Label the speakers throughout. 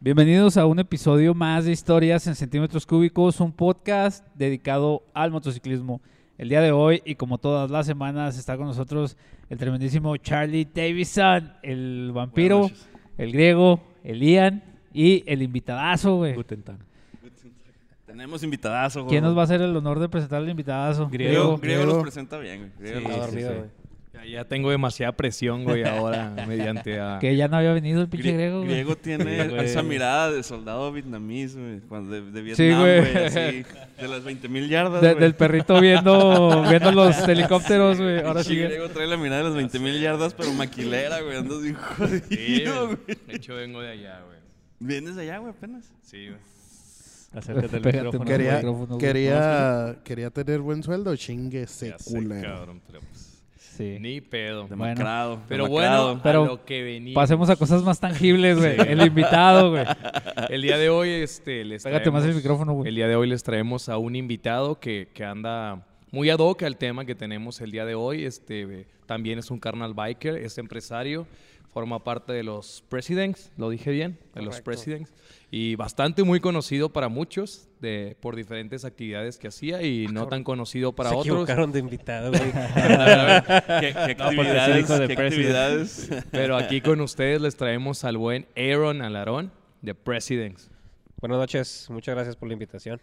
Speaker 1: Bienvenidos a un episodio más de Historias en Centímetros Cúbicos, un podcast dedicado al motociclismo. El día de hoy, y como todas las semanas, está con nosotros el tremendísimo Charlie Davison, el vampiro,
Speaker 2: noches.
Speaker 1: el griego, el Ian y el invitadazo, güey.
Speaker 2: Guten Tag.
Speaker 3: Tenemos invitadazo, güey.
Speaker 1: ¿Quién nos va a hacer el honor de presentar al invitadazo?
Speaker 3: Griego,
Speaker 2: Griego.
Speaker 3: Griego los presenta bien, güey. Griego
Speaker 2: Sí,
Speaker 3: los-
Speaker 2: sí, sí. Ya, ya tengo demasiada presión, güey, ahora, mediante a...
Speaker 1: Ah. Que ya no había venido el pinche
Speaker 3: Grie-
Speaker 1: griego, güey.
Speaker 3: Griego tiene
Speaker 2: Sí, güey.
Speaker 3: esa mirada de soldado vietnamís, güey. Cuando de, de
Speaker 1: Sí,
Speaker 3: Vietnam,
Speaker 1: güey.
Speaker 3: güey. así, de las 20 mil yardas,
Speaker 1: De-
Speaker 3: güey.
Speaker 1: del perrito viendo, viendo los helicópteros, güey. Ahora
Speaker 3: Pinche
Speaker 1: sí. güey.
Speaker 3: Griego trae la mirada de las 20 mil yardas, pero maquilera, güey. Andas bien
Speaker 2: Sí,
Speaker 3: jodido,
Speaker 2: güey.
Speaker 3: güey.
Speaker 2: De hecho, vengo de allá, güey.
Speaker 3: Vienes allá, güey, apenas.
Speaker 2: Sí, güey.
Speaker 4: Acércate al
Speaker 1: Pégate
Speaker 4: micrófono.
Speaker 1: un-
Speaker 4: güey.
Speaker 5: Quería,
Speaker 1: micrófonos, güey.
Speaker 5: quería, quería tener buen sueldo, chingue se
Speaker 2: Ya sé,
Speaker 5: culero.
Speaker 2: cabrón, pero pues,
Speaker 1: Sí.
Speaker 2: Ni pedo.
Speaker 1: Bueno,
Speaker 3: Demacrado.
Speaker 2: Pero
Speaker 3: demacrado.
Speaker 2: bueno,
Speaker 1: Pero
Speaker 2: a lo que venimos.
Speaker 1: Pasemos a cosas más tangibles, güey.
Speaker 2: Sí.
Speaker 1: El invitado, güey.
Speaker 2: El día de hoy, este, les
Speaker 1: Pégate más el
Speaker 2: traemos-
Speaker 1: micrófono, güey.
Speaker 2: El día de hoy les traemos a un invitado que, que anda muy ad hoc al tema que tenemos el día de hoy. Este, eh, también es un carnal biker, es empresario, forma parte de los Presidents, lo dije bien, de los Presidents. Y bastante muy conocido para muchos de, por diferentes actividades que hacía y no tan conocido para
Speaker 4: Ah, Se
Speaker 2: otros.
Speaker 4: equivocaron de invitado, güey.
Speaker 3: ¿Qué, qué
Speaker 4: No, porque sí
Speaker 3: actividades?
Speaker 4: dijo de
Speaker 3: ¿Qué
Speaker 4: president.
Speaker 3: actividades?
Speaker 2: Pero aquí con ustedes les traemos al buen Aaron Alarón de Presidents.
Speaker 4: Buenas noches, muchas gracias por la invitación.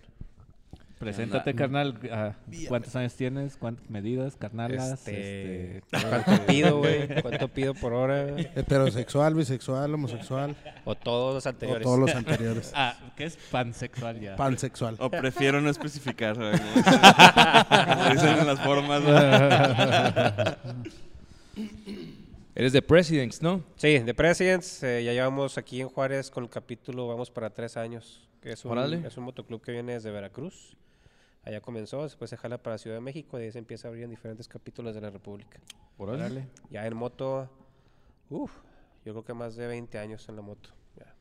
Speaker 3: Preséntate,
Speaker 4: Preséntate, carnal. ¿Cuántos años tienes? ¿Cuántas medidas, carnalas?
Speaker 2: Este,
Speaker 4: ¿Cuánto pido, güey? ¿Cuánto pido por hora?
Speaker 5: Heterosexual, bisexual, homosexual
Speaker 4: O todos los
Speaker 5: o
Speaker 4: anteriores.
Speaker 5: todos los anteriores.
Speaker 6: Ah, que es pansexual ya.
Speaker 5: Pansexual.
Speaker 3: O prefiero no especificar, güey. como dicen- como dicen en las formas, güey.
Speaker 2: Eres de Presidents, ¿no?
Speaker 4: Sí, de Presidents, eh, ya llevamos aquí en Juárez con el capítulo, vamos para tres años. Que es, un,
Speaker 2: Órale.
Speaker 4: es un motoclub que viene desde Veracruz. Allá comenzó, después se jala para Ciudad de México y de ahí se empieza a abrir en diferentes capítulos de la República.
Speaker 2: Órale.
Speaker 4: Ya en moto, uff, yo creo que más de 20 años en la moto. ya,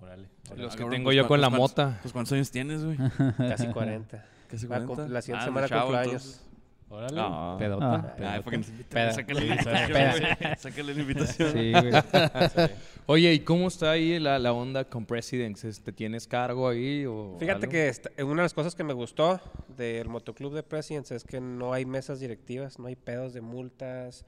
Speaker 6: Órale.
Speaker 2: Los que
Speaker 3: Cabrón,
Speaker 2: tengo
Speaker 3: pues,
Speaker 2: yo
Speaker 3: ¿cuán-
Speaker 2: con la
Speaker 3: pues, cuántos-
Speaker 2: mota.
Speaker 3: Pues cuántos años tienes, güey.
Speaker 4: Casi 40.
Speaker 3: Casi
Speaker 4: Va a
Speaker 3: 40.
Speaker 4: cum- la siguiente
Speaker 3: Ah,
Speaker 4: semana
Speaker 3: chavo,
Speaker 4: cumpleaños.
Speaker 3: entonces.
Speaker 6: Órale.
Speaker 3: No.
Speaker 6: Pedota.
Speaker 2: Ah.
Speaker 3: Ay, porque nos
Speaker 6: Peda.
Speaker 3: invitaron. Sácale la
Speaker 6: Peda.
Speaker 3: invitación. güey. Sácale la invitación.
Speaker 2: Sí, güey. Oye, ¿y cómo está ahí la, la onda con Presidents? Este, ¿Tienes cargo ahí o
Speaker 4: Fíjate
Speaker 2: algo?
Speaker 4: que esta- una de las cosas que me gustó del motoclub de Presidents es que no hay mesas directivas, no hay pedos de multas,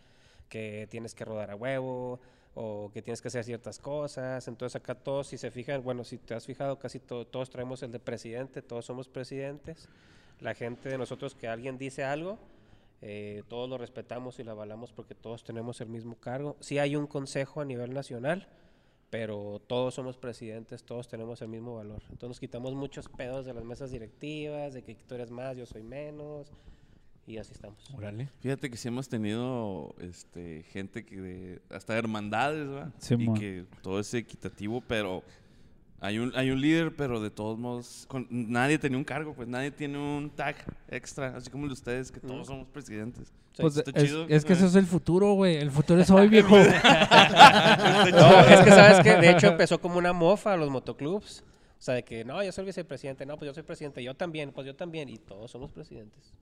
Speaker 4: que tienes que rodar a huevo o que tienes que hacer ciertas cosas. Entonces acá todos, si se fijan, bueno, si te has fijado, casi to- todos traemos el de presidente, todos somos presidentes. La gente de nosotros que alguien dice algo, eh, todos lo respetamos y lo avalamos porque todos tenemos el mismo cargo. Sí hay un consejo a nivel nacional, pero todos somos presidentes, todos tenemos el mismo valor. Entonces nos quitamos muchos pedos de las mesas directivas, de que tú eres más, yo soy menos, y así estamos.
Speaker 6: Órale.
Speaker 3: Fíjate que sí hemos tenido este, gente que de- hasta hermandades, ¿va?
Speaker 1: Sí,
Speaker 3: y
Speaker 1: mo.
Speaker 3: que todo es equitativo, pero hay un, hay un líder, pero de todos modos, con- nadie tenía un cargo, pues nadie tiene un tag extra, así como el de ustedes, que todos somos presidentes.
Speaker 1: Pues
Speaker 3: Está
Speaker 1: es,
Speaker 3: chido.
Speaker 1: es que eso es el futuro, güey. El futuro es hoy, viejo.
Speaker 4: No, es que sabes que de hecho empezó como una mofa a los motoclubs. O sea, de que no, yo soy vicepresidente, no, pues yo soy presidente, yo también, pues yo también, y todos somos presidentes.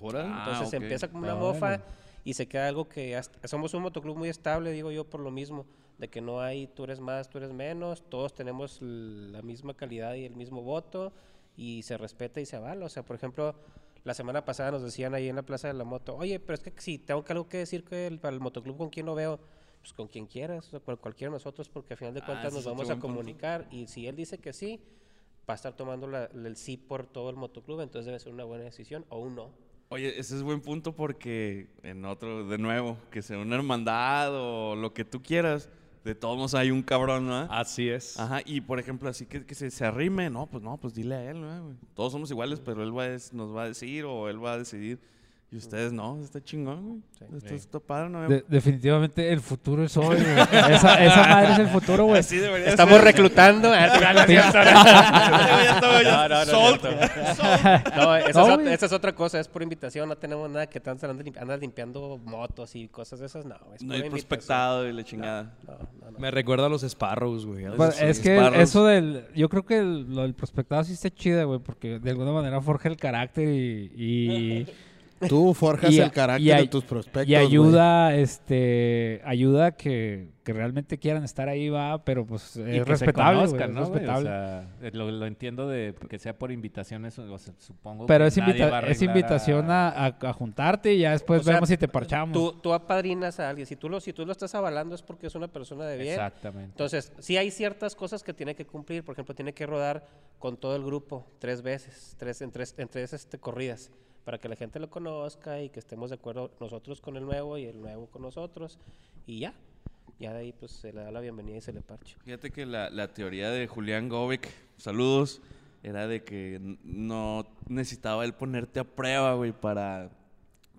Speaker 2: Órale.
Speaker 3: Ah,
Speaker 4: Entonces se
Speaker 3: ok.
Speaker 4: empieza como
Speaker 1: Ah,
Speaker 4: una mofa
Speaker 1: bueno.
Speaker 4: y se queda algo que hasta- somos un motoclub muy estable, digo yo, por lo mismo, de que no hay tú eres más, tú eres menos, todos tenemos l- la misma calidad y el mismo voto y se respeta y se avala. O sea, por ejemplo, la semana pasada nos decían ahí en la Plaza de la Moto, oye, pero es que si tengo que algo que decir que el- para el motoclub con quien lo veo, pues con quien quieras, o sea, con cualquiera de nosotros, porque al final de
Speaker 3: Ah,
Speaker 4: cuentas
Speaker 3: ese
Speaker 4: nos
Speaker 3: es otro
Speaker 4: vamos a
Speaker 3: buen punto.
Speaker 4: comunicar y si él dice que sí, va a estar tomando la- el sí por todo el motoclub, entonces debe ser una buena decisión o un no.
Speaker 3: Oye, ese es buen punto porque en otro, de nuevo, que sea una hermandad o lo que tú quieras, de todos modos hay un cabrón, ¿no?
Speaker 2: Así es.
Speaker 3: Ajá, y por ejemplo, así que, que se, se arrime, no, pues no, pues dile a él, ¿no, güey? Todos somos iguales, pero él va a des- nos va a decir o él va a decidir. Y ustedes no, está chingón, güey. Esto
Speaker 6: Sí.
Speaker 3: está padre, ¿no?
Speaker 1: De- definitivamente el futuro es hoy, güey. Esa, esa madre es el futuro, güey.
Speaker 3: Así debería
Speaker 4: Estamos
Speaker 3: ser.
Speaker 4: reclutando.
Speaker 3: Ya estaba yo
Speaker 4: No, no, no,
Speaker 3: sold.
Speaker 4: no, No, esa,
Speaker 1: No,
Speaker 4: es
Speaker 1: güey.
Speaker 4: otra, esa es otra cosa, es por invitación, no tenemos nada que tanto andas, limpi- andas limpiando motos y cosas de esas, no. Es
Speaker 3: No
Speaker 4: pura
Speaker 3: hay
Speaker 4: invitación.
Speaker 3: prospectado y la chingada.
Speaker 4: No, no, no.
Speaker 2: Me recuerda a los Sparrows, güey. algo
Speaker 1: Pues,
Speaker 2: así.
Speaker 1: es que
Speaker 3: disparos.
Speaker 1: eso del. Yo creo que el, lo del prospectado sí está chida, güey, porque de alguna manera forja el carácter y. y
Speaker 5: Tú forjas
Speaker 1: Y-
Speaker 5: el carácter
Speaker 1: y ay-
Speaker 5: de tus prospectos.
Speaker 1: Y
Speaker 5: güey.
Speaker 1: ayuda, este, ayuda que, que realmente quieran estar ahí, va, pero pues
Speaker 6: Y
Speaker 1: es
Speaker 6: que se
Speaker 1: respetable, güey,
Speaker 6: conozcan,
Speaker 1: es
Speaker 6: ¿no, güey?
Speaker 1: respetable.
Speaker 6: O sea, eh, lo, lo entiendo de que sea por invitaciones, o sea, supongo
Speaker 1: pero
Speaker 6: que
Speaker 1: es,
Speaker 6: nadie
Speaker 1: invita-
Speaker 6: va a
Speaker 1: es
Speaker 6: arreglar
Speaker 1: invitación a, a- a juntarte y ya después
Speaker 4: O sea,
Speaker 1: vemos si te parchamos.
Speaker 4: Tú, tú apadrinas a alguien. Si tú, lo, si tú lo estás avalando es porque es una persona de bien.
Speaker 6: Exactamente.
Speaker 4: Entonces, sí hay ciertas cosas que tiene que cumplir. Por ejemplo, tiene que rodar con todo el grupo tres veces, tres, en tres, en tres este, corridas, para que la gente lo conozca y que estemos de acuerdo nosotros con el nuevo y el nuevo con nosotros. Y ya. Ya de ahí, pues, se le da la bienvenida y se le parcha.
Speaker 3: Fíjate que la, la teoría de Julián Govek, saludos, era de que n- no necesitaba él ponerte a prueba, güey, para,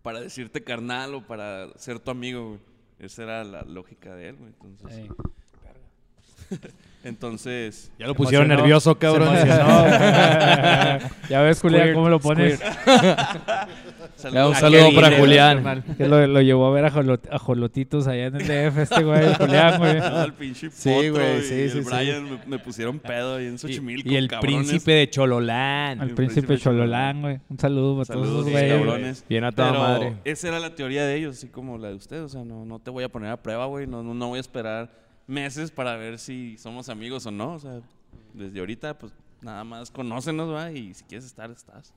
Speaker 3: para decirte carnal o para ser tu amigo, güey. Esa era la lógica de él, güey. Entonces,
Speaker 1: Sí.
Speaker 3: entonces
Speaker 2: Ya lo pusieron nervioso, cabrón.
Speaker 1: ya ves, Julián, cómo lo pones.
Speaker 2: Le da un
Speaker 3: saludos.
Speaker 2: saludo para
Speaker 4: viene,
Speaker 2: Julián.
Speaker 1: Que lo, lo llevó a ver a, Jolot- a Jolotitos allá en el DF, este güey, Julián, güey.
Speaker 3: No, el pinche
Speaker 5: Sí,
Speaker 3: potro
Speaker 5: güey,
Speaker 3: y
Speaker 5: sí,
Speaker 3: el
Speaker 5: sí, sí.
Speaker 3: Brian me, me pusieron pedo ahí en Xochimilco,
Speaker 2: Y el
Speaker 3: cabrones.
Speaker 2: príncipe de Chololán.
Speaker 1: Al príncipe Chololán, güey. Un saludo para todos
Speaker 3: Saludos,
Speaker 1: esos
Speaker 3: sí,
Speaker 1: güeyes. güey.
Speaker 3: cabrones.
Speaker 2: Bien a toda
Speaker 3: Pero
Speaker 2: madre.
Speaker 3: Esa era la teoría de ellos, así como la de ustedes. O sea, no, no te voy a poner a prueba, güey. No, no, no voy a esperar meses para ver si somos amigos o no. O sea, desde ahorita, pues nada más conócenos, va. Y si quieres estar, estás.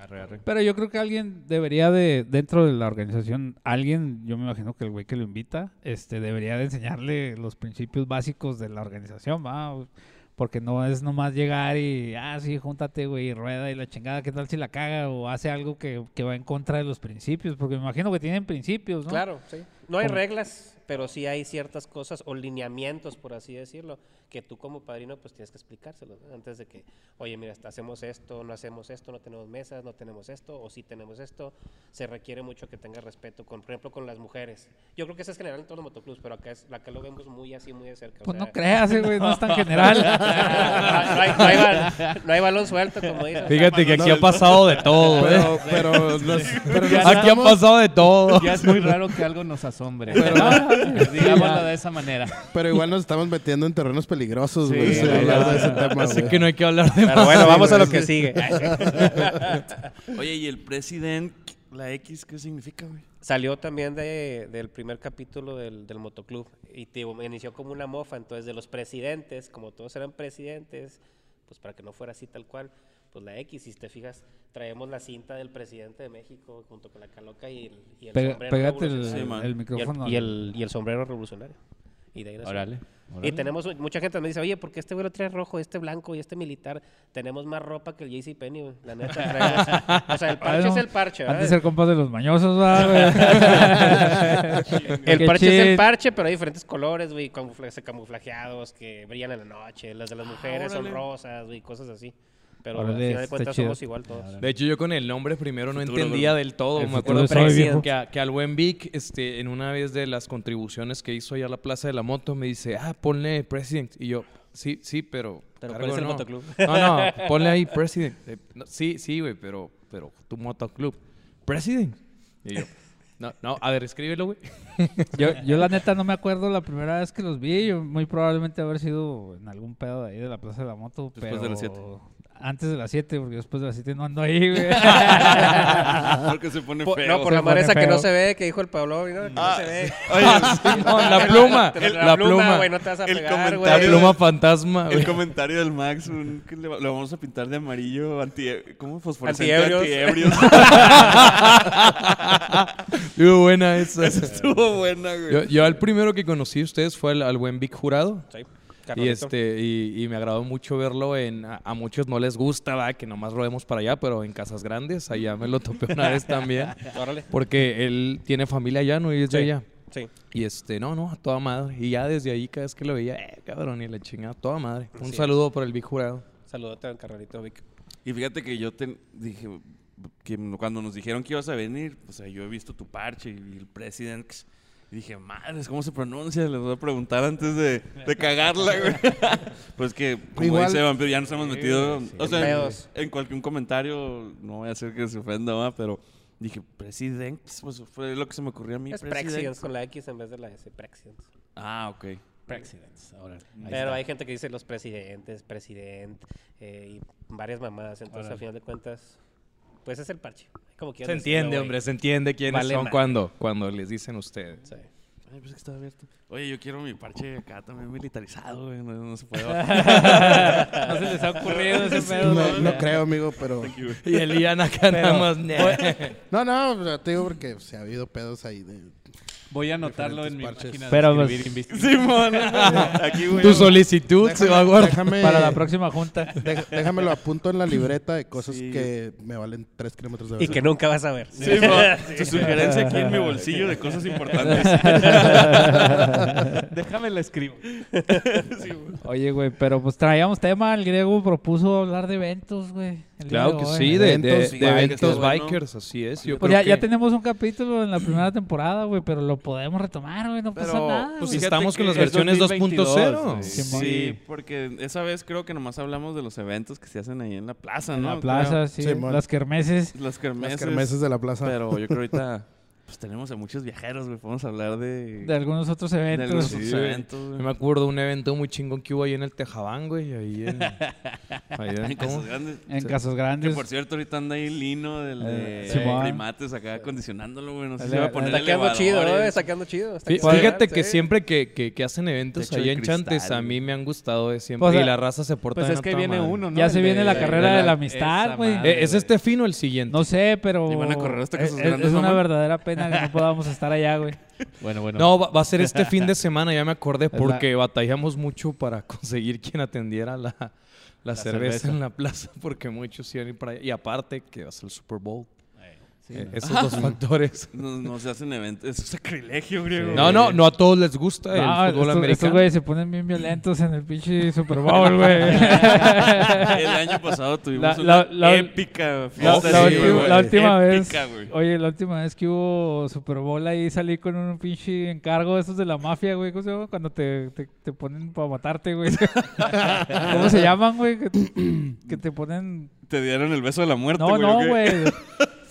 Speaker 6: Arre, arre.
Speaker 1: Pero yo creo que alguien debería de, dentro de la organización, alguien, yo me imagino que el güey que lo invita, este, debería de enseñarle los principios básicos de la organización, ¿va? Porque no es nomás llegar y, ah, sí, júntate, güey, y rueda y la chingada, ¿qué tal si la caga? O hace algo que, que va en contra de los principios, porque me imagino que tienen principios, ¿no?
Speaker 4: Claro, sí. No hay
Speaker 1: Como-
Speaker 4: reglas, pero sí hay ciertas cosas o lineamientos, por así decirlo, que tú como padrino pues tienes que explicárselo ¿no? antes de que, oye, mira, hasta hacemos esto, no hacemos esto, no tenemos mesas, no tenemos esto, o sí tenemos esto. Se requiere mucho que tengas respeto, con, por ejemplo, con las mujeres. Yo creo que eso es general en todos los motoclubs, pero acá, es, acá lo vemos muy así, muy de cerca. o
Speaker 1: Pues
Speaker 4: sea,
Speaker 1: no creas, eh, güey, no es tan general.
Speaker 4: no, hay, no hay bal- no hay balón suelto, como dicen.
Speaker 2: Fíjate que aquí ha pasado de todo, güey.
Speaker 5: Pero, pero, nos- pero nos
Speaker 2: Aquí ha
Speaker 5: estamos-
Speaker 2: pasado de todo.
Speaker 6: Ya es muy raro que algo nos asombre.
Speaker 5: Pero-
Speaker 6: ¿no? Digámoslo de esa manera.
Speaker 5: pero igual nos estamos metiendo en terrenos peligrosos,
Speaker 6: Sí,
Speaker 5: güey. sin
Speaker 6: güey,
Speaker 5: hablar
Speaker 6: ya.
Speaker 5: de ese tema,
Speaker 2: Así
Speaker 5: güey.
Speaker 2: que no hay que hablar de
Speaker 4: Pero
Speaker 2: más.
Speaker 4: bueno, vamos a lo
Speaker 5: Sí,
Speaker 4: que
Speaker 5: sí.
Speaker 4: sigue.
Speaker 3: Oye, ¿y el presidente, la X, qué significa, güey?
Speaker 4: Salió también de, del primer capítulo del, del motoclub y te digo, me inició como una mofa, entonces de los presidentes, como todos eran presidentes, pues para que no fuera así tal cual, pues la X, si te fijas, traemos la cinta del presidente de México junto con la caloca y el, y el
Speaker 1: Pega-
Speaker 4: sombrero
Speaker 1: pégate el,
Speaker 4: revolucionario.
Speaker 1: el
Speaker 3: man. Y el-
Speaker 4: Y el-
Speaker 1: micrófono.
Speaker 4: y, el, y el sombrero revolucionario. Y de ahí nació.
Speaker 6: Órale.
Speaker 4: Y
Speaker 6: órale.
Speaker 4: tenemos, mucha gente me dice, oye, ¿por qué este güey lo trae rojo, este blanco y este militar? Tenemos más ropa que el JCPenney, güey, la neta. traemos- o sea, el parche
Speaker 1: Bueno,
Speaker 4: es el parche,
Speaker 1: Han de
Speaker 4: ¿verdad?
Speaker 1: ser compas de los mañosos, ¿va, güey?
Speaker 4: El
Speaker 1: Qué
Speaker 4: parche es
Speaker 1: chin.
Speaker 4: el parche, pero hay diferentes colores, güey, camufla- camuflajeados que brillan en la noche. Las de las mujeres son
Speaker 3: órale.
Speaker 4: rosas, güey, cosas así. Pero
Speaker 1: Órale,
Speaker 4: al final de
Speaker 1: está
Speaker 4: cuentas
Speaker 1: chido.
Speaker 4: somos igual todos.
Speaker 2: De hecho, yo con el nombre primero no
Speaker 3: Futuro,
Speaker 2: entendía
Speaker 3: bro.
Speaker 2: del todo.
Speaker 1: El
Speaker 2: Me
Speaker 1: futuro
Speaker 2: acuerdo
Speaker 1: soy,
Speaker 2: que-
Speaker 1: viejo.
Speaker 2: que, a- que al buen Vic, este, en una vez de las contribuciones que hizo allá a la Plaza de la Moto, me dice, ah, ponle President. Y yo, sí, sí, pero...
Speaker 4: Pero
Speaker 2: cargo
Speaker 4: ¿cuál es el
Speaker 2: no".
Speaker 4: motoclub?
Speaker 2: No, no, ponle ahí President. Eh, no, sí, sí, güey, pero, pero tu motoclub. President. Y yo, no, no, a ver, escríbelo, güey.
Speaker 1: Yo, yo la neta no me acuerdo la primera vez que los vi. Yo muy probablemente haber sido en algún pedo de ahí de la Plaza de la Moto.
Speaker 3: Después de
Speaker 1: pero
Speaker 3: las siete.
Speaker 1: Antes de las 7, porque después de las 7 no ando ahí, güey.
Speaker 3: Porque se pone
Speaker 4: Po-
Speaker 3: feo. Ah.
Speaker 4: no, por la
Speaker 1: se
Speaker 4: Ah.
Speaker 1: pone
Speaker 4: madre esa que
Speaker 1: feo.
Speaker 4: no se ve, que dijo el Pablo, ¿no? Que no se ve.
Speaker 2: No, la pluma,
Speaker 4: Pero
Speaker 2: la pluma.
Speaker 4: güey, no te vas a
Speaker 3: El
Speaker 4: pegar,
Speaker 2: La
Speaker 4: güey.
Speaker 3: comentario.
Speaker 2: pluma fantasma, güey.
Speaker 3: El comentario del Max, un, que le, va- lo vamos a pintar de amarillo, anti, ¿cómo? Fosforescente,
Speaker 4: Antiebrios.
Speaker 3: antiebrios.
Speaker 2: Estuvo buena esa.
Speaker 3: Esa estuvo buena, güey.
Speaker 2: Yo, yo al primero que conocí de ustedes fue al, al buen Vic Jurado.
Speaker 4: Sí,
Speaker 2: Y,
Speaker 4: Carlonito.
Speaker 2: este, y, y me agradó mucho verlo en... A, a muchos no les gusta, va, que nomás rodemos para allá, pero en Casas Grandes, allá me lo topé una vez también.
Speaker 4: Órale.
Speaker 2: Porque él tiene familia allá, ¿no? Y es de
Speaker 4: Sí.
Speaker 2: allá.
Speaker 4: Sí.
Speaker 2: Y este, no, no, a toda madre. Y ya desde ahí cada vez que lo veía, eh, cabrón, y la chingada, a toda madre. Un
Speaker 4: Así es.
Speaker 2: saludo por el Vic Jurado.
Speaker 4: Saludote al carrerito, Vic.
Speaker 3: Y fíjate que yo te dije que cuando nos dijeron que ibas a venir, o sea, yo he visto tu parche y el president. Y dije, madres, ¿cómo se pronuncia? Les voy a preguntar antes de, de cagarla, güey. pues que, como
Speaker 5: Igual-
Speaker 3: dice Vampiro, ya nos hemos metido. o
Speaker 4: en
Speaker 3: sea, en,
Speaker 4: pedos.
Speaker 3: en cualquier comentario, no voy a hacer que se ofenda, ¿va? pero dije, president, pues fue lo que se me ocurrió a mí.
Speaker 4: Es
Speaker 3: presidents.
Speaker 4: Prexians con la X en vez de la S, Prexians.
Speaker 3: Ah, ok.
Speaker 6: Presidents. Órale. Ahí
Speaker 4: Pero
Speaker 6: está.
Speaker 4: hay gente que dice los presidentes, presidente, eh, y varias mamadas. Entonces,
Speaker 6: Órale.
Speaker 4: al final de cuentas, pues es el parche. Hay que Como quieran
Speaker 2: Se
Speaker 4: decirlo,
Speaker 2: entiende,
Speaker 4: güey.
Speaker 2: hombre, se entiende quiénes
Speaker 4: Vale
Speaker 2: son
Speaker 4: madre.
Speaker 2: cuando, cuando les dicen ustedes.
Speaker 4: Sí.
Speaker 3: Ay, pues es que está abierto. Oye, yo quiero mi parche acá también militarizado, güey. No, no se puede. bajar.
Speaker 1: no se les ha ocurrido ese pedo.
Speaker 5: No, no creo, amigo, pero...
Speaker 2: Y el Ian acá nada más. "Nah".
Speaker 5: No, no, o sea, te digo porque se ha habido pedos ahí de...
Speaker 6: Voy a anotarlo en mi
Speaker 5: parches.
Speaker 6: página de
Speaker 1: Pero, pues,
Speaker 6: escribir invisible.
Speaker 3: Simón. Aquí, güey.
Speaker 2: Tu solicitud se va a guardar.
Speaker 5: Déjame,
Speaker 1: Para la próxima junta.
Speaker 5: dej- déjamelo apunto en la libreta de cosas
Speaker 3: Sí.
Speaker 5: que me valen 3 kilómetros de
Speaker 4: Y
Speaker 5: verdad.
Speaker 4: que nunca vas a ver.
Speaker 3: Simón. Tu sugerencia aquí en mi bolsillo de cosas importantes.
Speaker 6: Déjame la escribo.
Speaker 1: Oye, güey, pero pues traíamos tema. El griego propuso hablar de eventos, güey. el día
Speaker 2: Claro
Speaker 1: de
Speaker 2: que
Speaker 1: hoy.
Speaker 2: sí, de, de-
Speaker 5: Eventos
Speaker 2: de
Speaker 5: bikers,
Speaker 2: eventos
Speaker 3: bueno.
Speaker 2: bikers, así es. Yo
Speaker 1: Pues
Speaker 2: creo
Speaker 1: ya, ya
Speaker 2: que-
Speaker 1: tenemos un capítulo en la primera temporada, güey, pero lo podemos retomar, güey. No pasa
Speaker 3: Pero,
Speaker 1: nada.
Speaker 3: pues,
Speaker 1: güey.
Speaker 3: fíjate
Speaker 2: estamos con
Speaker 3: que
Speaker 2: las
Speaker 3: es
Speaker 2: versiones
Speaker 6: 2022,
Speaker 2: 2.0.
Speaker 6: sí.
Speaker 1: Simón.
Speaker 3: Sí, porque esa vez creo que nomás hablamos de los eventos que se hacen ahí en la plaza,
Speaker 1: en
Speaker 3: ¿no?
Speaker 1: la plaza, sí,
Speaker 5: Simón.
Speaker 1: las kermeses.
Speaker 3: Creo. Las
Speaker 5: Las
Speaker 3: kermeses.
Speaker 5: kermeses de la plaza.
Speaker 3: Pero yo creo ahorita pues tenemos a muchos viajeros, güey. Podemos hablar de,
Speaker 1: De algunos otros
Speaker 3: de
Speaker 1: eventos.
Speaker 3: algunos
Speaker 2: Sí,
Speaker 3: otros
Speaker 2: güey.
Speaker 3: eventos,
Speaker 2: Yo
Speaker 3: güey.
Speaker 2: me acuerdo de un evento muy chingón que hubo ahí en el Tejabán, güey. Ahí en. ahí en-
Speaker 3: En
Speaker 2: ¿cómo?
Speaker 3: Casas Grandes.
Speaker 1: En
Speaker 2: Sí.
Speaker 1: Casas
Speaker 3: Que
Speaker 1: Grandes.
Speaker 3: por cierto, ahorita anda ahí Lino del
Speaker 1: Eh,
Speaker 3: de
Speaker 1: Simón.
Speaker 3: primates acá acondicionándolo, güey. No sé
Speaker 1: Le-
Speaker 3: si va
Speaker 1: le-
Speaker 3: a poner
Speaker 4: Está quedando chido, ¿eh? Está quedando chido. está
Speaker 2: Fí-
Speaker 4: quedando
Speaker 2: Fíjate
Speaker 4: chido,
Speaker 2: que
Speaker 4: sí.
Speaker 2: siempre que, que- que hacen eventos
Speaker 3: Techo de
Speaker 2: allá en Chantes,
Speaker 3: cristal,
Speaker 2: a mí
Speaker 3: güey.
Speaker 2: me han gustado de siempre.
Speaker 1: O sea,
Speaker 2: y la raza se porta
Speaker 6: Pues
Speaker 2: bien
Speaker 6: es
Speaker 2: a
Speaker 6: que
Speaker 2: toda
Speaker 6: viene
Speaker 2: madre.
Speaker 6: uno, ¿no?
Speaker 1: Ya
Speaker 6: El
Speaker 1: se viene la carrera de la
Speaker 6: esa
Speaker 1: amistad, güey.
Speaker 2: Eh,
Speaker 6: madre,
Speaker 2: ¿Es este fin o el siguiente?
Speaker 1: No sé, pero. eh,
Speaker 3: Y van a correr hasta Casas
Speaker 1: es,
Speaker 3: Grandes,
Speaker 1: es una
Speaker 3: mamá.
Speaker 1: verdadera pena que no podamos estar allá, güey.
Speaker 6: Bueno, bueno.
Speaker 2: No, va, va a ser este fin de semana, ya me acordé,
Speaker 1: la-
Speaker 2: porque batallamos mucho para conseguir quien atendiera la, la cerveza,
Speaker 6: cerveza.
Speaker 2: en la plaza, porque muchos iban a ir para allá. Y aparte, que va a ser el Super Bowl.
Speaker 6: Sí,
Speaker 2: Eh, esos dos factores.
Speaker 3: No, no se hacen eventos. Es un sacrilegio, griego.
Speaker 2: No, no, no a todos les gusta el
Speaker 1: Ah,
Speaker 2: fútbol
Speaker 1: estos- estos
Speaker 2: americano.
Speaker 1: güeyes se ponen bien violentos en el pinche Super Bowl, güey.
Speaker 3: El año pasado tuvimos
Speaker 1: La-
Speaker 3: una
Speaker 1: la- la-
Speaker 3: épica
Speaker 1: La,
Speaker 3: fiesta.
Speaker 1: la
Speaker 3: sí,
Speaker 1: última,
Speaker 3: güey.
Speaker 1: la última
Speaker 3: Épica,
Speaker 1: vez.
Speaker 3: güey.
Speaker 1: Oye, la última vez que hubo Super Bowl ahí salí con un pinche encargo de esos de la mafia, güey. ¿Cómo se llama? Cuando te, te, te ponen para matarte, güey. ¿Cómo se llaman, güey? Que, que te ponen.
Speaker 3: Te dieron el beso de la muerte,
Speaker 1: No,
Speaker 3: güey. ¿o
Speaker 1: no,
Speaker 3: qué?
Speaker 1: güey.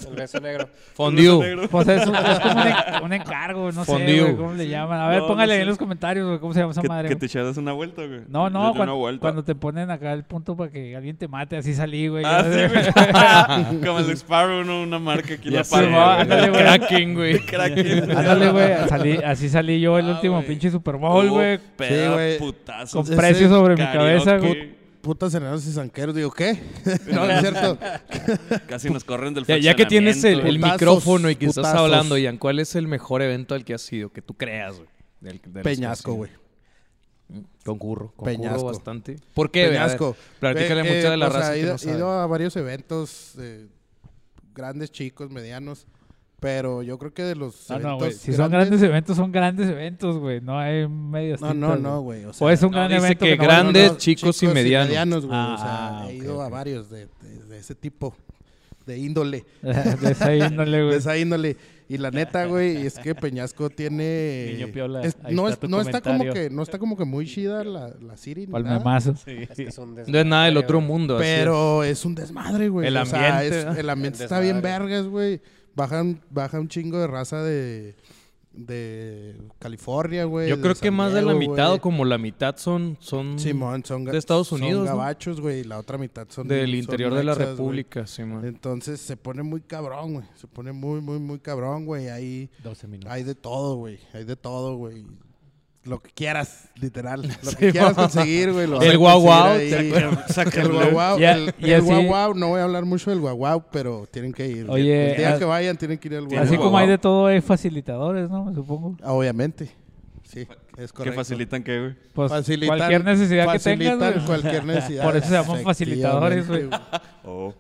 Speaker 4: El beso negro.
Speaker 2: Fondue.
Speaker 1: Pues es, un- es como un, en- un encargo, no sé,
Speaker 2: Fondue.
Speaker 1: güey. ¿Cómo le llaman? A ver,
Speaker 3: No, no
Speaker 1: póngale ahí
Speaker 3: sé.
Speaker 1: en los comentarios, güey. ¿Cómo se llama esa
Speaker 3: Que,
Speaker 1: madre?
Speaker 3: que
Speaker 1: güey?
Speaker 3: te echaras una vuelta, güey.
Speaker 1: No,
Speaker 3: Les
Speaker 1: no,
Speaker 3: di una
Speaker 1: cuando,
Speaker 3: vuelta.
Speaker 1: cuando te ponen acá el punto para que alguien te mate, así salí, güey. Ya
Speaker 3: Ah, sí,
Speaker 1: sé.
Speaker 3: güey. Como el Sparrow, ¿no? Una marca aquí en
Speaker 2: Ya
Speaker 3: la
Speaker 2: sé,
Speaker 1: pared,
Speaker 2: va,
Speaker 1: güey.
Speaker 2: ándale, güey. Kraken, güey.
Speaker 1: Ándale, güey. salí- así salí yo el
Speaker 3: Ah,
Speaker 1: último
Speaker 3: güey.
Speaker 1: pinche Super Bowl, güey.
Speaker 5: Sí,
Speaker 3: Pero
Speaker 5: güey.
Speaker 3: putazo.
Speaker 1: Con precio sobre mi
Speaker 3: karaoke.
Speaker 1: cabeza, güey.
Speaker 5: Putas enanos y zanqueros, digo, ¿qué? no, no es cierto.
Speaker 3: Casi nos corren del
Speaker 2: Ya, ya que tienes el, el
Speaker 5: Putazos,
Speaker 2: micrófono y que estás
Speaker 5: putazos.
Speaker 2: hablando, Ian, ¿cuál es el mejor evento al que has sido? Que tú creas, güey. Del- de los que has
Speaker 5: Peñasco,
Speaker 2: ido?
Speaker 5: güey.
Speaker 2: Concurro, concurro
Speaker 5: Peñasco.
Speaker 2: bastante. ¿Por qué?
Speaker 5: Peñasco.
Speaker 2: Platícale
Speaker 5: Eh,
Speaker 2: mucho
Speaker 5: eh,
Speaker 2: de la
Speaker 5: o sea,
Speaker 2: raza
Speaker 5: He
Speaker 2: que
Speaker 5: ido,
Speaker 2: no
Speaker 5: he
Speaker 2: sabe.
Speaker 5: ido a varios eventos, eh, grandes, chicos, medianos, pero yo creo que de los
Speaker 1: Ah, No, no, güey.
Speaker 5: eventos
Speaker 1: Si son grandes eventos, son grandes eventos, güey. No hay medios.
Speaker 5: No, no, no, güey. O, sea,
Speaker 1: O es un
Speaker 2: no,
Speaker 1: gran
Speaker 2: dice
Speaker 1: evento.
Speaker 2: que
Speaker 1: no vale-
Speaker 2: grande- Grandes, chicos y medianos.
Speaker 5: güey. o
Speaker 1: Ah,
Speaker 5: sea,
Speaker 1: ok,
Speaker 5: he ido a
Speaker 1: ok.
Speaker 5: varios de, de- de ese tipo, de índole,
Speaker 1: De esa índole,
Speaker 5: de
Speaker 1: güey.
Speaker 5: esa índole. Y la neta, güey, es que Peñasco tiene...
Speaker 6: Niño piola,
Speaker 5: es-
Speaker 6: ahí
Speaker 5: no
Speaker 6: está
Speaker 5: está,
Speaker 6: tu
Speaker 5: no está como
Speaker 6: comentario.
Speaker 5: que no está como que muy chida la, la Siri. ni nada.
Speaker 1: Palmemazo.
Speaker 4: Es que es un
Speaker 2: No es nada del otro
Speaker 4: desmadre, güey.
Speaker 2: mundo. así es.
Speaker 5: Pero es un desmadre, güey.
Speaker 2: El
Speaker 5: O sea,
Speaker 2: ambiente,
Speaker 5: es-
Speaker 2: ¿verdad?
Speaker 5: el ambiente
Speaker 4: El
Speaker 5: está bien
Speaker 4: desmadre.
Speaker 5: vergas, güey. Bajan, baja un chingo de raza de, de California, güey.
Speaker 2: Yo creo
Speaker 5: San
Speaker 2: que más de la
Speaker 5: Diego,
Speaker 2: mitad
Speaker 5: güey.
Speaker 2: o como la mitad son, son
Speaker 5: Simón, son ga-
Speaker 2: de Estados
Speaker 5: son
Speaker 2: Unidos, ¿no?
Speaker 5: gabachos, güey. y La otra mitad son
Speaker 2: del
Speaker 5: son
Speaker 2: interior de la
Speaker 5: mexas, güey.
Speaker 2: República, Simón.
Speaker 5: Entonces se pone muy cabrón, güey. Se pone muy, muy, muy cabrón, güey. Ahí
Speaker 6: 12 minutos.
Speaker 5: hay de todo, güey. Hay de todo, güey. Lo que quieras, literal. Lo que quieras conseguir, güey. lo vas
Speaker 2: El
Speaker 5: a
Speaker 2: guau guau,
Speaker 5: conseguir ahí. El guaguau,
Speaker 1: Y a-
Speaker 5: el,
Speaker 1: y
Speaker 5: el
Speaker 1: así-
Speaker 5: guaguau, no voy a hablar mucho del guaguau, pero tienen que ir.
Speaker 1: Oye,
Speaker 5: el día
Speaker 1: as-
Speaker 5: que vayan tienen que ir al guaguau.
Speaker 1: Así como
Speaker 3: guau.
Speaker 1: hay de todo, hay facilitadores, ¿no? Me supongo.
Speaker 5: Ah, Obviamente. Sí, es correcto.
Speaker 3: ¿Qué facilitan qué, güey?
Speaker 1: Pues
Speaker 5: Facilitan-
Speaker 1: cualquier necesidad que tengas,
Speaker 5: facilitan
Speaker 1: güey.
Speaker 5: cualquier necesidad.
Speaker 1: Por eso se llaman facilitadores, güey.
Speaker 5: Efectivamente,
Speaker 3: Oh.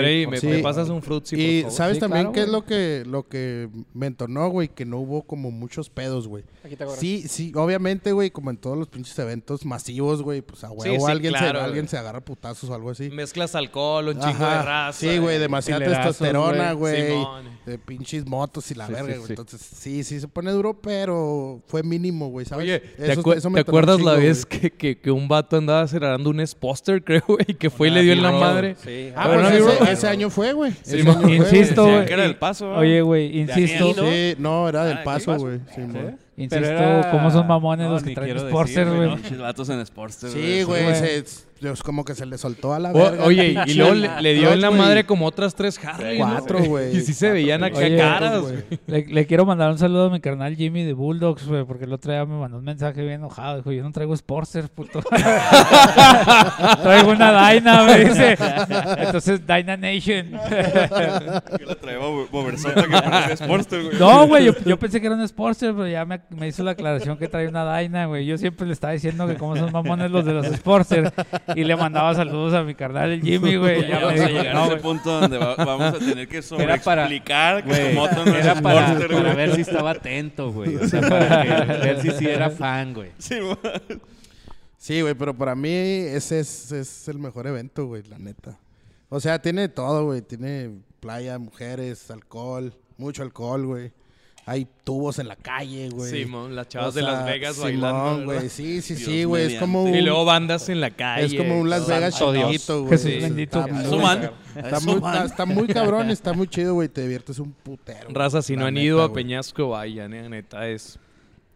Speaker 2: Freddy, ¿me,
Speaker 5: Sí.
Speaker 2: me pasas un frutzi, por
Speaker 5: y
Speaker 2: favor?
Speaker 5: sabes
Speaker 1: Sí,
Speaker 5: también
Speaker 1: claro,
Speaker 5: qué es
Speaker 1: güey.
Speaker 5: lo que, lo que me entonó, güey, que no hubo como muchos pedos, güey.
Speaker 4: Aquí te agarro.
Speaker 5: Sí, sí, obviamente, güey, como en todos los pinches eventos masivos, güey, pues a huevo
Speaker 2: sí,
Speaker 5: alguien,
Speaker 2: claro,
Speaker 5: se, alguien
Speaker 2: güey.
Speaker 5: se agarra a putazos o algo así.
Speaker 2: Mezclas alcohol, un chingo
Speaker 5: Ajá.
Speaker 2: de raza. eh.
Speaker 5: Sí, güey, demasiada
Speaker 1: Pilerazos,
Speaker 5: testosterona,
Speaker 2: güey.
Speaker 5: güey.
Speaker 2: Simón.
Speaker 5: De pinches motos y la
Speaker 6: Sí,
Speaker 5: verga,
Speaker 6: sí,
Speaker 5: güey.
Speaker 6: sí.
Speaker 5: Entonces, sí, sí se pone duro, pero fue mínimo, güey, ¿sabes?
Speaker 2: Oye, ¿te,
Speaker 5: Eso-
Speaker 2: acu-
Speaker 5: eso me
Speaker 2: te
Speaker 5: tocó
Speaker 2: acuerdas
Speaker 5: un
Speaker 2: la
Speaker 5: chingo,
Speaker 2: vez
Speaker 5: güey.
Speaker 2: que, que, que un vato andaba cerrando un póster, creo, güey, y que fue y le dio en la madre?
Speaker 4: Sí.
Speaker 5: Ah, pues
Speaker 2: Pero no,
Speaker 5: ese,
Speaker 2: bro.
Speaker 5: ese año fue, güey. Ese
Speaker 2: Simón.
Speaker 5: año fue, güey.
Speaker 1: Insisto,
Speaker 3: Decían
Speaker 1: güey.
Speaker 3: que era el paso, ¿verdad?
Speaker 1: Oye, güey,
Speaker 3: aquí,
Speaker 1: insisto,
Speaker 4: ¿no?
Speaker 5: Sí, no, era del
Speaker 3: Ah,
Speaker 5: paso,
Speaker 3: ¿qué?
Speaker 5: güey. Simón.
Speaker 1: insisto,
Speaker 6: Pero era-
Speaker 1: cómo son mamones
Speaker 6: No,
Speaker 1: los que
Speaker 6: ni
Speaker 1: traen
Speaker 6: quiero
Speaker 1: Sportster,
Speaker 6: decir,
Speaker 1: güey.
Speaker 6: güey,
Speaker 3: Pinches vatos en Sportster.
Speaker 5: Sí, güey.
Speaker 1: güey.
Speaker 5: se- pues, como que se le soltó a la
Speaker 2: O-
Speaker 5: verga.
Speaker 2: oye, y luego le, le dio en la
Speaker 5: Dos, güey.
Speaker 2: madre como otras tres Harley. ¿no?
Speaker 5: Cuatro, güey.
Speaker 2: Y sí se
Speaker 5: Cuatro,
Speaker 2: veían
Speaker 5: güey.
Speaker 2: acá
Speaker 1: Oye,
Speaker 2: caras,
Speaker 5: güey.
Speaker 2: güey.
Speaker 1: Le, le quiero mandar un saludo a mi carnal Jimmy de Bulldogs, güey, porque el otro día me mandó un mensaje bien enojado. Dijo, yo no traigo Sportster, puto. traigo una Dyna, me dice. Entonces, Dyna Nation.
Speaker 3: Yo la traía bo- bobersota que parecía Sportster, güey.
Speaker 1: no, güey, yo, yo pensé que era un Sportster, pero ya me, me hizo la aclaración que trae una Dyna, güey. Yo siempre le estaba diciendo que cómo son mamones los de los Sportster. Y le mandaba saludos a mi carnal el Jimmy, güey. Ya
Speaker 3: Ya
Speaker 1: me
Speaker 3: vamos a
Speaker 1: dijo,
Speaker 3: llegar
Speaker 1: no,
Speaker 3: a ese
Speaker 1: güey.
Speaker 3: punto donde va- vamos a tener que
Speaker 6: eh, Era para-
Speaker 3: sobreexplicar que
Speaker 6: Güey,
Speaker 3: tu moto no es
Speaker 6: era para,
Speaker 3: Sportster,
Speaker 6: para
Speaker 3: güey.
Speaker 6: ver si estaba atento, güey. O sea, para que- ver si sí era fan, güey.
Speaker 3: Sí, güey.
Speaker 5: Sí, güey, pero para mí ese es, es el mejor evento, güey, la neta. O sea, tiene todo, güey. Tiene playa, mujeres, alcohol, mucho alcohol, güey. Hay tubos en la calle, güey.
Speaker 2: Simón, las
Speaker 5: O
Speaker 2: chavas de
Speaker 5: sea,
Speaker 2: Las Vegas
Speaker 5: Simón,
Speaker 2: bailando.
Speaker 5: güey.
Speaker 2: ¿verdad?
Speaker 5: Sí, sí,
Speaker 3: Dios
Speaker 5: sí, güey. Es
Speaker 3: mediante.
Speaker 5: como un,
Speaker 2: Y luego bandas en la calle.
Speaker 5: es como un Las
Speaker 2: todo.
Speaker 5: Vegas
Speaker 2: Santo Dios.
Speaker 5: chiquito, güey.
Speaker 1: Jesús
Speaker 5: O sea,
Speaker 1: bendito.
Speaker 5: está
Speaker 1: A
Speaker 5: muy-
Speaker 3: eso van.
Speaker 5: Está
Speaker 3: Eso
Speaker 5: muy,
Speaker 3: van.
Speaker 5: está, está muy cabrón, está muy chido, güey. Te diviertes un putero. güey,
Speaker 2: Raza, si
Speaker 5: la
Speaker 2: no han
Speaker 5: neta,
Speaker 2: ido a
Speaker 5: güey.
Speaker 2: Peñasco, vayan, eh, neta, es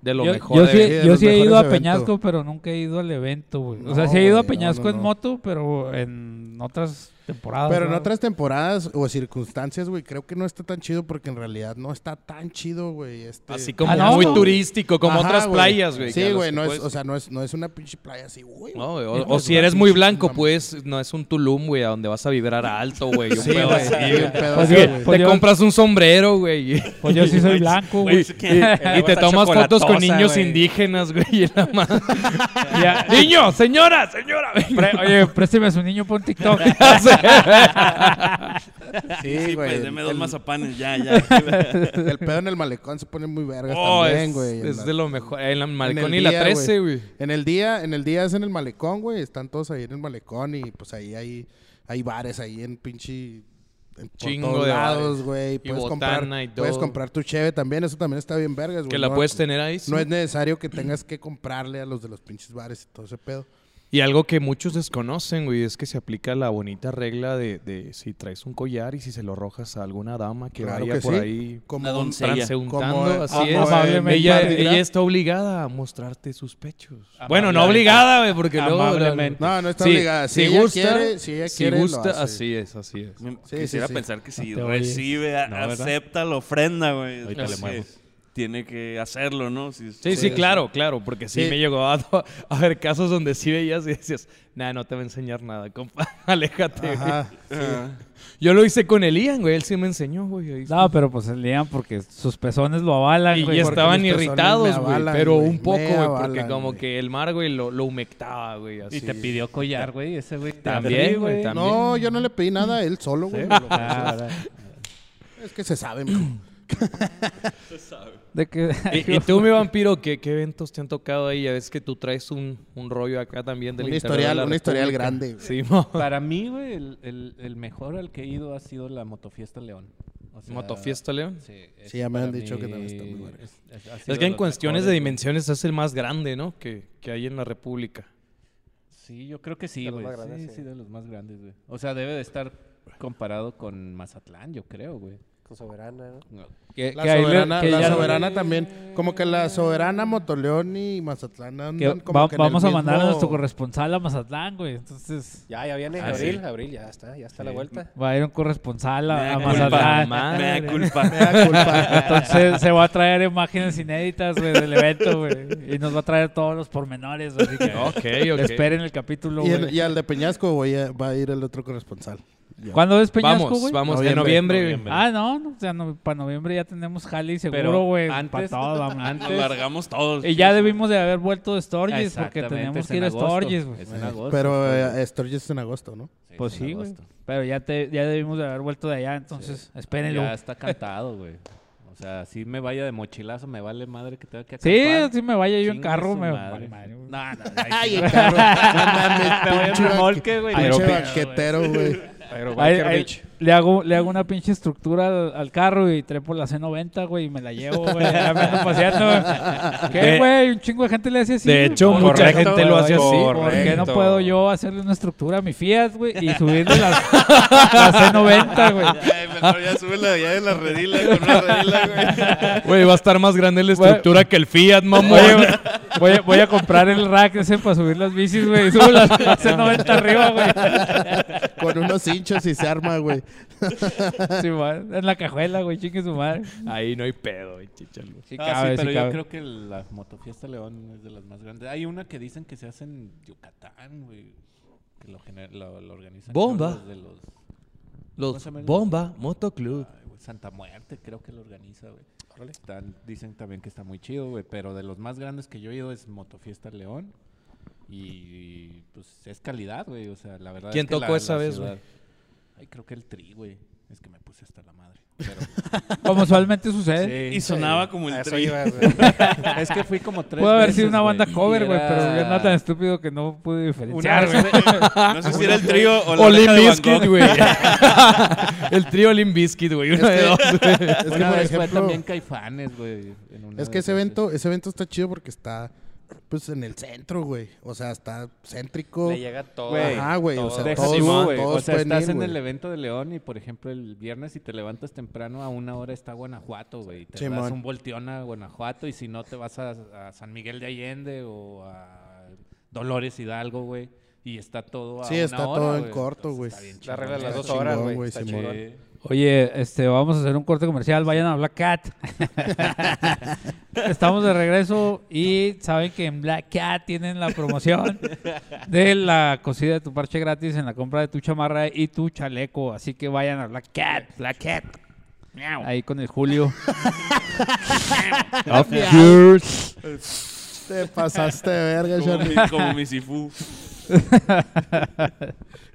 Speaker 2: de lo
Speaker 1: yo,
Speaker 2: mejor.
Speaker 1: yo
Speaker 2: de-
Speaker 1: sí,
Speaker 5: Sí, de
Speaker 1: yo
Speaker 5: los
Speaker 1: sí he
Speaker 5: mejores
Speaker 1: ido a
Speaker 5: eventos.
Speaker 1: Peñasco, pero nunca he ido al evento, güey. O sea,
Speaker 5: No,
Speaker 1: sí he ido a
Speaker 5: güey, no,
Speaker 1: Peñasco
Speaker 5: no,
Speaker 1: en
Speaker 5: no.
Speaker 1: moto, pero en otras temporadas.
Speaker 5: Pero en
Speaker 1: ¿no?
Speaker 5: otras temporadas o circunstancias, güey, creo que no está tan chido porque en realidad no está tan chido, güey. Este...
Speaker 2: Así como
Speaker 1: Ah, no,
Speaker 2: muy
Speaker 1: no.
Speaker 2: turístico, como
Speaker 5: Ajá,
Speaker 2: otras playas, güey. que a
Speaker 5: Sí,
Speaker 2: los
Speaker 5: güey,
Speaker 2: que
Speaker 5: no es,
Speaker 2: puedes-
Speaker 5: o sea, no es, no es una pinche playa así, güey.
Speaker 2: No,
Speaker 5: güey.
Speaker 2: güey,
Speaker 5: Es
Speaker 2: o,
Speaker 5: una-
Speaker 2: o
Speaker 5: es
Speaker 2: si
Speaker 5: una
Speaker 2: eres muy
Speaker 5: pinche
Speaker 2: blanco,
Speaker 5: mamá.
Speaker 2: pues no es un Tulum, güey, a donde vas a vibrar a alto, güey. Un
Speaker 5: Sí,
Speaker 2: pedo
Speaker 5: güey,
Speaker 2: así,
Speaker 5: sí,
Speaker 2: güey.
Speaker 5: un pedo
Speaker 1: Pues
Speaker 5: así,
Speaker 1: yo-
Speaker 5: güey.
Speaker 1: pues
Speaker 2: Te compras un sombrero, güey. Y,
Speaker 1: Pues yo sí soy blanco, güey.
Speaker 2: y te tomas fotos con niños indígenas, güey. y la madre.
Speaker 1: Ya-
Speaker 2: Niño, señora, señora.
Speaker 1: Pre- oye, présteme a su niño por un TikTok.
Speaker 5: Sí,
Speaker 3: Sí,
Speaker 5: güey.
Speaker 3: pues deme dos
Speaker 5: el,
Speaker 3: mazapanes, ya, ya.
Speaker 5: el pedo en el malecón se pone muy vergas
Speaker 2: Oh,
Speaker 5: también,
Speaker 2: es-
Speaker 5: güey. en
Speaker 2: Es
Speaker 5: la-
Speaker 2: de lo mejor. En la
Speaker 5: en
Speaker 2: Malecón
Speaker 5: el
Speaker 2: y la
Speaker 5: día,
Speaker 2: 13, güey.
Speaker 5: En el día, en el día es en el malecón, güey. Están todos ahí en el malecón y pues ahí hay, hay bares ahí en pinche en, por
Speaker 2: Chingo
Speaker 5: todos
Speaker 2: de
Speaker 5: lados,
Speaker 2: bares.
Speaker 5: güey.
Speaker 2: Y
Speaker 5: Puedes
Speaker 2: botana
Speaker 5: comprar,
Speaker 2: y
Speaker 5: puedes
Speaker 2: todo.
Speaker 5: comprar tu cheve también, eso también está bien vergas, güey.
Speaker 2: Que la
Speaker 5: No-
Speaker 2: puedes tener ahí. sí.
Speaker 5: No es necesario que tengas que comprarle a los de los pinches bares y todo ese pedo.
Speaker 2: Y algo que muchos desconocen, güey, es que se aplica la bonita regla de, de si traes un collar y si se lo rojas a alguna dama que
Speaker 5: Claro
Speaker 2: vaya
Speaker 5: que
Speaker 2: por
Speaker 5: sí.
Speaker 2: ahí
Speaker 5: Como
Speaker 3: La
Speaker 5: un-
Speaker 3: doncella.
Speaker 2: transeúntando,
Speaker 5: Como, eh,
Speaker 2: así
Speaker 5: como
Speaker 2: es.
Speaker 1: amablemente.
Speaker 2: Ella,
Speaker 5: Mardi Gras.
Speaker 2: ella está obligada a mostrarte sus pechos.
Speaker 6: Amablemente.
Speaker 2: Bueno, no obligada, güey, porque luego...
Speaker 6: Amablemente.
Speaker 5: No, no está
Speaker 2: Sí,
Speaker 5: obligada. Si, ella quiere, si ella
Speaker 2: si
Speaker 5: quiere, lo
Speaker 2: gusta,
Speaker 5: hace.
Speaker 2: así es, así es.
Speaker 5: Sí,
Speaker 3: Quisiera
Speaker 5: sí, sí.
Speaker 3: pensar que si
Speaker 6: Ah,
Speaker 1: No te oyes.
Speaker 3: recibe, a-
Speaker 6: No, ¿verdad?
Speaker 3: acepta la ofrenda, güey.
Speaker 6: Ahorita le
Speaker 3: Así
Speaker 6: muevo.
Speaker 3: es. Tiene que hacerlo, ¿no? Si-
Speaker 2: Sí, sí,
Speaker 5: Sí,
Speaker 2: claro, claro, porque sí,
Speaker 5: Sí.
Speaker 2: me llegó a, a ver casos donde sí veías y decías, nah, no te va a enseñar nada, compa, aléjate. güey".
Speaker 5: Ajá.
Speaker 3: Ah.
Speaker 2: Yo lo hice con Elian, güey, él sí me enseñó, güey. ahí
Speaker 1: No, pero pues lean porque sus pezones lo avalan,
Speaker 2: Y
Speaker 1: güey.
Speaker 2: ya
Speaker 5: porque
Speaker 2: estaban
Speaker 5: mis personas me
Speaker 2: irritados, güey.
Speaker 5: avalan,
Speaker 2: Pero
Speaker 5: güey,
Speaker 2: un poco,
Speaker 5: me
Speaker 2: güey, porque
Speaker 5: avalan,
Speaker 2: como
Speaker 5: güey.
Speaker 2: que el mar, güey, lo, lo humectaba, güey.
Speaker 6: Y
Speaker 2: Así.
Speaker 6: te pidió collar, güey. Ese güey. Ah, te
Speaker 2: También,
Speaker 6: abrí,
Speaker 2: güey, también.
Speaker 5: No, yo no le pedí nada, él solo, güey. me lo ofreció. Es que se sabe, mijo.
Speaker 1: De que,
Speaker 2: Y, y tú, mi vampiro, ¿qué, qué eventos te han tocado ahí? Ya ves que tú traes un, un rollo acá también del
Speaker 5: Un
Speaker 2: interior de
Speaker 5: historial,
Speaker 2: la
Speaker 5: un historial
Speaker 2: República.
Speaker 5: grande. güey.
Speaker 2: Sí, mo-
Speaker 6: Para mí, güey, el, el- el mejor al que he ido ha sido la Motofiesta León. O sea,
Speaker 2: Motofiesta, León.
Speaker 6: Sí, es
Speaker 5: Sí, ya me han
Speaker 6: para
Speaker 5: dicho que
Speaker 6: mí
Speaker 5: también está muy verga.
Speaker 6: es- es- ha sido
Speaker 2: Es que
Speaker 6: de
Speaker 2: en
Speaker 6: los
Speaker 2: cuestiones
Speaker 6: mejores,
Speaker 2: de
Speaker 6: güey.
Speaker 2: dimensiones es el más grande, ¿no? Que, que hay en la República.
Speaker 6: Sí, yo creo que sí,
Speaker 4: De los
Speaker 6: güey.
Speaker 4: más grandes,
Speaker 6: Sí,
Speaker 4: sí.
Speaker 6: sí, de los más grandes, güey. O sea, debe de estar comparado con Mazatlán, yo creo, güey.
Speaker 4: Con soberana, ¿no?
Speaker 6: No,
Speaker 1: que-
Speaker 5: La
Speaker 1: que ahí le-
Speaker 5: soberana,
Speaker 1: que
Speaker 5: la
Speaker 1: ya-
Speaker 5: soberana también. Como que la soberana, Motoleón y Mazatlán
Speaker 1: que
Speaker 5: andan como
Speaker 1: va-
Speaker 5: que en el
Speaker 1: vamos a mandar a
Speaker 5: mismo-
Speaker 1: nuestro corresponsal a Mazatlán, güey. Entonces
Speaker 4: Ya, ya viene
Speaker 2: Ah,
Speaker 4: abril,
Speaker 2: sí.
Speaker 4: abril, ya está, ya está la vuelta.
Speaker 1: va a ir un corresponsal
Speaker 3: Me
Speaker 1: a,
Speaker 3: da
Speaker 1: a
Speaker 3: culpa,
Speaker 1: Mazatlán.
Speaker 2: mamá.
Speaker 3: Me da
Speaker 5: Me
Speaker 3: culpa.
Speaker 5: da culpa.
Speaker 1: Entonces se va a traer imágenes inéditas, güey, del evento, güey. Y nos va a traer todos los pormenores, así que
Speaker 2: Ok, ok.
Speaker 1: esperen el capítulo,
Speaker 5: y,
Speaker 1: güey.
Speaker 5: el- y al de Peñasco voy a- va a ir el otro corresponsal. Yo.
Speaker 1: ¿Cuándo es Peñasco,
Speaker 2: Vamos,
Speaker 1: güey?
Speaker 2: vamos,
Speaker 5: Noviembre,
Speaker 2: en noviembre. güey.
Speaker 6: noviembre.
Speaker 1: Ah, no, no, o sea, no, para noviembre ya tenemos jale seguro,
Speaker 6: Pero
Speaker 1: güey.
Speaker 6: antes-
Speaker 1: Para todo, vamos.
Speaker 3: Nos largamos todos.
Speaker 1: Y ya debimos de haber vuelto de
Speaker 6: Ah,
Speaker 1: Storges porque
Speaker 6: exactamente,
Speaker 1: tenemos
Speaker 6: es
Speaker 1: que
Speaker 6: en
Speaker 1: ir a
Speaker 6: agosto.
Speaker 1: Storges, güey.
Speaker 6: Es en
Speaker 7: Pues,
Speaker 6: agosto.
Speaker 5: Pero eh, Sturgis es en agosto, ¿no?
Speaker 6: es
Speaker 1: Pues
Speaker 6: en
Speaker 1: sí, güey.
Speaker 6: agosto.
Speaker 1: Pero ya, te, ya debimos de haber vuelto de allá, entonces espérenlo.
Speaker 6: Ya está cantado, güey. O sea, si me vaya de mochilazo, me vale madre que tenga que
Speaker 1: Sí,
Speaker 6: acampar.
Speaker 1: si me vaya yo en
Speaker 6: Chingue
Speaker 1: carro,
Speaker 6: su
Speaker 1: me
Speaker 6: madre.
Speaker 1: vale madre, güey.
Speaker 6: No, no,
Speaker 5: Ay, el carro. No mames,
Speaker 6: Te voy en
Speaker 5: pinche
Speaker 6: remolque, güey.
Speaker 5: Pinche
Speaker 6: Pero-
Speaker 5: banquetero, güey.
Speaker 4: Pero
Speaker 1: Ahí-
Speaker 4: Walker
Speaker 1: ahí-
Speaker 4: Beach.
Speaker 1: le hago, le hago una pinche estructura al, al carro y trepo la C90, güey, y me la llevo, güey. Ya me ando paseando. güey. ¿Qué,
Speaker 2: De-
Speaker 1: güey? Un chingo de gente le hace así.
Speaker 2: De hecho,
Speaker 1: güey.
Speaker 2: mucha
Speaker 4: Correcto,
Speaker 2: gente lo hace así.
Speaker 4: correcto.
Speaker 1: ¿Por qué no
Speaker 4: Correcto.
Speaker 1: puedo yo hacerle una estructura a mi Fiat, güey? Y subirle la, la C90, güey.
Speaker 3: Ay, mejor ya súbela ya de la redila con una redila, güey.
Speaker 2: Güey, va a estar más grande la estructura que el Fiat, mamón.
Speaker 1: Oye, güey, voy, a, voy a comprar el rack ese para subir las bicis, güey. Y subo las C90 arriba, güey.
Speaker 5: Con unos hinchos y se arma, güey.
Speaker 1: Sí, man. En la cajuela, güey. Chingue su madre.
Speaker 2: Ahí no hay pedo, güey, chichalo.
Speaker 1: Sí,
Speaker 7: Ah,
Speaker 1: cabe, sí
Speaker 7: sí, pero yo
Speaker 1: cabe.
Speaker 7: creo que la motofiesta León es de las más grandes. Hay una que dicen que se hace en Yucatán, güey. Que lo, gener- lo, lo organizan. creo,
Speaker 2: Bomba.
Speaker 7: los de los-
Speaker 2: Los
Speaker 7: Más o menos.
Speaker 2: Bomba Motoclub.
Speaker 7: Ay, güey, Santa Muerte creo que lo organiza, güey. Están- dicen también que está muy chido, güey. Pero de los más grandes que yo he ido es Motofiesta León. Y pues es calidad, güey. O sea, la verdad
Speaker 2: ¿Quién
Speaker 7: es que la-
Speaker 2: tocó esa
Speaker 7: la
Speaker 2: vez, güey?
Speaker 7: ciudad- Ay, creo que el Tri, güey. Es que me puse hasta la madre. Pero,
Speaker 1: Como usualmente sucede.
Speaker 7: Sí,
Speaker 3: Y sonaba como
Speaker 4: A
Speaker 3: el
Speaker 4: eso
Speaker 3: tri.
Speaker 4: ibas, güey.
Speaker 7: es que fui como tres
Speaker 1: Pudo haber
Speaker 7: veces,
Speaker 1: sido una
Speaker 7: güey,
Speaker 1: banda cover,
Speaker 7: y
Speaker 1: güey, pero
Speaker 7: era-
Speaker 1: yo era tan estúpido que no pude
Speaker 4: Una
Speaker 1: diferenciar,
Speaker 4: vez
Speaker 1: güey.
Speaker 4: me-
Speaker 3: No sé si era el trío o la
Speaker 2: O Limp
Speaker 3: oreja de Van
Speaker 2: Bizkit,
Speaker 3: Gogh.
Speaker 2: güey. el trío Limp Bizkit, güey. Uno de dos.
Speaker 5: Es que,
Speaker 7: una
Speaker 5: por
Speaker 7: vez fue
Speaker 5: ejemplo,
Speaker 7: también Caifanes, güey. en una
Speaker 5: es que ese
Speaker 7: de esas
Speaker 5: evento, ese evento está chido porque está, pues, en el centro, güey. O sea, está céntrico.
Speaker 4: Le llega todo.
Speaker 7: Güey,
Speaker 5: Ajá, güey. O
Speaker 4: todo.
Speaker 5: sea,
Speaker 7: Deja
Speaker 5: todos,
Speaker 7: tú, güey.
Speaker 5: todos
Speaker 7: O sea,
Speaker 5: pueden
Speaker 7: estás
Speaker 5: ir,
Speaker 7: en
Speaker 5: güey.
Speaker 7: el evento de León y, por ejemplo, el viernes si te levantas temprano a una hora está Guanajuato, güey. y Te das
Speaker 5: Simón.
Speaker 7: un volteón a Guanajuato y si no te vas a, a San Miguel de Allende o a Dolores Hidalgo, güey. Y está todo a
Speaker 5: Sí,
Speaker 7: una
Speaker 5: está
Speaker 7: hora,
Speaker 5: todo en
Speaker 7: güey,
Speaker 5: corto,
Speaker 7: entonces
Speaker 5: güey.
Speaker 7: está bien
Speaker 4: La
Speaker 7: chingón,
Speaker 4: regla de las
Speaker 5: Está
Speaker 7: güey.
Speaker 4: dos horas,
Speaker 5: chingón,
Speaker 4: güey.
Speaker 5: güey,
Speaker 4: Está
Speaker 5: Simón.
Speaker 4: chingón.
Speaker 1: Oye, este, vamos a hacer un corte comercial. Vayan a Black Cat. Estamos de regreso y saben que en Black Cat tienen la promoción de la cosida de tu parche gratis en la compra de tu chamarra y tu chaleco. Así que vayan a Black Cat. Black Cat. Ahí con el Julio.
Speaker 2: Of yours.
Speaker 5: Te pasaste de verga,
Speaker 3: Como
Speaker 5: Charlie.
Speaker 3: mi- Como mi Sifu.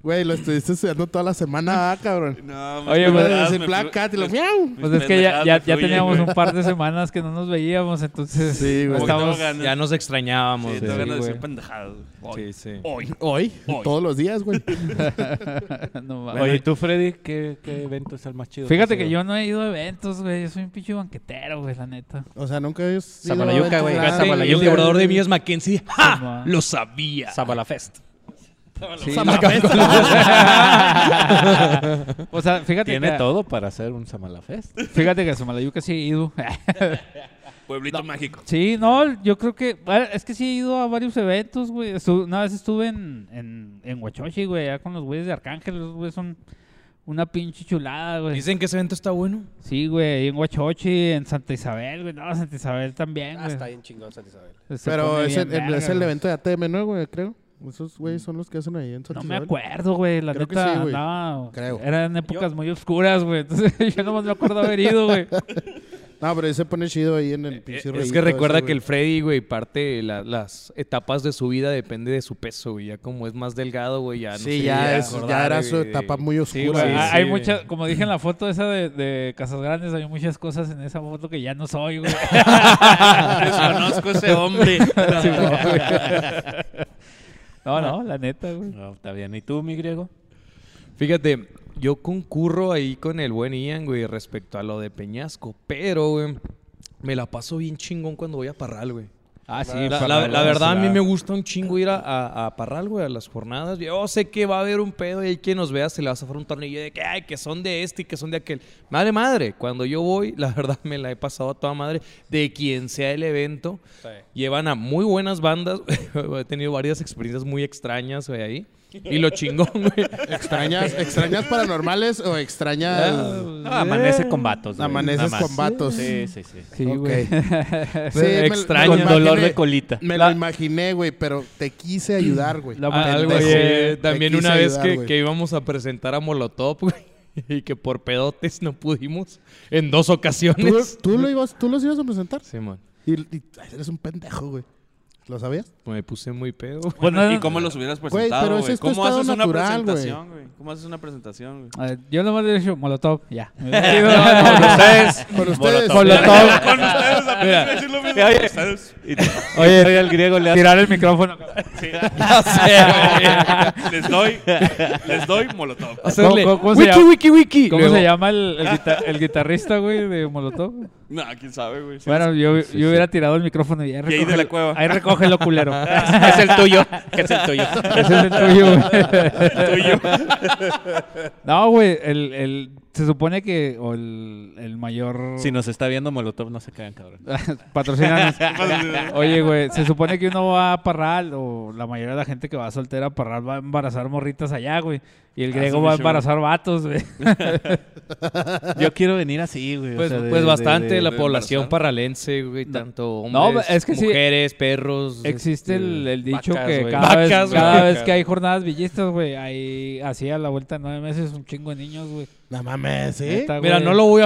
Speaker 5: Güey, lo estuviste estudiando toda la semana, ah, cabrón.
Speaker 3: No, mis
Speaker 1: Oye,
Speaker 5: Oye,
Speaker 1: pues,
Speaker 3: pendejadas
Speaker 5: el
Speaker 3: me
Speaker 5: Black
Speaker 3: flu-
Speaker 5: Cat y lo
Speaker 3: mis-
Speaker 5: miau.
Speaker 3: mis
Speaker 1: Pues es que ya,
Speaker 3: pendejadas
Speaker 1: ya,
Speaker 3: me
Speaker 1: ya
Speaker 3: fluyen,
Speaker 1: teníamos
Speaker 3: güey.
Speaker 1: un par de semanas que no nos veíamos, entonces
Speaker 5: Sí, güey.
Speaker 1: estamos-
Speaker 3: Tengo ganas-
Speaker 2: Ya nos extrañábamos.
Speaker 3: Sí,
Speaker 2: güey.
Speaker 3: tengo ganas de
Speaker 1: güey.
Speaker 3: decir pendejadas.
Speaker 2: Sí, sí.
Speaker 5: Hoy. Hoy. Todos los días, güey.
Speaker 1: no mames.
Speaker 7: Bueno, Oye, ¿y tú, Freddy, qué, qué evento es el más chido?
Speaker 1: Fíjate
Speaker 7: has
Speaker 1: que
Speaker 7: ido?
Speaker 1: yo no he ido a eventos, güey. Yo soy un pinche banquetero, güey, la neta.
Speaker 5: O sea, nunca he sido
Speaker 4: Zabalayuca, güey,
Speaker 5: aventurado.
Speaker 4: Zabalayuca.
Speaker 2: El vibrador de mí es Mackenzie. ¡Ja!
Speaker 1: Sí, ma.
Speaker 2: Lo sabía.
Speaker 4: Zabala Fest.
Speaker 1: Sí. o sea, fíjate
Speaker 7: Tiene
Speaker 1: que,
Speaker 7: todo para hacer un Samalafest.
Speaker 1: Fíjate que a Samalayuca sí he ido.
Speaker 3: Pueblito mágico.
Speaker 1: sí, no, yo creo que. bueno, Es que sí he ido a varios eventos, güey. Estu- Una vez estuve en, en, en Huachochi, güey, allá con los güeyes de Arcángel. Los güeyes son una pinche chulada, güey.
Speaker 2: Dicen que ese evento está bueno.
Speaker 1: Sí, güey, en Huachochi, en Santa Isabel, güey. No, Santa Isabel también,
Speaker 4: Ah,
Speaker 1: güey.
Speaker 4: está bien chingón San Isabel.
Speaker 1: Se
Speaker 5: Pero
Speaker 1: pone
Speaker 5: es
Speaker 1: bien
Speaker 5: el, el-
Speaker 1: verga,
Speaker 5: es el
Speaker 1: güey.
Speaker 5: evento de ATM, ¿no, güey? eh, Creo. Esos güeyes son los que hacen ahí en San
Speaker 1: No me acuerdo, güey. La
Speaker 5: Creo que
Speaker 1: neta,
Speaker 5: sí, güey.
Speaker 1: no.
Speaker 5: Creo.
Speaker 1: Eran épocas muy oscuras, güey. Entonces, yo nomás me acuerdo haber ido, güey.
Speaker 5: No, pero ese pone chido ahí en el pinche
Speaker 2: eh, es
Speaker 5: rollito
Speaker 2: que recuerda
Speaker 5: ese,
Speaker 2: que
Speaker 5: güey.
Speaker 2: el Freddy, güey, parte la- las etapas de su vida depende de su peso, güey. Ya como es más delgado, güey, ya ah, no
Speaker 5: Sí,
Speaker 2: se llega
Speaker 5: ya,
Speaker 2: a
Speaker 5: es- ya
Speaker 2: acordar,
Speaker 5: era su
Speaker 2: güey, de-
Speaker 5: etapa muy
Speaker 2: Sí,
Speaker 5: oscura.
Speaker 2: güey.
Speaker 5: güey.
Speaker 1: Ah, hay
Speaker 2: güey.
Speaker 1: muchas, como dije en la foto esa de, de Casas Grandes, hay muchas cosas en esa foto que ya no soy, güey. Pues
Speaker 3: Desconozco ese hombre.
Speaker 1: Sí, güey. no, no, la neta, güey.
Speaker 7: No, está bien. ¿Y tú, mi griego?
Speaker 2: Fíjate, yo concurro ahí con el buen Ian, güey, respecto a lo de Peñasco, pero, güey, me la paso bien chingón cuando voy a Parral, güey.
Speaker 7: Ah, sí.
Speaker 2: La, la- la verdad, a mí me gusta un chingo ir a, a- a Parral, güey, a las jornadas. Yo sé que va a haber un pedo y hay quien nos vea se le va a zafar un tornillo de que, ay, que son de este y que son de aquel. Madre, madre, cuando yo voy, la verdad me la he pasado a toda madre de quien sea el evento. Llevan a muy buenas bandas. He tenido varias experiencias muy extrañas, güey, ahí. Y lo chingón, güey.
Speaker 5: ¿Extrañas, ¿Extrañas paranormales o
Speaker 1: Ah,
Speaker 5: extrañas...?
Speaker 2: Ah,
Speaker 7: No, amanece con vatos. güey,
Speaker 5: Amaneces
Speaker 7: nada más.
Speaker 5: con vatos.
Speaker 7: Sí, sí, sí.
Speaker 1: Sí,
Speaker 5: Ok.
Speaker 1: güey.
Speaker 5: Sí, me- me
Speaker 2: Extraño,
Speaker 5: lo
Speaker 7: Con dolor
Speaker 5: imaginé.
Speaker 7: de colita.
Speaker 5: Me lo imaginé, güey, pero te quise ayudar, güey.
Speaker 1: La-
Speaker 2: Ah, algo
Speaker 5: pendejo.
Speaker 2: así.
Speaker 5: Te
Speaker 2: También
Speaker 5: quise
Speaker 2: una vez
Speaker 5: ayudar,
Speaker 2: que,
Speaker 5: güey.
Speaker 2: que íbamos a presentar a Molotov, güey, y que por pedotes no pudimos en dos ocasiones.
Speaker 5: ¿Tú, tú lo ibas, ¿Tú los ibas a presentar?
Speaker 2: Simón,
Speaker 5: Y, y- ay, eres un pendejo, güey. ¿Lo sabías?
Speaker 2: me puse muy pedo.
Speaker 1: Bueno,
Speaker 3: ¿Y cómo los hubieras
Speaker 5: pero
Speaker 3: presentado,
Speaker 5: ese
Speaker 3: güey?
Speaker 5: es tu
Speaker 3: ¿Cómo
Speaker 5: estado
Speaker 3: haces una
Speaker 5: natural, güey.
Speaker 3: presentación, güey? ¿Cómo haces una presentación, güey?
Speaker 1: a ver, yo nomás le he dicho Molotov, ya. Me hubiera ido.
Speaker 5: Con ustedes.
Speaker 1: Molotov.
Speaker 3: Con ustedes a Iba a decir lo mismo,
Speaker 7: Oye.
Speaker 3: ¿sabes?
Speaker 7: Y- Oye, el griego le hace-
Speaker 1: Tirar el micrófono.
Speaker 3: Les doy, les doy molotov.
Speaker 2: Hacerle,
Speaker 1: ¿Cómo- cómo se
Speaker 2: wiki,
Speaker 1: llama?
Speaker 2: wiki, wiki.
Speaker 1: ¿Cómo
Speaker 2: Luego,
Speaker 1: se llama el, el guita- el guitarrista, güey, de Molotov?
Speaker 3: No, quién sabe, güey.
Speaker 1: Bueno, yo, yo hubiera tirado el micrófono y ahí
Speaker 3: de
Speaker 1: recoge.
Speaker 3: la cueva.
Speaker 1: Ahí recoge lo culero.
Speaker 4: es el tuyo. Es el tuyo.
Speaker 1: Ese es el tuyo, güey. No, güey, el, el, se supone que o el, el mayor...
Speaker 7: Si nos está viendo Molotov, no se cagan, cabrón.
Speaker 1: Patrocinanos. Oye, güey, se supone que uno va a Parral, o la mayoría de la gente que va soltera a Parral va a embarazar morritas allá, güey. Y el griego va a embarazar vatos, güey.
Speaker 7: Yo quiero venir así, güey. o
Speaker 2: Pues,
Speaker 7: sea, de-
Speaker 2: pues
Speaker 7: de-
Speaker 2: bastante
Speaker 7: de-
Speaker 2: la
Speaker 3: de
Speaker 2: población
Speaker 3: embarazar.
Speaker 2: parralense, güey. Tanto
Speaker 1: No,
Speaker 2: hombres,
Speaker 1: es que sí.
Speaker 2: mujeres, perros. este,
Speaker 1: Existe el, el dicho
Speaker 4: vacas,
Speaker 1: que
Speaker 4: güey.
Speaker 1: cada, vez,
Speaker 2: Vacas,
Speaker 1: cada
Speaker 2: güey.
Speaker 1: vez que hay jornadas villistas, güey, hay así a la vuelta de nueve meses un chingo de niños, güey.
Speaker 5: No mames, ¿sí?
Speaker 1: Neta,
Speaker 2: Mira,
Speaker 1: güey.
Speaker 2: no lo voy a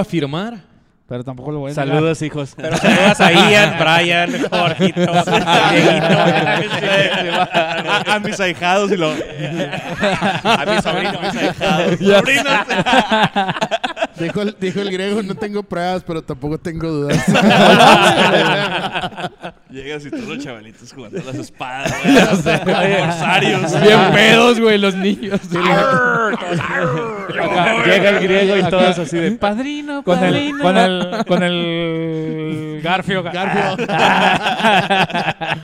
Speaker 2: afirmar.
Speaker 1: Pero tampoco lo voy a negar.
Speaker 7: Saludos, hijos.
Speaker 4: Pero saludas a Ian, Brian, Jorgito, Dieguito.
Speaker 7: a, mis ahijados y lo...
Speaker 4: A mi sobrino, a mis ahijados.
Speaker 5: Dijo el, dijo el griego, no tengo pruebas, pero tampoco tengo dudas.
Speaker 3: Llegas y todos los chavalitos jugando a las espadas, güey, a los corsarios.
Speaker 2: Bien pedos, güey, los niños.
Speaker 7: Acá llega el griego y todos así de...
Speaker 1: Padrino, con El, con el, con el Garfio. Garfio.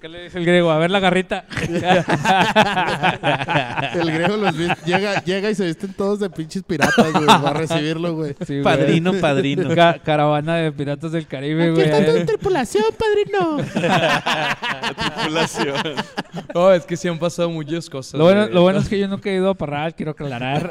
Speaker 1: ¿Qué le dice el griego? A ver la garrita.
Speaker 5: el griego los vi- llega, llega y se visten todos de pinches piratas, güey. Va a recibirlo, güey.
Speaker 1: Sí, güey.
Speaker 7: Padrino, padrino.
Speaker 1: Ca- caravana de piratas del Caribe, güey.
Speaker 5: tripulación, padrino.
Speaker 3: Tripulación.
Speaker 2: No, es que sí han pasado muchas cosas.
Speaker 1: Lo bueno,
Speaker 2: güey.
Speaker 1: lo bueno es que yo nunca he ido a Parral, quiero aclarar.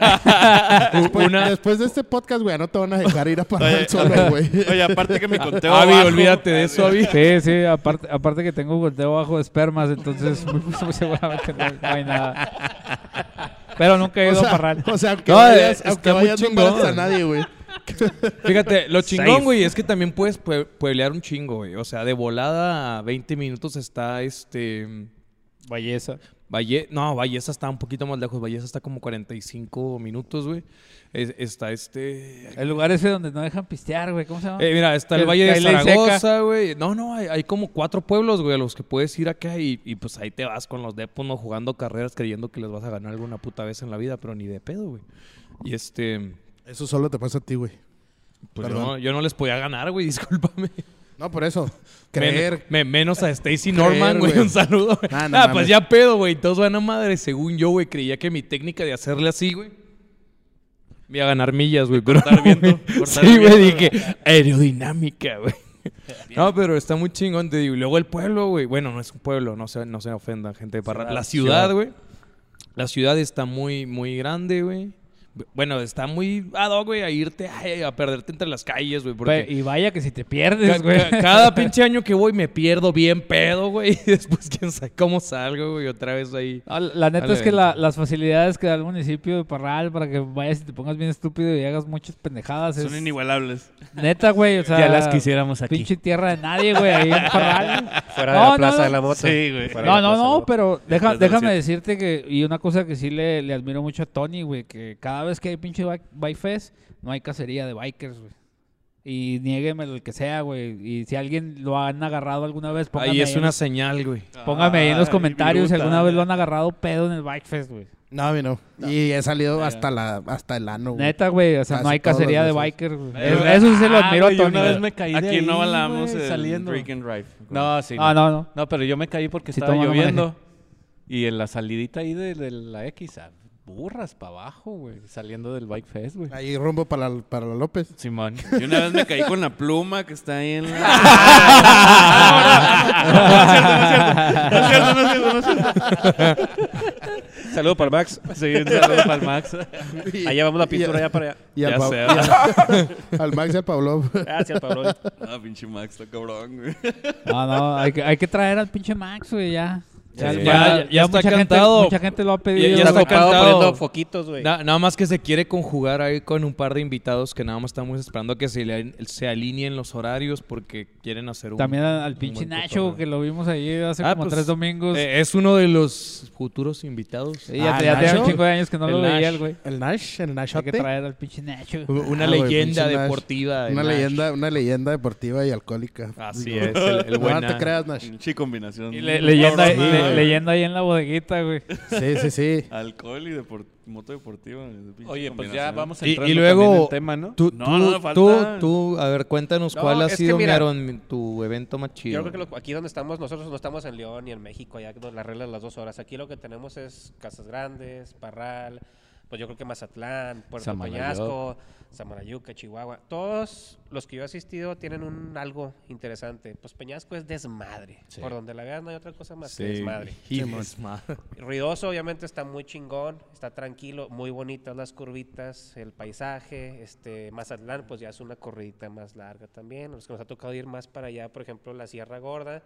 Speaker 5: Después, después de este podcast, güey, no te van a dejar ir a parar
Speaker 3: Oye,
Speaker 5: solo, güey.
Speaker 3: Oye, aparte que mi conteo
Speaker 2: Avi,
Speaker 3: bajo-
Speaker 2: olvídate de eso, Avi.
Speaker 1: Sí, sí, aparte, aparte que tengo un golpeo bajo de espermas, entonces muy, muy seguramente no, no hay nada. Pero nunca he ido
Speaker 5: O
Speaker 1: a
Speaker 5: sea,
Speaker 1: Parral.
Speaker 5: o sea, aunque
Speaker 2: No,
Speaker 5: vayas,
Speaker 2: está
Speaker 5: aunque
Speaker 2: muy
Speaker 5: vayas no
Speaker 2: chingón.
Speaker 5: embarazas a nadie, güey.
Speaker 2: Fíjate, lo chingón,
Speaker 4: Safe.
Speaker 2: güey, es que también puedes pue- pueblear un chingo, güey. O sea, de volada a 20 minutos está este.
Speaker 1: Belleza.
Speaker 2: Valle, no, Valleza está un poquito más lejos. Valleza está como 45 minutos, güey. Es- está este.
Speaker 1: El lugar ese donde no dejan pistear, güey, ¿cómo se llama?
Speaker 2: Eh, mira, está el
Speaker 1: Que-
Speaker 2: Valle
Speaker 1: que
Speaker 2: de
Speaker 1: ahí le seca.
Speaker 2: Zaragoza, güey. No, no, hay, hay como cuatro pueblos, güey, a los que puedes ir acá y, y, pues ahí te vas con los depos, no jugando carreras creyendo que les vas a ganar alguna puta vez en la vida, pero ni de pedo, güey. Y este.
Speaker 5: Eso solo te pasa a ti, güey.
Speaker 2: Pues yo
Speaker 5: Perdón.
Speaker 2: no, yo no les podía ganar, güey, discúlpame.
Speaker 5: No, por eso. Creer.
Speaker 2: Men- me- menos a Stacy
Speaker 5: Creer,
Speaker 2: Norman, güey.
Speaker 5: güey.
Speaker 2: Un saludo.
Speaker 5: Ah,
Speaker 2: Ah,
Speaker 5: no mames.
Speaker 2: pues ya pedo, güey. Todos van a madre. Según yo, güey, creía que mi técnica de hacerle así, güey. Me iba a ganar millas, güey. Pero no,
Speaker 3: viento,
Speaker 2: güey.
Speaker 3: cortar
Speaker 2: Sí,
Speaker 3: viento,
Speaker 2: güey, dije, aerodinámica, güey. No, pero está muy chingón, te digo. Y luego el pueblo, güey. Bueno, no es un pueblo, no se, no se ofendan, gente. Para la ciudad, güey. La ciudad está muy, muy grande, güey. Bueno, está muy ad hoc, güey, a irte, ay, a perderte entre las calles, güey. porque-
Speaker 1: Güey, Y vaya que si te
Speaker 2: Ca-
Speaker 1: pierdes, güey.
Speaker 2: ca- Cada pinche año que voy me pierdo bien pedo, güey. Y después quién sabe cómo salgo, güey. Otra vez ahí.
Speaker 1: No, la- la neta
Speaker 2: Dale,
Speaker 1: es que la- las facilidades que da el municipio de Parral para que vayas y te pongas bien estúpido y hagas muchas pendejadas
Speaker 3: Son
Speaker 1: es
Speaker 3: inigualables.
Speaker 1: neta, güey. O sea,
Speaker 7: Ya las quisiéramos aquí.
Speaker 1: Pinche tierra de nadie, güey, ahí en Parral.
Speaker 4: Fuera de
Speaker 1: No,
Speaker 4: la
Speaker 1: no,
Speaker 4: plaza
Speaker 1: no.
Speaker 4: de la moto.
Speaker 7: Sí, güey.
Speaker 4: Fuera de
Speaker 1: No, no,
Speaker 4: la plaza de la
Speaker 1: no,
Speaker 4: moto.
Speaker 1: pero deja-
Speaker 3: Desde el
Speaker 1: déjame
Speaker 3: siete.
Speaker 1: decirte que, y una cosa que sí le, le admiro mucho a Tony, güey, que cada vez que hay pinche bike, bike fest, no hay cacería de bikers, güey. Y niégueme el que sea, güey. Y si alguien lo han agarrado alguna vez, póngame,
Speaker 2: Ahí es
Speaker 1: ahí,
Speaker 2: una
Speaker 1: en,
Speaker 2: señal, güey.
Speaker 1: póngame ahí en los
Speaker 3: Ay,
Speaker 1: comentarios si
Speaker 3: viruta.
Speaker 1: alguna vez lo han agarrado pedo en el bike fest, güey.
Speaker 5: No, a mí no. Y he salido hasta, la, hasta el ano, güey.
Speaker 1: Neta, güey, o sea, no
Speaker 5: Casi
Speaker 1: hay
Speaker 5: todas las
Speaker 1: cacería de
Speaker 5: veces.
Speaker 1: bikers, güey. Eso,
Speaker 7: Eh,
Speaker 1: eso sí se lo admiro a Tony.
Speaker 7: ah, Una vez
Speaker 1: güey.
Speaker 7: me caí de
Speaker 3: Aquí
Speaker 7: ahí,
Speaker 3: no balamos
Speaker 7: güey,
Speaker 3: el
Speaker 7: saliendo.
Speaker 3: Drink and Drive.
Speaker 7: No, sí.
Speaker 1: Ah, No, no, no.
Speaker 7: No, pero yo me caí porque
Speaker 1: Sí,
Speaker 7: estaba
Speaker 1: toma, no
Speaker 7: lloviendo. Y en la salidita ahí de, de la X, ah, burras para abajo, güey. Saliendo del Bike Fest, güey.
Speaker 5: Ahí rumbo para la, para la López.
Speaker 7: Simón.
Speaker 3: Yo una vez me caí con la pluma que está ahí en la. No, no, no, no, no, no es cierto, no es cierto, no es cierto, no es cierto, no es cierto.
Speaker 4: Saludo para el Max.
Speaker 7: Sí, un saludo para el Max.
Speaker 5: Y-
Speaker 4: Ahí llevamos la
Speaker 5: y-
Speaker 4: pintura ya para allá.
Speaker 5: Y al,
Speaker 2: Ya
Speaker 5: Pab-
Speaker 2: sé,
Speaker 5: y al- al Max y al Pablo.
Speaker 4: Gracias, Pablo.
Speaker 3: Ah, pinche Max, está cabrón, güey.
Speaker 1: No, no, hay que, hay que traer al pinche Max, güey, ya. Ya,
Speaker 2: Sí.
Speaker 1: ya-
Speaker 2: Ya-
Speaker 1: ya
Speaker 2: ya está
Speaker 1: mucha, gente,
Speaker 2: cantado.
Speaker 1: mucha gente lo ha pedido.
Speaker 2: Ya
Speaker 4: Ya
Speaker 2: está
Speaker 4: está ocupado
Speaker 2: cantado.
Speaker 4: poniendo foquitos, güey.
Speaker 2: Na- nada más que se quiere conjugar ahí con un par de invitados que nada más estamos esperando que se, le- se alineen los horarios porque quieren hacer un...
Speaker 1: También al, al pinche
Speaker 2: buen
Speaker 1: Nacho,
Speaker 2: cotorreo.
Speaker 1: que lo vimos ahí hace
Speaker 2: Ah,
Speaker 1: como
Speaker 2: pues,
Speaker 1: tres domingos.
Speaker 2: Eh, es uno de los futuros invitados.
Speaker 1: Sí, ya
Speaker 5: ah,
Speaker 1: te- ya tenía
Speaker 5: Nacho.
Speaker 1: un chingo de años que no
Speaker 2: El
Speaker 1: lo
Speaker 2: Nash.
Speaker 1: veía el güey.
Speaker 5: El Nash, el
Speaker 1: Hay que
Speaker 5: Nashote.
Speaker 1: traer al pinche Nacho.
Speaker 2: Una
Speaker 5: Ah, güey, pinche
Speaker 2: leyenda
Speaker 5: Nash.
Speaker 2: deportiva. de
Speaker 5: Una
Speaker 2: Nash.
Speaker 5: leyenda, una leyenda deportiva y alcohólica.
Speaker 2: Así es, el, el buen
Speaker 5: no, no te
Speaker 2: Nash.
Speaker 5: creas, Nash.
Speaker 3: Pinche combinación.
Speaker 1: Y le- leyenda,
Speaker 3: cabrona,
Speaker 1: le-
Speaker 3: güey.
Speaker 1: leyenda ahí en la bodeguita, güey.
Speaker 5: Sí, sí, sí.
Speaker 3: Alcohol y depor- moto deportiva. güey, esa pinche
Speaker 7: Oye, pues ya
Speaker 3: combinación.
Speaker 7: vamos
Speaker 2: Y- y
Speaker 7: entrando
Speaker 2: luego-
Speaker 7: también en tema, ¿no?
Speaker 2: Tú,
Speaker 3: No,
Speaker 2: tú,
Speaker 3: no, falta-
Speaker 2: tú, tú, a ver, cuéntanos
Speaker 4: No,
Speaker 2: cuál ha
Speaker 4: es que
Speaker 2: sido mi
Speaker 4: mira,
Speaker 2: Aaron, tu evento más chido.
Speaker 4: Yo creo que lo- aquí donde estamos nosotros no estamos en León ni en México, allá donde las reglas las dos horas. Aquí lo que tenemos es Casas Grandes, Parral, pues yo creo que Mazatlán, Puerto
Speaker 7: Samalayuca.
Speaker 4: Peñasco, Samarayuca, Chihuahua. Todos los que yo he asistido tienen un algo interesante. Pues Peñasco es desmadre. Por donde la veas no hay otra cosa más que desmadre.
Speaker 2: Y desmadre.
Speaker 4: Ruidoso, obviamente, está muy chingón, está tranquilo, muy bonitas las curvitas, el paisaje. Este, Mazatlán, pues ya es una corridita más larga también. Los que nos ha tocado ir más para allá, por ejemplo, la Sierra Gorda,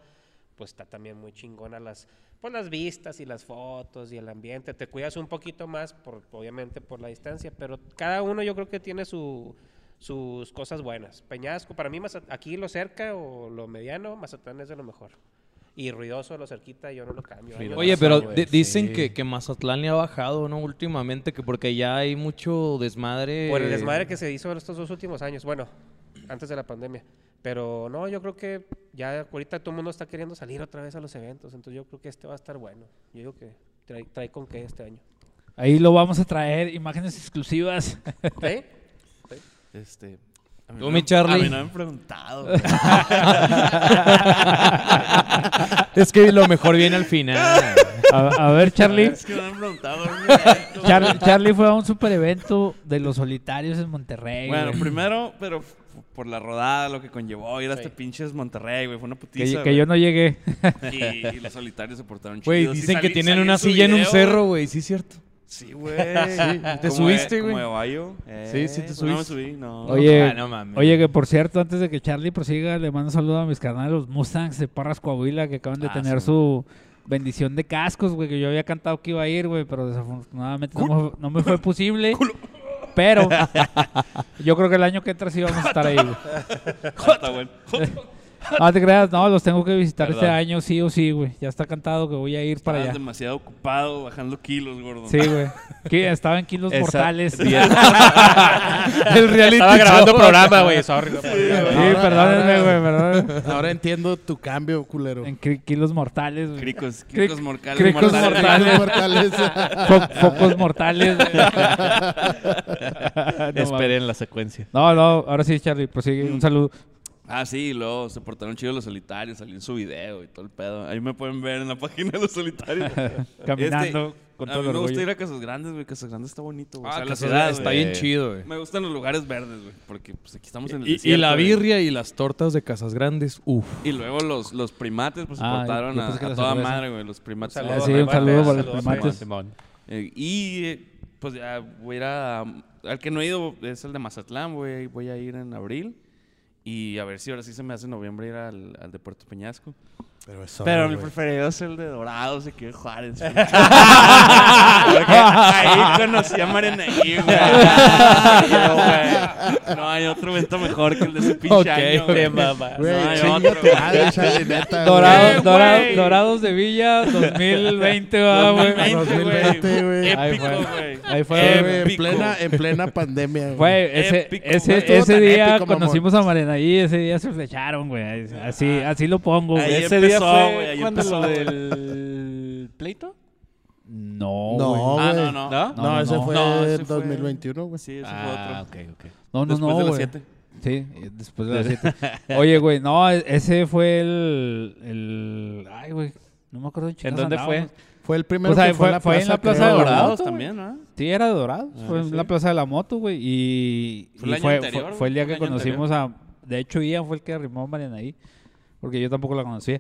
Speaker 4: pues está también muy chingona las, pues, las vistas y las fotos y el ambiente. Te cuidas un poquito más, por, obviamente, por la distancia, pero cada uno yo creo que tiene su, sus cosas buenas. Peñasco, para mí, Mazat- aquí lo cerca o lo mediano, Mazatlán es de lo mejor. Y ruidoso, lo cerquita, yo no lo cambio. Ahí me
Speaker 2: Oye,
Speaker 4: la
Speaker 2: pero
Speaker 4: paso, güey.
Speaker 2: di- dicen que, que Mazatlán le ha bajado, ¿no? Últimamente, que porque ya hay mucho desmadre.
Speaker 4: Por el
Speaker 1: Eh,
Speaker 4: desmadre que se hizo en estos dos últimos años. Bueno, antes de la pandemia. Pero no, yo creo que ya ahorita todo el mundo está queriendo salir otra vez a los eventos. Entonces yo creo que este va a estar bueno. Yo digo que trae, trae con qué este año.
Speaker 1: Ahí lo vamos a traer, imágenes exclusivas.
Speaker 4: ¿Eh?
Speaker 3: Este. a mí
Speaker 2: Tú,
Speaker 3: no-
Speaker 2: mi Charlie.
Speaker 3: A mí no me han preguntado. güey.
Speaker 2: es que lo mejor viene al final.
Speaker 1: A, a ver, Charlie.
Speaker 3: Es que no me han preguntado. güey, esto, güey.
Speaker 1: Char- Charlie fue a un super evento de los solitarios en Monterrey.
Speaker 3: Bueno,
Speaker 1: güey.
Speaker 3: primero, pero f- por la rodada, lo que conllevó ir hasta
Speaker 4: Sí.
Speaker 3: pinches Monterrey, güey. Fue una
Speaker 1: que,
Speaker 3: putiza.
Speaker 1: que
Speaker 3: güey.
Speaker 1: yo no llegué.
Speaker 3: Y, y los solitarios se portaron
Speaker 2: Güey,
Speaker 3: chidos. Sí
Speaker 2: dicen que
Speaker 3: salí-
Speaker 2: tienen
Speaker 3: salí
Speaker 2: una
Speaker 3: su
Speaker 2: silla en un
Speaker 3: video,
Speaker 2: cerro, güey. Sí, es cierto.
Speaker 3: Sí, güey. ¿Te
Speaker 2: subiste, güey?
Speaker 3: Como de Ohio. Eh,
Speaker 2: Sí, sí te
Speaker 3: No me
Speaker 2: subiste.
Speaker 3: subí, no.
Speaker 1: Oye,
Speaker 2: Ah, no mames.
Speaker 1: oye, que por cierto, antes de que Charlie prosiga, le mando un saludo a mis canales, los Mustangs de Parras Coahuila, que acaban de
Speaker 2: Ah,
Speaker 1: tener
Speaker 2: sí.
Speaker 1: su bendición de cascos, güey, que yo había cantado que iba a ir, güey, pero desafortunadamente no me, no me fue posible. Pero yo creo que el año que entra sí vamos a estar ahí, güey.
Speaker 3: Está bueno.
Speaker 1: No te creas, no, los tengo que visitar este
Speaker 3: Perdón.
Speaker 1: año sí o sí, güey. Ya está cantado que voy a ir para
Speaker 3: Estabas
Speaker 1: allá.
Speaker 3: demasiado ocupado bajando kilos, gordo.
Speaker 1: Sí, güey. Que Estaba en kilos mortales. Sí,
Speaker 7: El reality
Speaker 4: Estaba grabando
Speaker 7: show.
Speaker 4: programa, güey. Sorry. no podía.
Speaker 5: Ahora-
Speaker 1: perdónenme,
Speaker 5: ahora-
Speaker 1: güey, perdónenme.
Speaker 5: Ahora entiendo tu cambio, culero.
Speaker 1: En cri- kilos mortales, güey.
Speaker 3: Cricos, cricos mortales.
Speaker 1: cricos
Speaker 3: mortales.
Speaker 1: mortales.
Speaker 5: Los mortales.
Speaker 1: Fo- focos mortales. güey. no, mames.
Speaker 7: Esperen la secuencia.
Speaker 1: no, no, ahora sí, Charlie, prosigue. Un saludo.
Speaker 3: Ah, sí, y luego se portaron chidos los solitarios, salió en su video y todo el pedo. Ahí me pueden ver en la página de los solitarios.
Speaker 1: Caminando con
Speaker 3: Este, a
Speaker 1: todo
Speaker 3: mí
Speaker 1: el
Speaker 3: me gusta
Speaker 1: orgullo.
Speaker 3: ir a Casas Grandes, güey. Casas Grandes está bonito, güey. O sea,
Speaker 2: Ah,
Speaker 3: la
Speaker 2: que
Speaker 3: ciudad,
Speaker 2: está
Speaker 3: güey.
Speaker 2: bien chido, güey.
Speaker 3: Me gustan los lugares verdes, güey. Porque pues aquí estamos en el
Speaker 2: Y, y
Speaker 3: desierto,
Speaker 2: la
Speaker 3: güey.
Speaker 2: birria y las tortas de Casas Grandes, uff.
Speaker 3: Y luego los, los primates, pues se
Speaker 1: Ah,
Speaker 3: portaron
Speaker 1: yo
Speaker 3: a,
Speaker 1: pensé que
Speaker 3: a
Speaker 1: la
Speaker 3: toda
Speaker 1: cerveza.
Speaker 3: madre, güey. Los primates.
Speaker 4: Un
Speaker 1: Ah,
Speaker 4: saludo,
Speaker 1: sí, un
Speaker 4: primates,
Speaker 1: saludo para los
Speaker 4: saludos,
Speaker 1: primates.
Speaker 7: Simón.
Speaker 3: Eh, y eh, pues ya voy a ir a. Al que no he ido es el de Mazatlán, voy, voy a ir en abril. Y a ver si ahora sí se me hace en noviembre ir al, al de Puerto Peñasco.
Speaker 5: Pero eso.
Speaker 3: Pero mi
Speaker 5: güey.
Speaker 3: preferido es el de Dorado, se quedó Juárez. Porque ahí conocí a Marenaí, güey. Yo, güey. No hay otro evento mejor que el de ese pinche
Speaker 2: Ok,
Speaker 3: año, güey.
Speaker 4: Te mamas.
Speaker 5: Güey,
Speaker 3: No hay
Speaker 5: chinga
Speaker 3: otro,
Speaker 5: tu madre, Charlie, neta,
Speaker 1: Dorado-
Speaker 3: Eh,
Speaker 5: güey.
Speaker 1: dora-
Speaker 3: güey.
Speaker 1: dorados de Villa 2020, va, güey.
Speaker 3: 2020, güey.
Speaker 5: 2020, güey.
Speaker 1: Ahí
Speaker 3: Épico,
Speaker 1: fue.
Speaker 3: güey.
Speaker 1: Ahí
Speaker 5: Güey,
Speaker 1: fue, güey.
Speaker 5: en
Speaker 3: Épico.
Speaker 5: plena, en plena pandemia, güey.
Speaker 1: Güey, ese,
Speaker 3: Épico,
Speaker 1: ese, ese
Speaker 3: güey.
Speaker 5: Estuvo tan
Speaker 1: día
Speaker 5: épico, mamón.
Speaker 1: conocimos a Marenaí, ese día se flecharon, güey. Así, así lo pongo,
Speaker 3: Ahí
Speaker 1: güey.
Speaker 3: Ese día empezó, fue güey, ahí cuando empezó, lo güey.
Speaker 7: del pleito?
Speaker 1: No,
Speaker 5: No,
Speaker 1: güey.
Speaker 5: güey.
Speaker 3: Ah, no, no.
Speaker 7: ¿No?
Speaker 5: No,
Speaker 1: No, no,
Speaker 5: ese
Speaker 1: no.
Speaker 5: fue
Speaker 3: No, ese
Speaker 5: en
Speaker 3: fue-
Speaker 5: 2021, güey.
Speaker 3: Sí, ese
Speaker 7: Ah,
Speaker 3: fue otro.
Speaker 7: ok, ok.
Speaker 1: No, no,
Speaker 3: Después
Speaker 1: no,
Speaker 3: de las
Speaker 1: güey.
Speaker 3: siete.
Speaker 1: Sí, eh, después de las 7. Oye, güey, no, e- ese fue el. el ay, güey, no me acuerdo
Speaker 7: ¿En dónde fue?
Speaker 5: Fue el primero
Speaker 1: O sea,
Speaker 5: que
Speaker 1: fue-
Speaker 5: fue,
Speaker 1: fue en la Plaza
Speaker 5: creo,
Speaker 1: de
Speaker 5: güey.
Speaker 1: Dorado.
Speaker 3: Dorados
Speaker 1: güey.
Speaker 3: también, ¿no?
Speaker 1: Sí, era de Dorados. fue en la Plaza de la Moto, güey. Y,
Speaker 3: Ah, Fue el
Speaker 1: y
Speaker 3: año
Speaker 1: fue,
Speaker 3: anterior,
Speaker 1: fue-
Speaker 3: güey,
Speaker 1: fue el día
Speaker 3: fue el
Speaker 1: que
Speaker 3: año
Speaker 1: conocimos a. De hecho, Ian fue el que arrimó a Mariana ahí. Porque yo tampoco la conocía.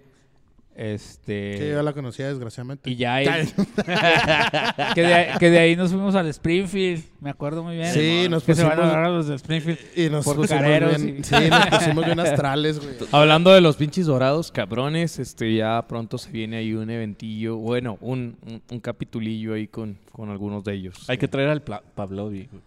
Speaker 1: Este.
Speaker 5: Sí, yo la conocía desgraciadamente.
Speaker 1: Y ya ahí- que, de, que de ahí nos fuimos al Springfield. Me acuerdo muy bien.
Speaker 5: Sí, nos
Speaker 1: que se van a
Speaker 5: pusimos-
Speaker 1: agarrar los de Springfield.
Speaker 5: Y nos
Speaker 1: Por
Speaker 5: pusimos
Speaker 1: careros
Speaker 5: bien,
Speaker 1: y-
Speaker 5: sí, nos pusimos bien astrales, güey.
Speaker 2: Hablando de los pinches dorados, cabrones, este ya pronto se viene ahí un eventillo, bueno, un, un, un capitulillo ahí con, con algunos de ellos.
Speaker 7: Hay que traer al Pla- Pavlovi. güey.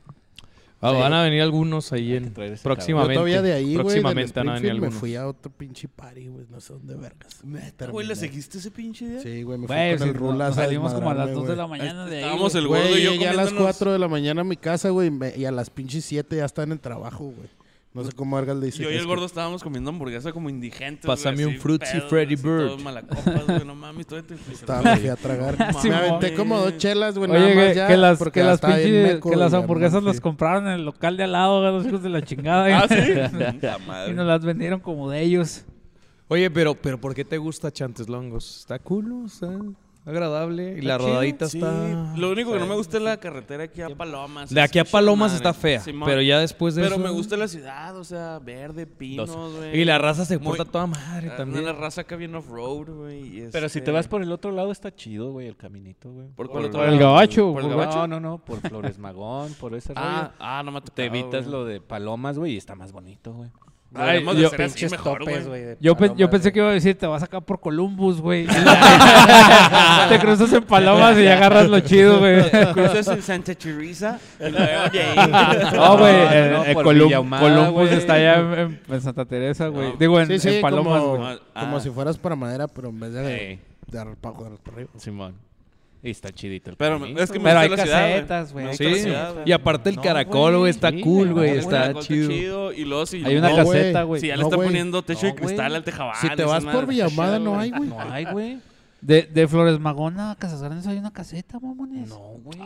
Speaker 2: Ah, Van a venir algunos ahí en
Speaker 7: traer ese
Speaker 5: Yo
Speaker 2: próximamente.
Speaker 5: todavía de ahí, güey, del
Speaker 2: próximamente van a venir
Speaker 5: Springfield, me
Speaker 2: algunos.
Speaker 5: fui a otro pinche party, güey, no sé dónde vergas. Me
Speaker 3: Güey, ¿le
Speaker 5: terminé.
Speaker 3: seguiste ese pinche día?
Speaker 5: Sí, güey, me fui
Speaker 1: Güey,
Speaker 5: con
Speaker 1: si
Speaker 5: el
Speaker 1: no-
Speaker 5: Rulas
Speaker 1: nos
Speaker 5: a
Speaker 1: salimos como a las 2
Speaker 5: desmadrarme,
Speaker 1: de la
Speaker 5: güey.
Speaker 1: mañana de ahí.
Speaker 3: Estábamos
Speaker 1: güey.
Speaker 3: el gordo y
Speaker 5: Güey,
Speaker 3: yo
Speaker 5: llegué a las
Speaker 3: comiéndonos-
Speaker 5: 4 de la mañana a mi casa, güey, y me- y a las pinches 7 ya están en trabajo, güey. No sé cómo vergas le
Speaker 3: Y
Speaker 5: dicen.
Speaker 3: yo y el
Speaker 5: Es
Speaker 3: gordo estábamos comiendo hamburguesa como indigentes.
Speaker 2: Pásame
Speaker 3: güey,
Speaker 2: un
Speaker 3: así,
Speaker 2: Fruitsy
Speaker 3: pedos,
Speaker 2: Freddy
Speaker 3: así,
Speaker 2: Bird.
Speaker 3: todos malacopas, güey, no mames, todo esto-
Speaker 5: que Estaba, me fui a tragar.
Speaker 3: Ah, Sí,
Speaker 5: me
Speaker 3: mo-
Speaker 5: aventé como dos chelas, güey, nada
Speaker 1: Oye,
Speaker 5: más
Speaker 1: que,
Speaker 5: ya.
Speaker 1: que las,
Speaker 5: porque
Speaker 1: que
Speaker 5: ya
Speaker 1: las,
Speaker 5: estaba bien
Speaker 1: pinche-
Speaker 5: meco,
Speaker 1: que las
Speaker 5: güey, ya me
Speaker 1: hamburguesas
Speaker 5: fui.
Speaker 1: las compraron en el local de al lado, güey, los hijos de la chingada.
Speaker 3: Ah, sí.
Speaker 1: y nos las vendieron como de ellos.
Speaker 2: Oye, pero, pero ¿por qué te gusta Chantes Longos? Está cool, está agradable. Y la rodadita está.
Speaker 3: Lo único que no me gusta es la carretera aquí a Palomas.
Speaker 2: De aquí a
Speaker 3: Esa
Speaker 2: Palomas
Speaker 3: madre.
Speaker 2: está fea.
Speaker 3: Simón.
Speaker 2: Pero ya después de
Speaker 3: Pero
Speaker 2: eso-
Speaker 3: me gusta la ciudad, o sea, verde, pinos,
Speaker 2: Dos.
Speaker 3: güey.
Speaker 2: Y la raza se
Speaker 3: Muy-
Speaker 2: porta toda madre
Speaker 3: Ah,
Speaker 2: también.
Speaker 3: La raza acá bien off-road, güey. y
Speaker 7: Pero si
Speaker 3: este-
Speaker 7: te vas por el otro lado está chido, güey, el caminito, güey.
Speaker 3: ¿Por cuál otro
Speaker 1: por el
Speaker 3: lado?
Speaker 1: gabacho,
Speaker 3: ¿Por el
Speaker 1: por-
Speaker 3: gabacho?
Speaker 7: No, no, no, por Flores Magón, por ese
Speaker 3: Ah,
Speaker 7: rollo.
Speaker 3: ah, no me ha
Speaker 7: Te
Speaker 3: tocado,
Speaker 7: evitas
Speaker 3: güey.
Speaker 7: lo de palomas, güey, y está más bonito, güey.
Speaker 3: Deberíamos de
Speaker 1: yo-
Speaker 3: hacer así
Speaker 4: Pinches
Speaker 3: mejor,
Speaker 4: topes,
Speaker 3: güey.
Speaker 4: güey. de
Speaker 1: Yo, pe- yo
Speaker 4: palomas,
Speaker 1: pensé que
Speaker 4: güey.
Speaker 1: iba a decir, te vas acá por Columbus, güey. te cruzas en Palomas y agarras lo chido, güey.
Speaker 3: Cruzas en Santa Teresa y luego de ahí.
Speaker 1: No, güey,
Speaker 7: No, no,
Speaker 1: eh,
Speaker 7: no,
Speaker 1: eh,
Speaker 7: por
Speaker 1: Colum-
Speaker 7: Villa Ahumada,
Speaker 1: Columbus
Speaker 7: güey.
Speaker 1: está allá en, en- en Santa Teresa, güey.
Speaker 3: No.
Speaker 1: Digo, en,
Speaker 5: Sí, sí,
Speaker 1: en Palomas,
Speaker 5: como,
Speaker 1: güey.
Speaker 5: como
Speaker 3: Ah.
Speaker 5: si fueras para madera, pero en vez de,
Speaker 7: Ey.
Speaker 5: de arpajo de para arriba.
Speaker 7: Simón. Y está chidito el
Speaker 3: Pero
Speaker 7: caminito.
Speaker 3: me- es que me
Speaker 1: Pero
Speaker 3: gusta
Speaker 1: hay
Speaker 3: la ciudad, güey.
Speaker 1: casetas, güey,
Speaker 3: Me
Speaker 1: hay
Speaker 3: gusta la
Speaker 2: Sí,
Speaker 3: ciudad, güey.
Speaker 2: y aparte el
Speaker 7: No,
Speaker 2: caracol, güey,
Speaker 7: güey,
Speaker 2: está
Speaker 7: sí,
Speaker 2: cool, güey,
Speaker 3: Bueno,
Speaker 2: está
Speaker 3: Ah, Caracol
Speaker 2: chido.
Speaker 3: Y luego si...
Speaker 1: Hay una
Speaker 5: No, güey.
Speaker 1: caseta, güey.
Speaker 3: Si ya le
Speaker 5: No,
Speaker 3: está
Speaker 5: güey.
Speaker 3: poniendo techo de
Speaker 7: No,
Speaker 3: cristal
Speaker 7: güey.
Speaker 3: al tejabán.
Speaker 5: Si te
Speaker 3: esa
Speaker 5: vas
Speaker 3: madre
Speaker 5: por
Speaker 3: está
Speaker 5: Villamada,
Speaker 3: chido,
Speaker 5: no hay, güey.
Speaker 7: No hay, güey.
Speaker 1: De, de Flores Magona a Casas Grandes hay una caseta, mamones.
Speaker 7: No, güey.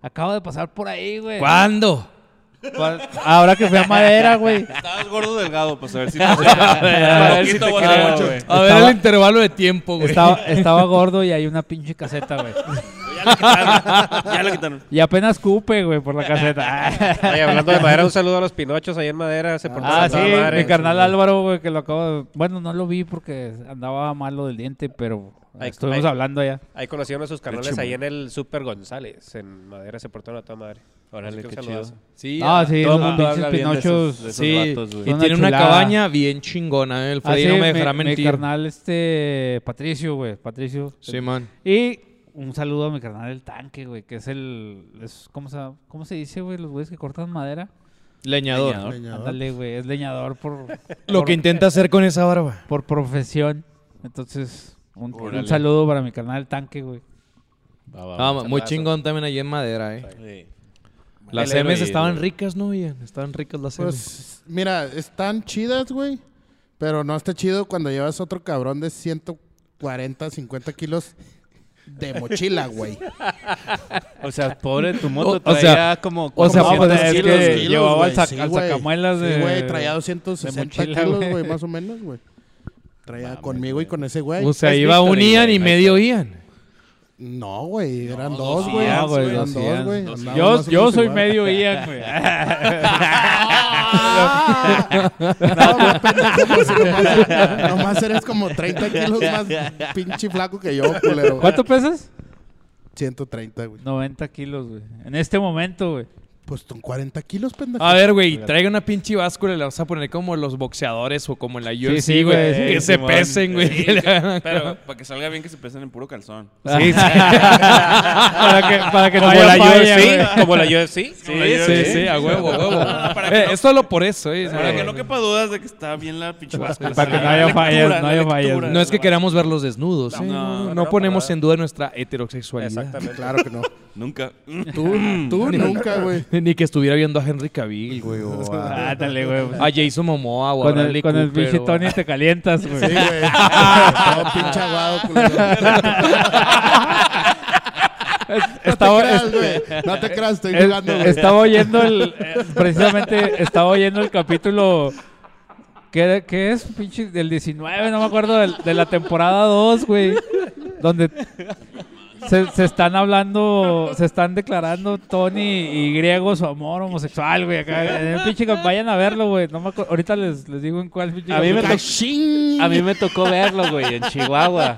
Speaker 1: Acabo de pasar por ahí, güey.
Speaker 2: ¿Cuándo?
Speaker 1: Pa- Ahora que fui a Madera, güey.
Speaker 3: Estabas gordo delgado, pues a ver si te A
Speaker 1: ver si te creo, güey.
Speaker 2: Ah, A ver
Speaker 1: Estaba-
Speaker 2: el intervalo de tiempo, güey.
Speaker 1: Estaba, estaba gordo y hay una pinche caseta, güey.
Speaker 3: Ya la quitaron. Ya la quitaron.
Speaker 1: Y apenas cupe, güey, por la caseta.
Speaker 4: Oye, hablando de madera, un saludo a los pinochos ahí en madera. Se portaron
Speaker 1: Ah, sí,
Speaker 4: toda madre.
Speaker 1: mi carnal Álvaro, güey, que lo acabo de... Bueno, no lo vi porque andaba malo del diente, pero
Speaker 4: Ay,
Speaker 1: estuvimos
Speaker 4: ay.
Speaker 1: hablando allá.
Speaker 4: Ahí conocí a uno de sus carnales ahí en el Super González. En madera se portaron a toda madre.
Speaker 7: Órale,
Speaker 4: Así que
Speaker 7: qué
Speaker 4: un
Speaker 7: chido.
Speaker 4: saludazo.
Speaker 2: Sí,
Speaker 1: Ah, sí,
Speaker 7: Todo
Speaker 1: los
Speaker 7: el mundo habla
Speaker 1: pinches
Speaker 7: bien de
Speaker 1: pinochos.
Speaker 7: esos, de esos
Speaker 2: sí.
Speaker 7: vatos, güey. Ah,
Speaker 2: Y
Speaker 1: Una
Speaker 2: tiene una
Speaker 1: chulada.
Speaker 2: cabaña bien chingona, eh, El Freddy
Speaker 1: Así,
Speaker 2: no me
Speaker 1: Ah, mi-
Speaker 2: dejará
Speaker 1: mi,
Speaker 2: mentir.
Speaker 1: carnal, este, Patricio, güey, Patricio.
Speaker 2: Sí, man.
Speaker 1: Y un saludo a mi carnal El Tanque, güey, que es el... es- ¿cómo, se, ¿Cómo se dice, güey, los güeyes que cortan madera?
Speaker 2: Leñador.
Speaker 5: Leñador.
Speaker 1: Ándale, güey, es leñador por,
Speaker 2: Lo que intenta hacer con esa barba.
Speaker 1: por profesión. Entonces, un, un
Speaker 7: Órale.
Speaker 1: saludo para mi carnal El Tanque, güey.
Speaker 7: Va, va,
Speaker 2: Ah,
Speaker 7: va.
Speaker 2: muy chingón también allí en madera, eh.
Speaker 7: Sí.
Speaker 2: Las
Speaker 7: El héroe
Speaker 2: M's
Speaker 7: y-
Speaker 2: estaban ricas, ¿no, Ian? Estaban ricas las M's.
Speaker 5: Pues, mira, están chidas, güey. Pero no está chido cuando llevas otro cabrón de 140, 50 kilos de mochila, güey.
Speaker 7: O sea, pobre tu moto
Speaker 2: O- o
Speaker 7: traía
Speaker 2: sea,
Speaker 7: como
Speaker 2: o sea,
Speaker 5: Como
Speaker 1: pues,
Speaker 5: 200
Speaker 1: es que
Speaker 5: kilos, güey.
Speaker 1: llevaba al sac-
Speaker 5: Sí,
Speaker 1: al
Speaker 5: güey.
Speaker 1: sacamuelas de-
Speaker 5: Sí, güey, traía
Speaker 1: de
Speaker 5: 260
Speaker 1: mochila,
Speaker 5: kilos,
Speaker 1: güey.
Speaker 5: güey, más o menos, güey. Traía
Speaker 7: Mames,
Speaker 5: conmigo y
Speaker 7: güey.
Speaker 5: con ese güey.
Speaker 2: O sea,
Speaker 7: Es
Speaker 2: iba un
Speaker 7: victory,
Speaker 2: Ian
Speaker 7: güey,
Speaker 2: y
Speaker 7: no
Speaker 2: medio Ian.
Speaker 5: No, güey, eran
Speaker 3: No,
Speaker 5: dos,
Speaker 3: dos
Speaker 5: güey.
Speaker 3: Ians, güey,
Speaker 5: Eran
Speaker 1: dos
Speaker 5: dos,
Speaker 1: Ians.
Speaker 5: güey.
Speaker 3: Dos
Speaker 5: Andaban
Speaker 1: Yo,
Speaker 5: más o
Speaker 1: yo
Speaker 5: menos
Speaker 1: soy
Speaker 5: igual.
Speaker 1: medio Ian, güey.
Speaker 5: No, güey, pendejo, pues, nomás, nomás eres como 30 kilos más pinche flaco que yo, culero.
Speaker 1: ¿Cuánto pesas?
Speaker 5: 130, güey.
Speaker 1: 90 kilos, güey. En este momento, güey.
Speaker 5: Pues son 40 kilos, pendejo.
Speaker 2: A ver, güey, traiga una pinche báscula y la vas a poner como los boxeadores o como en la UFC,
Speaker 1: sí,
Speaker 2: güey.
Speaker 1: güey, sí,
Speaker 2: que se
Speaker 7: Simón.
Speaker 2: pesen, güey. que le hagan-
Speaker 3: Pero para que salga bien que se pesen en puro calzón.
Speaker 1: Sí, sí. para que, para que no
Speaker 4: Como
Speaker 1: haya
Speaker 4: la
Speaker 1: falla,
Speaker 4: UFC.
Speaker 1: güey.
Speaker 4: Como la
Speaker 2: Sí,
Speaker 4: UFC.
Speaker 2: sí, sí, a huevo, a huevo. Eh, es solo por eso, eh.
Speaker 3: Para que
Speaker 2: no,
Speaker 3: no quepa dudas de que está bien la pinche báscula.
Speaker 1: Para que no
Speaker 3: La
Speaker 1: haya
Speaker 3: lectura,
Speaker 1: fallas,
Speaker 3: la
Speaker 1: no haya
Speaker 3: lectura.
Speaker 1: fallas.
Speaker 2: es que queramos verlos desnudos, eh.
Speaker 3: No,
Speaker 2: No,
Speaker 3: no,
Speaker 4: no,
Speaker 2: ponemos
Speaker 4: para
Speaker 2: en duda nuestra heterosexualidad.
Speaker 4: Exactamente.
Speaker 5: Claro que no.
Speaker 3: Nunca.
Speaker 5: Tú, tú nunca, güey.
Speaker 2: Ni que estuviera viendo a Henry Cavill, güey, o a,
Speaker 1: Ándale, güey. pues.
Speaker 2: a Jason Momoa o a
Speaker 1: Con el,
Speaker 2: Bradley
Speaker 1: con el
Speaker 2: Cooper,
Speaker 1: pinche
Speaker 2: o a-
Speaker 1: Tony te calientas, güey.
Speaker 5: Sí, güey. Todo pinche aguado, culero.
Speaker 1: Estaba,
Speaker 5: no te creas, güey. No te creas, estoy jugando,
Speaker 1: Eh,
Speaker 5: güey.
Speaker 1: Estaba oyendo el. eh, Precisamente estaba oyendo el capítulo. que era- que es? Pinche del 19, no me acuerdo. del- de la temporada 2, güey. Donde. se, se están hablando, se están declarando Tony y Griego su amor homosexual, güey. Acá en el pinche cam- vayan a verlo, güey. No me acu- ahorita les, les digo en cuál pinche
Speaker 7: A mí me
Speaker 1: capítulo.
Speaker 7: tocó- A mí me tocó verlo, güey, en Chihuahua.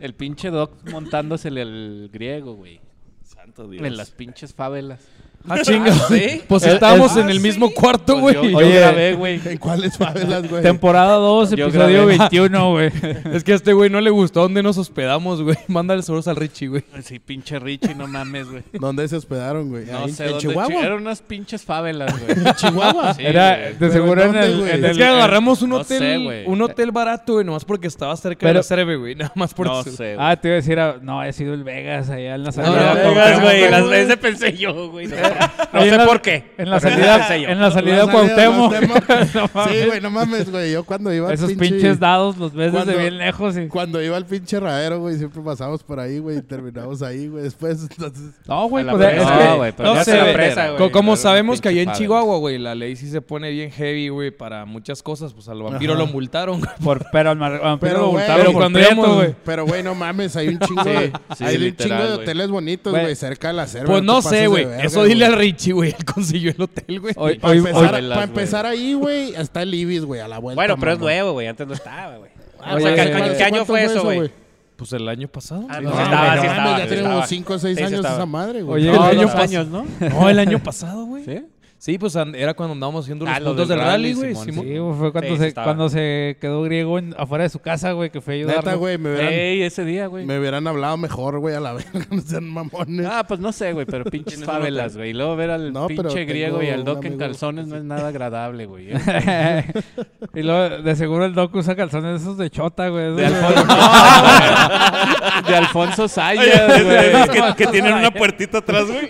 Speaker 7: El pinche Doc montándosele al griego, güey.
Speaker 3: Santo Dios.
Speaker 7: En las pinches favelas.
Speaker 2: Ah, chinga.
Speaker 4: ¿Sí?
Speaker 2: Pues
Speaker 1: Es-
Speaker 2: estábamos
Speaker 1: es-
Speaker 2: en el mismo cuarto,
Speaker 7: Pues
Speaker 2: güey.
Speaker 7: yo,
Speaker 1: Oye.
Speaker 7: yo grabé, güey.
Speaker 5: ¿En cuáles favelas, güey?
Speaker 1: Temporada 2,
Speaker 7: Yo
Speaker 1: episodio
Speaker 7: grabé.
Speaker 1: 21, güey.
Speaker 2: es que a este güey no le gustó dónde nos hospedamos, güey. Mándale solos al Richie, güey.
Speaker 7: Sí, pinche Richie, no mames, güey.
Speaker 5: ¿Dónde se hospedaron, güey?
Speaker 7: No
Speaker 5: Ahí
Speaker 7: sé
Speaker 5: ¿En
Speaker 7: dónde. chi-
Speaker 5: Chihuahua?
Speaker 7: Eran unas pinches favelas, güey. Chihuahua? Sí,
Speaker 1: Era,
Speaker 7: güey.
Speaker 1: de
Speaker 5: Pero
Speaker 1: seguro en
Speaker 5: ¿dónde,
Speaker 1: el-
Speaker 5: güey?
Speaker 1: en
Speaker 5: Es
Speaker 1: el-
Speaker 2: Es que agarramos un
Speaker 7: no
Speaker 2: hotel,
Speaker 7: sé, güey.
Speaker 2: un hotel barato, güey, nomás porque estaba cerca de
Speaker 1: Pero-
Speaker 2: la Cerve, güey. Nada más por
Speaker 7: No
Speaker 2: eso.
Speaker 7: sé, güey.
Speaker 1: Ah, te iba a decir, ah, no, he sido el Vegas allá en la salida.
Speaker 2: no,
Speaker 1: con-
Speaker 4: Vegas, güey, las-
Speaker 7: veces pensé yo, güey.
Speaker 4: No
Speaker 1: Ahí en
Speaker 4: sé
Speaker 1: la-
Speaker 4: por qué.
Speaker 1: En la
Speaker 4: pero
Speaker 1: salida,
Speaker 4: ese sello.
Speaker 1: en la salida
Speaker 5: La
Speaker 1: de
Speaker 5: salida de
Speaker 1: Cuauhtémoc. No
Speaker 5: Cuauhtémoc. sí,
Speaker 1: mames.
Speaker 5: güey, no mames, güey. Yo cuando iba al
Speaker 1: Esos
Speaker 5: pinche-
Speaker 1: pinches dados los ves desde
Speaker 5: Cuando-
Speaker 1: bien lejos. y-
Speaker 5: Cuando iba al pinche radero, güey, siempre pasábamos por ahí, güey, y terminábamos ahí, güey. Después, entonces...
Speaker 1: No, güey,
Speaker 7: A la
Speaker 1: pues es
Speaker 7: presa.
Speaker 1: que-
Speaker 7: No, güey, pero
Speaker 1: no
Speaker 7: ya
Speaker 1: sé,
Speaker 4: se la
Speaker 1: güey.
Speaker 4: presa,
Speaker 2: Co-
Speaker 4: güey.
Speaker 2: Como,
Speaker 7: Claro,
Speaker 2: sabemos que
Speaker 7: pinche
Speaker 2: allá en
Speaker 7: padre.
Speaker 2: Chihuahua, güey, la ley sí se pone bien heavy, güey, para muchas cosas. Pues al vampiro
Speaker 5: Ajá.
Speaker 2: lo multaron, güey.
Speaker 1: Por- pero al mar- vampiro
Speaker 5: Pero,
Speaker 1: lo
Speaker 5: güey,
Speaker 1: multaron
Speaker 5: pero
Speaker 1: por
Speaker 2: cuando
Speaker 1: prieto,
Speaker 2: íbamos-
Speaker 1: güey.
Speaker 5: Pero, güey, no mames, hay un chingo de,
Speaker 7: sí,
Speaker 5: hay
Speaker 7: literal,
Speaker 5: un chingo de
Speaker 7: güey.
Speaker 5: hoteles bonitos,
Speaker 1: Güey.
Speaker 5: güey, cerca de la selva.
Speaker 2: Pues no
Speaker 5: te pases
Speaker 2: sé,
Speaker 5: de
Speaker 2: güey.
Speaker 5: verga,
Speaker 2: Eso dile
Speaker 5: güey.
Speaker 2: al Richie, güey. Él consiguió el hotel, güey.
Speaker 1: Hoy-
Speaker 5: Para
Speaker 1: hoy-
Speaker 5: empezar,
Speaker 1: hoy-
Speaker 5: para
Speaker 7: Velas,
Speaker 5: empezar ahí, güey, está el Ibis, güey, a la vuelta.
Speaker 4: Bueno, pero es
Speaker 5: mamá.
Speaker 4: nuevo, güey. Antes no estaba, güey.
Speaker 5: Ah,
Speaker 1: Oye,
Speaker 5: güey,
Speaker 1: ¿qué-
Speaker 5: ¿cuánto-
Speaker 1: qué
Speaker 4: año
Speaker 5: cuánto
Speaker 4: fue eso, güey?
Speaker 2: Pues el año pasado.
Speaker 4: Ah,
Speaker 2: güey.
Speaker 4: no,
Speaker 5: No,
Speaker 4: sí
Speaker 5: güey,
Speaker 4: estaba,
Speaker 5: no
Speaker 4: sí
Speaker 5: mames,
Speaker 4: estaba,
Speaker 5: ya
Speaker 4: sí
Speaker 5: tenemos
Speaker 4: estaba.
Speaker 5: 5 o 6
Speaker 4: Sí, sí
Speaker 5: años
Speaker 4: estaba.
Speaker 5: esa madre, güey.
Speaker 1: Oye,
Speaker 5: No,
Speaker 1: el año
Speaker 7: dos años, ¿no?
Speaker 2: No, el año pasado, güey.
Speaker 7: ¿Sí?
Speaker 2: Sí, pues an- era cuando andábamos haciendo los
Speaker 7: Ah, lo
Speaker 2: puntos
Speaker 7: del
Speaker 2: del rally,
Speaker 7: rally,
Speaker 2: güey.
Speaker 7: Simón,
Speaker 2: Simón.
Speaker 1: Sí, güey, fue cuando,
Speaker 4: Sí, sí
Speaker 1: se,
Speaker 4: estaba.
Speaker 1: cuando se quedó griego en- afuera de su casa, güey, que fue a ayudarlo.
Speaker 5: Neta, güey, me hubieran,
Speaker 7: Ey, ese día, güey.
Speaker 5: me hubieran hablado mejor, güey, a la verga, no sean mamones.
Speaker 7: Ah, pues no sé, güey, pero pinches favelas, güey. Y luego ver al
Speaker 5: No, pero
Speaker 7: pinche griego y
Speaker 5: tengo
Speaker 7: al
Speaker 5: un
Speaker 7: Doc en
Speaker 5: amigo
Speaker 7: calzones no es nada agradable, güey. ¿eh?
Speaker 1: y luego, de seguro el doc usa calzones esos de chota, güey. esos
Speaker 7: De
Speaker 1: de-
Speaker 7: Alfonso, no, güey. de Alfonso Sayas, güey.
Speaker 8: que, que tienen una puertita atrás, güey.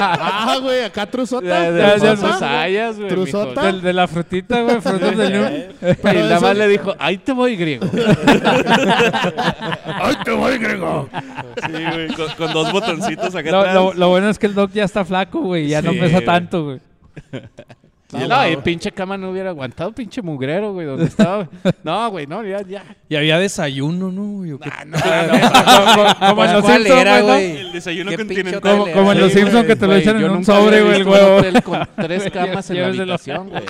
Speaker 5: Ah, güey, acá
Speaker 7: De,
Speaker 5: trusota.
Speaker 7: de
Speaker 5: trusota.
Speaker 7: Alfonso Sayas, güey.
Speaker 5: Truzota.
Speaker 1: del- de la frutita, güey, frutas de Loom.
Speaker 7: mijo. Y nada
Speaker 5: eso-
Speaker 7: más le dijo, ahí te voy, griego.
Speaker 5: ¡Ay, te voy, griego!
Speaker 8: Sí, güey. Con, con dos botoncitos acá
Speaker 1: Lo,
Speaker 8: atrás.
Speaker 1: lo- lo bueno es que el doc ya está flaco, güey, ya no
Speaker 7: Sí,
Speaker 1: pesa
Speaker 7: güey.
Speaker 1: tanto, güey.
Speaker 7: Y no, y pinche cama no hubiera aguantado, pinche mugrero, güey, donde estaba. No, güey, no, ya, ya.
Speaker 2: Y había desayuno, ¿no, güey? ¿O qué?
Speaker 1: Como en los
Speaker 4: ¿Cuál
Speaker 1: Simpsons, güey,
Speaker 4: era,
Speaker 1: ¿no?
Speaker 4: güey?
Speaker 8: El desayuno
Speaker 4: Qué pinche
Speaker 8: continental.
Speaker 1: Como,
Speaker 4: Dale,
Speaker 1: como en
Speaker 4: sí,
Speaker 1: los
Speaker 5: güey,
Speaker 1: Simpsons que pues, te lo
Speaker 7: Güey,
Speaker 1: echan
Speaker 7: yo
Speaker 1: en un
Speaker 7: nunca había
Speaker 1: sobre, güey, el
Speaker 7: visto un
Speaker 1: huevo.
Speaker 7: hotel con tres camas en la
Speaker 1: Lléveselo.
Speaker 7: habitación, güey.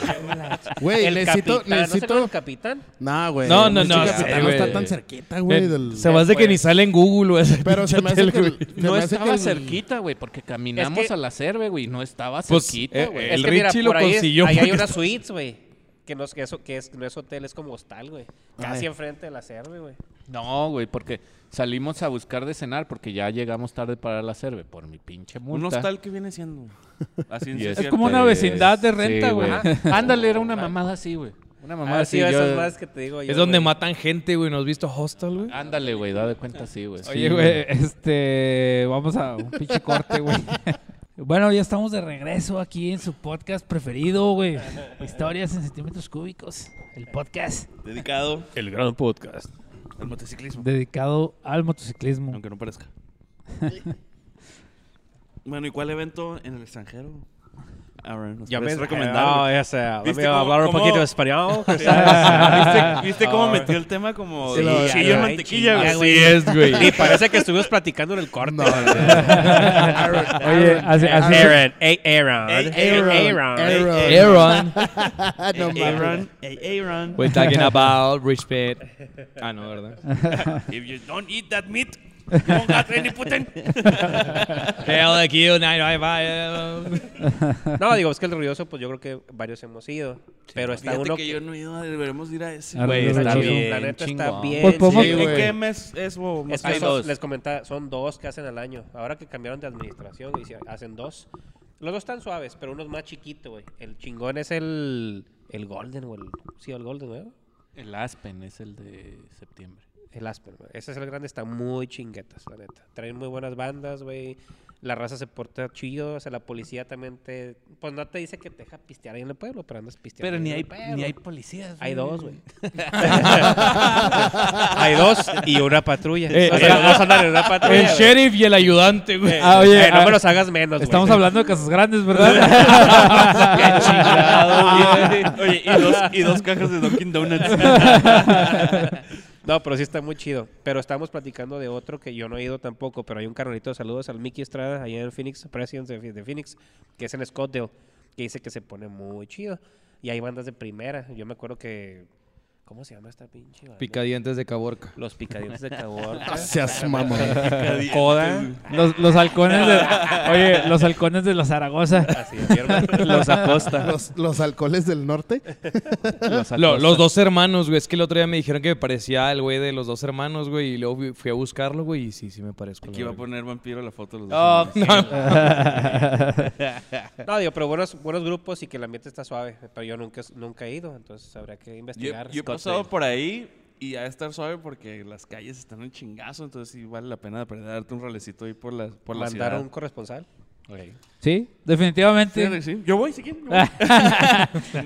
Speaker 5: Güey,
Speaker 4: El
Speaker 5: necesito,
Speaker 4: capitán, ¿no se
Speaker 5: necesito...
Speaker 4: acuerdan del capitán?
Speaker 5: Nah, güey.
Speaker 2: No, no,
Speaker 5: el
Speaker 2: no,
Speaker 5: pinche
Speaker 2: sí,
Speaker 5: Capitán no
Speaker 2: güey.
Speaker 5: está tan cerquita, güey. del-
Speaker 2: Se vas de que ni sale en Google, güey. ese
Speaker 5: Pero se
Speaker 2: pinche
Speaker 5: me hace
Speaker 2: hotel,
Speaker 5: que...
Speaker 2: güey.
Speaker 5: el- se
Speaker 7: No
Speaker 5: me hace
Speaker 7: estaba
Speaker 5: que el-
Speaker 7: cerquita, güey, porque caminamos
Speaker 4: que-
Speaker 7: a la cerve, güey. No estaba
Speaker 2: Pues,
Speaker 7: cerquita,
Speaker 2: eh,
Speaker 7: güey.
Speaker 2: eh, El Richie lo
Speaker 4: por ahí es-
Speaker 2: consiguió
Speaker 4: Ahí hay
Speaker 2: porque
Speaker 4: unas suites, güey. Que, no, es- que, eso, que es, no es hotel, es como hostal, güey. Casi enfrente de la cerve, güey.
Speaker 7: No, güey, porque salimos a buscar de cenar porque ya llegamos tarde para la cerve por mi pinche
Speaker 3: Un
Speaker 7: multa.
Speaker 3: hostal que viene siendo. Así
Speaker 7: Y es
Speaker 1: Es como una vecindad de renta,
Speaker 7: Sí,
Speaker 1: güey.
Speaker 7: Ándale, era una mamada así, güey. Una mamada
Speaker 4: Ah, sí,
Speaker 7: así. yo-
Speaker 4: esas más que te digo yo,
Speaker 2: Es donde
Speaker 4: güey.
Speaker 2: matan gente, güey. ¿No has visto Hostel,
Speaker 5: Ah,
Speaker 2: güey?
Speaker 7: Ándale, güey, da de cuenta así, güey.
Speaker 1: Oye, güey, este, vamos a un pinche corte, güey. Bueno, ya estamos de regreso aquí en su podcast preferido, güey. Historias en centímetros cúbicos. El podcast
Speaker 3: Dedicado
Speaker 2: El gran podcast.
Speaker 3: al motociclismo.
Speaker 1: dedicado al motociclismo.
Speaker 3: Aunque no parezca. bueno, ¿y cuál evento en el extranjero? Aaron, ¿nos
Speaker 4: Ya me
Speaker 3: puedes
Speaker 4: recomendaba.
Speaker 3: recomendar?
Speaker 4: No,
Speaker 3: güey?
Speaker 4: ya sé. a mí
Speaker 8: ¿Viste
Speaker 4: me va a
Speaker 8: cómo-
Speaker 4: hablar un
Speaker 8: cómo-
Speaker 4: poquito de español. que
Speaker 8: Sí,
Speaker 4: sabes.
Speaker 8: ¿Viste, viste cómo
Speaker 4: Ah,
Speaker 8: metió el tema como
Speaker 4: Sí,
Speaker 8: de
Speaker 4: ay,
Speaker 8: cuchillo en
Speaker 4: ay,
Speaker 8: mantequilla,
Speaker 4: chingada,
Speaker 8: güey?
Speaker 2: Así es, güey.
Speaker 4: Y parece que estuvimos platicando en el corte.
Speaker 5: No,
Speaker 4: güey.
Speaker 1: Oye, hace- hace-
Speaker 4: Aaron, ey, Aaron,
Speaker 8: Ey,
Speaker 4: Ey,
Speaker 5: Aaron,
Speaker 4: Aaron.
Speaker 5: Aaron. Eh,
Speaker 2: Aaron.
Speaker 5: No
Speaker 8: Ey,
Speaker 5: mames.
Speaker 8: Aaron, ey, Aaron.
Speaker 2: We're talking about respect. Ah, no, ¿verdad?
Speaker 8: If you don't eat that meat, you don't got any Putin.
Speaker 2: Hell, like you, night, I buy, eh.
Speaker 4: No, digo, es que el ruidoso, pues yo creo que varios hemos ido. Pero está
Speaker 3: Fíjate
Speaker 4: uno
Speaker 3: que,
Speaker 4: que.
Speaker 3: yo no he ido, deberemos ir a ese.
Speaker 1: Ah,
Speaker 7: Güey,
Speaker 1: no,
Speaker 7: está
Speaker 1: no,
Speaker 7: bien,
Speaker 4: La neta está
Speaker 7: chingón.
Speaker 4: bien.
Speaker 1: Pues podemos-
Speaker 4: sí,
Speaker 5: Sí,
Speaker 4: güey.
Speaker 5: güey.
Speaker 3: ¿En qué mes es o
Speaker 4: Es
Speaker 3: más
Speaker 4: que
Speaker 7: Hay
Speaker 4: son-
Speaker 7: dos.
Speaker 4: les comentaba, son dos que hacen al año. Ahora que cambiaron de administración y se- hacen dos. Los dos están suaves, pero uno es más chiquito, güey. El chingón es el, el Golden, güey. Sí, el Golden, güey.
Speaker 7: El Aspen es el de septiembre.
Speaker 4: El Aspen, güey. Ese es el grande, está muy chinguetas, la neta. Traen muy buenas bandas, güey. La raza se porta chido, o sea, la policía también te... Pues no te dice que te deja pistear ahí en el pueblo, pero andas pisteando.
Speaker 7: Pero
Speaker 4: ahí
Speaker 7: ni
Speaker 4: en
Speaker 7: hay,
Speaker 4: el pueblo.
Speaker 7: ni hay policías.
Speaker 4: Hay dos, güey. hay dos y una patrulla.
Speaker 2: Eh,
Speaker 4: o sea, los dos andan en una patrulla.
Speaker 2: El
Speaker 4: güey.
Speaker 2: sheriff y el ayudante, güey.
Speaker 1: Ah, oye,
Speaker 4: Eh, no
Speaker 1: ah,
Speaker 4: me los hagas menos, güey.
Speaker 1: estamos hablando de casas grandes, ¿verdad?
Speaker 3: Oye, y dos, y dos cajas de Dunkin' Donuts.
Speaker 4: No, pero sí está muy chido. Pero estábamos platicando de otro que yo no he ido tampoco, pero hay un carnalito. Saludos al Mickey Estrada allá en Phoenix, Presidents de, de Phoenix, que es en Scottsdale, que dice que se pone muy chido. Y hay bandas de primera. Yo me acuerdo que... ¿Cómo se llama esta pinche banda?
Speaker 2: Picadientes de Caborca.
Speaker 4: Los picadientes de Caborca.
Speaker 5: Seas mamón.
Speaker 4: Coda.
Speaker 1: Los, los halcones de. Oye, los halcones de la Zaragoza.
Speaker 4: Así es, ¿vieron? Los Acosta.
Speaker 5: Los, los alcoholes del norte.
Speaker 7: Los
Speaker 2: Lo-
Speaker 7: Acosta.
Speaker 2: los dos hermanos, güey. Es que el otro día me dijeron que me parecía el güey de los dos hermanos, güey. Y luego vi- fui a buscarlo, güey. Y sí, sí me parezco. a la
Speaker 3: Aquí va a
Speaker 2: verga.
Speaker 3: poner vampiro la foto de los
Speaker 4: Oh,
Speaker 3: dos.
Speaker 4: sí. No, digo, pero buenos, buenos grupos y que el ambiente está suave. Pero yo nunca, nunca he ido, entonces habrá que
Speaker 3: Yo,
Speaker 4: investigar.
Speaker 3: yo he pasado por ahí y a estar suave porque las calles están un chingazo, entonces sí vale la pena aprender a darte un rolecito ahí por la, por la
Speaker 4: mandar
Speaker 3: ciudad.
Speaker 4: a un corresponsal.
Speaker 1: Sí, definitivamente.
Speaker 3: Sí, sí. Ah, Yo voy, si quieren, yo voy.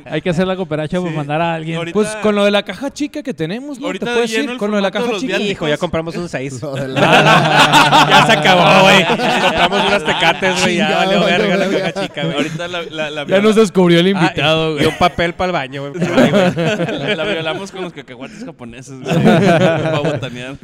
Speaker 1: Hay que hacer la cooperacha por mandar a alguien.
Speaker 3: Ahorita-
Speaker 2: Pues con lo de la caja chica que tenemos, ¿no?
Speaker 3: Ahorita
Speaker 2: ¿Te puedes
Speaker 3: lleno
Speaker 2: ir?
Speaker 3: el
Speaker 2: Con lo de la
Speaker 3: formato de
Speaker 2: caja
Speaker 3: los
Speaker 2: chica.
Speaker 3: viáticos.
Speaker 4: Hijo, ya compramos un 6.
Speaker 5: Lo de la-
Speaker 4: ya se acabó, güey. Compramos unas tecates, güey. Ya
Speaker 5: Chingado,
Speaker 4: valió verga la
Speaker 5: güey.
Speaker 4: caja chica, güey.
Speaker 3: Ahorita la, la, la
Speaker 2: Ya
Speaker 3: viola-
Speaker 2: nos descubrió el
Speaker 4: Ah,
Speaker 2: invitado, güey.
Speaker 4: Y un papel para el baño, güey. por ahí, güey.
Speaker 3: la- la violamos con los cacahuates japoneses, güey. Para botanear.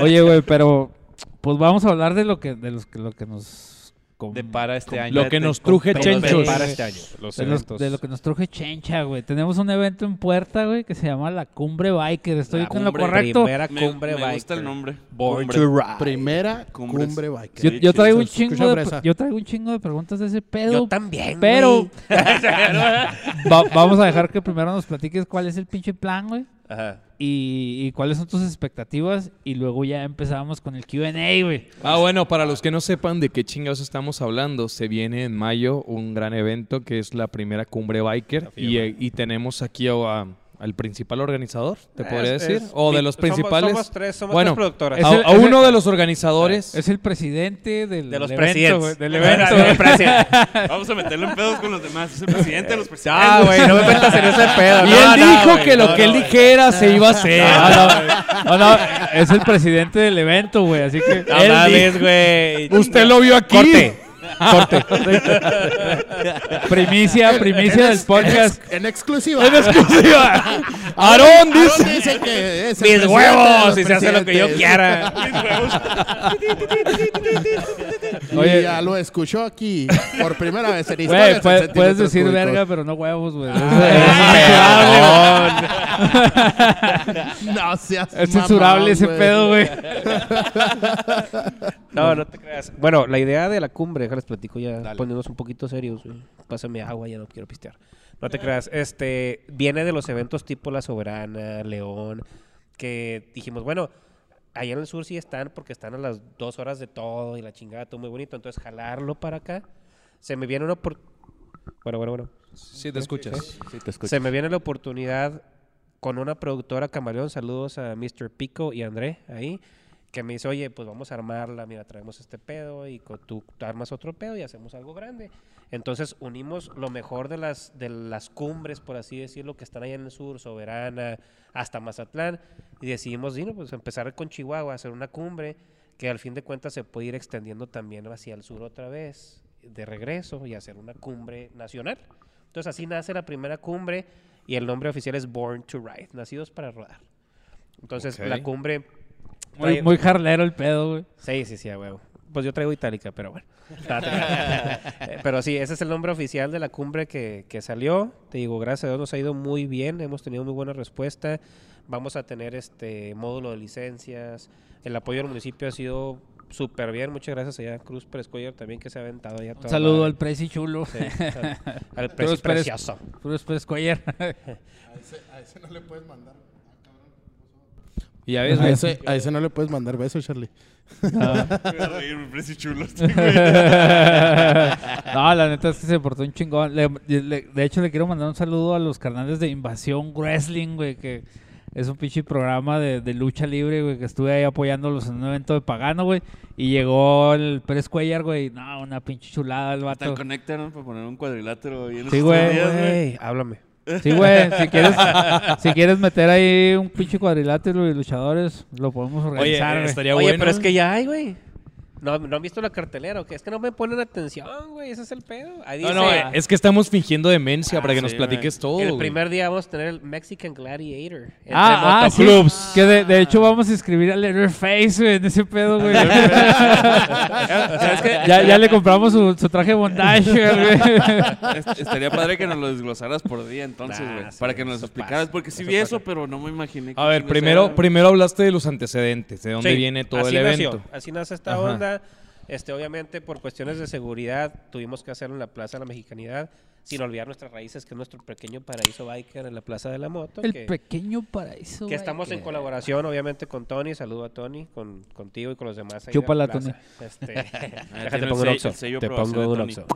Speaker 1: Oye, güey, pero. Pues vamos a hablar de lo que, de los, que- lo que nos. con-
Speaker 7: De para este año.
Speaker 2: Lo que nos truje,
Speaker 1: compete.
Speaker 2: chenchos.
Speaker 1: Para-
Speaker 4: este año. Los
Speaker 1: de, los- de lo que nos truje Chencha, güey. Tenemos un evento en puerta, güey, que se llama la Cumbre Biker. Estoy
Speaker 4: La
Speaker 1: con
Speaker 3: Cumbre
Speaker 1: lo correcto.
Speaker 4: Primera
Speaker 3: Me,
Speaker 4: cumbre
Speaker 3: me gusta el
Speaker 4: biker.
Speaker 3: nombre.
Speaker 4: Born
Speaker 3: Cumbre.
Speaker 4: to ride.
Speaker 5: Primera
Speaker 3: Cumbres.
Speaker 5: cumbre
Speaker 1: Yo,
Speaker 5: biker.
Speaker 1: yo traigo un
Speaker 5: Se escucha
Speaker 1: chingo de,
Speaker 5: fresa.
Speaker 1: yo traigo un chingo de preguntas de ese pedo.
Speaker 4: Yo también,
Speaker 1: pero-
Speaker 4: güey.
Speaker 1: Va- vamos a dejar que primero nos platiques cuál es el pinche plan, güey.
Speaker 4: Ajá.
Speaker 1: Y, y cuáles son tus expectativas. Y luego ya empezamos con el QA, güey.
Speaker 2: Ah, bueno, para los que no sepan de qué chingados estamos hablando, se viene en mayo un gran evento que es la primera cumbre biker y, eh, y tenemos aquí a- a- al principal organizador, te podría
Speaker 4: Es-
Speaker 2: decir,
Speaker 4: es-
Speaker 2: o de
Speaker 4: mi-
Speaker 2: los
Speaker 4: somos-
Speaker 2: principales.
Speaker 4: Somos tres, somos
Speaker 2: bueno,
Speaker 4: tres productoras.
Speaker 1: Es
Speaker 2: a,
Speaker 1: el-
Speaker 2: a uno de los organizadores.
Speaker 1: Es el presidente del
Speaker 4: De los
Speaker 1: evento,
Speaker 4: presidentes.
Speaker 1: güey, Del
Speaker 4: Ah,
Speaker 1: evento.
Speaker 4: del
Speaker 1: güey.
Speaker 4: presidente.
Speaker 3: Vamos a meterle en pedos con los demás. Es el presidente de los presidentes.
Speaker 4: Ah, güey, no me metas en ese pedo.
Speaker 2: y
Speaker 4: No,
Speaker 2: él
Speaker 4: no,
Speaker 2: dijo
Speaker 4: güey,
Speaker 2: que lo
Speaker 4: no,
Speaker 2: que
Speaker 4: no,
Speaker 2: él
Speaker 4: güey.
Speaker 2: dijera se iba a hacer.
Speaker 1: No, no, no, es el presidente del evento, güey. Así que.
Speaker 4: No
Speaker 2: Él
Speaker 4: mames, güey.
Speaker 2: Usted lo vio aquí.
Speaker 4: Corte.
Speaker 2: Ah.
Speaker 1: Primicia, primicia del podcast.
Speaker 5: En exclusiva.
Speaker 2: Aarón dice.
Speaker 5: Aaron dice que es el presidente
Speaker 4: Mis
Speaker 5: de
Speaker 4: huevos,
Speaker 5: los
Speaker 4: y se hace lo que yo
Speaker 5: presidentes.
Speaker 4: quiera.
Speaker 5: Y
Speaker 1: Oye.
Speaker 5: ya lo escuchó aquí por primera vez en historias.
Speaker 1: Güey,
Speaker 5: en
Speaker 1: puede- puedes
Speaker 5: centímetros
Speaker 1: decir
Speaker 5: cúbicos.
Speaker 1: verga, pero no huevos, güey.
Speaker 5: No seas
Speaker 1: Es censurable
Speaker 5: mamón,
Speaker 1: ese
Speaker 5: güey.
Speaker 1: pedo, güey.
Speaker 4: No, no te creas. Bueno, la idea de la cumbre, déjales platico ya, poniéndonos un poquito serios. güey. Pásame agua, ya no quiero pistear. No te creas. Este, viene de los eventos tipo La Soberana, León, que dijimos, bueno, allá en el sur sí están porque están a las dos horas de todo y la chingada, todo muy bonito. Entonces, jalarlo para acá. Se me viene una por... Bueno, bueno, bueno.
Speaker 2: Sí, te escuchas.
Speaker 4: Se me viene la oportunidad con una productora camaleón. Saludos a Mr. Pico y André ahí. Que me dice, oye, pues vamos a armarla. Mira, traemos este pedo y co- tú armas otro pedo y hacemos algo grande. Entonces unimos lo mejor de las, de las cumbres, por así decirlo, que están allá en el sur, Soberana, hasta Mazatlán. Y decidimos, sí, no, pues empezar con Chihuahua, hacer una cumbre que al fin de cuentas se puede ir extendiendo también hacia el sur otra vez, de regreso, y hacer una cumbre nacional. Entonces así nace la primera cumbre y el nombre oficial es Born to Ride, Nacidos para Rodar. Entonces la
Speaker 2: Ok.
Speaker 4: cumbre...
Speaker 1: Muy,
Speaker 4: trae-
Speaker 1: muy jarlero el pedo, güey.
Speaker 4: Sí, sí, sí, a huevo. Pues yo traigo itálica, pero bueno. No, te creas. Eh, pero sí, ese es el nombre oficial de la cumbre que, que salió. Te digo, gracias a Dios nos ha ido muy bien, hemos tenido muy buena respuesta. Vamos a tener este módulo de licencias. El apoyo del municipio ha sido súper bien. Muchas gracias allá a Cruz Pérez Cuellar también que se ha aventado allá.
Speaker 1: Un saludo al Prezi Chulo.
Speaker 4: al Prezi
Speaker 1: Cruz Pérez.
Speaker 4: Precioso.
Speaker 1: Cruz Pérez Cuellar.
Speaker 2: Y ya ves,
Speaker 5: A
Speaker 2: güey.
Speaker 5: ese, a ese no le puedes mandar besos, Charlie.
Speaker 3: este
Speaker 1: no, la neta es que se portó un chingón. Le- le- de hecho, le quiero mandar un saludo a los carnales de Invasión Wrestling, güey, que es un pinche programa de, de lucha libre, güey, que estuve ahí apoyándolos en un evento de Pagano, güey. Y llegó el Pérez Cuellar, güey. No, una pinche chulada el
Speaker 3: Hasta
Speaker 1: vato.
Speaker 3: el connector, ¿no? Para poner un cuadrilátero. ahí en
Speaker 1: Sí,
Speaker 3: esos
Speaker 1: güey.
Speaker 3: tres días,
Speaker 4: Güey, háblame.
Speaker 1: Sí, güey, si quieres, si quieres meter ahí un pinche cuadrilátero y luchadores, lo podemos
Speaker 2: Oye,
Speaker 1: organizar, güey.
Speaker 2: estaría
Speaker 4: Oye,
Speaker 2: bueno.
Speaker 4: pero es que ya hay, güey. No, ¿No han visto la cartelera o qué? Es que no me ponen atención, güey. Ese es el pedo. Ahí
Speaker 2: No,
Speaker 4: dice,
Speaker 1: eh,
Speaker 2: no,
Speaker 4: ah,
Speaker 2: es que estamos fingiendo demencia para que
Speaker 3: sí,
Speaker 2: nos platiques todo.
Speaker 4: el
Speaker 2: güey.
Speaker 4: primer día vamos a tener el Mexican Gladiator. entre
Speaker 1: Ah, ah, sí.
Speaker 2: motoclubs.
Speaker 1: Que de, de hecho vamos a escribir a Letterface, güey, en ese pedo, güey.
Speaker 4: ¿Sabes qué?
Speaker 1: ya, ya le compramos su, su traje bondage, güey.
Speaker 3: Est- Estaría padre que nos lo desglosaras por día entonces,
Speaker 4: Nah,
Speaker 3: güey.
Speaker 4: sí,
Speaker 3: para que nos
Speaker 4: eso
Speaker 3: explicaras,
Speaker 4: pasa,
Speaker 3: porque sí
Speaker 4: eso
Speaker 3: vi
Speaker 4: pasa.
Speaker 3: eso, pero no me imaginé. que
Speaker 2: A ver,
Speaker 3: chingas
Speaker 2: primero,
Speaker 3: era.
Speaker 2: primero hablaste de los antecedentes, de dónde
Speaker 4: Sí,
Speaker 2: viene todo
Speaker 4: así
Speaker 2: el
Speaker 4: nació,
Speaker 2: evento.
Speaker 4: así nace esta
Speaker 2: Ajá.
Speaker 4: onda. Este, obviamente, por cuestiones de seguridad, tuvimos que hacerlo en la Plaza de la Mexicanidad, sin olvidar nuestras raíces, que es nuestro pequeño paraíso biker en la Plaza de la Moto.
Speaker 1: El
Speaker 4: que,
Speaker 1: pequeño paraíso.
Speaker 4: que estamos en colaboración, obviamente, con Tony. Saludo a Tony, con, contigo y con los demás. ahí de la
Speaker 1: Chúpala,
Speaker 4: plaza. Este,
Speaker 3: Ah,
Speaker 4: déjate,
Speaker 3: tiene
Speaker 4: pongo
Speaker 3: el se-
Speaker 4: un Oxxo.
Speaker 3: el sello
Speaker 4: Te
Speaker 3: aprobación
Speaker 4: pongo
Speaker 3: de
Speaker 4: un
Speaker 3: Tony.
Speaker 4: Oxxo.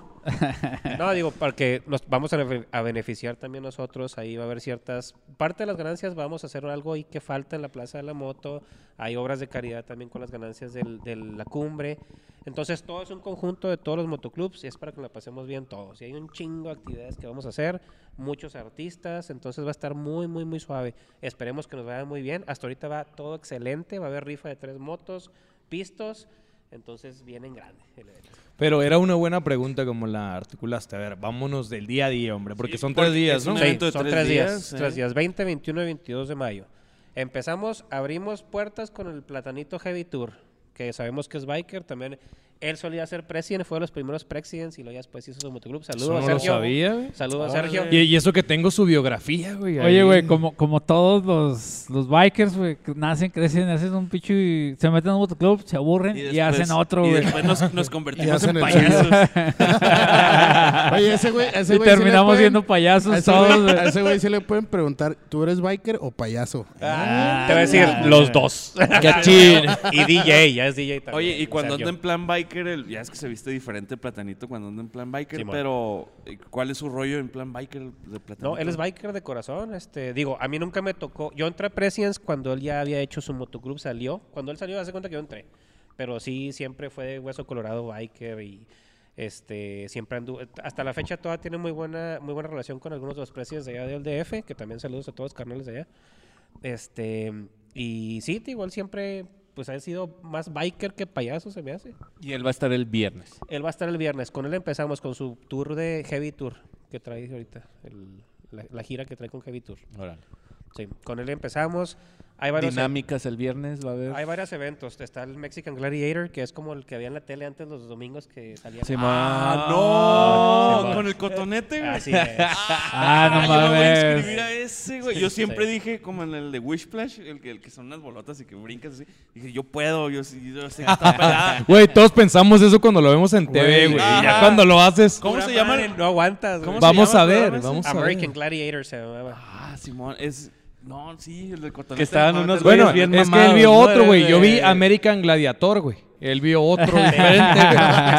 Speaker 4: No, digo, porque nos vamos a, bene- a beneficiar también nosotros. Ahí va a haber ciertas. Parte de las ganancias vamos a hacer algo ahí que falta en la Plaza de la Moto. Hay obras de caridad también con las ganancias del- de la cumbre. Entonces, todo es un conjunto de todos los motoclubs y es para que la pasemos bien todos. Y hay un chingo de actividades que vamos a hacer, muchos artistas. Entonces, va a estar muy, muy, muy suave. Esperemos que nos vaya muy bien. Hasta ahorita va todo excelente. Va a haber rifa de tres motos, pistos. Entonces, viene en grande el evento.
Speaker 2: Pero era una buena pregunta como la articulaste. A ver, vámonos del día a día, hombre, porque son tres días,
Speaker 3: es
Speaker 2: ¿no?
Speaker 3: un
Speaker 4: Sí,
Speaker 3: evento de
Speaker 4: son
Speaker 3: tres
Speaker 4: tres días.
Speaker 3: días, ¿eh?
Speaker 4: Tres días, 20, 21 y 22 de mayo. Empezamos, abrimos puertas con el Platanito Heavy Tour, que sabemos que es biker. También él solía ser president, fue de los primeros presidents y luego ya después hizo su motoclub.
Speaker 2: Eso
Speaker 4: Saludos
Speaker 2: no
Speaker 4: a
Speaker 2: lo
Speaker 4: Sergio.
Speaker 2: sabía. güey.
Speaker 4: Saludos a Sergio.
Speaker 2: Y, y eso que tengo su biografía, güey. ahí.
Speaker 1: Oye, güey, como, como todos los, los bikers, güey, que nacen, crecen, hacen un pinche. y Se meten en un motoclub, se aburren y, hacen otro,
Speaker 3: y
Speaker 1: güey.
Speaker 3: después nos, nos
Speaker 5: Y
Speaker 3: convertimos
Speaker 5: hacen
Speaker 3: en
Speaker 5: el suyo.
Speaker 3: payasos.
Speaker 5: Oye, ese güey.
Speaker 1: Y
Speaker 5: Ese güey sí le
Speaker 1: terminamos
Speaker 5: pueden-
Speaker 1: siendo
Speaker 5: a
Speaker 1: payasos
Speaker 5: ese güey-
Speaker 1: todos, güey.
Speaker 5: A ese güey sí le pueden preguntar: ¿tú eres biker o payaso? Ah.
Speaker 4: Te voy a decir los dos.
Speaker 2: Cachín.
Speaker 4: y DJ, ya es DJ también.
Speaker 3: Oye, y cuando
Speaker 4: Sergio.
Speaker 3: anda en plan biker, el- ya es que se viste diferente platanito cuando anda en plan biker,
Speaker 4: Simón.
Speaker 3: pero eh, ¿cuál es su rollo en plan biker de platanito?
Speaker 4: No, él es biker de corazón. Este, digo, a mí nunca me tocó. Yo entré a Presidents cuando él ya había hecho su motoclub, salió. Cuando él salió, hace cuenta que yo entré. Pero sí, siempre fue de hueso colorado biker y este, siempre anduvo. Hasta la fecha toda tiene muy buena, muy buena relación con algunos de los Presidents de allá del DF, que también saludos a todos los carnales de allá. Este, y sí, te igual siempre pues ha sido más biker que payaso, se me hace.
Speaker 7: Y él va a estar el viernes.
Speaker 4: Él va a estar el viernes. Con él empezamos con su tour de Heavy Tour que trae ahorita. el- la, la gira que trae con Heavy Tour.
Speaker 7: Órale.
Speaker 4: Sí, con él empezamos. Hay varios, e-
Speaker 7: Dinámicas el viernes va a
Speaker 4: hay
Speaker 7: haber.
Speaker 4: varios eventos. Está el Mexican Gladiator, que es como el que había en la tele antes los domingos que salía.
Speaker 7: Simón.
Speaker 3: Ah,
Speaker 4: Sí,
Speaker 3: no,
Speaker 4: va.
Speaker 3: con el cotonete, güey.
Speaker 4: Así es.
Speaker 1: Ah, no
Speaker 3: yo me voy a inscribir
Speaker 1: mames.
Speaker 3: a ese, güey. Yo
Speaker 4: Sí,
Speaker 3: siempre
Speaker 4: sí.
Speaker 3: dije, como en el de Wishplash, el que, el que son unas bolotas y que brincas así. Dije, yo puedo, yo, sí- yo sé que está pelada.
Speaker 2: Güey, todos pensamos eso cuando lo vemos en TV,
Speaker 3: Güey,
Speaker 2: güey. Y
Speaker 3: ajá.
Speaker 2: ya cuando lo haces,
Speaker 3: ¿Cómo
Speaker 4: Pura
Speaker 3: se llama?
Speaker 4: madre, No aguantas. güey.
Speaker 3: ¿Cómo se
Speaker 2: vamos
Speaker 3: llama
Speaker 2: a
Speaker 3: el
Speaker 2: ver,
Speaker 3: programa
Speaker 2: vamos a ver.
Speaker 4: American Gladiator se llamaba.
Speaker 3: Ah, Simón, es... No, sí, el del cotonete.
Speaker 7: Que estaban
Speaker 3: no,
Speaker 7: unos
Speaker 3: te lo-
Speaker 2: Bueno,
Speaker 7: güeyes bien
Speaker 2: es que él
Speaker 7: mamados,
Speaker 2: vio
Speaker 7: ¿no?
Speaker 2: otro, güey. Yo vi
Speaker 7: Eh,
Speaker 2: American Gladiator, güey. Él vio otro diferente,
Speaker 4: Ese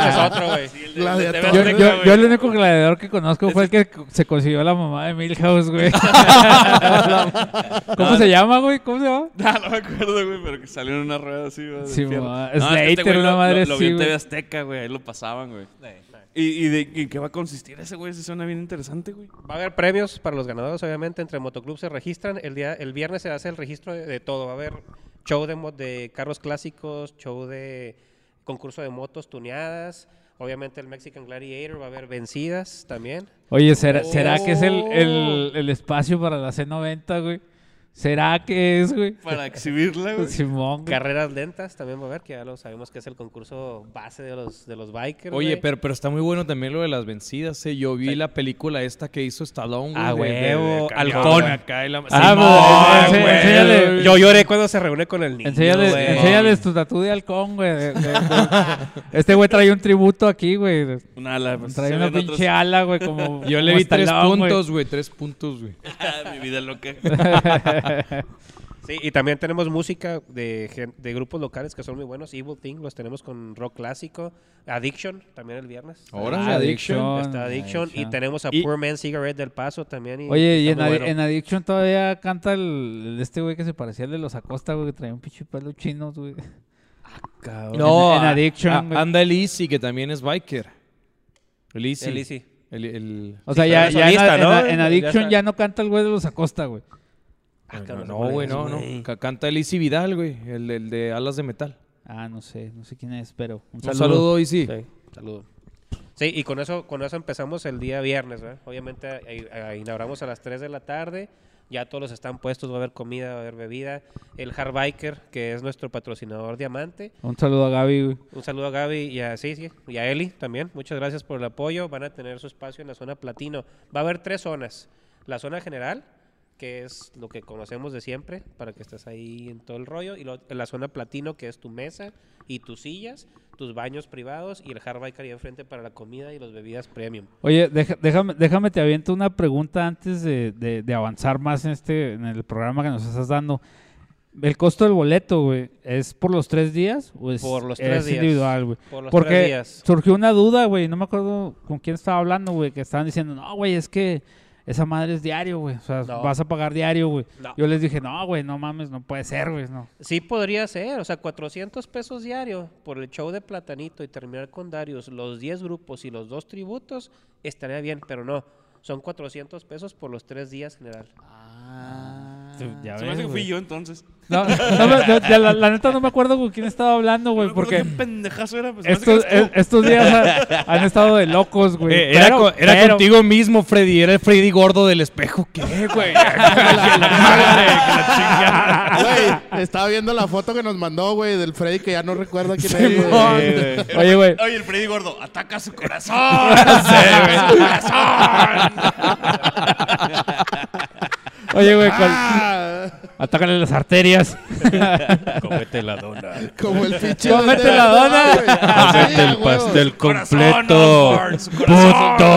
Speaker 4: es
Speaker 2: güey.
Speaker 4: otro, güey.
Speaker 5: Gladiator.
Speaker 1: Yo, yo, yo el único gladiador que conozco fue el que se consiguió la mamá de Milhouse, güey. ¿Cómo se llama, güey? ¿Cómo se llama?
Speaker 3: Ah, no me acuerdo, güey, pero que salió en una rueda así, güey. de
Speaker 1: Sí,
Speaker 3: fierro.
Speaker 1: ma,
Speaker 3: No, es que este
Speaker 1: Slater,
Speaker 3: güey
Speaker 1: una
Speaker 3: lo-
Speaker 1: madre
Speaker 3: lo, lo vi en
Speaker 1: así,
Speaker 3: TV
Speaker 1: güey.
Speaker 3: Azteca, güey, ahí lo pasaban, güey. ¿Y, y de y en qué va a consistir ese, güey? Ese suena bien interesante, güey.
Speaker 4: Va a haber premios para los ganadores, obviamente. Entre motoclubs se registran. El día, el viernes se hace el registro de, de todo. Va a haber show de, mo- de carros clásicos, show de concurso de motos tuneadas. Obviamente el Mexican Gladiator va a haber vencidas también.
Speaker 1: Oye, ¿será, será que es el, el, el espacio para la C90, güey? ¿Será que es, güey?
Speaker 3: Para exhibirla, güey.
Speaker 1: Simón, güey.
Speaker 4: Carreras lentas también va a haber, que ya lo sabemos que es el concurso base de los, de los bikers.
Speaker 2: Oye,
Speaker 4: güey.
Speaker 2: pero, pero está muy bueno también lo de las vencidas, eh. Yo vi la película esta que hizo Stallone, güey.
Speaker 4: Ah,
Speaker 2: de- de- de
Speaker 4: huevo,
Speaker 2: camión,
Speaker 4: Halcón.
Speaker 2: güey, acá y la-
Speaker 1: Ah,
Speaker 2: Simón,
Speaker 1: pues, ense-
Speaker 2: güey.
Speaker 1: enséñale.
Speaker 4: Yo lloré cuando se reúne con el niño.
Speaker 1: Enséñales,
Speaker 4: güey.
Speaker 1: enséñales tu tatu de halcón, güey. de- de- de- Este güey trae un tributo aquí, güey.
Speaker 3: Una ala, pues,
Speaker 1: Trae
Speaker 3: se
Speaker 1: una
Speaker 3: ven
Speaker 1: pinche
Speaker 3: otros-
Speaker 1: ala, güey, como...
Speaker 2: Yo le
Speaker 1: como
Speaker 2: vi tres
Speaker 1: Stallone, güey.
Speaker 2: puntos, güey. Tres puntos, güey.
Speaker 3: Ah, Mi vida loca.
Speaker 4: Sí, y también tenemos música de, gen- de grupos locales que son muy buenos. Evil Thing, los tenemos con rock clásico. Addiction, también el viernes.
Speaker 2: Ahora,
Speaker 1: Ah,
Speaker 2: Addiction.
Speaker 4: Está Addiction. Y tenemos a
Speaker 2: Y-
Speaker 4: Poor Man Cigarette del Paso también. Y
Speaker 1: Oye, y
Speaker 4: está
Speaker 1: en,
Speaker 4: muy
Speaker 1: Adi-
Speaker 4: bueno.
Speaker 1: en Addiction todavía canta el, el- este güey que se parecía al de los Acosta, güey, que traía un pinche pelo chino, güey.
Speaker 2: No,
Speaker 1: en, en
Speaker 2: a-
Speaker 1: Addiction,
Speaker 2: a-
Speaker 1: güey.
Speaker 2: Ah, anda el Easy, que también es biker. El Easy.
Speaker 4: El Easy.
Speaker 2: El- el-
Speaker 1: O sea,
Speaker 4: sí,
Speaker 1: ya,
Speaker 4: pero
Speaker 1: ya en-
Speaker 4: solista,
Speaker 1: en,
Speaker 4: ¿no?
Speaker 1: en
Speaker 4: Ya
Speaker 1: Addiction ya,
Speaker 4: está.
Speaker 1: no canta el güey de los Acosta, güey.
Speaker 4: Ah,
Speaker 2: No,
Speaker 4: cabrón,
Speaker 2: no, güey, no, no. Ca- Canta el Easy Vidal, güey. El, el de Alas de Metal.
Speaker 1: Ah, no sé, no sé quién es, pero un
Speaker 2: Un
Speaker 1: saludo.
Speaker 2: saludo, y sí.
Speaker 4: Sí, saludo. Sí, y con eso, con eso empezamos el día viernes, ¿verdad? Obviamente a- a- inauguramos a las 3 de la tarde, ya todos los están puestos, va a haber comida, va a haber bebida. El Hard Biker, que es nuestro patrocinador diamante.
Speaker 1: Un saludo a Gaby, güey.
Speaker 4: Un saludo a Gaby y a, sí, sí, y a Eli también. Muchas gracias por el apoyo. Van a tener su espacio en la zona platino. Va a haber tres zonas. La zona general, que es lo que conocemos de siempre, para que estés ahí en todo el rollo. Y lo- la zona platino, que es tu mesa y tus sillas, tus baños privados y el hard biker ahí enfrente para la comida y las bebidas premium.
Speaker 1: Oye, deja- déjame, déjame te aviento una pregunta antes de, de- de avanzar más en este, en el programa que nos estás dando. El costo del boleto, güey, ¿es por los tres días o es,
Speaker 4: Por los tres
Speaker 1: es
Speaker 4: días.
Speaker 1: individual, güey?
Speaker 4: Por los
Speaker 1: Porque
Speaker 4: tres días.
Speaker 1: surgió una duda, güey, no me acuerdo con quién estaba hablando, güey, que estaban diciendo, no, güey, es que esa madre es diario, güey, o sea,
Speaker 4: No.
Speaker 1: vas a pagar diario, güey.
Speaker 4: No.
Speaker 1: Yo les dije, no, güey, no mames, no puede ser, güey, no.
Speaker 4: Sí podría ser, o sea, 400 pesos diario por el show de Platanito y terminar con Darius, los 10 grupos y los dos tributos, estaría bien, pero no. Son 400 pesos por los tres días general.
Speaker 1: Ah. Ya
Speaker 3: Ah, Se
Speaker 1: ves,
Speaker 3: me hace que fui
Speaker 1: güey. Pues,
Speaker 3: yo entonces.
Speaker 1: No, no me- no, ya la, la neta no me acuerdo con quién estaba hablando, güey, porque...
Speaker 3: ¿Qué pendejazo era? Pues se me hace que
Speaker 1: Estos,
Speaker 3: eres tú.
Speaker 1: eh, estos días ha- han estado de locos, güey.
Speaker 2: Eh, era
Speaker 1: Pero-
Speaker 2: co- era
Speaker 1: pero- eh,
Speaker 2: contigo mismo, Freddy. Era el Freddy gordo del espejo. ¿Qué, güey?
Speaker 7: Ah.
Speaker 5: Güey, estaba viendo la foto que nos mandó, güey, del Freddy que ya no recuerda quién es. güey. Eh,
Speaker 1: Oye, güey.
Speaker 3: Oye, el Freddy Gordo, ataca su corazón. su corazón.
Speaker 1: Oye, güey.
Speaker 2: Ah.
Speaker 1: con- Atácale las arterias.
Speaker 7: Cómete la dona.
Speaker 5: Como el pinche.
Speaker 1: Cómete
Speaker 5: de-
Speaker 1: la
Speaker 5: de-
Speaker 1: dona.
Speaker 5: güey. Ah, Sí, a
Speaker 7: Hacete Ah, el
Speaker 5: huevo.
Speaker 7: pastel
Speaker 3: Corazón,
Speaker 7: completo.
Speaker 3: Osborne, su
Speaker 7: ¡Puto!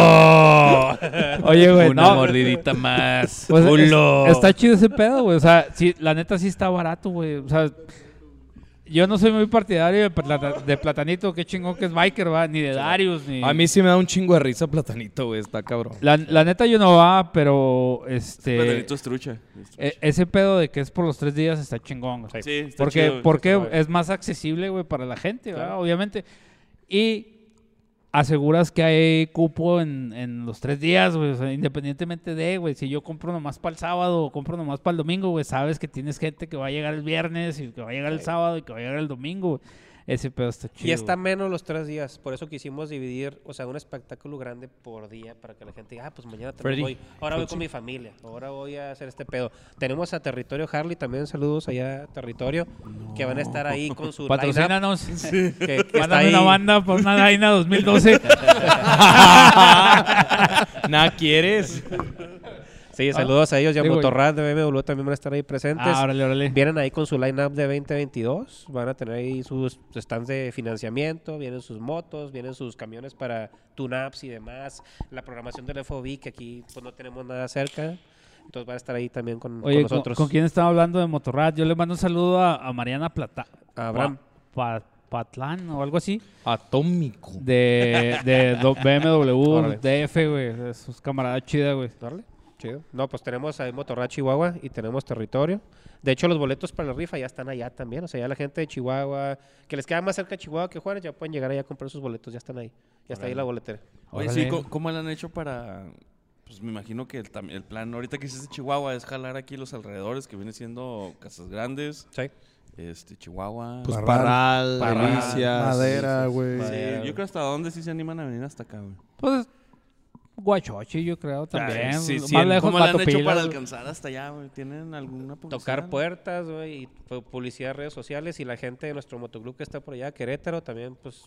Speaker 1: Oye, güey.
Speaker 7: Una
Speaker 1: No,
Speaker 7: mordidita más.
Speaker 1: pues, es-
Speaker 7: culo.
Speaker 1: está chido ese pedo, güey. O sea, sí, la neta sí está barato, güey. O sea, yo no soy muy partidario de, plata- de Platanito. Qué chingón que es biker, va. Ni de Darius, ni.
Speaker 2: A mí sí me da un chingo de risa platanito, güey. Está cabrón.
Speaker 1: La, la neta yo no va, pero este.
Speaker 3: Platanito es trucha.
Speaker 1: e- ese pedo de que es por los tres días está chingón, güey.
Speaker 3: Sí, está
Speaker 1: Porque,
Speaker 3: chido, güey.
Speaker 1: porque es más accesible, güey, para la gente, ¿verdad? Obviamente. Y aseguras que hay cupo en, en los tres días, güey. o sea, independientemente de, güey. Si yo compro nomás para el sábado o compro nomás para el domingo, güey, sabes que tienes gente que va a llegar el viernes y que va a llegar el sábado y que va a llegar el domingo, güey. Ese pedo está chido.
Speaker 4: y está
Speaker 1: güey.
Speaker 4: menos los tres días, por eso quisimos dividir, o sea, un espectáculo grande por día para que la gente diga, ah, pues mañana también
Speaker 2: Freddy,
Speaker 4: voy, ahora voy con mi familia, ahora voy a hacer este pedo. Tenemos a Territorio Harley, también saludos allá a Territorio, que van a estar ahí con su lineup,
Speaker 1: Patrocínanos.
Speaker 4: que- que está
Speaker 1: Mándame
Speaker 4: ahí.
Speaker 1: una banda por una Daina 2012.
Speaker 2: Nada quieres.
Speaker 4: Sí, saludos a ellos. Y a
Speaker 1: digo,
Speaker 4: Motorrad de BMW también van a estar ahí presentes.
Speaker 1: ah, órale, órale.
Speaker 4: Vienen ahí con su line-up de 2022. Van a tener ahí sus stands de financiamiento. Vienen sus motos, vienen sus camiones para tune-ups y demás. La programación del FOB, que aquí pues, no tenemos nada cerca. Entonces van a estar ahí también con, con
Speaker 1: Oye, ¿con,
Speaker 4: nosotros.
Speaker 1: con quién estaba hablando de Motorrad? Yo le mando un saludo a, a Mariana Plata.
Speaker 4: A Abraham.
Speaker 1: Pa- Pa- Patlán o algo así.
Speaker 2: Atómico.
Speaker 1: De, de do- BMW, DF, güey. de Sus camaradas chidas, güey.
Speaker 4: Órale, chido. No, pues tenemos ahí Motorrad Chihuahua y tenemos territorio. De hecho, los boletos para la rifa ya están allá también. O sea, ya la gente de Chihuahua, que les queda más cerca de Chihuahua que Juárez, ya pueden llegar allá a comprar sus boletos. Ya están ahí. Ya está ahí la boletera.
Speaker 3: Oye,
Speaker 1: Órale.
Speaker 3: sí, ¿cómo, cómo le han hecho para...? Pues me imagino que el, tam- el plan ahorita que hiciste Chihuahua es jalar aquí los alrededores que viene siendo Casas Grandes,
Speaker 4: Sí.
Speaker 3: este, Chihuahua.
Speaker 5: Pues,
Speaker 2: Parral,
Speaker 3: Parral,
Speaker 2: Delicias.
Speaker 5: Ah, Madera, güey.
Speaker 3: Sí, yo creo hasta dónde sí se animan a venir hasta acá, güey.
Speaker 1: Pues, Guachochi, yo creo también.
Speaker 3: Sí, sí,
Speaker 1: Más lejos,
Speaker 3: ¿Cómo le han hecho
Speaker 1: Matopila,
Speaker 3: para
Speaker 1: güey.
Speaker 3: alcanzar hasta allá, güey? ¿Tienen alguna publicidad?
Speaker 4: Tocar puertas, güey, y pu- publicidad, redes sociales. Y la gente de nuestro motoclub que está por allá, Querétaro, también, pues,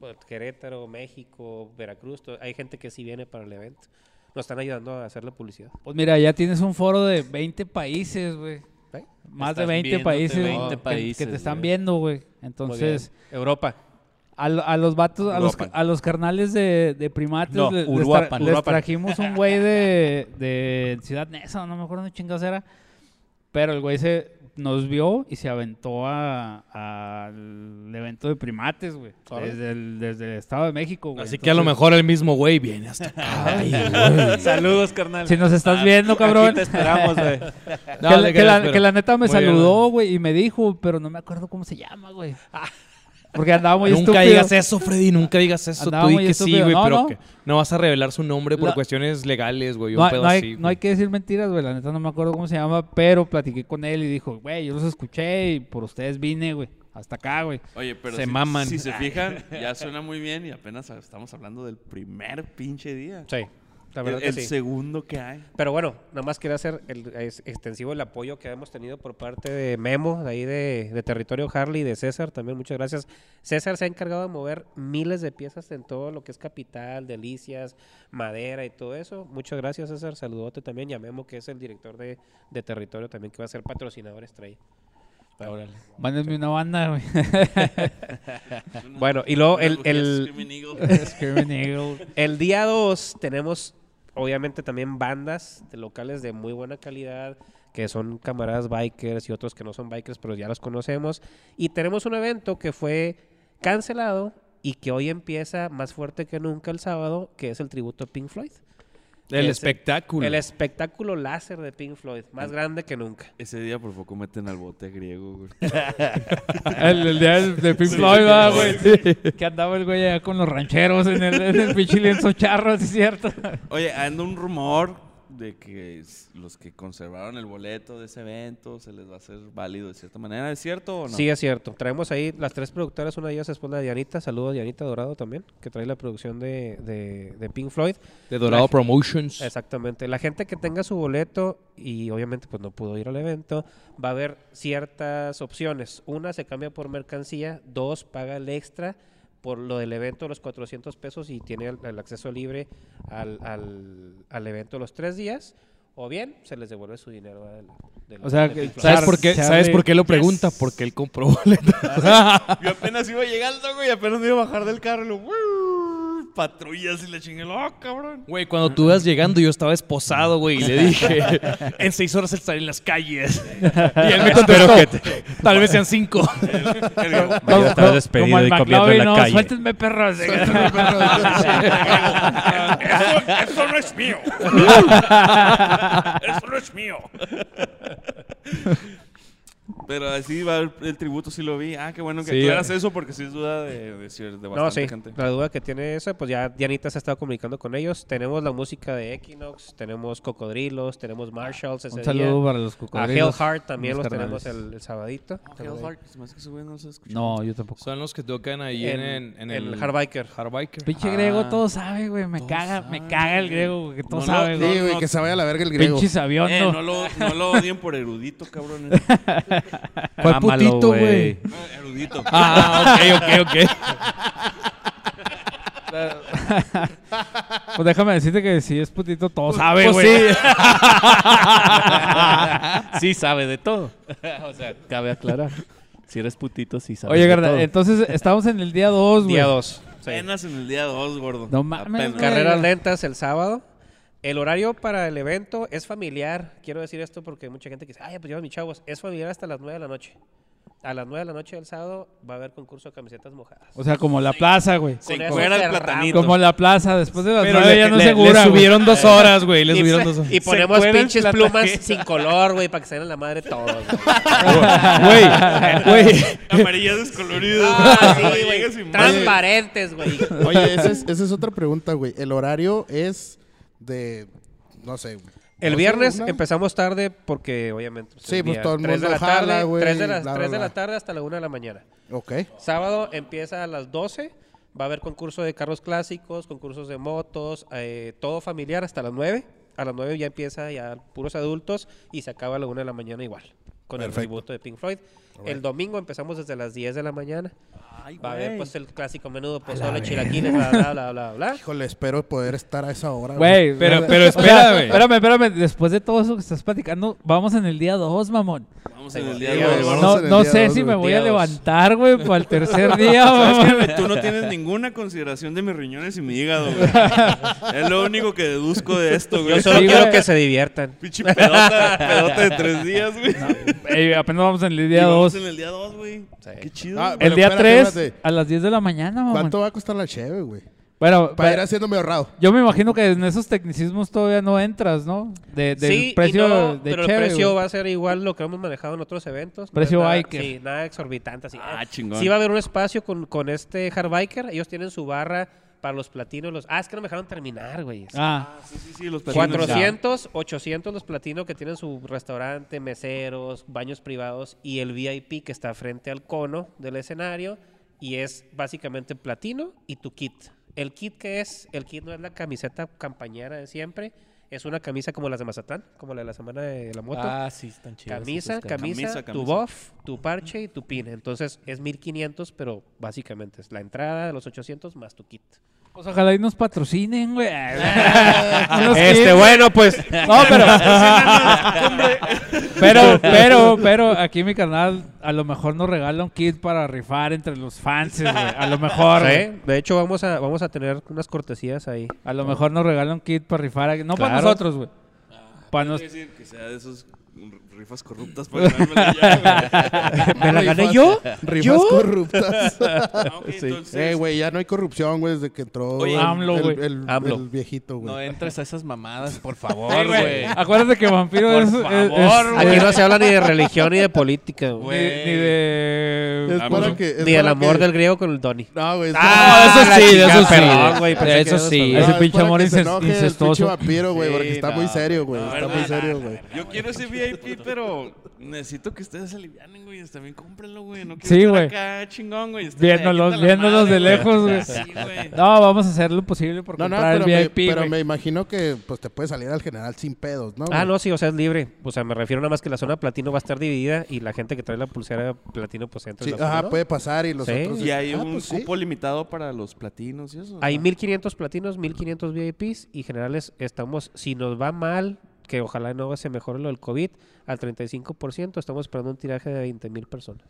Speaker 4: por Querétaro, México, Veracruz. to- Hay gente que sí viene para el evento. Nos están ayudando a hacer la publicidad.
Speaker 1: Pues mira, ya tienes un foro de 20 países, güey.
Speaker 4: ¿Sí?
Speaker 1: Más de
Speaker 7: Estás
Speaker 1: 20
Speaker 7: viéndote
Speaker 1: países,
Speaker 7: 20
Speaker 1: que- que,
Speaker 7: países,
Speaker 1: te están
Speaker 7: güey.
Speaker 1: viendo, güey.
Speaker 4: Muy bien.
Speaker 1: Entonces,
Speaker 4: Europa.
Speaker 1: A, lo- a los vatos, a los,
Speaker 3: Uruapan.
Speaker 1: a los carnales de, de primates,
Speaker 7: No,
Speaker 1: le- les,
Speaker 7: Uruapan.
Speaker 1: les
Speaker 7: Uruapan.
Speaker 1: trajimos un güey de, de Ciudad Neza, no me acuerdo de chingas era. Pero el güey se nos vio y se aventó a- al evento de primates, güey. Desde el, desde el Estado de México, güey.
Speaker 2: Así que a lo
Speaker 1: Entonces,
Speaker 2: mejor el mismo güey viene hasta acá.
Speaker 8: Saludos, carnal.
Speaker 1: Si nos
Speaker 2: Ah,
Speaker 1: estás viendo, cabrón.
Speaker 8: Aquí te esperamos, güey.
Speaker 2: No,
Speaker 1: que,
Speaker 2: te
Speaker 1: la, que
Speaker 2: creas,
Speaker 1: la-
Speaker 2: pero
Speaker 1: que la neta me
Speaker 2: muy bien, Ah.
Speaker 1: saludó, güey, y me dijo, pero no me acuerdo cómo se llama, güey. Porque andaba muy
Speaker 2: Nunca
Speaker 1: estúpido.
Speaker 2: digas eso, Freddy. Nunca digas eso.
Speaker 1: Andaba
Speaker 2: Tú di
Speaker 1: muy
Speaker 2: que sí,
Speaker 1: estúpido.
Speaker 2: güey,
Speaker 1: No,
Speaker 2: pero
Speaker 1: no.
Speaker 2: que no vas a revelar su nombre por
Speaker 1: La-
Speaker 2: cuestiones legales, güey.
Speaker 1: No,
Speaker 2: un
Speaker 1: hay-
Speaker 2: pedo
Speaker 1: no hay,
Speaker 2: así,
Speaker 1: no hay
Speaker 2: güey.
Speaker 1: que decir mentiras, güey. La neta no me acuerdo cómo se llama, pero platiqué con él y dijo, güey, yo los escuché y por ustedes vine, güey. Hasta acá, güey.
Speaker 3: Oye, pero
Speaker 7: Se
Speaker 3: si,
Speaker 7: maman.
Speaker 3: si se fijan, ya suena muy bien y apenas estamos hablando del primer pinche día.
Speaker 4: Sí, la
Speaker 3: el
Speaker 4: verdad
Speaker 3: el
Speaker 4: que sí.
Speaker 3: segundo que hay.
Speaker 4: Pero bueno, nada más quería hacer el- es- extensivo el apoyo que hemos tenido por parte de Memo, de ahí de, de Territorio Harley, de César, también muchas gracias. César se ha encargado de mover miles de piezas en todo lo que es capital, delicias, madera y todo eso. Muchas gracias, César. Saludote también y a Memo, que es el director de, de Territorio, también que va a ser patrocinador estrella.
Speaker 7: Órale.
Speaker 1: Mándenme una banda, güey.
Speaker 4: Bueno, y luego
Speaker 3: Una
Speaker 4: el-
Speaker 3: cogida
Speaker 4: el-
Speaker 3: Screaming Eagle.
Speaker 1: Screaming Eagle.
Speaker 4: El día 2 tenemos, obviamente, también bandas de locales de muy buena calidad, que son camaradas bikers y otros que no son bikers, pero ya los conocemos. Y tenemos un evento que fue cancelado y que hoy empieza más fuerte que nunca el sábado, que es el tributo a Pink Floyd.
Speaker 2: El
Speaker 4: Es-
Speaker 2: espectáculo.
Speaker 4: El espectáculo láser de Pink Floyd, más
Speaker 3: Mm.
Speaker 4: grande que nunca.
Speaker 3: Ese día por poco meten al bote griego, güey.
Speaker 1: El, el día del- de Pink Floyd, ¿verdad, güey. Que andaba el güey allá con los rancheros en el, en el pinche lienzo charro, ¿sí es cierto.
Speaker 3: Oye, anda un rumor de que s- los que conservaron el boleto de ese evento se les va a hacer válido de cierta manera. ¿Es cierto o no?
Speaker 4: Sí, es cierto. Traemos ahí las tres productoras, una de ellas es pues, la Dianita. Saludos, Dianita Dorado también, que trae la producción de, de- de Pink Floyd.
Speaker 2: de Dorado
Speaker 4: la-
Speaker 2: Promotions.
Speaker 4: Exactamente. La gente que tenga su boleto y obviamente pues no pudo ir al evento, va a haber ciertas opciones. Una, se cambia por mercancía. Dos, paga el extra por lo del evento, los 400 pesos y tiene el, el acceso libre al, al, al evento los tres días. O bien, se les devuelve su dinero. del- del-
Speaker 1: O sea,
Speaker 4: del
Speaker 1: que-
Speaker 4: Pink Floyd.
Speaker 2: ¿Sabes
Speaker 1: Char-
Speaker 2: por qué?
Speaker 1: Charlie-
Speaker 2: ¿Sabes por qué lo pregunta? Porque él compró boleto.
Speaker 3: Yo apenas iba llegando, güey, apenas me iba a bajar del carro y lo... "Wiu", Patrullas y la chingue, ¡oh, cabrón!
Speaker 2: Güey, cuando tú ibas llegando, yo estaba esposado, güey, y le dije, en seis horas estaré en las calles. Y él me contestó, tal vez sean cinco.
Speaker 1: Como-
Speaker 7: estar
Speaker 1: como-
Speaker 7: despedido
Speaker 1: como el
Speaker 7: y comiendo en la
Speaker 1: McLovin, ¿no?
Speaker 7: calle.
Speaker 1: Suéltenme, perros.
Speaker 8: Eso, eso no es mío. Eso no es mío.
Speaker 3: Pero así va el, el tributo, sí lo vi. Ah, qué bueno que
Speaker 2: Sí,
Speaker 3: tú
Speaker 2: eh.
Speaker 3: eras eso porque sí es duda de, de, cier- de
Speaker 4: No,
Speaker 3: bastante
Speaker 4: sí,
Speaker 3: gente.
Speaker 4: la duda que tiene esa, pues ya Dianita se ha estado comunicando con ellos. Tenemos la música de Equinox, tenemos Cocodrilos, tenemos Marshalls ese
Speaker 1: Un
Speaker 4: día.
Speaker 1: saludo para los
Speaker 4: A
Speaker 1: cocodrilos.
Speaker 4: Hellheart también
Speaker 1: mis
Speaker 4: los tenemos
Speaker 1: carnales.
Speaker 4: el, el sabadito.
Speaker 1: No, yo tampoco.
Speaker 2: Son los que tocan ahí en, en, en el,
Speaker 4: Hard Biker.
Speaker 2: Hardbiker.
Speaker 1: Pinche
Speaker 3: Ah.
Speaker 1: griego, todo sabe, güey. Me caga, me caga el griego, güey, que todo
Speaker 3: No, no,
Speaker 1: sabe,
Speaker 5: Sí,
Speaker 1: güey.
Speaker 5: güey, que se vaya a la verga el griego.
Speaker 1: Pinche sabión,
Speaker 3: Eh, no lo, no lo odien por erudito, cabrón. Eh,
Speaker 2: ¿Cuál
Speaker 7: Mámalo,
Speaker 2: putito, güey?
Speaker 3: Erudito.
Speaker 2: Ah, ok, ok, ok.
Speaker 1: Pues déjame decirte que si es putito, todo sabe,
Speaker 7: Pues
Speaker 1: güey.
Speaker 7: sí sabe de todo. o sea, cabe aclarar. Si eres putito, sí sabes
Speaker 1: Oye,
Speaker 7: de
Speaker 1: carnal,
Speaker 7: todo.
Speaker 1: entonces estamos en el día 2, güey.
Speaker 4: Día 2.
Speaker 3: Apenas en el día 2, gordo.
Speaker 1: No mames,
Speaker 3: Apenas.
Speaker 1: güey.
Speaker 4: Carreras lentas el sábado. El horario para el evento es familiar. Quiero decir esto porque hay mucha gente que dice, ay, pues llevan mis chavos. Es familiar hasta las 9 de la noche. A las 9 de la noche del sábado va a haber concurso de camisetas mojadas.
Speaker 1: O sea, como la plaza, güey.
Speaker 3: Se
Speaker 4: Con eso
Speaker 3: encuera el
Speaker 4: cerramos.
Speaker 3: platanito.
Speaker 1: Como la plaza, después de las
Speaker 2: Pero
Speaker 1: nueve
Speaker 2: le,
Speaker 1: ya no
Speaker 2: le-
Speaker 1: se cura,
Speaker 2: le
Speaker 1: güey.
Speaker 2: subieron dos horas, güey. Le subieron dos horas.
Speaker 4: Y ponemos
Speaker 7: cuela el
Speaker 4: pinches
Speaker 7: plátano.
Speaker 4: plumas sin color, güey, para que se den la madre todos. güey.
Speaker 2: Güey, güey.
Speaker 8: Amarillas descoloridas.
Speaker 4: Ah, sí,
Speaker 8: Cuando
Speaker 4: güey.
Speaker 8: llegues y-
Speaker 4: Transparentes, güey.
Speaker 5: Oye, esa es, esa es otra pregunta, güey. El horario es de, no sé.
Speaker 4: El
Speaker 5: 12,
Speaker 4: viernes
Speaker 5: una.
Speaker 4: empezamos tarde porque obviamente
Speaker 5: Sí,
Speaker 4: el
Speaker 5: pues,
Speaker 4: día
Speaker 5: todo el
Speaker 4: 3 de
Speaker 5: mundo
Speaker 4: la tarde,
Speaker 5: jala, güey,
Speaker 4: 3 de la,
Speaker 5: bla, bla,
Speaker 4: 3 de la
Speaker 5: bla.
Speaker 4: tarde hasta la 1 de la mañana.
Speaker 5: Ok.
Speaker 4: Sábado empieza a las 12. Va a haber concurso de carros clásicos, concursos de motos, eh, todo familiar hasta las 9. A las 9 ya empieza ya puros adultos y se acaba a la 1 de la mañana igual, con el
Speaker 5: Perfecto.
Speaker 4: tributo de Pink Floyd. El domingo empezamos desde las 10 de la mañana. va a haber pues el clásico menudo, pozole, chilaquiles, bla, bla, bla, bla, bla.
Speaker 5: Híjole, espero poder estar a esa hora.
Speaker 1: Güey,
Speaker 2: Pero-
Speaker 1: no-
Speaker 2: pero
Speaker 1: o sea,
Speaker 2: espera, güey.
Speaker 1: espérame, espérame. Después de todo eso que estás platicando, vamos en el día 2, mamón.
Speaker 3: Vamos en el día
Speaker 4: Diego,
Speaker 3: 2.
Speaker 5: Vamos
Speaker 1: No,
Speaker 5: en el
Speaker 1: no
Speaker 5: día
Speaker 1: sé
Speaker 5: dos,
Speaker 1: si me voy
Speaker 5: güey.
Speaker 4: Día
Speaker 1: a
Speaker 4: dos.
Speaker 1: levantar, güey, para el tercer día, mamón.
Speaker 3: Tú no tienes ninguna consideración de mis riñones y mi hígado, güey. Es lo único que deduzco de esto, güey.
Speaker 4: Yo solo
Speaker 1: Sí,
Speaker 4: quiero
Speaker 1: güey.
Speaker 4: que se diviertan.
Speaker 3: Pinche pedota, pedota de tres días, güey.
Speaker 1: Ey, apenas vamos en el
Speaker 3: Y
Speaker 1: día
Speaker 3: vamos
Speaker 1: 2.
Speaker 3: en el día 2, güey. Qué chido.
Speaker 5: Ah,
Speaker 1: El
Speaker 5: Pero
Speaker 1: día
Speaker 5: espérate,
Speaker 1: 3
Speaker 5: espérate.
Speaker 1: a las 10 de la mañana, mamón.
Speaker 5: ¿Cuánto va a costar la cheve, güey?
Speaker 1: Bueno,
Speaker 5: Para
Speaker 1: pe-
Speaker 5: ir haciéndome ahorrado.
Speaker 1: yo me imagino que en esos tecnicismos todavía no entras, ¿no? De, del
Speaker 4: sí, y
Speaker 1: precio
Speaker 4: no,
Speaker 1: de
Speaker 4: pero
Speaker 1: cheve,
Speaker 4: el precio
Speaker 1: güey.
Speaker 4: va a ser igual lo que hemos manejado en otros eventos. No
Speaker 1: Precio
Speaker 4: es nada-
Speaker 1: biker.
Speaker 4: Sí, nada exorbitante. Así.
Speaker 3: Ah,
Speaker 4: Ah,
Speaker 3: chingón.
Speaker 4: Sí va a haber un espacio con, con este hard biker. Ellos tienen su barra para los platinos, los... Ah, es que no me dejaron terminar, güey.
Speaker 1: Ah,
Speaker 3: Sí, sí, sí, los platinos.
Speaker 4: 400, 800 los platinos que tienen su restaurante, meseros, baños privados y el VIP que está frente al cono del escenario y es básicamente platino y tu kit. El kit que es, el kit no es la camiseta campañera de siempre, es una camisa como las de Mazatán, como la de la semana de la moto.
Speaker 7: Ah, sí, están chidas.
Speaker 4: Camisa,
Speaker 7: esas camisas.
Speaker 4: camisa,
Speaker 3: Camisa,
Speaker 4: tu
Speaker 3: camisa.
Speaker 4: buff, tu parche y tu pin. Entonces es 1500, pero básicamente es la entrada de los 800 más tu kit.
Speaker 1: pues ojalá y nos patrocinen, güey. Unos
Speaker 4: Este,
Speaker 1: kits.
Speaker 4: bueno, pues
Speaker 1: No, pero. pero, pero, pero, aquí mi canal a lo mejor nos regala un kit para rifar entre los fans, güey. A lo mejor.
Speaker 4: Sí,
Speaker 1: güey.
Speaker 4: De hecho, vamos a, vamos a tener unas cortesías ahí.
Speaker 1: A lo mejor nos regala un kit para rifar. aquí. No para
Speaker 4: Claro.
Speaker 1: nosotros, güey. Para nos...
Speaker 3: Quiere decir que sea de esos rifas corruptas para ganármela ya,
Speaker 4: ¿Me la gané yo?
Speaker 2: Ah,
Speaker 5: Rifas
Speaker 4: ¿Yo?
Speaker 5: corruptas.
Speaker 3: güey. Ah, ok, entonces,
Speaker 5: Eh, güey, ya no hay corrupción, güey, desde que entró
Speaker 1: Oye,
Speaker 5: el,
Speaker 1: AMLO,
Speaker 5: el-
Speaker 1: güey.
Speaker 5: el-
Speaker 4: AMLO.
Speaker 5: el viejito, güey.
Speaker 7: No entres a esas mamadas, por
Speaker 1: Ay,
Speaker 7: favor,
Speaker 1: güey,
Speaker 7: güey.
Speaker 1: Acuérdate que vampiro es, es- es-
Speaker 4: Aquí no se habla ni de religión ni de política,
Speaker 1: ni-
Speaker 4: güey.
Speaker 1: ni, de.
Speaker 5: es
Speaker 3: AMLO.
Speaker 5: para que, es
Speaker 4: Ni del
Speaker 5: para
Speaker 4: amor
Speaker 5: que-
Speaker 4: del griego con el Donny.
Speaker 5: No, güey. es
Speaker 4: Ah,
Speaker 5: para-
Speaker 4: eso sí, de eso sí.
Speaker 1: Perdón,
Speaker 4: güey, pensé
Speaker 7: eso
Speaker 4: que
Speaker 7: sí.
Speaker 5: No,
Speaker 1: Ese
Speaker 5: es
Speaker 1: pinche
Speaker 5: para
Speaker 1: amor
Speaker 5: que se
Speaker 1: inces-
Speaker 5: enoje el
Speaker 1: incestuoso.
Speaker 5: pinche vampiro, güey, porque
Speaker 7: Sí,
Speaker 5: está
Speaker 7: no.
Speaker 5: muy serio, güey.
Speaker 3: No,
Speaker 5: Está
Speaker 3: no,
Speaker 5: muy
Speaker 3: no,
Speaker 5: serio, güey.
Speaker 3: Yo quiero ese VIP, pero necesito que ustedes se alivianen, güey. También cómprenlo, güey. No quiero
Speaker 1: Sí,
Speaker 3: estar
Speaker 1: güey.
Speaker 3: acá chingón, güey. Estén
Speaker 1: Viéndolos,
Speaker 3: ahí, quita la
Speaker 1: viéndolos de
Speaker 3: madre,
Speaker 1: lejos, güey.
Speaker 3: Sí, güey.
Speaker 1: No, vamos a hacer lo posible por
Speaker 5: No, no,
Speaker 1: comprar
Speaker 5: pero,
Speaker 1: el
Speaker 5: me,
Speaker 1: VIP.
Speaker 5: pero
Speaker 1: güey.
Speaker 5: me imagino que pues te puede salir al general sin pedos, ¿no?
Speaker 4: Ah,
Speaker 5: güey?
Speaker 4: no, sí, o sea, es libre. O sea, me refiero nada más que la zona platino va a estar dividida y la gente que trae la pulsera platino pues entra. en
Speaker 5: Sí,
Speaker 4: la
Speaker 5: ajá,
Speaker 4: zona.
Speaker 5: puede pasar y los
Speaker 4: Sí.
Speaker 5: otros.
Speaker 3: Y hay
Speaker 5: Ah,
Speaker 3: un
Speaker 5: pues sí.
Speaker 3: cupo limitado para los platinos y eso.
Speaker 4: Hay
Speaker 3: ¿no?
Speaker 4: 1500 platinos, 1500 VIPs y generales estamos, si nos va mal, que ojalá no se mejore lo del COVID, al 35%, estamos esperando un tiraje de 20 mil personas.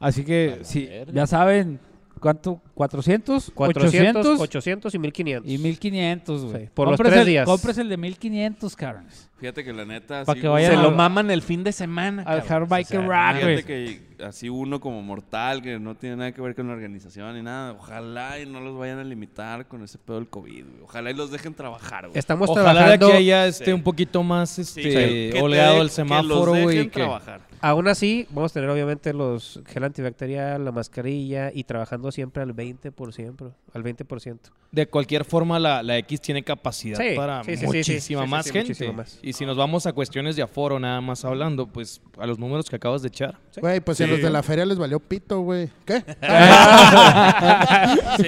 Speaker 1: Así que, sí, ya saben, ¿cuánto? ¿400?
Speaker 4: 400,
Speaker 1: 800
Speaker 4: 800 y 1500.
Speaker 1: Y 1500, güey.
Speaker 4: Sí, por los
Speaker 1: Compres
Speaker 4: tres
Speaker 1: el-
Speaker 4: días.
Speaker 1: Compres el de 1500, cabrones.
Speaker 3: Fíjate que la neta.
Speaker 1: Pa'
Speaker 3: sí,
Speaker 1: que
Speaker 3: güey,
Speaker 1: vayan
Speaker 7: Se
Speaker 1: a-
Speaker 7: lo maman el fin de semana.
Speaker 1: Al
Speaker 7: Ah, cabrón.
Speaker 1: Hard Biker Rack,
Speaker 3: Fíjate
Speaker 1: güey.
Speaker 3: que así uno como mortal, que no tiene nada que ver con la organización ni nada, ojalá y no los vayan a limitar con ese pedo del COVID, güey. Ojalá y los dejen trabajar, güey.
Speaker 4: Estamos
Speaker 2: Ojalá de
Speaker 4: trabajando,
Speaker 2: aquí a allá esté
Speaker 3: Sí.
Speaker 2: un poquito más este,
Speaker 3: Sí, que- que te
Speaker 2: oleado
Speaker 3: de-
Speaker 2: el
Speaker 3: que
Speaker 2: semáforo,
Speaker 3: los
Speaker 2: güey.
Speaker 3: dejen
Speaker 2: que-
Speaker 3: trabajar.
Speaker 4: aún así, vamos a tener obviamente los gel antibacterial, la mascarilla y trabajando siempre al 20%, al 20%.
Speaker 2: De cualquier forma, la, la X tiene capacidad
Speaker 4: Sí,
Speaker 2: para
Speaker 4: sí, sí, sí,
Speaker 2: muchísima
Speaker 4: sí, sí,
Speaker 2: más
Speaker 4: sí,
Speaker 2: gente.
Speaker 4: muchísimo más.
Speaker 2: Y si nos vamos a cuestiones de aforo, nada más hablando, pues a los números que acabas de echar.
Speaker 5: Güey, pues si a los de la feria les valió pito, güey. ¿Qué?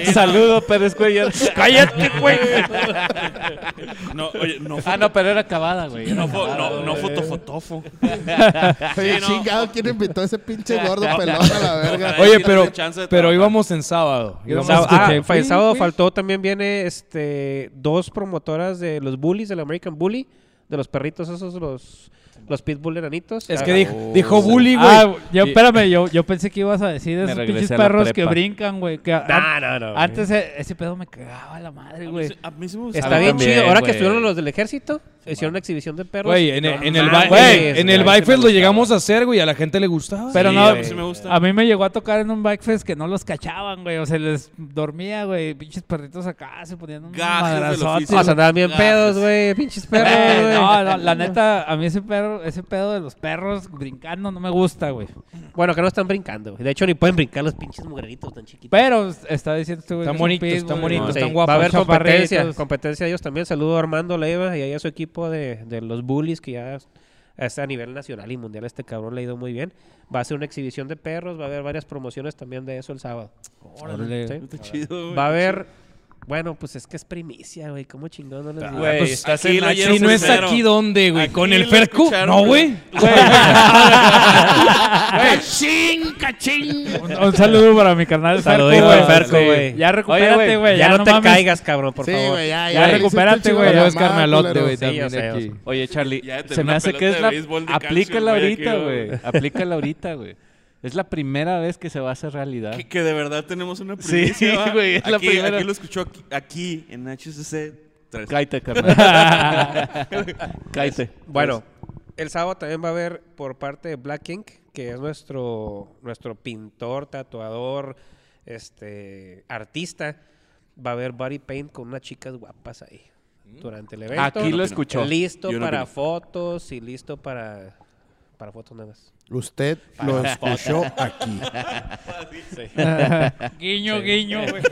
Speaker 7: Saludo, Pérez Cuellar. ¡Cállate, güey!
Speaker 3: No, oye, no
Speaker 7: Ah, no, pero era acabada, güey.
Speaker 3: No, fo- no, no fotofotofo.
Speaker 5: Oye,
Speaker 3: Sí, no.
Speaker 5: chingado, ¿quién invitó a ese pinche gordo pelón a la verga?
Speaker 3: Ahí
Speaker 2: Oye,
Speaker 3: tienes
Speaker 2: pero,
Speaker 3: el chance de
Speaker 2: pero
Speaker 3: trabajar.
Speaker 2: íbamos en sábado. Íbamos-
Speaker 1: Vamos
Speaker 4: Sab-
Speaker 1: a
Speaker 4: ah,
Speaker 1: escuchar.
Speaker 4: fa- el
Speaker 1: Uy,
Speaker 4: sábado
Speaker 1: uy.
Speaker 4: faltó también viene este dos promotoras de los bullies del American Bully, de los perritos esos los los pitbull enanitos.
Speaker 2: es
Speaker 4: Ah,
Speaker 2: que dijo, dijo bully, güey.
Speaker 1: Ah, yo,
Speaker 2: Y-
Speaker 1: espérame, yo, yo pensé que ibas a decir de esos
Speaker 7: regresé
Speaker 1: pinches
Speaker 7: a la
Speaker 1: perros que
Speaker 7: prepa.
Speaker 1: brincan, güey. que a-
Speaker 4: No, Ah, no, no.
Speaker 1: Antes e- ese pedo me cagaba la madre, güey.
Speaker 3: A mí sí me gusta.
Speaker 4: Está
Speaker 7: A mí
Speaker 4: bien
Speaker 7: también,
Speaker 4: chido. Ahora
Speaker 7: güey.
Speaker 4: que estuvieron los del ejército, hicieron una exhibición de perros.
Speaker 2: Güey, en, en el,
Speaker 4: mames,
Speaker 2: ba- güey, en el
Speaker 4: Ah, güey,
Speaker 2: Byfest
Speaker 4: se
Speaker 2: lo
Speaker 4: me
Speaker 2: llegamos a hacer, güey, a la gente le gustaba.
Speaker 1: Pero
Speaker 3: Sí,
Speaker 1: no,
Speaker 3: a mí sí me gusta.
Speaker 1: a mí me llegó a tocar en un bikefest que no los cachaban, güey. O se les dormía, güey. Pinches perritos acá se ponían un
Speaker 3: Gajes del
Speaker 1: madrazote,
Speaker 3: oficio.
Speaker 4: O sea, andaban bien
Speaker 3: Ah,
Speaker 4: pedos, güey. Pinches perros,
Speaker 1: Güey,
Speaker 4: güey.
Speaker 1: Eh, no, no, la neta, a mí ese perro, ese pedo de los perros brincando no me gusta, güey.
Speaker 4: Bueno, que no están brincando. güey. De hecho, ni pueden brincar los pinches mugreritos tan chiquitos.
Speaker 1: Pero está diciendo este güey.
Speaker 2: Están
Speaker 1: que es un
Speaker 2: bonitos,
Speaker 1: pitbull,
Speaker 2: están
Speaker 1: ¿no?
Speaker 2: bonitos,
Speaker 4: Sí,
Speaker 2: están guapos.
Speaker 4: Va a haber competencia,
Speaker 1: chaparritos.
Speaker 4: competencia de ellos también. Saludo a Armando Leiva y ahí a su equipo de, de los bullies que ya está a nivel nacional y mundial. Este cabrón le ha ido muy bien. Va a ser una exhibición de perros, va a haber varias promociones también de eso el sábado.
Speaker 1: Órale.
Speaker 4: Sí.
Speaker 3: Está chido, güey.
Speaker 4: Va a haber... Bueno, pues es que es primicia, güey. ¿Cómo chingón no les digo?
Speaker 7: Güey,
Speaker 3: pues,
Speaker 7: estás
Speaker 3: aquí
Speaker 7: en
Speaker 3: lo
Speaker 7: la
Speaker 3: llevas
Speaker 2: Ah, Si no es
Speaker 3: primero.
Speaker 2: aquí, ¿dónde, güey?
Speaker 3: Aquí
Speaker 2: ¿Con el
Speaker 3: lo
Speaker 2: Fercu?
Speaker 3: escucharon,
Speaker 2: No,
Speaker 3: güey.
Speaker 2: güey.
Speaker 1: Un, un saludo para mi canal.
Speaker 4: Saludito
Speaker 1: Ferco,
Speaker 4: al
Speaker 1: güey.
Speaker 4: Ferco, güey.
Speaker 1: Ya recupérate, güey.
Speaker 4: Ya, no, te
Speaker 1: mames.
Speaker 4: caigas, cabrón, por
Speaker 5: Sí,
Speaker 4: favor.
Speaker 5: güey, ya,
Speaker 1: Ya
Speaker 5: ya. le hiciste
Speaker 1: recupérate,
Speaker 5: un chingo
Speaker 1: güey,
Speaker 5: de
Speaker 1: ya
Speaker 2: es
Speaker 5: mamá,
Speaker 2: carnalote,
Speaker 5: culero.
Speaker 2: güey,
Speaker 4: Sí,
Speaker 2: también
Speaker 4: yo sé, yo
Speaker 2: aquí.
Speaker 4: sé.
Speaker 7: Oye, Charlie,
Speaker 3: Ya te
Speaker 7: se
Speaker 3: una
Speaker 7: me hace que
Speaker 3: pelota
Speaker 7: es
Speaker 3: de
Speaker 7: la...
Speaker 3: béisbol de calcio,
Speaker 7: Aplícala
Speaker 3: güey,
Speaker 7: ahorita,
Speaker 3: aquí,
Speaker 7: güey.
Speaker 3: güey.
Speaker 7: Aplícala ahorita, güey. Es la primera vez que se va a hacer realidad.
Speaker 3: Que, que de verdad tenemos una
Speaker 7: Sí,
Speaker 3: primicia. ¿va?
Speaker 7: güey, es la
Speaker 3: Aquí-
Speaker 7: primera.
Speaker 3: Aquí lo escuchó aquí, aquí en HCC. tres.
Speaker 7: Cállate, carnal. Cállate.
Speaker 4: Bueno, Pues, el sábado también va a haber por parte de Black Ink, que es nuestro, nuestro pintor, tatuador, este artista. Va a haber body paint con unas chicas guapas ahí durante el evento.
Speaker 7: Aquí lo escuchó.
Speaker 4: Listo
Speaker 3: Mm. Yo no
Speaker 4: para
Speaker 3: opino.
Speaker 4: fotos y listo para para fotos nuevas.
Speaker 5: Usted lo escuchó aquí.
Speaker 1: Guiño, guiño, güey.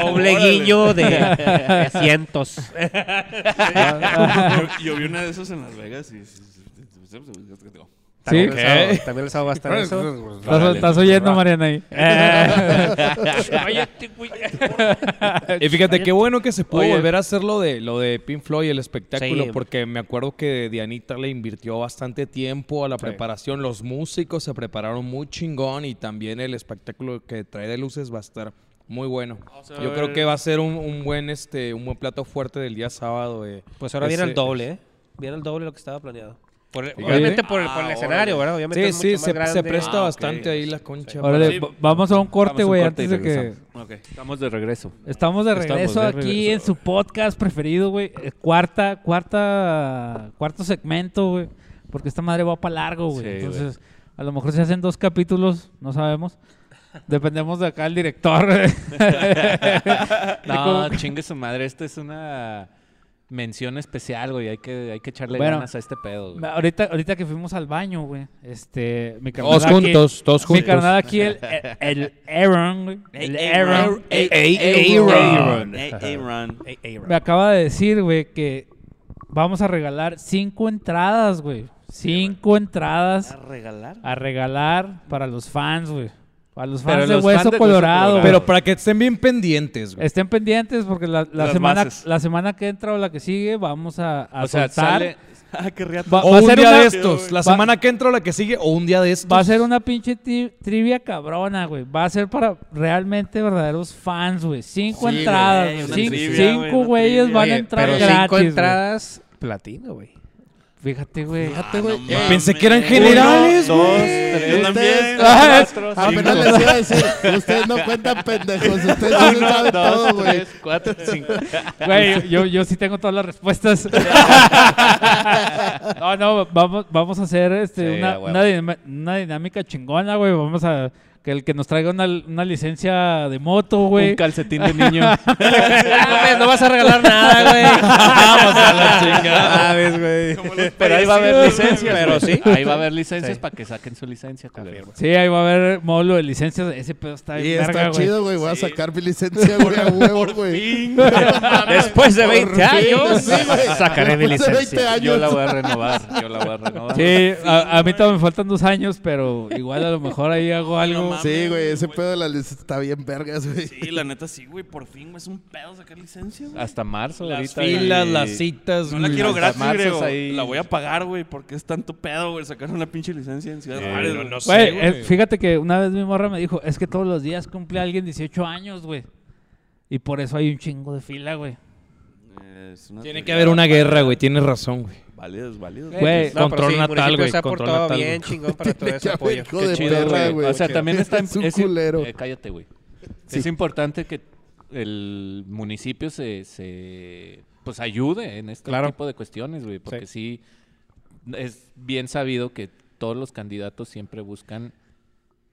Speaker 4: Doble guiño de, de cientos.
Speaker 3: yo, yo vi una de esas en Las Vegas y...
Speaker 1: ¿Sí?
Speaker 4: También el sábado- También el sábado va a estar eso.
Speaker 3: Pues,
Speaker 1: Estás, estás oyendo, Mariana, ahí.
Speaker 3: pues.
Speaker 8: Cállate, güey.
Speaker 2: Y fíjate, qué bueno que se pudo
Speaker 4: Oye.
Speaker 2: volver a hacer lo de, lo de Pink Floyd, el espectáculo,
Speaker 4: Sí.
Speaker 2: porque me acuerdo que Dianita le invirtió bastante tiempo a la preparación. Los músicos se prepararon muy chingón y también el espectáculo que trae de luces va a estar muy bueno.
Speaker 3: sea,
Speaker 2: Yo
Speaker 3: a
Speaker 2: creo
Speaker 3: ver.
Speaker 2: que va a ser un, un buen este un buen plato fuerte del día sábado. eh.
Speaker 4: Pues ahora viene
Speaker 2: Ese-
Speaker 4: el doble, ¿eh? Viene el doble de lo que estaba planeado. Por el-
Speaker 2: Fíjate.
Speaker 4: obviamente por, el- por el
Speaker 3: Ah,
Speaker 4: escenario, ¿verdad? Obviamente
Speaker 2: Sí,
Speaker 4: es
Speaker 2: sí,
Speaker 4: mucho
Speaker 2: se,
Speaker 4: más
Speaker 2: se
Speaker 4: grande.
Speaker 2: presta
Speaker 3: Ah, ok.
Speaker 2: bastante ahí la concha.
Speaker 1: Órale,
Speaker 3: Sí.
Speaker 1: va- vamos a un corte,
Speaker 7: Vamos a un
Speaker 1: güey,
Speaker 7: corte y
Speaker 1: antes de que...
Speaker 7: regresamos.
Speaker 3: Ok.
Speaker 7: Estamos de regreso.
Speaker 1: Estamos de
Speaker 7: Estamos de
Speaker 1: regreso aquí
Speaker 7: regreso.
Speaker 1: en su podcast preferido, güey. Eh, Cuarta, cuarta, cuarto segmento, güey. Porque esta madre va para largo, güey.
Speaker 7: Sí, güey.
Speaker 1: Entonces, a lo mejor se hacen dos capítulos, no sabemos. Dependemos de acá el director. güey.
Speaker 7: No, chingue su madre. Esta es una mención especial, güey. Hay que, hay que echarle
Speaker 1: Bueno.
Speaker 7: ganas a este pedo, güey.
Speaker 1: ahorita, ahorita que fuimos al baño, güey. Este, mi carnal
Speaker 2: Todos
Speaker 1: aquí-
Speaker 2: juntos, todos
Speaker 1: Mi
Speaker 2: juntos.
Speaker 1: carnal aquí, el, el, el Aaron, güey. El Aaron.
Speaker 4: Eh,
Speaker 3: Ey,
Speaker 1: Aaron.
Speaker 3: Aaron. Ey, Aaron.
Speaker 4: Ey, ey, bro.
Speaker 1: Me acaba de decir, güey, que vamos a regalar cinco entradas, güey. Cinco entradas
Speaker 3: ¿A regalar?
Speaker 1: a regalar para los fans, güey. Para los
Speaker 7: Pero
Speaker 1: fans de
Speaker 7: los
Speaker 1: Hueso
Speaker 7: fans de Hueso
Speaker 1: Colorado. güey.
Speaker 2: Pero para que estén bien pendientes, güey.
Speaker 1: estén pendientes porque la, la
Speaker 3: Las
Speaker 1: semana,
Speaker 3: bases.
Speaker 1: la semana que entra o la que sigue vamos a, a
Speaker 7: O sea,
Speaker 1: soltar.
Speaker 7: sale,
Speaker 3: Ah, qué riata.
Speaker 1: Va,
Speaker 2: O
Speaker 1: va a
Speaker 2: un
Speaker 1: ser
Speaker 2: día
Speaker 1: una,
Speaker 2: de estos. La
Speaker 1: va-
Speaker 2: semana que entra o la que sigue, o un día de estos.
Speaker 1: va a ser una pinche ti- trivia cabrona, güey. Va a ser para realmente verdaderos fans, güey. Cinco
Speaker 5: Sí,
Speaker 1: entradas,
Speaker 3: güey,
Speaker 1: güey.
Speaker 3: una
Speaker 1: Cin-
Speaker 3: trivia, güey,
Speaker 1: cinco
Speaker 3: una
Speaker 1: güeyes
Speaker 3: trivia.
Speaker 1: van a
Speaker 4: Oye,
Speaker 1: entrar
Speaker 4: Eh, pero
Speaker 1: gratis.
Speaker 4: cinco
Speaker 1: güey.
Speaker 4: entradas platino, güey.
Speaker 1: Fíjate, güey.
Speaker 4: Ah,
Speaker 3: güey.
Speaker 2: Pensé que eran generales,
Speaker 5: Uno,
Speaker 2: güey.
Speaker 5: dos, tres,
Speaker 3: también.
Speaker 7: Ah,
Speaker 5: cuatro, Apenas
Speaker 3: cinco.
Speaker 5: les iba a decir, ustedes no cuentan pendejos, ustedes no se saben todo, güey.
Speaker 7: cuatro, cinco.
Speaker 1: Güey, yo, yo sí tengo todas las respuestas. no, no, vamos, vamos a hacer este,
Speaker 7: Sí,
Speaker 1: una,
Speaker 7: a huevo.
Speaker 1: una dinam- una dinámica chingona, güey. Vamos a que el que nos traiga una, una licencia de moto, güey.
Speaker 7: Un calcetín de niño. Ah,
Speaker 4: no vas a regalar nada, güey. Vamos a la chingada.
Speaker 7: pero ahí va a haber licencias.
Speaker 4: Pero
Speaker 7: güey.
Speaker 4: sí.
Speaker 7: Ahí va a haber licencias
Speaker 4: Sí.
Speaker 7: para que saquen su licencia. culeros.
Speaker 1: Sí, ahí va a haber módulo de licencias. Ese pedo está
Speaker 5: Y
Speaker 1: bien verga,
Speaker 5: está
Speaker 1: güey.
Speaker 5: chido, güey. Voy a sacar mi licencia, güey, a huevo, güey.
Speaker 4: Después de
Speaker 5: Por
Speaker 4: 20
Speaker 5: fin,
Speaker 4: años,
Speaker 5: sí, güey.
Speaker 4: sacaré mi
Speaker 5: Después de
Speaker 4: licencia.
Speaker 5: 20
Speaker 7: Yo la
Speaker 5: años.
Speaker 7: voy a renovar. Yo la voy a renovar.
Speaker 1: Sí, a, a mí todavía me faltan dos años, pero igual a lo mejor ahí hago algo.
Speaker 3: mames.
Speaker 5: Sí, güey, ese pedo de la licencia está bien vergas, güey.
Speaker 3: Sí, la neta sí, güey. Por fin, güey. Es un pedo sacar licencia, güey.
Speaker 7: Hasta marzo
Speaker 3: Las
Speaker 7: ahorita.
Speaker 2: Filas,
Speaker 7: y-
Speaker 2: las citas,
Speaker 3: Pues No la
Speaker 2: güey.
Speaker 3: quiero
Speaker 7: hasta
Speaker 3: gratis,
Speaker 7: marzos
Speaker 3: creo.
Speaker 7: ahí.
Speaker 3: La voy a pagar, güey, porque es tanto pedo, güey, sacar una pinche licencia en Ciudad Juárez. güey.
Speaker 2: no sé.
Speaker 1: Güey,
Speaker 2: güey.
Speaker 1: eh, fíjate que una vez mi morra me dijo, es que todos los días cumple alguien 18 años, güey. Y por eso hay un chingo de fila, güey.
Speaker 3: Eh, es una
Speaker 2: Tiene que
Speaker 3: teoría
Speaker 2: haber una guerra, güey. Tienes razón, güey.
Speaker 3: Válidos, válidos.
Speaker 1: Güey,
Speaker 4: No, pero
Speaker 2: Control
Speaker 4: sí, el
Speaker 2: natal,
Speaker 4: municipio
Speaker 2: güey,
Speaker 4: Se ha
Speaker 2: control
Speaker 4: portado
Speaker 2: natal,
Speaker 4: bien chingón para todo ese
Speaker 5: Ya, güey,
Speaker 4: apoyo.
Speaker 5: hijo
Speaker 7: Qué
Speaker 5: de
Speaker 7: chido,
Speaker 5: perra,
Speaker 7: güey. O sea,
Speaker 5: Qué
Speaker 7: también está...
Speaker 5: Es un
Speaker 7: es-
Speaker 5: culero.
Speaker 7: eh, cállate, güey. Es importante que el municipio se, se pues ayude en este
Speaker 4: Claro.
Speaker 7: tipo de cuestiones, güey. Porque sí. es bien sabido que todos los candidatos siempre buscan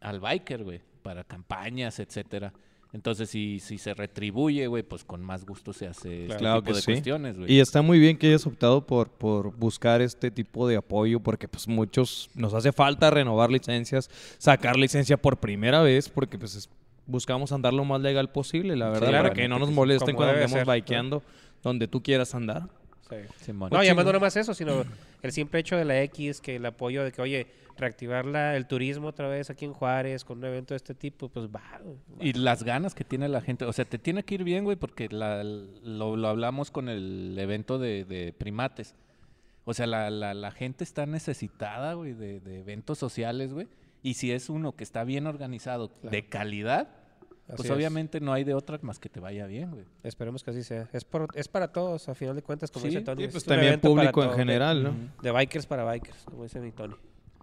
Speaker 7: al biker, güey, para campañas, etcétera. Entonces, si, si se retribuye, güey, pues con más gusto se hace este
Speaker 2: Claro
Speaker 7: tipo
Speaker 2: que
Speaker 7: de
Speaker 2: sí.
Speaker 7: cuestiones, güey.
Speaker 2: Y está muy bien que hayas optado por, por buscar este tipo de apoyo porque pues muchos nos hace falta renovar licencias, sacar licencia por primera vez porque pues es- buscamos andar lo más legal posible, la verdad,
Speaker 4: claro,
Speaker 2: para que no nos molesten
Speaker 4: como
Speaker 2: cuando
Speaker 4: debe
Speaker 2: andemos
Speaker 4: ser, ¿no?
Speaker 2: bikeando donde tú quieras andar. Pues
Speaker 4: Sí.
Speaker 7: Simón.
Speaker 4: No, llamando no más eso, sino el simple hecho de la X, que el apoyo de que, oye, reactivar la- el turismo otra vez aquí en Juárez con un evento de este tipo, pues va. güey.
Speaker 7: Y las ganas que tiene la gente. O sea, te tiene que ir bien, güey, porque la- lo, lo hablamos con el evento de, de primates. O sea, la, la- la gente está necesitada, güey, de, de eventos sociales, güey. Y si es uno que está bien organizado, de calidad, pues
Speaker 4: Así es.
Speaker 7: obviamente no hay de otra más que te vaya bien, güey.
Speaker 4: Esperemos que así sea. Es, por- es para todos, a final de cuentas, como
Speaker 7: Sí,
Speaker 4: dice Tony.
Speaker 2: Y
Speaker 4: es
Speaker 2: pues
Speaker 4: un
Speaker 2: también
Speaker 4: evento para
Speaker 2: público en
Speaker 4: todos,
Speaker 2: general, ¿no?
Speaker 4: De, de bikers para bikers, como dice mi Tony.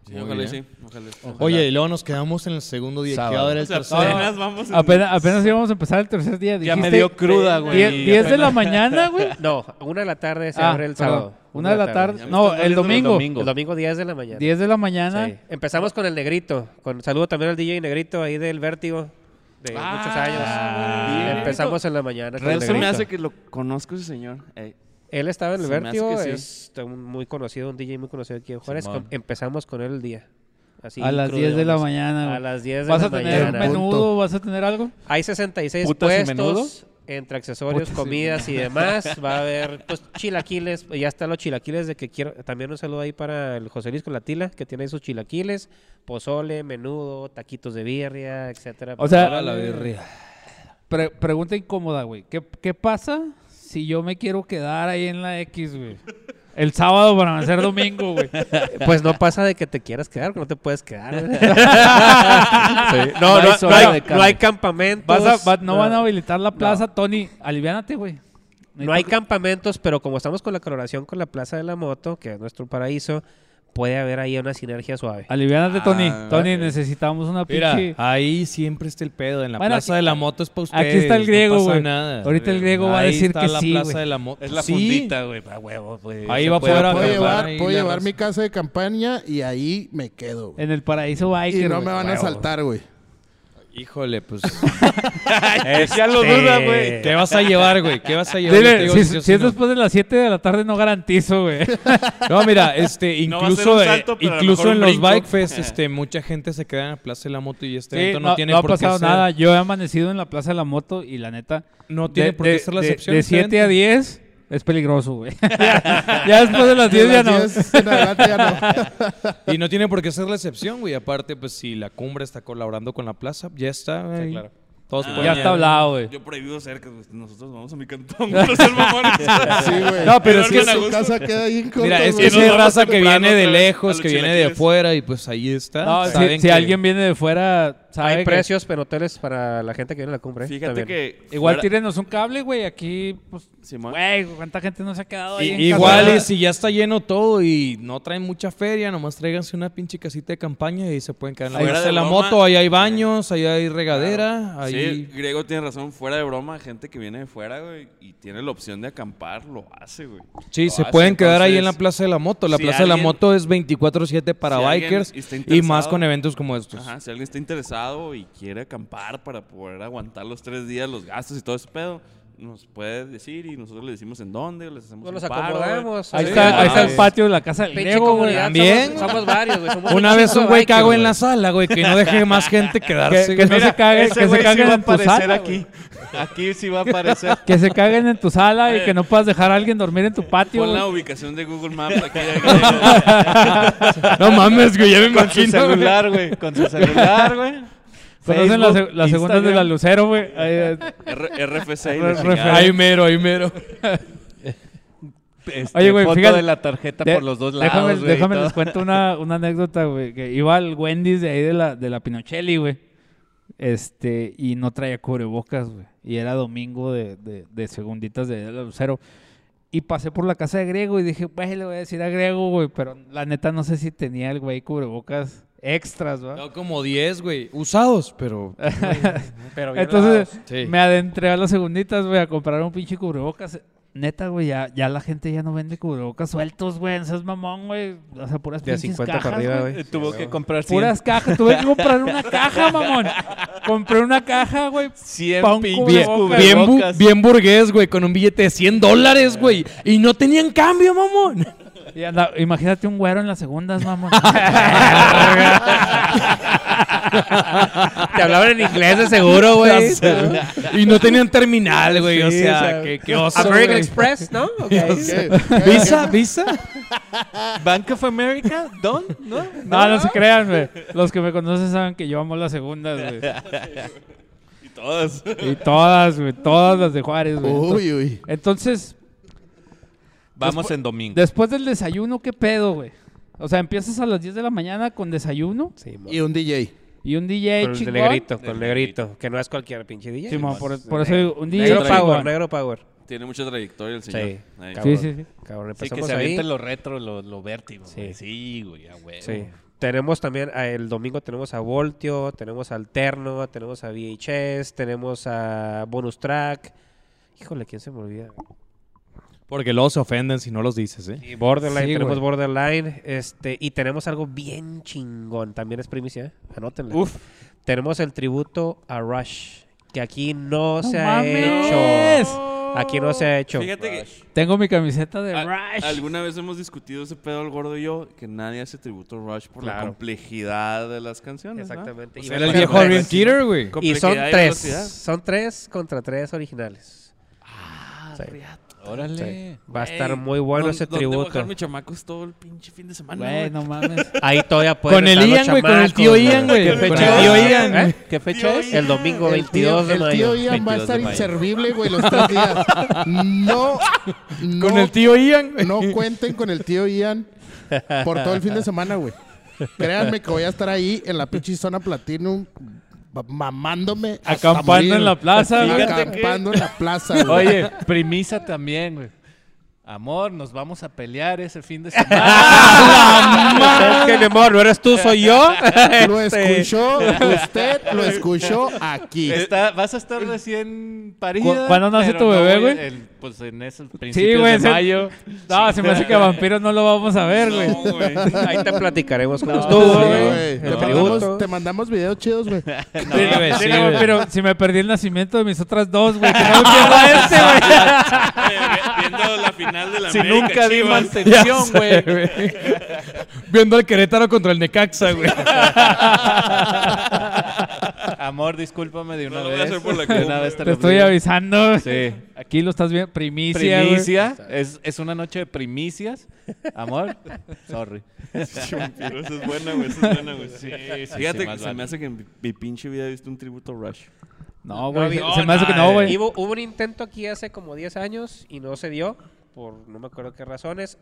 Speaker 3: Sí,
Speaker 7: Muy
Speaker 3: ojalá y sí,
Speaker 7: bien.
Speaker 3: ojalá. y sí.
Speaker 2: Oye, y luego nos quedamos en el segundo día.
Speaker 7: Sábado.
Speaker 2: ¿Qué hora era el
Speaker 3: O sea,
Speaker 2: tercero?
Speaker 3: apenas vamos en-
Speaker 1: Apenas, apenas íbamos a empezar el tercer día.
Speaker 7: Ya me
Speaker 1: dijiste
Speaker 7: dio cruda, güey.
Speaker 1: die-
Speaker 7: y
Speaker 1: 10 de la
Speaker 7: apenas-
Speaker 1: mañana, güey.
Speaker 4: No, a una de la tarde se
Speaker 1: Ah,
Speaker 4: abre el
Speaker 1: perdón.
Speaker 4: sábado.
Speaker 1: Una de la tarde.
Speaker 3: Ya me
Speaker 1: No,
Speaker 3: estás
Speaker 1: el
Speaker 3: doliendo el
Speaker 1: domingo.
Speaker 7: domingo.
Speaker 4: El domingo 10 de la mañana.
Speaker 1: 10 de la mañana.
Speaker 4: Sí. Empezamos con el negrito. Con saludo también al DJ Negrito ahí del Vértigo de muchos años.
Speaker 3: güey.
Speaker 4: Empezamos en la mañana. con el
Speaker 3: Pero se me
Speaker 4: Negrito.
Speaker 3: hace que lo conozco ese señor. Ey,
Speaker 4: Él estaba en el eh.
Speaker 3: Se me hace
Speaker 4: Vértigo,
Speaker 3: que sí.
Speaker 4: es un muy conocido, un DJ muy conocido aquí en Juárez.
Speaker 7: Simón.
Speaker 4: Com- Empezamos con él el día. Así,
Speaker 1: a las 10 de la
Speaker 4: crudeones.
Speaker 1: mañana. güey.
Speaker 4: A las 10 de
Speaker 1: ¿Vas
Speaker 4: la
Speaker 1: a tener
Speaker 4: mañana.
Speaker 5: menú?
Speaker 1: menudo?
Speaker 5: Punto.
Speaker 1: ¿Vas a tener algo?
Speaker 4: Hay 66
Speaker 7: ¿Putas y menudo?
Speaker 4: puestos entre accesorios,
Speaker 1: Putas y
Speaker 4: comidas y demás. Va a haber pues chilaquiles, ya están los chilaquiles de que quiero también un saludo ahí para el José Luis con la tila que tiene ahí sus chilaquiles, pozole, menudo, taquitos de birria, etcétera.
Speaker 1: O sea,
Speaker 2: la birria.
Speaker 1: Pre- pregunta incómoda, güey. ¿Qué, qué pasa si yo me quiero quedar ahí en la X, güey? El sábado para hacer domingo, güey.
Speaker 4: pues no pasa de que te quieras quedar, que no te puedes quedar.
Speaker 1: No
Speaker 4: No,
Speaker 1: hay
Speaker 4: no, no
Speaker 1: zona de
Speaker 4: hay, no hay
Speaker 1: cambio.
Speaker 4: campamentos.
Speaker 1: Vas a- va- no van a habilitar la plaza, Tony. Aliviánate, güey.
Speaker 4: No hay campamentos, pero como estamos con la coloración con la Plaza de la Moto, que es nuestro paraíso, puede haber ahí una sinergia suave.
Speaker 1: Aliviánate, Tony.
Speaker 3: Ah,
Speaker 1: Tony, necesitamos una
Speaker 2: Mira,
Speaker 1: pinche...
Speaker 2: ahí siempre está el pedo. En la
Speaker 1: Bueno,
Speaker 2: Plaza
Speaker 1: aquí-
Speaker 2: de la Moto es para ustedes.
Speaker 1: Aquí está el griego,
Speaker 2: no pasa
Speaker 1: güey.
Speaker 2: nada.
Speaker 1: Ahorita el griego va a
Speaker 2: Ahí
Speaker 1: decir
Speaker 2: está
Speaker 1: que
Speaker 2: la
Speaker 1: sí,
Speaker 2: Plaza
Speaker 1: güey.
Speaker 2: de la Moto.
Speaker 7: Es la
Speaker 2: Sí,
Speaker 7: fundita, güey. A huevo, güey.
Speaker 2: Ahí
Speaker 7: Se
Speaker 2: va
Speaker 7: puede
Speaker 2: afuera,
Speaker 7: acampar.
Speaker 5: Puedo llevar,
Speaker 2: ahí
Speaker 5: puedo
Speaker 2: la
Speaker 5: llevar
Speaker 2: raza.
Speaker 5: mi casa de campaña y ahí me quedo. güey.
Speaker 1: En el paraíso biker,
Speaker 5: Y no
Speaker 1: güey.
Speaker 5: me van a saltar, güey.
Speaker 2: Híjole, pues.
Speaker 4: ya lo duda, güey.
Speaker 2: ¿Qué vas a llevar, güey? ¿Qué vas a llevar? Yo te
Speaker 1: Dile,
Speaker 2: digo
Speaker 1: si,
Speaker 2: sí o
Speaker 1: si
Speaker 2: sí
Speaker 1: es
Speaker 2: no.
Speaker 1: después de las 7 de la tarde, no garantizo, güey.
Speaker 2: No, mira, este,
Speaker 8: No va a ser
Speaker 2: incluso,
Speaker 8: un
Speaker 2: eh,
Speaker 8: salto, pero a lo
Speaker 2: incluso
Speaker 8: mejor
Speaker 2: en
Speaker 8: un
Speaker 2: los
Speaker 8: brinco.
Speaker 2: Bike Fest, este, mucha gente se queda en la Plaza de la Moto y este
Speaker 1: Sí,
Speaker 2: evento no, tiene
Speaker 1: ha
Speaker 2: por qué
Speaker 1: pasado
Speaker 2: ser-
Speaker 1: nada. Yo he amanecido en la Plaza de la Moto y la neta...
Speaker 2: No tiene por qué ser la
Speaker 1: de-
Speaker 2: excepción.
Speaker 1: De
Speaker 2: este
Speaker 1: 7 a
Speaker 2: evento.
Speaker 1: 10 es peligroso, güey. ya, ya después de las 10 ya
Speaker 5: De
Speaker 1: no.
Speaker 5: las 10 en adelante ya no.
Speaker 2: Y no tiene por qué ser la excepción, güey. Aparte, pues si la cumbre está colaborando con la plaza, ya está. güey.
Speaker 7: claro.
Speaker 2: Todos
Speaker 3: Ah,
Speaker 2: pueden
Speaker 1: Ya
Speaker 2: ir.
Speaker 1: está hablado, güey.
Speaker 3: Yo prohibido cerca, güey. Nosotros vamos a mi cantón. No sean mamones.
Speaker 5: Sí, güey.
Speaker 1: No, pero es
Speaker 3: que-
Speaker 5: su casa queda ahí en corto,
Speaker 2: Mira, es
Speaker 5: güey.
Speaker 2: que esa
Speaker 8: nos
Speaker 2: es
Speaker 8: vamos
Speaker 2: raza que
Speaker 8: temprano
Speaker 2: viene de
Speaker 8: otra vez a
Speaker 2: lejos,
Speaker 8: los
Speaker 2: que viene de
Speaker 8: chilaquiles.
Speaker 2: afuera y pues ahí está.
Speaker 1: No, si,
Speaker 2: Saben
Speaker 1: si
Speaker 2: que-
Speaker 1: alguien viene de fuera, sabe
Speaker 4: Hay
Speaker 1: que-
Speaker 4: precios en hoteles para la gente que viene a la cumbre. ¿eh?
Speaker 3: Fíjate
Speaker 4: También.
Speaker 3: que.
Speaker 1: Igual
Speaker 3: fuera-
Speaker 1: tírenos un cable, güey. Aquí, pues,
Speaker 3: Simón.
Speaker 1: güey, ¿cuánta gente no se ha quedado ahí? en
Speaker 2: I- Igual
Speaker 1: casa?
Speaker 2: y si ya está lleno todo y no traen mucha feria, nomás tráiganse una pinche casita de campaña y se pueden quedar en la
Speaker 3: Fuera
Speaker 2: plaza
Speaker 3: de
Speaker 2: de la
Speaker 3: broma.
Speaker 2: moto, ahí hay baños, ahí hay regadera,
Speaker 3: Sí,
Speaker 2: ahí...
Speaker 3: el griego tiene razón, fuera de broma, gente que viene de fuera, güey, y tiene la opción de acampar, lo hace, güey.
Speaker 2: Sí,
Speaker 3: Lo
Speaker 2: se
Speaker 3: hace,
Speaker 2: pueden quedar ahí en la
Speaker 3: entonces,
Speaker 2: Plaza de la Moto. La
Speaker 3: si
Speaker 2: Plaza de la
Speaker 3: alguien-
Speaker 2: Moto es 24/7 para
Speaker 3: si alguien
Speaker 2: bikers
Speaker 3: está
Speaker 2: y más
Speaker 3: interesado-
Speaker 2: con eventos como estos.
Speaker 3: Ajá, si alguien está interesado y quiere acampar para poder aguantar los tres días, los gastos y todo ese pedo, nos puede decir y nosotros le decimos en dónde, les hacemos
Speaker 4: No los
Speaker 3: un paro,
Speaker 4: acomodamos.
Speaker 1: Ahí,
Speaker 3: Sí,
Speaker 1: está, ahí está el
Speaker 3: sí.
Speaker 1: patio de la casa del
Speaker 4: Pinche
Speaker 1: griego, güey.
Speaker 4: comunidad,
Speaker 2: también.
Speaker 4: Somos, somos varios, güey. somos
Speaker 2: Una vez
Speaker 4: chingo
Speaker 2: un
Speaker 4: de
Speaker 2: güey
Speaker 4: bikers,
Speaker 2: cago en la sala, güey, que no deje más gente
Speaker 1: Que,
Speaker 2: quedarse.
Speaker 1: que no se caguen,
Speaker 8: Ese
Speaker 1: que se
Speaker 8: güey sí
Speaker 1: caguen
Speaker 8: va a
Speaker 1: en tu
Speaker 8: aparecer
Speaker 1: sala. güey.
Speaker 8: aquí. Aquí sí va a aparecer.
Speaker 1: Que se caguen en tu sala y que no puedas dejar a alguien dormir en tu patio.
Speaker 3: Pon la
Speaker 1: güey.
Speaker 3: ubicación de Google Maps aquí. aquí.
Speaker 2: No mames, güey, ya me
Speaker 8: Con su
Speaker 2: imagino. güey.
Speaker 8: celular, güey. Con su celular, güey.
Speaker 1: Conocen las
Speaker 8: Facebook,
Speaker 1: la segundas de la
Speaker 8: Instagram.
Speaker 1: Lucero, güey. Ahí, eh,
Speaker 3: R- RFC y
Speaker 1: Re-
Speaker 3: la chingada.
Speaker 2: Ahí mero, ahí mero.
Speaker 7: Este,
Speaker 1: Oye, güey,
Speaker 7: foto
Speaker 1: fíjate-
Speaker 7: de la tarjeta
Speaker 1: De-
Speaker 7: por los dos lados,
Speaker 1: Déjame,
Speaker 7: güey, y
Speaker 1: déjame
Speaker 7: todo.
Speaker 1: les cuento una, una anécdota, güey. Que iba al Wendy's de ahí de la, de la Pinochelli, güey. Este, y no traía cubrebocas, güey. Y era domingo de, de, de segunditas de la Lucero. Y pasé por la casa de Grego y dije, güey, le voy a decir a Grego, güey. Pero la neta no sé si tenía el güey cubrebocas extras, ¿va?
Speaker 2: No, como 10, güey. Usados, pero.
Speaker 4: Pero bien
Speaker 1: Entonces
Speaker 2: Sí.
Speaker 1: me adentré a las segunditas, güey, a comprar un pinche cubrebocas. Neta, güey, ya, ya la gente ya no vende cubrebocas sueltos, güey. No seas mamón, güey. O sea, puras
Speaker 4: De a
Speaker 1: pinches
Speaker 4: 50
Speaker 1: cajas,
Speaker 4: para arriba,
Speaker 1: güey.
Speaker 4: güey.
Speaker 7: Eh, Tuvo que comprar cien.
Speaker 1: Puras cajas. Tuve que comprar una caja, mamón. Compré una caja, güey.
Speaker 8: 100
Speaker 1: Pa' un
Speaker 8: pinches
Speaker 2: Bien,
Speaker 1: cubrebocas.
Speaker 2: bien, bu-
Speaker 8: cubrebocas.
Speaker 2: bien burgués, güey, con un billete de 100 dólares, güey. Y no tenían cambio, mamón.
Speaker 1: Y anda- imagínate un güero en las segundas, mamón.
Speaker 4: Te hablaban en inglés de seguro, güey.
Speaker 2: Y no tenían terminal, güey. o
Speaker 4: Sí,
Speaker 2: sea,
Speaker 4: o sea,
Speaker 2: qué, qué oso.
Speaker 4: American
Speaker 2: güey.
Speaker 4: Express, ¿no? Ok.
Speaker 5: ¿Qué?
Speaker 2: ¿Visa? ¿Visa?
Speaker 8: Bank of America, Don, ¿no?
Speaker 1: No, no se crean, güey. Los que me conocen saben que yo amo las segundas, güey.
Speaker 3: Y todas.
Speaker 1: Y todas, güey. Todas las de Juárez, güey.
Speaker 5: Uy, uy.
Speaker 1: Entonces,
Speaker 7: Vamos en domingo.
Speaker 1: después del desayuno, ¿qué pedo, güey? O sea, empiezas a las 10 de la mañana con desayuno
Speaker 4: Sí, mo-
Speaker 5: Y un DJ.
Speaker 1: y un DJ
Speaker 4: con el de
Speaker 1: chingón.
Speaker 4: negrito, con el negrito. Que no es cualquier pinche DJ.
Speaker 1: Sí, mo,
Speaker 4: mo.
Speaker 1: por, por eso digo, un DJ
Speaker 4: Negro
Speaker 1: chingón.
Speaker 4: Power, Negro Power.
Speaker 3: Tiene mucha trayectoria el señor.
Speaker 4: Sí.
Speaker 3: Ahí.
Speaker 1: Sí, sí, sí.
Speaker 4: Cabrón,
Speaker 7: Sí, que
Speaker 4: empezamos
Speaker 7: se
Speaker 4: ahí.
Speaker 7: avienten lo retro, lo, lo vértigo.
Speaker 4: Sí.
Speaker 7: güey. Sí, güey, a huevo.
Speaker 4: Sí. Tenemos también, a- el domingo tenemos a Voltio, tenemos a Alterno, tenemos a VHS, tenemos a Bonus Track. Híjole, ¿quién se me olvida?
Speaker 2: Porque luego se ofenden si no los dices, ¿eh?
Speaker 4: Y Borderline,
Speaker 1: Sí,
Speaker 4: tenemos
Speaker 1: güey.
Speaker 4: Borderline. Este, y tenemos algo bien chingón. También es primicia, ¿eh? anótenlo.
Speaker 8: Uf.
Speaker 4: Tenemos el tributo a Rush, que aquí no,
Speaker 1: ¡No
Speaker 4: se
Speaker 1: mames!
Speaker 4: ha hecho. Aquí no se ha hecho.
Speaker 3: Fíjate que
Speaker 1: Tengo mi camiseta de
Speaker 7: Ah,
Speaker 3: a-
Speaker 1: Rush.
Speaker 3: alguna vez hemos discutido ese pedo el gordo y yo, que nadie hace tributo a Rush por la
Speaker 4: Claro.
Speaker 3: complejidad de las canciones. ¿no?
Speaker 4: Exactamente. Y
Speaker 2: Era el
Speaker 4: bueno,
Speaker 2: viejo
Speaker 4: pues,
Speaker 2: Dream Theater, güey.
Speaker 4: Y son
Speaker 3: Complejidad y
Speaker 4: tres.
Speaker 3: velocidad.
Speaker 4: Son tres contra tres originales. Sí.
Speaker 7: Órale.
Speaker 4: Va a estar
Speaker 3: Ah, Ey,
Speaker 4: muy bueno
Speaker 3: ¿dó-
Speaker 4: ese
Speaker 3: dónde voy a dejar
Speaker 4: tributo.
Speaker 3: mis chamacos todo el pinche fin de semana.
Speaker 1: Güey,
Speaker 3: güey?
Speaker 1: no mames.
Speaker 4: Ahí todavía pueden
Speaker 2: Con el
Speaker 4: estar los
Speaker 2: Ian, güey, con el
Speaker 4: chamacos,
Speaker 2: tío Ian, güey.
Speaker 4: ¿Qué
Speaker 2: Con
Speaker 4: fecha
Speaker 2: el tío
Speaker 4: es?
Speaker 2: Ian,
Speaker 4: ¿Eh?
Speaker 2: güey.
Speaker 7: ¿Qué fecha es?
Speaker 4: El domingo
Speaker 5: El
Speaker 4: 22
Speaker 5: tío-
Speaker 4: de mayo.
Speaker 5: El tío Ian va a
Speaker 9: 22 de
Speaker 5: estar
Speaker 9: mayo.
Speaker 5: inservible, güey, los tres días. No, no,
Speaker 2: Con el tío Ian, güey.
Speaker 5: no cuenten con el tío Ian por todo el fin de semana, güey. Créanme que voy a estar ahí en la pinche zona Platinum ba- mamándome. hasta morir.
Speaker 1: Acampando en la plaza, güey.
Speaker 5: Acampando en la plaza, güey.
Speaker 7: Oye, primisa también, güey. Amor, nos vamos a pelear ese fin de semana.
Speaker 4: Es que mi amor, no eres tú, soy yo.
Speaker 5: Lo
Speaker 4: Este,
Speaker 5: escuchó, usted lo escuchó aquí.
Speaker 7: Está- vas a estar recién
Speaker 1: ¿Cu-
Speaker 7: parida.
Speaker 1: cuándo nace
Speaker 7: pero
Speaker 1: tu
Speaker 7: no,
Speaker 1: bebé, güey?
Speaker 7: el- Pues en ese
Speaker 1: Sí,
Speaker 7: principio
Speaker 1: güey.
Speaker 7: de
Speaker 1: se-
Speaker 7: mayo.
Speaker 1: No, se me hace que a vampiros no lo vamos a ver, güey.
Speaker 4: Ahí te platicaremos cómo
Speaker 5: Sí,
Speaker 4: estuvo, güey.
Speaker 5: güey. Te
Speaker 4: El
Speaker 5: mandamos,
Speaker 4: tributo.
Speaker 5: te mandamos videos chidos, güey.
Speaker 1: Sí, güey, sí, güey, pero si me perdí el nacimiento de mis otras dos, güey, que no me pierda este, güey.
Speaker 8: Viendo la final de la
Speaker 7: Si
Speaker 8: América,
Speaker 7: nunca di
Speaker 8: Chivas.
Speaker 7: mantención, güey.
Speaker 2: Viendo al Querétaro contra el Necaxa, güey.
Speaker 7: Amor, discúlpame de una
Speaker 8: No lo
Speaker 7: vez.
Speaker 8: voy a hacer por la
Speaker 7: De una
Speaker 8: culpa.
Speaker 7: vez te
Speaker 1: Te
Speaker 7: lo
Speaker 1: estoy
Speaker 7: pido.
Speaker 1: avisando.
Speaker 7: Sí.
Speaker 1: Aquí lo estás viendo. Primicia, güey.
Speaker 7: Primicia. Es, es una noche de primicias. Amor, sorry.
Speaker 3: Pero esa es buena, güey. Esa es buena, güey. Fíjate
Speaker 7: sí,
Speaker 3: que
Speaker 7: más
Speaker 3: se
Speaker 7: vale.
Speaker 3: me hace que en mi, mi pinche vida he visto un tributo a Rush.
Speaker 1: No, oh, güey.
Speaker 4: No, oh,
Speaker 1: se- se me hace que no, güey.
Speaker 4: Hubo, hubo un intento aquí hace como 10 años y no se dio, por no me acuerdo qué razones.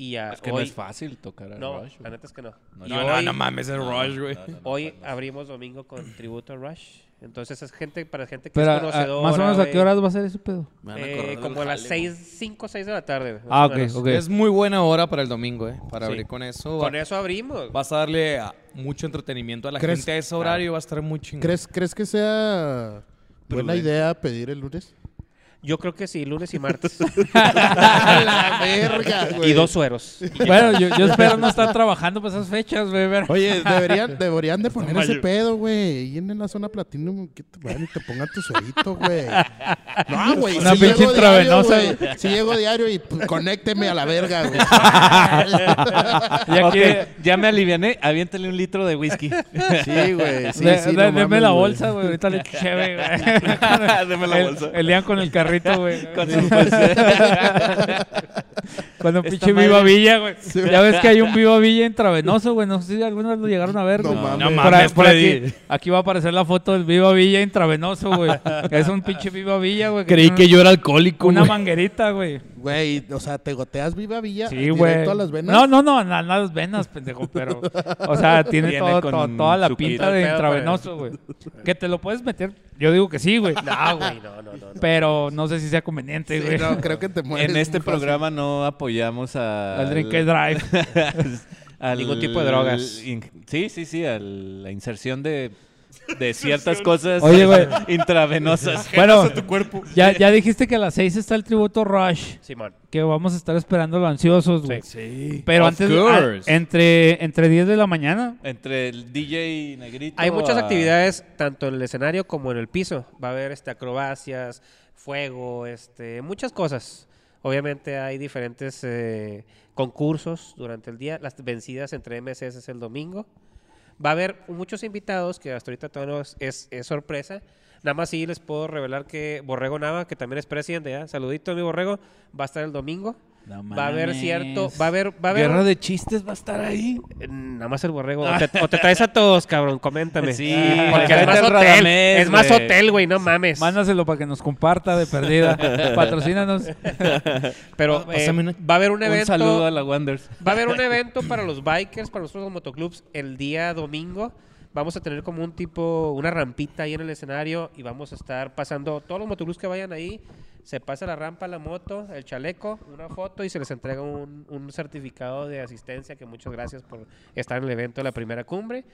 Speaker 4: Y ya
Speaker 7: Es que no
Speaker 4: hoy-
Speaker 7: es fácil tocar a
Speaker 4: No,
Speaker 7: Rush, güey.
Speaker 4: la neta es que no.
Speaker 7: No,
Speaker 4: Y
Speaker 2: No, no,
Speaker 4: hoy,
Speaker 2: no mames, es Rush, güey.
Speaker 4: hoy abrimos domingo con tributo a Rush. Entonces es gente, para gente que
Speaker 1: Pero, a-
Speaker 4: es
Speaker 1: a-
Speaker 4: conocedora.
Speaker 1: más o menos, ¿a
Speaker 4: güey.
Speaker 1: qué horas va a ser ese pedo?
Speaker 3: Me van a
Speaker 4: Eh,
Speaker 3: correr del
Speaker 4: como a las
Speaker 3: jale,
Speaker 4: 6, 5 o 6 de la tarde. más
Speaker 1: Ah,
Speaker 4: o
Speaker 1: ok,
Speaker 4: menos.
Speaker 1: ok.
Speaker 2: Es muy buena hora para el domingo, eh. Para
Speaker 4: Sí.
Speaker 2: abrir con eso.
Speaker 4: Con
Speaker 2: Va-
Speaker 4: eso abrimos.
Speaker 2: Vas a darle a- mucho entretenimiento a la
Speaker 5: ¿Crees?
Speaker 2: gente a ese horario. Va a estar muy chingón.
Speaker 5: ¿Crees, ¿Crees que sea buena
Speaker 3: Prudente.
Speaker 5: idea pedir el lunes?
Speaker 4: Yo creo que sí, lunes y martes.
Speaker 5: A la verga, güey.
Speaker 4: y dos sueros.
Speaker 1: Bueno, yo, yo espero no estar trabajando para esas fechas, güey. ver.
Speaker 5: Oye, deberían, deberían de poner ese pedo, güey. Y en la zona platinum, que te, vayan y te pongan tu suelito, güey. No, güey.
Speaker 1: Una
Speaker 5: si
Speaker 1: pinche
Speaker 5: llego diario,
Speaker 1: intravenosa.
Speaker 5: güey. Si llego diario y pues, conécteme a la verga, güey.
Speaker 7: Ya, que- ya me aliviané, aviéntale un litro de whisky.
Speaker 5: Sí, güey. Sí,
Speaker 1: De-
Speaker 5: sí,
Speaker 1: de-
Speaker 5: no
Speaker 1: deme
Speaker 5: mames,
Speaker 1: la
Speaker 5: güey.
Speaker 1: bolsa, güey. Ahorita le echo cheve, güey.
Speaker 3: Deme la
Speaker 1: El-
Speaker 3: bolsa.
Speaker 1: El Ian con el carrito, güey.
Speaker 7: Con su bolsa.
Speaker 1: Cuando
Speaker 7: Esta
Speaker 1: pinche
Speaker 7: madre-
Speaker 1: Viva Villa, güey. Ya ves que hay un Viva Villa intravenoso, güey. No sé si alguna vez lo llegaron a ver,
Speaker 5: No
Speaker 1: güey.
Speaker 5: mames.
Speaker 2: No
Speaker 1: Por
Speaker 2: mames,
Speaker 1: ahí- por
Speaker 2: Freddy.
Speaker 1: aquí, aquí va a aparecer la foto del Viva Villa intravenoso, güey. Es un pinche Viva Villa, güey.
Speaker 2: Creí
Speaker 1: tiene
Speaker 2: que yo era alcohólico,
Speaker 1: Una
Speaker 2: güey.
Speaker 1: manguerita, güey.
Speaker 5: Güey, o sea, te goteas viva villa
Speaker 1: Sí,
Speaker 5: directo
Speaker 1: güey.
Speaker 5: a Ah, las venas.
Speaker 1: No, no, no, na- na- las venas, pendejo, pero. O sea, tiene,
Speaker 7: Viene
Speaker 1: todo-
Speaker 7: con
Speaker 1: todo- toda la
Speaker 7: su
Speaker 1: pinta
Speaker 4: kit.
Speaker 1: de
Speaker 4: Pedo,
Speaker 1: intravenoso, güey. Que te lo puedes meter. Yo digo que sí, güey.
Speaker 4: No, güey, no, no, no. no.
Speaker 1: Pero no sé si sea conveniente,
Speaker 5: Sí,
Speaker 1: güey.
Speaker 5: no, creo que te mueres.
Speaker 7: en este
Speaker 5: muy fácil.
Speaker 7: programa no apoyamos a...
Speaker 1: Al drink and drive.
Speaker 7: al-
Speaker 4: Ningún tipo de drogas.
Speaker 7: in- sí, sí, sí, a la inserción de, de ciertas cosas
Speaker 1: Oye, güey.
Speaker 7: intravenosas.
Speaker 1: Bueno, Ya, ya dijiste que a las 6 está el tributo Rush.
Speaker 4: Simón.
Speaker 1: Que vamos a estar esperándolo ansiosos, güey. Pero
Speaker 2: Of
Speaker 1: antes,
Speaker 2: course.
Speaker 1: a- entre, entre 10 de la mañana.
Speaker 7: Entre el DJ Negrito...
Speaker 4: Hay muchas
Speaker 7: a-
Speaker 4: actividades, tanto en el escenario como en el piso. Va a haber este, acrobacias, fuego, este, muchas cosas. Obviamente hay diferentes eh, concursos durante el día. Las vencidas entre MCs es el domingo. Va a haber muchos invitados que hasta ahorita todavía no es, es- es sorpresa. Nada más sí les puedo revelar que Borrego Nava, que también es presidente, ¿eh? saludito a mi Borrego, va a estar el domingo. va a haber cierto, va a haber, va a haber
Speaker 7: Guerra de chistes va a estar ahí.
Speaker 4: eh, Nada más el borrego. O te, o te traes a todos, cabrón. Coméntame. Ah,
Speaker 7: Sí,
Speaker 4: porque
Speaker 7: vete
Speaker 4: es más
Speaker 7: al
Speaker 4: hotel.
Speaker 7: Radamés,
Speaker 4: es más
Speaker 7: güey.
Speaker 4: hotel, güey. No mames.
Speaker 1: Mándaselo para que nos comparta de perdida. Patrocínanos.
Speaker 4: Pero
Speaker 2: Ah,
Speaker 4: eh,
Speaker 2: pásame una-
Speaker 4: va a haber un
Speaker 7: Un
Speaker 4: evento.
Speaker 7: saludo a la Wonders.
Speaker 4: Va a haber un evento para los bikers, para nosotros los motoclubs, el día domingo. Vamos a tener como un tipo, una rampita ahí en el escenario y vamos a estar pasando, todos los motoclubs que vayan ahí, se pasa la rampa, la moto, el chaleco, una foto y se les entrega un, un certificado de asistencia que muchas gracias por estar en el evento de la primera cumbre.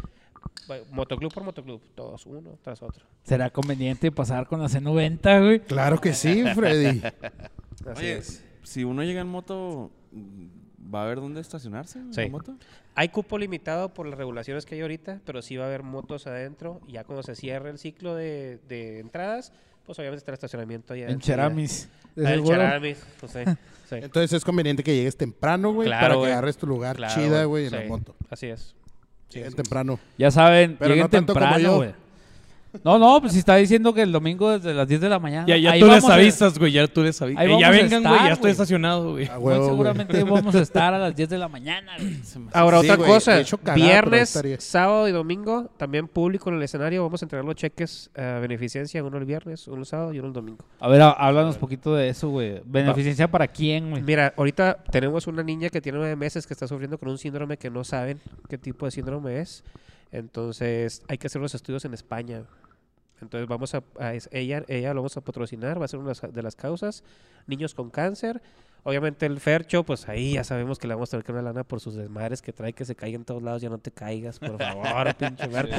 Speaker 4: Va- Motoclub por motoclub, todos, uno tras otro.
Speaker 1: ¿Será conveniente pasar con la C90, güey?
Speaker 5: Claro que sí, Freddy.
Speaker 4: Así
Speaker 3: Oye,
Speaker 4: es.
Speaker 3: si uno llega en moto, mm, ¿va a haber dónde estacionarse? en
Speaker 4: Sí.
Speaker 3: la moto?
Speaker 4: Hay cupo limitado por las regulaciones que hay ahorita, pero sí va a haber motos adentro. Y ya cuando se cierre el ciclo de, de entradas, Pues obviamente está el estacionamiento allá.
Speaker 1: En
Speaker 4: dentro, ya.
Speaker 1: Charamis. de
Speaker 4: Ah, en
Speaker 1: seguro.
Speaker 4: Charamis, pues sí, sí.
Speaker 5: Entonces es conveniente que llegues temprano, güey,
Speaker 4: Claro,
Speaker 5: para
Speaker 4: güey.
Speaker 5: que agarres tu lugar
Speaker 4: Claro,
Speaker 5: chida, güey, en
Speaker 4: sí,
Speaker 5: la moto.
Speaker 4: Así es.
Speaker 5: Lleguen temprano.
Speaker 1: Ya saben,
Speaker 5: Pero
Speaker 1: lleguen
Speaker 5: no tanto como
Speaker 1: temprano,
Speaker 5: yo.
Speaker 1: güey. No, no, pues si está diciendo que el domingo desde las 10 de la mañana.
Speaker 2: Ya, ya
Speaker 1: Ahí
Speaker 2: tú les
Speaker 1: vamos a-
Speaker 2: avisas, güey. Ya tú les avisas.
Speaker 1: Ahí
Speaker 2: Eh, ya
Speaker 1: vamos a
Speaker 2: vengan, güey.
Speaker 1: estar,
Speaker 2: Ya estoy
Speaker 1: güey.
Speaker 2: estacionado, güey.
Speaker 5: A
Speaker 1: Muy
Speaker 5: huevo, güey.
Speaker 1: seguramente vamos a estar a las 10 de la mañana, güey.
Speaker 4: Ahora,
Speaker 5: Sí,
Speaker 4: otra
Speaker 5: güey,
Speaker 4: cosa.
Speaker 5: de hecho, cagado, pero ahí
Speaker 4: Viernes,
Speaker 5: estaría.
Speaker 4: sábado y domingo, también público en el escenario. Vamos a entregar los cheques eh, a beneficencia, uno el viernes, uno el sábado y uno el domingo.
Speaker 1: A ver, há- háblanos poquito de eso, güey. ¿Beneficencia para quién, güey?
Speaker 4: Mira, ahorita tenemos una niña que tiene nueve meses que está sufriendo con un síndrome que no saben qué tipo de síndrome es. Entonces, hay que hacer los estudios en España. Entonces, vamos a, a es- ella, ella lo vamos a patrocinar, va a ser una de las causas. Niños con cáncer. Obviamente el Fercho, pues ahí ya sabemos que le vamos a tener que una lana por sus desmadres que trae que se caiga en todos lados, ya no te caigas, por favor, pinche barco.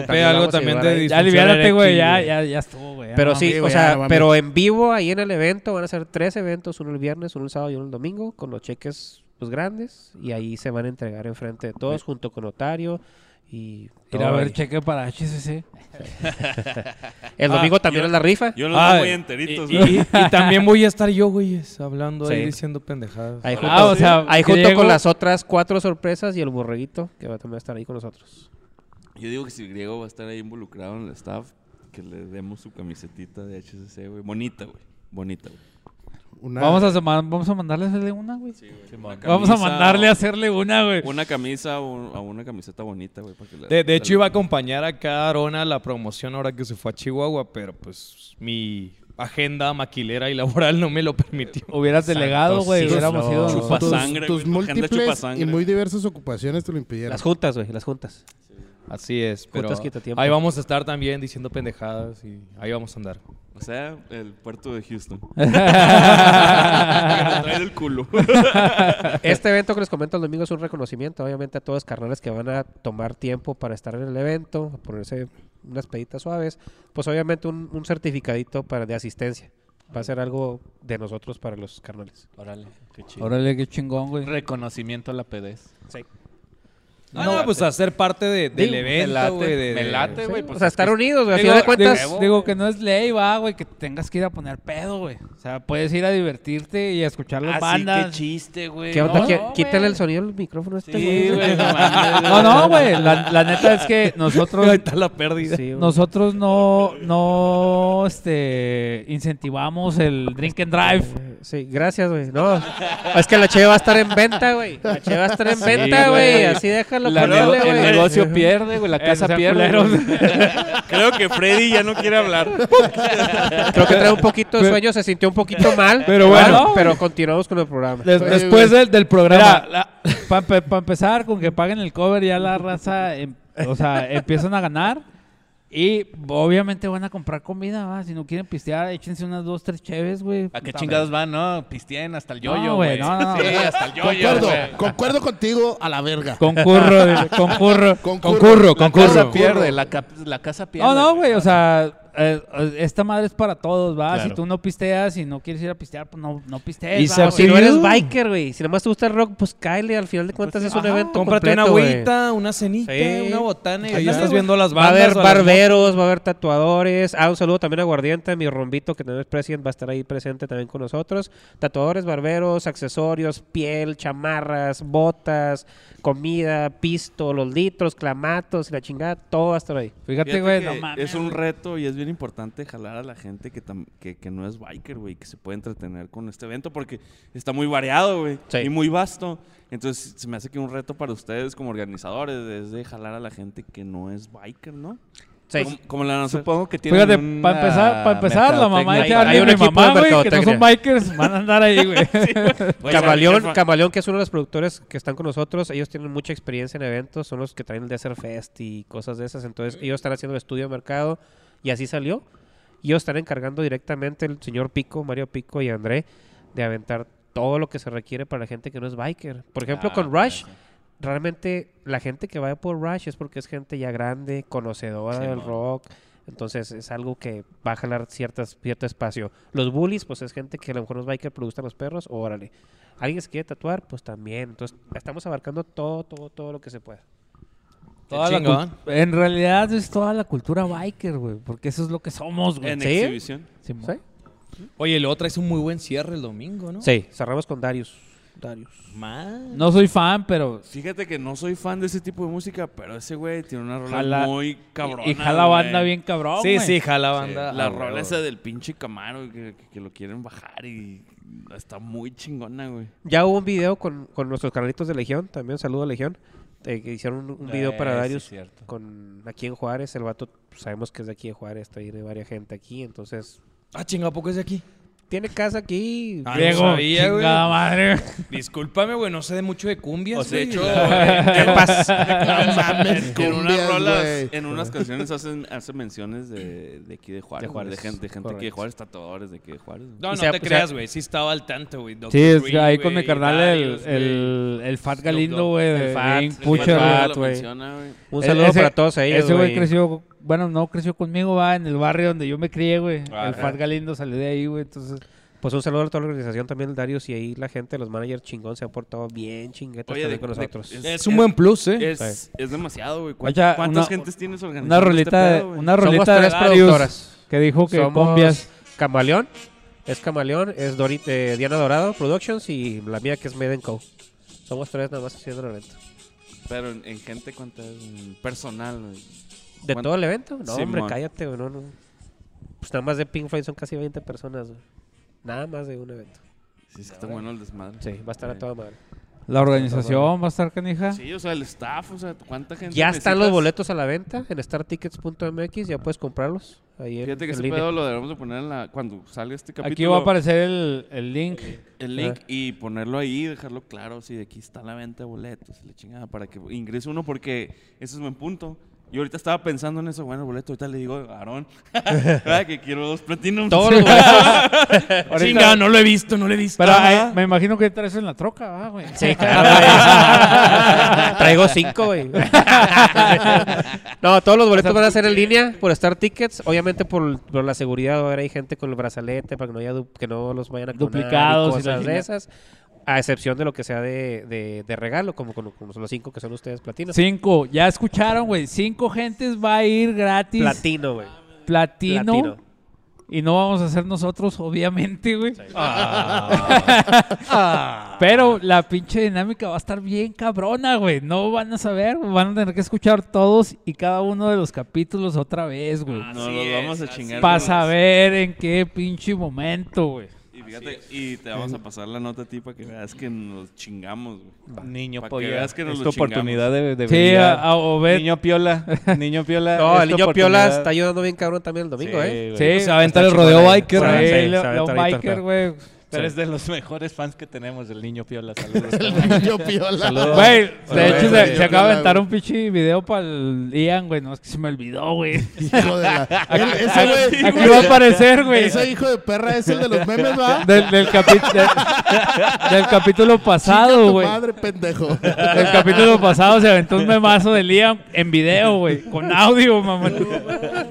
Speaker 2: Supe algo también de
Speaker 1: Ya
Speaker 2: disfunción
Speaker 1: aliviárate, güey.
Speaker 2: eréctil,
Speaker 1: Ya, ya, ya estuvo, güey.
Speaker 4: Pero
Speaker 1: No,
Speaker 4: sí,
Speaker 5: mames,
Speaker 4: o
Speaker 5: güey,
Speaker 4: sea,
Speaker 5: ya, no mames.
Speaker 4: pero en vivo ahí en el evento van a ser tres eventos, uno el viernes, uno el sábado y uno el domingo, con los cheques pues grandes y ahí se van a entregar enfrente de todos junto con notario y
Speaker 1: Ir
Speaker 4: todo
Speaker 1: a ver
Speaker 4: ahí.
Speaker 1: cheque para HCC.
Speaker 4: el
Speaker 1: Ah,
Speaker 4: domingo también es la rifa.
Speaker 3: Yo los
Speaker 2: Ah,
Speaker 3: veo muy
Speaker 2: Y,
Speaker 3: enteritos,
Speaker 2: y-
Speaker 3: güey.
Speaker 2: y- y también voy a estar yo, güeyes, hablando ahí
Speaker 4: Sí.
Speaker 2: diciendo pendejadas.
Speaker 4: Ahí junto,
Speaker 1: Ah, o sea,
Speaker 4: ahí
Speaker 1: que
Speaker 4: junto
Speaker 1: llego-
Speaker 4: con las otras cuatro sorpresas y el borreguito que va también a estar ahí con nosotros.
Speaker 3: Yo digo que si Griego va a estar ahí involucrado en el staff, que le demos su camisetita de HCC, güey. Bonita, güey. Bonita, güey.
Speaker 5: Una-
Speaker 1: Vamos a, sema- vamos a mandarle a hacerle una, güey.
Speaker 3: Una
Speaker 1: vamos a
Speaker 3: camisa
Speaker 1: mandarle a
Speaker 3: o-
Speaker 1: hacerle una, güey.
Speaker 3: Una camisa o un- a una camiseta bonita, güey. para que la-
Speaker 2: De, de
Speaker 3: la-
Speaker 2: hecho, iba a acompañar acá a Arona a la promoción ahora que se fue a Chihuahua, pero pues mi agenda maquilera y laboral no me lo permitió.
Speaker 1: Hubieras delegado,
Speaker 2: santo
Speaker 1: güey.
Speaker 2: cielo.
Speaker 1: Hubiéramos ido
Speaker 5: tus-
Speaker 1: nosotros.
Speaker 3: Chupasangre. sangre,
Speaker 5: tus
Speaker 3: güey, tu agenda chupa
Speaker 5: múltiples
Speaker 3: sangre.
Speaker 5: y muy diversas ocupaciones te lo impidieron.
Speaker 4: Las juntas, güey, las juntas.
Speaker 2: Así es, pero
Speaker 4: Juntas quita tiempo.
Speaker 2: ahí vamos a estar también diciendo pendejadas y ahí vamos a andar.
Speaker 3: O sea, el puerto de Houston.
Speaker 1: Trae
Speaker 3: Trae del culo.
Speaker 4: Este evento que les comento el domingo es un reconocimiento, obviamente, a todos los carnales que van a tomar tiempo para estar en el evento, a ponerse unas peditas suaves. Pues obviamente un, un certificadito para de asistencia. Va a ser algo de nosotros para los carnales.
Speaker 7: Órale, qué chido.
Speaker 1: Órale, qué chingón, güey.
Speaker 7: Reconocimiento a la pedez.
Speaker 2: No, no, pues a ser parte de- del
Speaker 7: Digo, me
Speaker 2: evento,
Speaker 7: late,
Speaker 2: güey, de-
Speaker 7: me
Speaker 2: de-
Speaker 7: late.
Speaker 4: Sí,
Speaker 7: güey,
Speaker 4: o
Speaker 7: pues
Speaker 4: sea,
Speaker 7: es que
Speaker 4: estar unidos, güey. A
Speaker 1: Digo,
Speaker 4: final de cuentas,
Speaker 1: digo- digo que no es ley, va, güey, que tengas que ir a poner pedo, güey. O sea, puedes ir a divertirte y a escuchar las bandas.
Speaker 7: Ah, chiste, güey.
Speaker 4: ¿qué onda?
Speaker 1: No,
Speaker 4: ¿Qué-
Speaker 1: no,
Speaker 4: quítale
Speaker 1: güey.
Speaker 4: el sonido al micrófono a este
Speaker 7: Sí,
Speaker 4: güey.
Speaker 7: güey, no mames,
Speaker 1: No, no, güey. La, la neta es que nosotros,
Speaker 2: Ahí está la pérdida.
Speaker 4: Sí, güey.
Speaker 1: nosotros no, no, este, incentivamos el drink and drive.
Speaker 4: Eh, Sí, gracias, güey. No, es que la Che va a estar en venta, güey. La Che va a estar en venta,
Speaker 7: güey.
Speaker 4: güey. Así déjalo.
Speaker 7: La
Speaker 4: ponerle,
Speaker 7: nego- el
Speaker 4: güey.
Speaker 7: negocio pierde, güey. La casa
Speaker 1: Eh, sea,
Speaker 7: pierde.
Speaker 1: culeros.
Speaker 7: güey.
Speaker 3: Creo que Freddy ya no quiere hablar.
Speaker 4: Creo que trae un poquito de sueño, se sintió un poquito mal.
Speaker 1: Pero bueno.
Speaker 4: Pero continuamos con el programa. Ah,
Speaker 1: Des-
Speaker 5: Oye,
Speaker 1: después
Speaker 5: güey.
Speaker 1: del, del programa. Para empezar, con que paguen el cover, ya la raza, em- o sea, empiezan a ganar. Y obviamente van a comprar comida, ¿va? Si no quieren pistear, échense unas dos, tres cheves, güey.
Speaker 7: ¿A qué
Speaker 1: Puta
Speaker 7: chingados van? No, pisteen hasta el yoyo,
Speaker 1: No, güey,
Speaker 7: güey.
Speaker 1: no, no, no.
Speaker 7: Sí, hasta el yoyo,
Speaker 5: Concuerdo,
Speaker 7: güey.
Speaker 5: concuerdo contigo a la verga.
Speaker 1: Concurro, dile, concurro, concurro,
Speaker 5: Concurro. La
Speaker 7: La casa
Speaker 1: concurro.
Speaker 7: pierde, la, cap- la casa pierde.
Speaker 1: No, no, güey, o sea, eh, eh, esta madre es para todos, ¿va? Si
Speaker 7: Claro.
Speaker 1: tú no pisteas y no quieres ir a pistear, pues no, no pistees.
Speaker 2: Y
Speaker 1: ¿va,
Speaker 2: se
Speaker 1: güey?
Speaker 4: O si no eres biker, güey. Si nomás te gusta el rock, pues cáele. Al final de cuentas es un
Speaker 1: Pues ajá,
Speaker 4: evento
Speaker 2: Cómprate una
Speaker 4: completo, güey.
Speaker 2: agüita, una cenita,
Speaker 4: Sí.
Speaker 2: una botana y
Speaker 1: Ahí está,
Speaker 2: ya estás
Speaker 1: güey.
Speaker 2: viendo las
Speaker 4: Va
Speaker 2: bandas.
Speaker 4: a haber
Speaker 2: o las
Speaker 4: barberos, va a haber tatuadores. Ah, un saludo también a Guardianta, mi rombito que también es president, va a estar ahí presente también con nosotros. Tatuadores, barberos, accesorios, piel, chamarras, botas, comida, pisto, los litros, clamatos y la chingada, todo va a estar ahí.
Speaker 1: Fíjate,
Speaker 3: Fíjate
Speaker 1: güey,
Speaker 3: que
Speaker 1: no mames.
Speaker 3: es un
Speaker 1: güey.
Speaker 3: reto y es bien importante jalar a la gente que, tam- que, que no es biker, güey, que se puede entretener con este evento porque está muy variado, güey,
Speaker 4: Sí.
Speaker 3: y muy vasto. Entonces, se me hace que un reto para ustedes como organizadores es de jalar a la gente que no es biker, ¿no?
Speaker 4: Sí.
Speaker 3: Como, como la no
Speaker 7: Supongo que tiene.
Speaker 1: Fíjate, para empezar, para empezar, la mamá hay que
Speaker 4: mercadotecnia. Hay
Speaker 1: darle a
Speaker 4: un
Speaker 1: mi
Speaker 4: equipo
Speaker 1: mamá,
Speaker 4: de
Speaker 1: güey, que no son
Speaker 4: mercadotecnia.
Speaker 1: bikers, van a andar ahí, güey.
Speaker 4: Camaleón, Camaleón, que es uno de los productores que están con nosotros, ellos tienen mucha experiencia en eventos, son los que traen el Desert Fest y cosas de esas, entonces ellos están haciendo el estudio de mercado y así salió. Y ellos están encargando directamente el señor Pico, Mario Pico y André de aventar todo lo que se requiere para la gente que no es biker. Por ejemplo,
Speaker 7: Ah,
Speaker 4: con
Speaker 7: ok,
Speaker 4: Rush, realmente la gente que va por Rush es porque es gente ya grande, conocedora del rock. Entonces es algo que va a jalar ciertas, cierto espacio. Los bullies, pues es gente que a lo mejor no es biker, pero gustan los perros, órale. Alguien se quiere tatuar, pues también. Entonces estamos abarcando todo, todo, todo lo que se pueda.
Speaker 2: Toda la
Speaker 1: Cul- En realidad es toda la cultura biker, güey, porque eso es lo que somos, güey.
Speaker 3: En exhibición.
Speaker 1: Simón.
Speaker 4: ¿Sí?
Speaker 2: Oye, luego traes un muy buen cierre el domingo, ¿no?
Speaker 4: Sí, cerramos con Darius. Darius.
Speaker 2: Man.
Speaker 1: No soy fan, pero
Speaker 3: Fíjate que no soy fan de ese tipo de música, pero ese güey tiene una rola
Speaker 1: Jala-
Speaker 3: muy cabrona.
Speaker 1: y jala banda
Speaker 3: güey.
Speaker 1: bien cabrón,
Speaker 2: sí,
Speaker 1: güey.
Speaker 2: sí, jala
Speaker 3: Sí,
Speaker 2: banda.
Speaker 3: la
Speaker 2: Ah,
Speaker 3: rola
Speaker 2: huevo.
Speaker 3: esa del pinche Camaro que, que- que lo quieren bajar y está muy chingona, güey.
Speaker 4: Ya hubo un video con, con nuestros canalitos de Legión, también un saludo a Legión, eh, que hicieron un, un video para
Speaker 7: Eh, sí,
Speaker 4: Darius
Speaker 7: cierto.
Speaker 4: con aquí en Juárez. El vato, pues, sabemos que es de aquí de Juárez, trae de varias gente aquí, entonces...
Speaker 2: Ah, chinga, ¿a poco es de aquí?
Speaker 4: Tiene casa aquí.
Speaker 2: Ah, no
Speaker 1: Diego,
Speaker 2: sabía, güey.
Speaker 1: chingada madre.
Speaker 2: Discúlpame, güey, no sé de mucho de eh, cumbias.
Speaker 3: O sea, de
Speaker 2: güey.
Speaker 3: hecho,
Speaker 4: ¿Qué pasa?
Speaker 3: en
Speaker 5: cumbias,
Speaker 3: unas rolas,
Speaker 5: güey.
Speaker 3: en unas canciones hacen, hacen menciones de, de aquí de Juárez,
Speaker 4: De
Speaker 3: de,
Speaker 4: Juárez,
Speaker 3: gente, de gente aquí de
Speaker 4: correcto.
Speaker 3: Juárez, tatuadores de aquí de Juárez. güey.
Speaker 2: No,
Speaker 4: Y
Speaker 2: no
Speaker 4: sea-
Speaker 2: te
Speaker 4: o sea-
Speaker 2: creas, güey. Sí estaba al tanto, güey. Dr.
Speaker 1: Sí, es que
Speaker 2: Dre,
Speaker 1: ahí con mi
Speaker 2: güey,
Speaker 1: carnal
Speaker 2: Darius,
Speaker 1: el,
Speaker 2: güey.
Speaker 1: el, el Fat
Speaker 3: Snoop
Speaker 1: Galindo,
Speaker 3: Dogg.
Speaker 1: güey,
Speaker 4: El
Speaker 1: de
Speaker 4: Fat,
Speaker 1: Ink
Speaker 4: el
Speaker 1: Pusher,
Speaker 4: Fat,
Speaker 1: güey.
Speaker 4: Fat.
Speaker 3: Lo
Speaker 4: güey.
Speaker 3: menciona, güey.
Speaker 4: Un
Speaker 1: E-
Speaker 4: saludo
Speaker 1: ese-
Speaker 4: para todos ellos,
Speaker 1: Ese güey
Speaker 4: güey.
Speaker 1: creció, bueno, no creció conmigo, va, en el barrio donde yo me crié, güey.
Speaker 7: Ajá.
Speaker 1: El Fat Galindo salió de ahí, güey, entonces...
Speaker 4: Pues un saludo a toda la organización también, el Darius, y ahí la gente, los managers chingón, se han portado bien chinguetas
Speaker 3: Oye,
Speaker 4: también
Speaker 3: de-
Speaker 4: con
Speaker 3: de-
Speaker 4: nosotros.
Speaker 3: es-
Speaker 2: Es un buen plus, ¿eh?
Speaker 3: Es, es demasiado, güey. ¿Cuán-
Speaker 1: Oye,
Speaker 3: ¿Cuántas
Speaker 1: una-
Speaker 3: gentes tienes este
Speaker 1: Una
Speaker 3: organizadas?
Speaker 1: rolita, de, una
Speaker 4: Somos
Speaker 1: rolita de
Speaker 4: tres
Speaker 1: Darius
Speaker 4: productoras.
Speaker 1: que dijo que
Speaker 4: Somos
Speaker 1: combias.
Speaker 4: Camaleón, es Camaleón, es Dori- eh, Diana Dorado Productions y la mía que es Made in Co. Somos tres nada más haciendo el evento.
Speaker 3: Pero en, en gente, ¿cuántas? En Personal, güey.
Speaker 4: ¿De
Speaker 3: ¿Cuánto?
Speaker 4: todo el evento? No, hombre,
Speaker 3: Simón.
Speaker 4: cállate, güey, no, no. Pues nada más de Pink Floyd son casi 20 personas, güey. Nada más de un evento.
Speaker 3: Sí, es que está Ah, bueno el desmadre.
Speaker 4: Sí, va a estar a toda madre.
Speaker 1: La organización va a estar canija.
Speaker 3: Sí, o sea, el staff, o sea, ¿cuánta gente
Speaker 4: Ya están los
Speaker 3: necesitas?
Speaker 4: boletos a la venta en startickets.mx, ya puedes comprarlos. Ahí en-
Speaker 3: Fíjate que
Speaker 4: en
Speaker 3: ese
Speaker 4: línea.
Speaker 3: pedo lo debemos de poner en la, cuando salga este capítulo.
Speaker 1: Aquí va a aparecer el, el link.
Speaker 3: el link y ponerlo ahí, dejarlo claro, si de aquí está la venta de boletos, y la chingada, para que ingrese uno, porque eso es buen punto. Yo ahorita estaba pensando en eso, bueno, el boleto, ahorita le digo a Aarón, ¿verdad? que quiero dos platinum.
Speaker 4: Todos los boletos.
Speaker 2: Chinga, no lo he visto, no lo he visto.
Speaker 1: Pero
Speaker 2: Ajá.
Speaker 1: eh, me imagino que traes en la troca, ¿va, güey.
Speaker 4: Sí, claro, güey. Traigo cinco, güey. no, todos los boletos van a ser en línea por Star Tickets. Obviamente por, por la seguridad, va a haber ahí gente con el brazalete para que no, haya du- que no los vayan a clonar y
Speaker 1: Duplicados y la
Speaker 4: cosas de
Speaker 1: chingada.
Speaker 4: esas. A excepción de lo que sea de, de- de regalo, como, como, como son los cinco que son ustedes platinos.
Speaker 1: Cinco, ya escucharon, güey. Cinco gentes va a ir gratis.
Speaker 4: Platino, güey.
Speaker 1: platino.
Speaker 4: Platino.
Speaker 1: Y no vamos a ser nosotros, obviamente, güey. Ah. Pero la pinche dinámica va a estar bien cabrona, güey. No van a saber, güey. van a tener que escuchar todos y cada uno de los capítulos otra vez, güey.
Speaker 4: Ah,
Speaker 3: No, los vamos a chingar.
Speaker 1: Para saber en qué pinche momento, güey.
Speaker 3: Y fíjate, y te vamos a pasar la nota a ti para que veas que nos chingamos, güey.
Speaker 7: Niño
Speaker 3: Pa' que
Speaker 7: Piola.
Speaker 3: veas que nos
Speaker 7: es
Speaker 3: lo
Speaker 7: tu
Speaker 3: chingamos.
Speaker 7: oportunidad de, de
Speaker 1: Sí,
Speaker 7: brillar.
Speaker 1: a, a- o ver-
Speaker 7: Niño Piola. Niño Piola.
Speaker 4: No,
Speaker 7: es
Speaker 4: el
Speaker 7: tu
Speaker 4: niño Piola
Speaker 7: oportunidad.
Speaker 4: está ayudando bien cabrón también el domingo,
Speaker 7: Sí,
Speaker 4: ¿eh?
Speaker 7: güey.
Speaker 1: Sí,
Speaker 2: Se va a aventar el
Speaker 4: Está
Speaker 2: rodeo
Speaker 4: chingón, eh.
Speaker 2: biker,
Speaker 4: Se va a
Speaker 2: güey.
Speaker 1: Sí,
Speaker 4: aventar,
Speaker 1: lo-
Speaker 4: se va a
Speaker 1: lo
Speaker 4: aventar ahorita,
Speaker 1: biker,
Speaker 4: pero-
Speaker 1: güey.
Speaker 7: Tú eres de los mejores fans que tenemos, el niño Piola. Saludos.
Speaker 5: Yo piola.
Speaker 1: Güey, de hecho
Speaker 5: güey,
Speaker 1: se,
Speaker 5: yo
Speaker 1: se acaba de
Speaker 5: la-
Speaker 1: aventar un pinche video para el Ian, güey. No, es que se me olvidó, güey.
Speaker 5: Hijo de la- El- ese güey.
Speaker 1: Aquí va a aparecer, güey.
Speaker 5: Ese hijo de perra es el de los memes, ¿va?
Speaker 1: Del, del capi- del- del capítulo
Speaker 5: Chinga
Speaker 1: pasado,
Speaker 5: tu
Speaker 1: güey.
Speaker 5: Madre pendejo.
Speaker 1: Del capítulo pasado se aventó un memazo de Liam en video, güey. Con audio, mamá.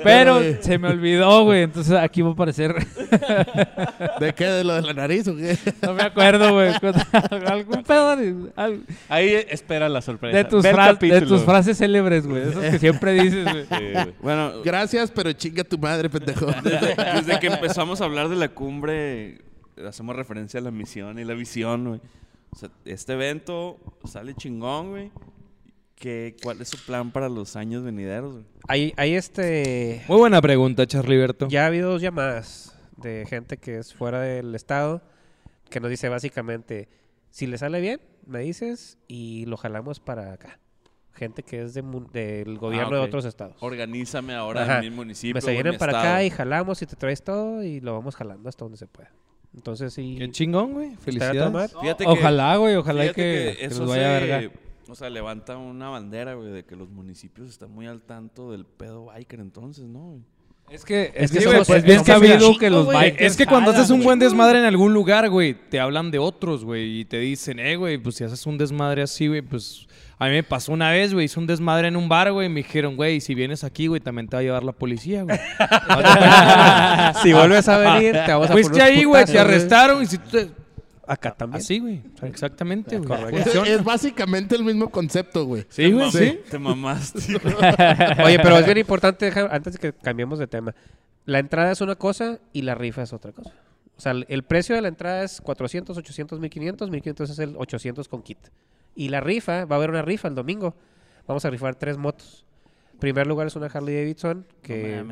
Speaker 1: Pero se me olvidó, güey. Entonces aquí va a aparecer.
Speaker 5: ¿De qué? ¿De lo de la nariz o qué?
Speaker 1: No me acuerdo, güey. Con- Algún pedo. de- algo-
Speaker 7: Ahí espera la sorpresa.
Speaker 1: De tus,
Speaker 7: Ve el
Speaker 1: fra- de
Speaker 7: capítulo.
Speaker 1: tus frases célebres, güey. Esas que siempre dices, güey.
Speaker 7: Sí, güey.
Speaker 3: Eh, Bueno,
Speaker 5: Gracias, pero chinga tu madre, pendejo.
Speaker 3: desde, desde que empezamos a hablar de la cumbre, hacemos referencia a la misión y la visión, güey. O sea, este evento sale chingón, güey. ¿Qué- ¿Cuál es su plan para los años venideros, güey?
Speaker 4: Ahí, ahí este...
Speaker 2: Muy buena pregunta, Charliberto.
Speaker 4: Ya ha habido dos llamadas de gente que es fuera del estado que nos dice básicamente, si le sale bien, me dices y lo jalamos para acá. Gente que es de mun- del gobierno
Speaker 3: Ah, ok.
Speaker 4: de otros estados.
Speaker 3: Organízame ahora
Speaker 4: Ajá.
Speaker 3: en mi municipio.
Speaker 4: Me se
Speaker 3: o en
Speaker 4: vienen
Speaker 3: mi
Speaker 4: para
Speaker 3: estado.
Speaker 4: acá y jalamos y te traes todo y lo vamos jalando hasta donde se pueda. Entonces sí.
Speaker 2: Qué chingón, güey.
Speaker 4: está de tomar.
Speaker 2: Felicidades.
Speaker 3: Fíjate que-
Speaker 1: Ojalá, güey. Ojalá que,
Speaker 3: fíjate
Speaker 1: que,
Speaker 3: eso
Speaker 1: les vaya a
Speaker 3: se-
Speaker 1: verga.
Speaker 3: O sea, levanta una bandera, güey, de que los municipios están muy al tanto del pedo biker entonces, ¿no? güey?
Speaker 1: Es que, es
Speaker 4: que
Speaker 1: que,
Speaker 4: somos-
Speaker 2: pues,
Speaker 1: es bien
Speaker 4: somos un
Speaker 1: sabido
Speaker 4: chingo,
Speaker 1: que los
Speaker 4: güey.
Speaker 1: bikers
Speaker 2: Es que cuando
Speaker 1: jalan,
Speaker 2: haces un
Speaker 1: güey.
Speaker 2: buen desmadre en algún lugar, güey, te hablan de otros, güey, y te dicen, eh, güey, pues si haces un desmadre así, güey, pues a mí me pasó una vez, güey, hice un desmadre en un bar, güey, y me dijeron, güey, si vienes aquí, güey, también te va a llevar la policía, güey.
Speaker 4: si vuelves a venir, te vamos a
Speaker 2: Fuiste
Speaker 4: poner unos
Speaker 2: ahí, güey,
Speaker 4: putazos,
Speaker 2: te arrestaron y si tú te...
Speaker 4: acá también.
Speaker 2: Así, güey. Exactamente, güey.
Speaker 4: Correcto.
Speaker 5: Es,
Speaker 2: Funciona.
Speaker 5: es básicamente el mismo concepto, güey.
Speaker 2: Sí, güey.
Speaker 3: Mam-
Speaker 2: Sí.
Speaker 3: Te mamaste.
Speaker 4: Oye, pero es bien importante, deja- antes de que cambiemos de tema, la entrada es una cosa y la rifa es otra cosa. O sea, el- el precio de la entrada es 400, 800, 1500, 1500 es el 800 con kit. Y la rifa, va a haber una rifa el domingo. Vamos a rifar tres motos. primer lugar es una Harley Davidson, que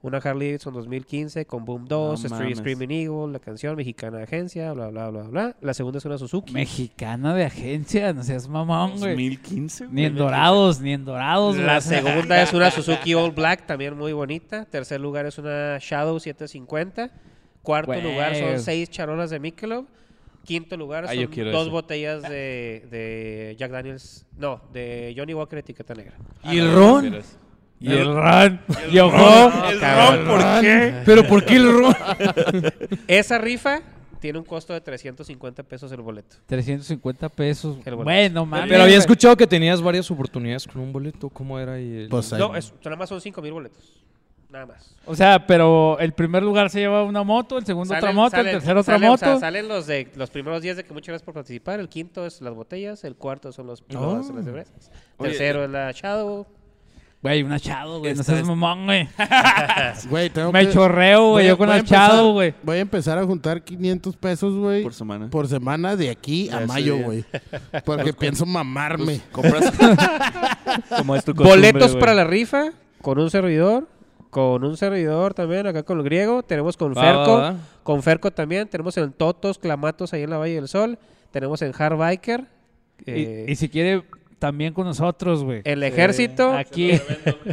Speaker 4: una Harley Davidson 2015 con Boom 2,
Speaker 3: No
Speaker 4: Street
Speaker 3: mames.
Speaker 4: Screaming Eagle, la canción mexicana de agencia, bla, bla, bla, bla. La segunda es una Suzuki.
Speaker 1: Mexicana de agencia, no seas mamón, güey.
Speaker 3: 2015,
Speaker 1: Ni en dorados, ni en dorados,
Speaker 4: La
Speaker 1: güey.
Speaker 4: segunda es una Suzuki All Black, también muy bonita. Tercer lugar es una Shadow 750. Cuarto
Speaker 1: Güey.
Speaker 4: lugar son seis charolas de Michelob. Quinto lugar
Speaker 7: Ah,
Speaker 4: son
Speaker 7: yo quiero
Speaker 4: dos
Speaker 7: eso.
Speaker 4: botellas de, de Jack Daniels. No, de Johnny Walker etiqueta negra.
Speaker 1: Y el ron. Y el ron. Y ojo.
Speaker 4: No,
Speaker 3: No,
Speaker 4: cabrón.
Speaker 3: ¿por qué?
Speaker 1: Pero ¿por qué el ron?
Speaker 4: Esa rifa tiene un costo de 350 pesos el boleto.
Speaker 1: 350 pesos.
Speaker 4: El boleto.
Speaker 1: Bueno, mames.
Speaker 2: Pero había
Speaker 1: güey.
Speaker 2: escuchado que tenías varias oportunidades con un boleto. ¿Cómo era? ahí el-
Speaker 5: Pues ahí-
Speaker 4: No, es, nada más son 5 mil boletos. Nada más.
Speaker 1: O sea, pero el primer lugar se lleva una moto, el segundo otra
Speaker 4: Salen-
Speaker 1: moto,
Speaker 4: salen-
Speaker 1: el tercero otra
Speaker 4: salen, o
Speaker 1: moto.
Speaker 4: sea, salen los de los primeros 10 de que muchas gracias por participar. El quinto es las botellas, el cuarto son los las- las cervezas.
Speaker 3: Oye,
Speaker 4: Tercero es la Shadow.
Speaker 1: Güey, una Shadow, güey. No seas mamón, güey.
Speaker 5: Güey, tengo
Speaker 1: Me
Speaker 5: que-
Speaker 1: chorreo,
Speaker 5: voy
Speaker 1: güey.
Speaker 5: a-
Speaker 1: Yo con
Speaker 5: voy a
Speaker 1: la Shadow,
Speaker 5: empezar-
Speaker 1: güey.
Speaker 5: Voy a empezar a juntar 500 pesos, güey.
Speaker 3: Por semana.
Speaker 5: Por semana de aquí
Speaker 3: Ya
Speaker 5: a
Speaker 3: ese
Speaker 5: mayo,
Speaker 3: día.
Speaker 5: güey. Porque pienso mamarme.
Speaker 3: Compras
Speaker 7: Como es tu
Speaker 4: Boletos para la rifa con un servidor. Con un servidor también, acá con el griego. Tenemos con
Speaker 2: Va,
Speaker 4: Ferco.
Speaker 2: va, va.
Speaker 4: Con Ferco también. Tenemos en Totos, Clamatos, ahí en la Valle del Sol. Tenemos en Hard Biker. eh,
Speaker 1: Y, y si quiere, también con nosotros, güey.
Speaker 4: el ejército.
Speaker 1: Aquí,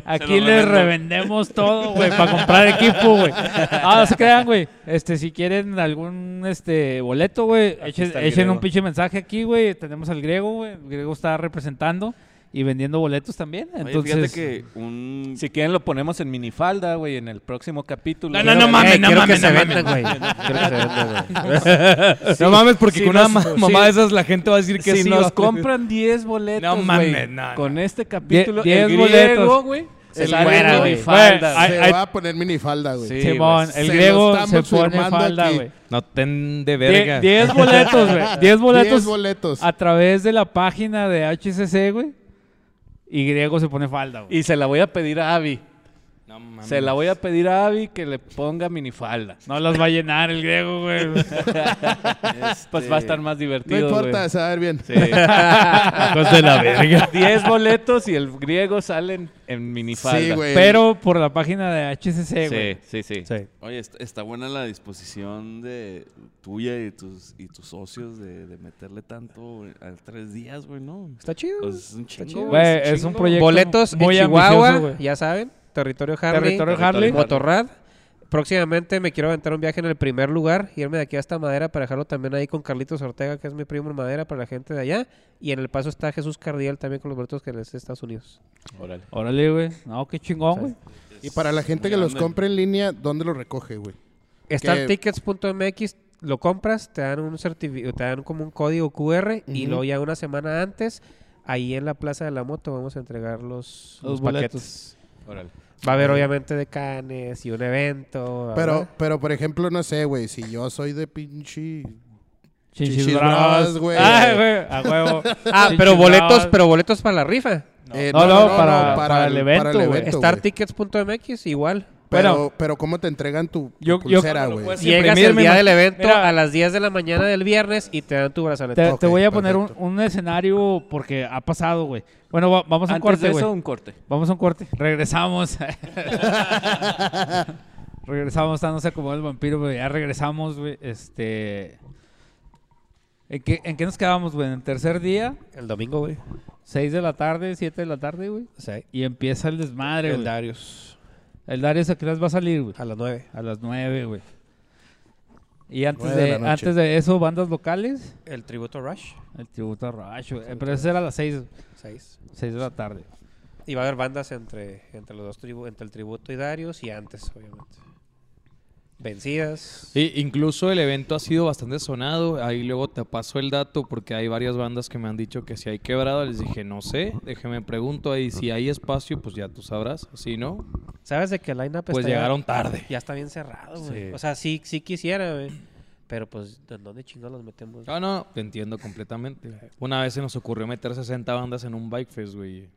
Speaker 1: aquí
Speaker 3: Se lo
Speaker 1: les
Speaker 3: revendo.
Speaker 1: revendemos todo, güey, para comprar equipo, güey. Ah, no se crean, güey. Este, si quieren algún este boleto, güey, echen,
Speaker 4: está el
Speaker 1: echen un
Speaker 4: griego.
Speaker 1: pinche mensaje aquí, güey. Tenemos al griego, güey. El griego está representando y vendiendo boletos también.
Speaker 3: Oye,
Speaker 1: Entonces,
Speaker 3: fíjate que un...
Speaker 7: Si quieren lo ponemos en minifalda, güey, en el próximo capítulo.
Speaker 8: No, no, no mames, no
Speaker 4: quiero
Speaker 8: mames,
Speaker 4: que se
Speaker 8: no
Speaker 4: vendan, güey. Quiero que se vendan, güey.
Speaker 2: No mames, porque
Speaker 7: sí
Speaker 2: con una
Speaker 7: nos-
Speaker 2: ma-
Speaker 7: sí.
Speaker 2: mamá de esas la gente va a decir que
Speaker 7: si
Speaker 2: sí,
Speaker 7: nos
Speaker 2: va.
Speaker 7: compran 10 boletos,
Speaker 2: No
Speaker 7: güey,
Speaker 2: mames, no, no.
Speaker 7: con este capítulo,
Speaker 1: Die-
Speaker 7: el
Speaker 1: 10
Speaker 7: griego,
Speaker 1: boletos.
Speaker 7: güey,
Speaker 4: El
Speaker 7: se sale
Speaker 4: fuera,
Speaker 7: en
Speaker 4: güey.
Speaker 7: minifalda,
Speaker 1: Güey,
Speaker 7: güey.
Speaker 5: Se
Speaker 1: ay-
Speaker 5: va a poner minifalda, güey.
Speaker 7: Sí,
Speaker 1: Simón,
Speaker 5: güey,
Speaker 1: el
Speaker 5: se
Speaker 1: griego
Speaker 5: lo estamos
Speaker 1: se pone
Speaker 5: firmando
Speaker 1: falda,
Speaker 5: aquí.
Speaker 1: güey.
Speaker 2: No ten de verga.
Speaker 1: Die- 10 boletos, güey. 10 boletos,
Speaker 5: Diez boletos.
Speaker 1: a través de la página de HCC, güey. Y griego se pone falda, güey.
Speaker 7: Y se la voy a pedir a Abby.
Speaker 2: No mames.
Speaker 7: Se la voy a pedir a Abby que le ponga minifalda.
Speaker 1: No las va a llenar el griego, güey.
Speaker 7: Pues va a estar más
Speaker 5: No
Speaker 7: divertido,
Speaker 5: importa,
Speaker 7: güey.
Speaker 5: se va a ver bien.
Speaker 1: Hijos de la verga.
Speaker 7: 10 boletos y el griego salen en minifalda.
Speaker 5: Sí, güey.
Speaker 1: Pero por la página de HCC, güey.
Speaker 7: Sí, sí, sí.
Speaker 3: Oye, est- está, buena la disposición de tuya y tus, y tus socios de, de meterle tanto a tres días, güey, ¿no?
Speaker 4: Está chido.
Speaker 3: Pues es un chingo, güey.
Speaker 1: Güey, es un proyecto
Speaker 4: Boletos
Speaker 1: muy
Speaker 4: en Chihuahua,
Speaker 1: ambicioso, güey.
Speaker 4: ya saben. Territorio Harley.
Speaker 1: Territorio Harley.
Speaker 4: Motorrad. Próximamente me quiero aventar un viaje en el primer lugar, irme de aquí hasta Madera para dejarlo también ahí con Carlitos Ortega, que es mi primo en Madera, para la gente de allá. Y en el paso está Jesús Cardiel también con los boletos que les de Estados Unidos.
Speaker 7: Órale.
Speaker 1: Órale, güey. No, qué chingón, güey.
Speaker 5: Y para la gente que los compre en línea, ¿dónde los recoge, güey?
Speaker 4: StarTickets.mx, lo compras, te dan un certifi- te dan como un código QR y
Speaker 5: Ujú.
Speaker 4: luego ya una semana antes, ahí en la Plaza de la Moto vamos a entregar los,
Speaker 1: Los
Speaker 4: los
Speaker 1: boletos.
Speaker 4: paquetes.
Speaker 7: Órale.
Speaker 4: Va a haber obviamente de canes y un evento. bla,
Speaker 5: Pero,
Speaker 4: bla.
Speaker 5: pero, por ejemplo, no sé, güey, si yo soy de pinche...
Speaker 1: Chinchis,
Speaker 5: Chinchis
Speaker 1: bravas,
Speaker 5: bravas, güey.
Speaker 1: Ay, güey, a huevo.
Speaker 4: Ah,
Speaker 1: Chinchis
Speaker 4: pero boletos,
Speaker 1: bravas.
Speaker 4: pero boletos para la rifa.
Speaker 5: Eh,
Speaker 1: No, no, para- para el evento, güey.
Speaker 5: güey.
Speaker 4: StarTickets.mx igual.
Speaker 5: Pero,
Speaker 1: Bueno.
Speaker 5: pero ¿cómo te entregan tu, tu
Speaker 1: Yo- yo-
Speaker 5: pulsera,
Speaker 1: lo
Speaker 5: güey?
Speaker 1: puedes- Sí,
Speaker 4: Llegas
Speaker 1: imprimir,
Speaker 4: el
Speaker 1: me
Speaker 4: día
Speaker 1: imag-
Speaker 4: del evento
Speaker 1: Mira.
Speaker 4: a las 10 de la mañana del viernes y te dan tu
Speaker 1: Te,
Speaker 4: brazalete.
Speaker 1: te
Speaker 5: Ok,
Speaker 1: voy a poner un,
Speaker 5: perfecto.
Speaker 1: un escenario porque ha pasado, güey. Bueno, va- vamos a un
Speaker 7: Antes
Speaker 1: corte,
Speaker 7: de eso,
Speaker 1: güey.
Speaker 7: un corte.
Speaker 1: Vamos a un corte. Regresamos. regresamos, está, no sé cómo el vampiro, güey. Ya regresamos, güey. Este. ¿En qué, ¿En qué nos quedamos, güey? En el tercer día,
Speaker 4: El domingo, güey.
Speaker 1: 6 de la tarde, 7 de la tarde, güey.
Speaker 4: Sí.
Speaker 1: Y empieza el desmadre,
Speaker 4: El
Speaker 1: güey.
Speaker 4: Darius.
Speaker 1: El Darius a qué horas va a salir, güey.
Speaker 4: A las 9.
Speaker 1: A las 9, güey. Y antes
Speaker 5: Nueve
Speaker 1: de,
Speaker 5: de la noche.
Speaker 1: antes de eso, bandas locales.
Speaker 4: El tributo Rush.
Speaker 1: El tributo a Rush, güey. Eh, Pero ese era a las 6,
Speaker 4: 6.
Speaker 1: 6 de la tarde.
Speaker 4: Y va a haber bandas entre, entre los dos tribu- entre el tributo y Darius y antes, obviamente. Vencidas.
Speaker 2: Sí, incluso el evento ha sido bastante sonado. Ahí luego te paso el dato porque hay varias bandas que me han dicho que si hay quebrado. Les dije, no sé, déjeme pregunto ahí. Si hay espacio, pues ya tú sabrás. Si no,
Speaker 4: ¿Sabes de que el line-up
Speaker 2: pues
Speaker 4: Pues está ya-
Speaker 2: llegaron tarde.
Speaker 4: Ya está bien cerrado, güey.
Speaker 2: Sí.
Speaker 4: O sea, sí, sí quisiera, güey. Pero pues, ¿de dónde chingados los metemos?
Speaker 2: No, no, te entiendo completamente. güey. Una vez se nos ocurrió meter 60 bandas en un Bike Fest, güey.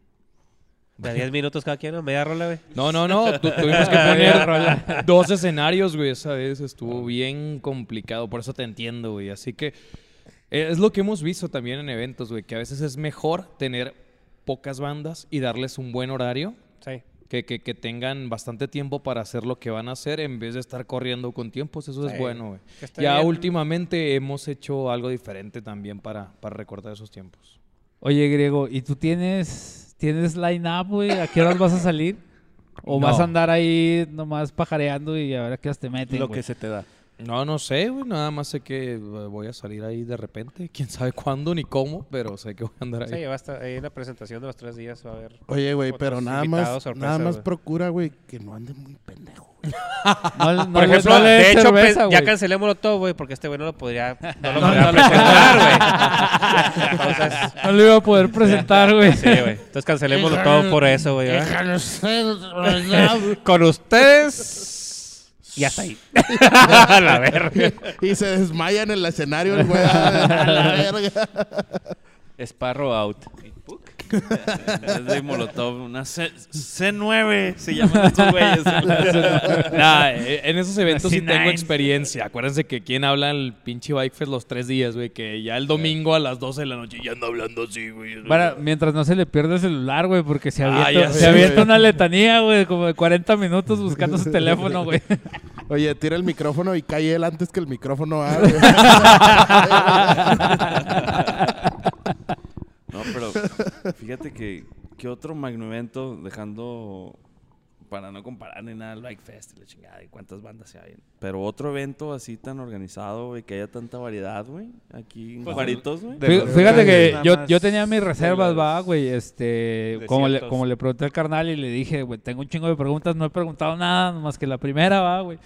Speaker 4: De 10 minutos cada quien, ¿no? Media rola, güey.
Speaker 2: No, no, no. tu- tuvimos que poner dos escenarios, güey. Esa vez estuvo bien complicado. Por eso te entiendo, güey. Así que eh, es lo que hemos visto también en eventos, güey. Que a veces es mejor tener pocas bandas y darles un buen horario.
Speaker 4: Sí.
Speaker 2: Que, que, que tengan bastante tiempo para hacer lo que van a hacer en vez de estar corriendo con tiempos. Eso es
Speaker 4: Sí.
Speaker 2: bueno, güey.
Speaker 4: Que esté
Speaker 2: Ya
Speaker 4: bien.
Speaker 2: últimamente hemos hecho algo diferente también para, para recortar esos tiempos.
Speaker 1: Oye, Griego, ¿y tú tienes, tienes line-up, güey? ¿A qué horas vas a salir? ¿O vas a
Speaker 2: No.
Speaker 1: andar ahí nomás pajareando y a ver a qué horas te meten,
Speaker 7: Lo
Speaker 1: güey?
Speaker 7: que se te da.
Speaker 2: No, no sé, güey. Nada más sé que eh, voy a salir ahí de repente. Quién sabe cuándo ni cómo, pero sé que voy a andar ahí.
Speaker 4: Sí, va a estar ahí en la presentación de los tres días, va a haber.
Speaker 5: Oye, güey, pero
Speaker 4: Otros
Speaker 5: nada
Speaker 4: invitados,
Speaker 5: más,
Speaker 4: sorpresas,
Speaker 5: nada más
Speaker 4: güey.
Speaker 5: procura, güey, que no ande muy pendejo. güey.
Speaker 1: No le- no
Speaker 4: Por
Speaker 1: le-
Speaker 4: ejemplo,
Speaker 1: no le
Speaker 4: de
Speaker 1: des
Speaker 4: hecho,
Speaker 1: cerveza,
Speaker 4: pues, ya
Speaker 1: güey.
Speaker 4: cancelémoslo todo, güey, porque este güey no lo podría, no lo podría presentar, güey. Entonces,
Speaker 1: No lo iba a poder presentar, güey.
Speaker 4: sí, güey. Entonces cancelémoslo todo por eso, güey. ¿verdad?
Speaker 5: Con
Speaker 4: Ustedes. Y hasta ahí. A la verga.
Speaker 5: Y se desmaya en el escenario el güey. A la verga.
Speaker 7: Sparrow out.
Speaker 3: Es de Molotov, una C, 9 se llaman estos güeyes.
Speaker 2: Nah, eh, en esos eventos sí
Speaker 1: Así
Speaker 2: tengo
Speaker 1: nice.
Speaker 2: experiencia. Acuérdense que quien habla en el pinche Bike Fest los tres días, güey. Que ya el domingo a las 12 de la noche ya ando hablando así, güey.
Speaker 1: Para, mientras no se le pierda el celular, güey, porque se
Speaker 2: Ah,
Speaker 1: avienta,
Speaker 2: ya
Speaker 1: se
Speaker 2: sé,
Speaker 1: avienta
Speaker 5: güey.
Speaker 1: una letanía, güey, como de 40 minutos buscando su teléfono, güey.
Speaker 5: Oye, tira el micrófono y cae él antes que el micrófono abre.
Speaker 3: No, pero fíjate que, que otro magno evento, dejando para no comparar ni nada el Bike Fest y la chingada y cuántas bandas se hay. Pero otro evento así tan organizado, güey, que haya tanta variedad, güey, aquí en Juaritos, güey.
Speaker 7: de
Speaker 1: Fí-
Speaker 7: los
Speaker 1: Fíjate
Speaker 7: grandes,
Speaker 1: que
Speaker 7: nada
Speaker 1: yo,
Speaker 7: más
Speaker 1: yo tenía mis
Speaker 7: de
Speaker 1: reservas,
Speaker 7: los
Speaker 1: va, güey. Este, como le,
Speaker 7: desiertos.
Speaker 1: como le pregunté al carnal y le dije, güey, tengo un chingo de preguntas, no he preguntado nada más que la primera, va, güey.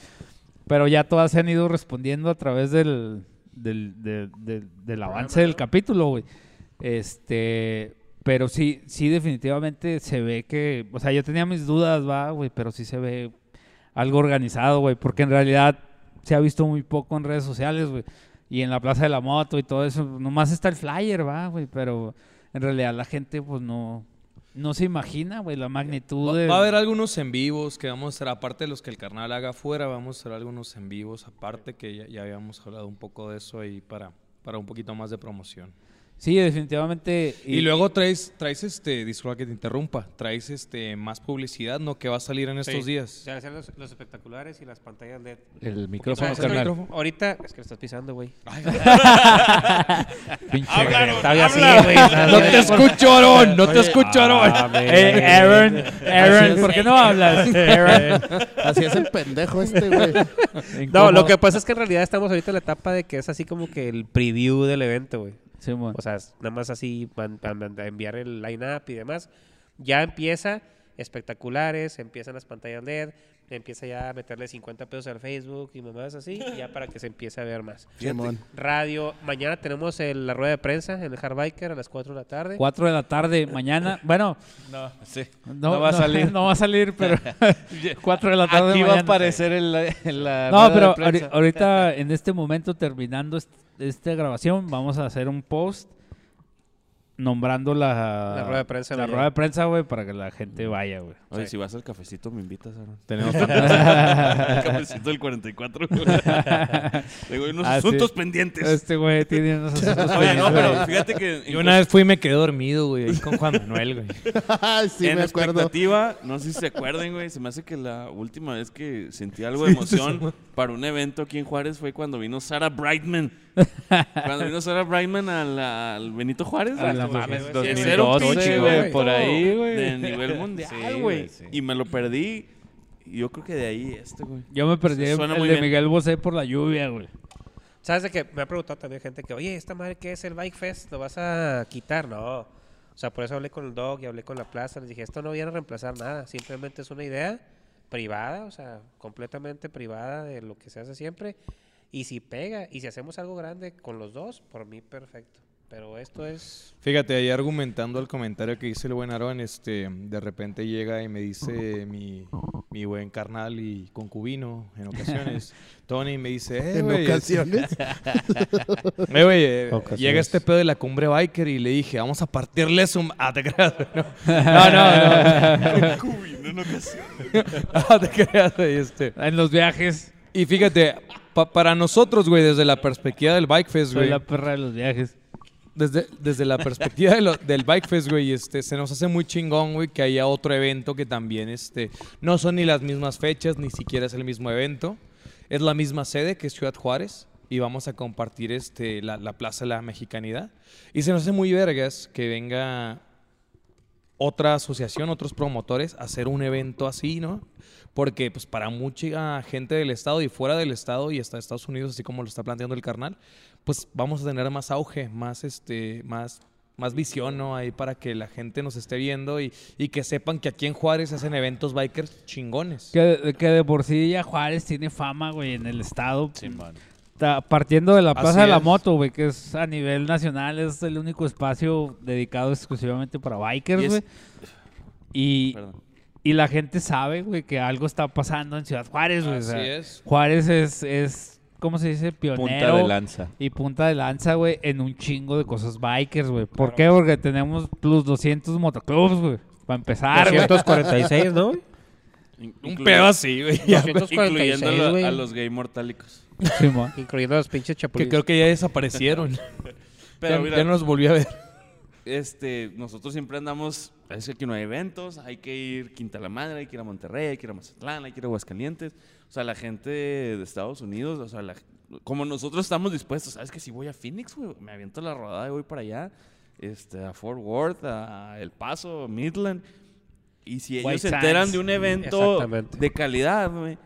Speaker 1: Pero ya todas se han ido respondiendo a través del, del, del- del- del avance del capítulo, güey. Este, pero sí, sí, definitivamente se ve que, o sea, yo tenía mis dudas, va, güey, pero sí se ve algo organizado, güey, porque en realidad se ha visto muy poco en redes sociales, güey. Y en la Plaza de la Moto y todo eso, nomás está el flyer, va, güey, pero en realidad la gente, pues, no, no se imagina, güey, la magnitud
Speaker 2: Va,
Speaker 1: de...
Speaker 2: va a haber algunos en vivos que vamos a hacer, aparte de los que el carnal haga afuera, vamos a hacer algunos en vivos, aparte que ya, ya habíamos hablado un poco de eso ahí para, para un poquito más de promoción.
Speaker 1: Sí, definitivamente.
Speaker 2: Y, luego traes, traes este, disculpa que te interrumpa, traes este más publicidad, ¿no? Que va a salir en estos días.
Speaker 4: Se van a hacer los, los espectaculares y las pantallas LED.
Speaker 7: El
Speaker 4: Ah,
Speaker 7: micrófono,
Speaker 4: es que
Speaker 7: carnal.
Speaker 4: Ahorita es que lo estás pisando, güey.
Speaker 1: Pinche-
Speaker 4: Todavía así, güey.
Speaker 2: No te escucho, Aaron, no te escucho, Aaron.
Speaker 5: ah,
Speaker 1: Eh, Aaron, Aaron, ¿por qué no hablas? Aaron.
Speaker 5: Así es el pendejo este, güey.
Speaker 4: No,
Speaker 1: Incómodo.
Speaker 4: lo que pasa es que en realidad estamos ahorita en la etapa de que es así como que el preview del evento, güey.
Speaker 1: Sí, mo-
Speaker 4: O sea, es nada más así van, van- van a enviar el line-up y demás. Ya empieza espectaculares, empiezan las pantallas LED, empieza ya a meterle 50 pesos al Facebook y mamadas así, ya para que se empiece a ver más.
Speaker 5: Simón.
Speaker 4: Radio, mañana tenemos el- la rueda de prensa en el Hard Biker a las 4 de la tarde.
Speaker 1: 4 de la tarde, mañana. Bueno,
Speaker 7: Sí.
Speaker 1: no,
Speaker 7: No va a salir.
Speaker 1: No va a salir, pero 4 de la tarde.
Speaker 7: Aquí va a
Speaker 1: mañana.
Speaker 7: aparecer el, el- la rueda
Speaker 1: No,
Speaker 7: de
Speaker 1: pero
Speaker 7: prensa.
Speaker 1: ahori- ahorita, en este momento, terminando est- esta grabación, vamos a hacer un post nombrando la,
Speaker 4: La rueda de prensa
Speaker 1: La
Speaker 4: mañana.
Speaker 1: rueda de prensa, güey, para que la gente vaya, güey.
Speaker 3: Oye, si vas al cafecito, me invitas, Aaron.
Speaker 2: Tenemos
Speaker 3: El cafecito del 44. güey. Tengo unos
Speaker 1: Ah, sí.
Speaker 3: asuntos pendientes.
Speaker 1: Este güey tiene unos asuntos
Speaker 3: Oye, no,
Speaker 1: pendientes,
Speaker 3: pero
Speaker 1: güey.
Speaker 3: fíjate que en,
Speaker 2: Yo una vez fui y me quedé dormido, güey, ahí con Juan Manuel, güey.
Speaker 5: Ay, sí,
Speaker 3: en
Speaker 5: me acuerdo.
Speaker 3: expectativa, no sé si se acuerdan, güey, se me hace que la última vez que sentí algo de emoción para un evento aquí en Juárez fue cuando vino Sara Brightman. cuando vino Sara Brightman a la- al Benito Juárez.
Speaker 1: A la
Speaker 3: güey.
Speaker 1: mames,
Speaker 4: güey.
Speaker 3: Ese
Speaker 7: 2012,
Speaker 3: era un pinche
Speaker 7: güey,
Speaker 3: evento
Speaker 7: por ahí, güey.
Speaker 3: De nivel mundial,
Speaker 7: Sí,
Speaker 3: güey.
Speaker 7: güey, sí.
Speaker 3: Y me lo perdí. Y Yo creo que de ahí este, güey.
Speaker 1: Yo me perdí el
Speaker 3: Suena
Speaker 1: el
Speaker 3: muy
Speaker 1: de
Speaker 3: bien.
Speaker 1: Miguel Bosé por la lluvia, güey.
Speaker 4: ¿Sabes de qué? Me ha preguntado también gente que, oye, ¿esta madre qué es el Bike Fest? ¿Lo vas a quitar? No. O sea, por eso hablé con el dog y hablé con la plaza. Les dije, esto no viene a reemplazar nada. Simplemente es una idea privada, o sea, completamente privada de lo que se hace siempre. Y si pega, y si hacemos algo grande con los dos, por mí perfecto. Pero esto es...
Speaker 2: Fíjate, ahí argumentando el comentario que hizo el buen Aaron, este, de repente llega y me dice mi, mi buen carnal y concubino en ocasiones, Tony, me dice, eh,
Speaker 5: en
Speaker 2: güey, es-
Speaker 5: ocasiones.
Speaker 2: eh, güey, eh,
Speaker 4: Ocasiones.
Speaker 2: llega este pedo de la cumbre biker y le dije, vamos a partirle su... ma-". Ah, te creas, güey, no, no, no, no. Ah, te creas, güey, este.
Speaker 1: En los viajes.
Speaker 2: Y fíjate, pa- para nosotros, güey, desde la perspectiva del Bike Fest,
Speaker 1: Soy
Speaker 2: güey,
Speaker 1: la perra de los viajes.
Speaker 2: desde, desde la perspectiva de lo- del Bike Fest, güey, este, se nos hace muy chingón, güey, que haya otro evento que también, este, no son ni las mismas fechas, ni siquiera es el mismo evento. Es la misma sede que es Ciudad Juárez y vamos a compartir, este, la, la Plaza de la Mexicanidad. Y se nos hace muy vergas que venga otra asociación, otros promotores, hacer un evento así, ¿no? Porque pues para mucha gente del estado y fuera del estado y hasta Estados Unidos, así como lo está planteando el carnal, pues vamos a tener más auge, más este, más más visión, ¿no? Ahí para que la gente nos esté viendo y, y que sepan que aquí en Juárez hacen eventos bikers chingones.
Speaker 1: Que, que de por sí ya Juárez tiene fama, güey, en el estado.
Speaker 7: Simón.
Speaker 1: Ta- Partiendo de la Plaza
Speaker 2: Así
Speaker 1: de la
Speaker 2: es.
Speaker 1: Moto, güey, que es a nivel nacional, es el único espacio dedicado exclusivamente para bikers,
Speaker 3: Y es-
Speaker 1: güey. Y,
Speaker 3: Perdón.
Speaker 1: y la gente sabe, güey, que algo está pasando en Ciudad Juárez, güey. o
Speaker 2: Así
Speaker 1: sea,
Speaker 2: es.
Speaker 1: Juárez es, es, ¿cómo se dice? Pionero.
Speaker 7: Punta de lanza.
Speaker 1: Y punta de lanza, güey, en un chingo de cosas bikers, güey. ¿Por qué? Porque tenemos plus 200 motoclubs, güey. Para empezar, güey.
Speaker 4: 246, ¿no?
Speaker 3: In-
Speaker 2: Ah, Un
Speaker 3: incluye-
Speaker 2: pedo así, güey. ya, güey,
Speaker 4: 246,
Speaker 3: Incluyendo a lo-
Speaker 4: güey.
Speaker 3: a los gay mortálicos.
Speaker 1: Simón.
Speaker 4: Incluyendo los pinches
Speaker 2: Que
Speaker 4: chapulines.
Speaker 2: creo que ya desaparecieron.
Speaker 3: Pero
Speaker 2: ya,
Speaker 3: mira,
Speaker 2: ya no los volví a ver.
Speaker 3: este, nosotros siempre andamos, es que aquí no hay eventos, hay que ir Quinta la Madre, hay que ir a Monterrey, hay que ir a Mazatlán, hay que ir a Aguascalientes. O sea, la gente de Estados Unidos, o sea, la- como nosotros estamos dispuestos, ¿sabes que si voy a Phoenix, güey, me aviento la rodada y voy para allá, este, a Fort Worth, a El Paso, Midland. Y si ellos
Speaker 1: White
Speaker 3: se
Speaker 1: Sands.
Speaker 3: enteran de un evento
Speaker 4: Exactamente.
Speaker 3: de calidad, güey,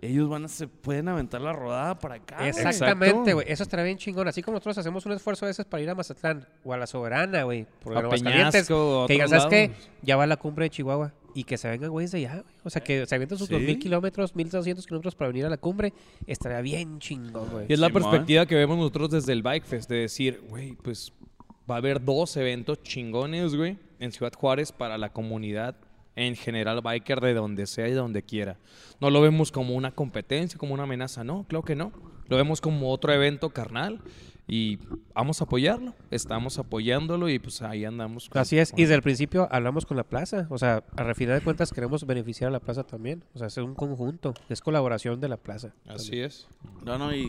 Speaker 3: ellos van a, se pueden aventar la rodada para acá. Ah, güey.
Speaker 4: Exactamente, güey. Eso estaría bien chingón. Así como nosotros hacemos un esfuerzo a veces para ir a Mazatlán o a la Soberana, güey. Por
Speaker 2: A
Speaker 4: Aguascalientes,
Speaker 2: Peñasco, a
Speaker 4: Que digan,
Speaker 2: otros
Speaker 4: ¿sabes qué?
Speaker 2: lados".
Speaker 4: Ya va la cumbre de Chihuahua. Y que se vengan güeyes de allá, güey. O sea, que se avienten sus
Speaker 3: Sí.
Speaker 4: 2.000 kilómetros, 1.200 kilómetros para venir a la cumbre. Estaría bien chingón, güey.
Speaker 2: Y es la
Speaker 3: Simón.
Speaker 2: perspectiva que vemos nosotros desde el Bike Fest, de decir, güey, pues va a haber dos eventos chingones, güey, en Ciudad Juárez para la comunidad en general biker de donde sea y donde quiera. No lo vemos como una competencia, como una amenaza, no, claro que no. Lo vemos como otro evento carnal y vamos a apoyarlo, estamos apoyándolo y pues ahí andamos. con-
Speaker 4: Así es,
Speaker 2: con-
Speaker 4: y desde el principio hablamos con la plaza, o sea, a final de cuentas queremos beneficiar a la plaza también, o sea, es un conjunto, es colaboración de la plaza.
Speaker 2: Así es.
Speaker 3: No, no, y,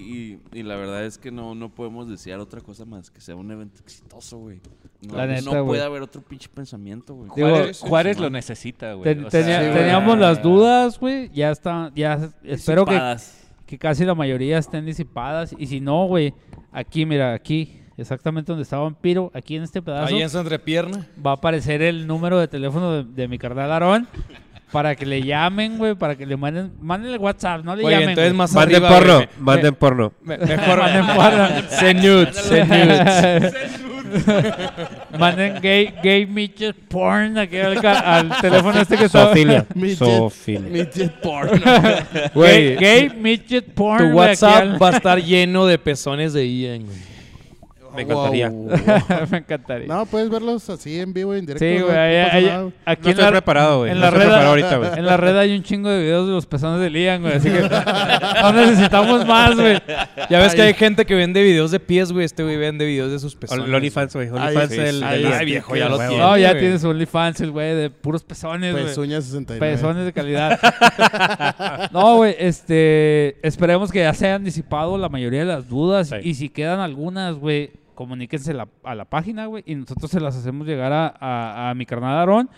Speaker 3: y- y la verdad es que no, no podemos desear otra cosa más que sea un evento exitoso, güey. No,
Speaker 1: La neta,
Speaker 3: no
Speaker 1: güey.
Speaker 3: puede haber otro pinche pensamiento, güey.
Speaker 1: Digo,
Speaker 7: Juárez,
Speaker 2: sí,
Speaker 7: Juárez
Speaker 3: sí,
Speaker 7: lo
Speaker 3: man.
Speaker 7: necesita, güey.
Speaker 1: Ten-
Speaker 7: O sea,
Speaker 1: tenía-
Speaker 3: sí, güey.
Speaker 1: teníamos las dudas, güey. Ya está, ya espero que,
Speaker 3: Disipadas.
Speaker 1: que casi la mayoría estén disipadas. Y si no, güey, aquí, mira, aquí, exactamente donde estaba Vampiro, aquí en este pedazo,
Speaker 2: Ahí en su entrepierna.
Speaker 1: va a aparecer el número de teléfono de, de mi carnal Aarón para que le llamen, güey, para que le manden, manden el WhatsApp, no le
Speaker 2: Oye,
Speaker 1: llamen.
Speaker 2: entonces
Speaker 1: güey.
Speaker 2: más arriba, güey, me-
Speaker 4: porno.
Speaker 2: me- mejor
Speaker 1: Manden porno.
Speaker 2: Send nudes, send nudes.
Speaker 1: Manden gay, gay midget porn aquí al, ca- al teléfono este que está.
Speaker 5: Mi
Speaker 4: Sofilia.
Speaker 5: jet-
Speaker 1: Gay, gay midget porn.
Speaker 2: Tu
Speaker 1: güey, aquí
Speaker 2: WhatsApp
Speaker 1: al-
Speaker 2: va a estar lleno de pezones de Ian, güey.
Speaker 4: Me encantaría.
Speaker 1: Me encantaría.
Speaker 5: No, puedes verlos así en vivo, en directo.
Speaker 1: Sí,
Speaker 5: no-
Speaker 1: güey.
Speaker 5: no
Speaker 1: ahí-
Speaker 5: pasa
Speaker 1: ahí-
Speaker 5: nada, güey.
Speaker 1: aquí
Speaker 4: No
Speaker 1: en
Speaker 4: estoy
Speaker 1: la,
Speaker 4: preparado, güey.
Speaker 1: en
Speaker 4: No
Speaker 1: la
Speaker 4: estoy
Speaker 1: red,
Speaker 4: preparado ahorita, güey.
Speaker 1: en la red hay un chingo de videos de los pezones de Lian, güey. Así que no necesitamos más, güey.
Speaker 2: Ya
Speaker 1: Ah,
Speaker 2: ves que hay gente que vende videos de pies, güey. Este güey vende videos de sus pezones.
Speaker 4: Ol- OnlyFans, güey. OnlyFans
Speaker 5: sí,
Speaker 4: del...
Speaker 5: ahí
Speaker 4: del-
Speaker 5: está, viejo, ya
Speaker 4: del
Speaker 5: lo
Speaker 4: huevo.
Speaker 2: tiene.
Speaker 1: No, ya
Speaker 2: güey.
Speaker 1: tienes OnlyFans, el güey, de puros pezones, güey.
Speaker 5: Pezuña 69.
Speaker 1: Pezones de calidad. No, güey, este. Esperemos que ya se hayan disipado la mayoría de las dudas.
Speaker 4: Sí.
Speaker 1: Y si quedan algunas, güey, comuníquense la- a la página, güey. Y nosotros se las hacemos llegar a, a- a mi carnal Aarón.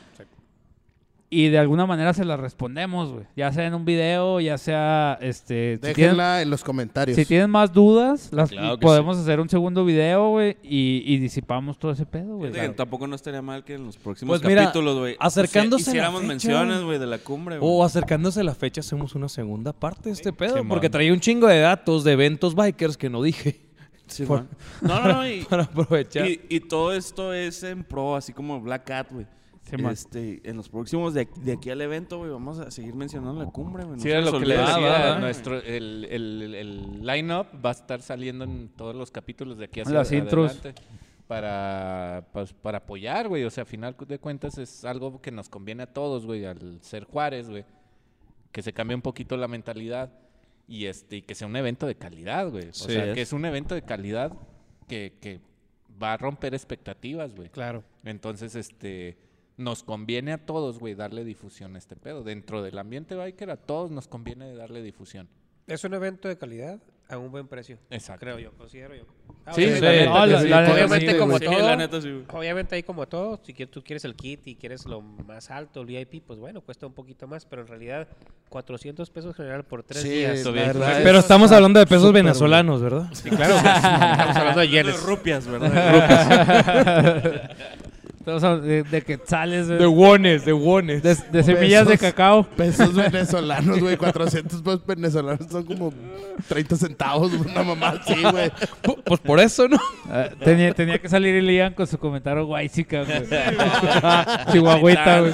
Speaker 1: Y de alguna manera se las respondemos, güey. Ya sea en un video, ya sea. este si tienen-
Speaker 5: Déjenla en los comentarios.
Speaker 1: si tienen más dudas, las
Speaker 2: Claro que
Speaker 1: podemos hacer un segundo video, güey, y, y disipamos todo ese pedo, güey.
Speaker 3: Fíjate que Tampoco no estaría mal que en los próximos
Speaker 2: Pues mira,
Speaker 3: capítulos, güey,
Speaker 2: acercándose
Speaker 3: hici-
Speaker 2: a la
Speaker 3: hiciéramos
Speaker 2: fecha. Oh,
Speaker 3: menciones, güey, de la cumbre, güey.
Speaker 2: O acercándose a la fecha, hacemos una segunda parte de este pedo.
Speaker 7: Simón.
Speaker 2: porque traía un chingo de datos de eventos bikers que no dije.
Speaker 3: Sí,
Speaker 2: por-
Speaker 3: man. No, no, no, y,
Speaker 2: Para aprovechar.
Speaker 3: y- y todo esto es en pro, así como Black Cat, güey.
Speaker 1: Sí, man.
Speaker 3: este, en los próximos de aquí, de aquí al evento, güey, vamos a seguir mencionando la cumbre, güey. no se
Speaker 7: Sí, era
Speaker 3: les
Speaker 7: lo que le
Speaker 3: olvide.
Speaker 2: olvidaba,
Speaker 7: decía.
Speaker 2: ¿verdad?
Speaker 7: Nuestro, el el, el line-up va a estar saliendo en todos los capítulos de aquí hacia
Speaker 1: Las intros.
Speaker 7: adelante. para, pues, para apoyar, güey. O sea, a final de cuentas es algo que nos conviene a todos, güey, al ser Juárez, güey. Que se cambie un poquito la mentalidad y, este, y que sea un evento de calidad, güey. O
Speaker 2: Sí,
Speaker 7: sea, que
Speaker 2: es.
Speaker 7: es un evento de calidad que, que va a romper expectativas, güey.
Speaker 4: Claro.
Speaker 7: Entonces, este, nos conviene a todos, güey, darle difusión a este pedo. Dentro del ambiente biker, a todos nos conviene darle difusión.
Speaker 4: Es un evento de calidad a un buen precio.
Speaker 7: Exacto.
Speaker 4: Creo yo, considero yo. Ah,
Speaker 7: Sí,
Speaker 4: obviamente-
Speaker 7: la neta
Speaker 1: No,
Speaker 7: que
Speaker 1: la-
Speaker 7: sí.
Speaker 1: la neta
Speaker 4: Obviamente,
Speaker 1: sí,
Speaker 4: como
Speaker 1: güey.
Speaker 3: Sí,
Speaker 4: todo.
Speaker 3: la neta sí, güey.
Speaker 4: Obviamente ahí como todo, si quie- tú quieres el kit y quieres lo más alto, el VIP, pues bueno, cuesta un poquito más, pero en realidad 400 pesos general por tres días.
Speaker 5: la
Speaker 7: bien.
Speaker 5: verdad
Speaker 2: Pero
Speaker 5: es-
Speaker 2: estamos hablando de pesos
Speaker 5: súper,
Speaker 2: venezolanos, ¿verdad?
Speaker 4: Sí, claro. estamos hablando de
Speaker 8: De
Speaker 4: yenes.
Speaker 8: rupias, ¿verdad?
Speaker 1: Estamos hablando de, de quetzales, güey.
Speaker 2: De wones, de wones.
Speaker 1: de, de semillas de
Speaker 5: Besos.
Speaker 1: cacao.
Speaker 5: Pesos venezolanos, güey. 400 pesos venezolanos son como 30 centavos, una mamá así, güey.
Speaker 2: Pu- Pues por eso, ¿no?
Speaker 1: Ah, tenía, tenía que salir Elian con su comentario guaysica, güey. Chihuahuita, güey.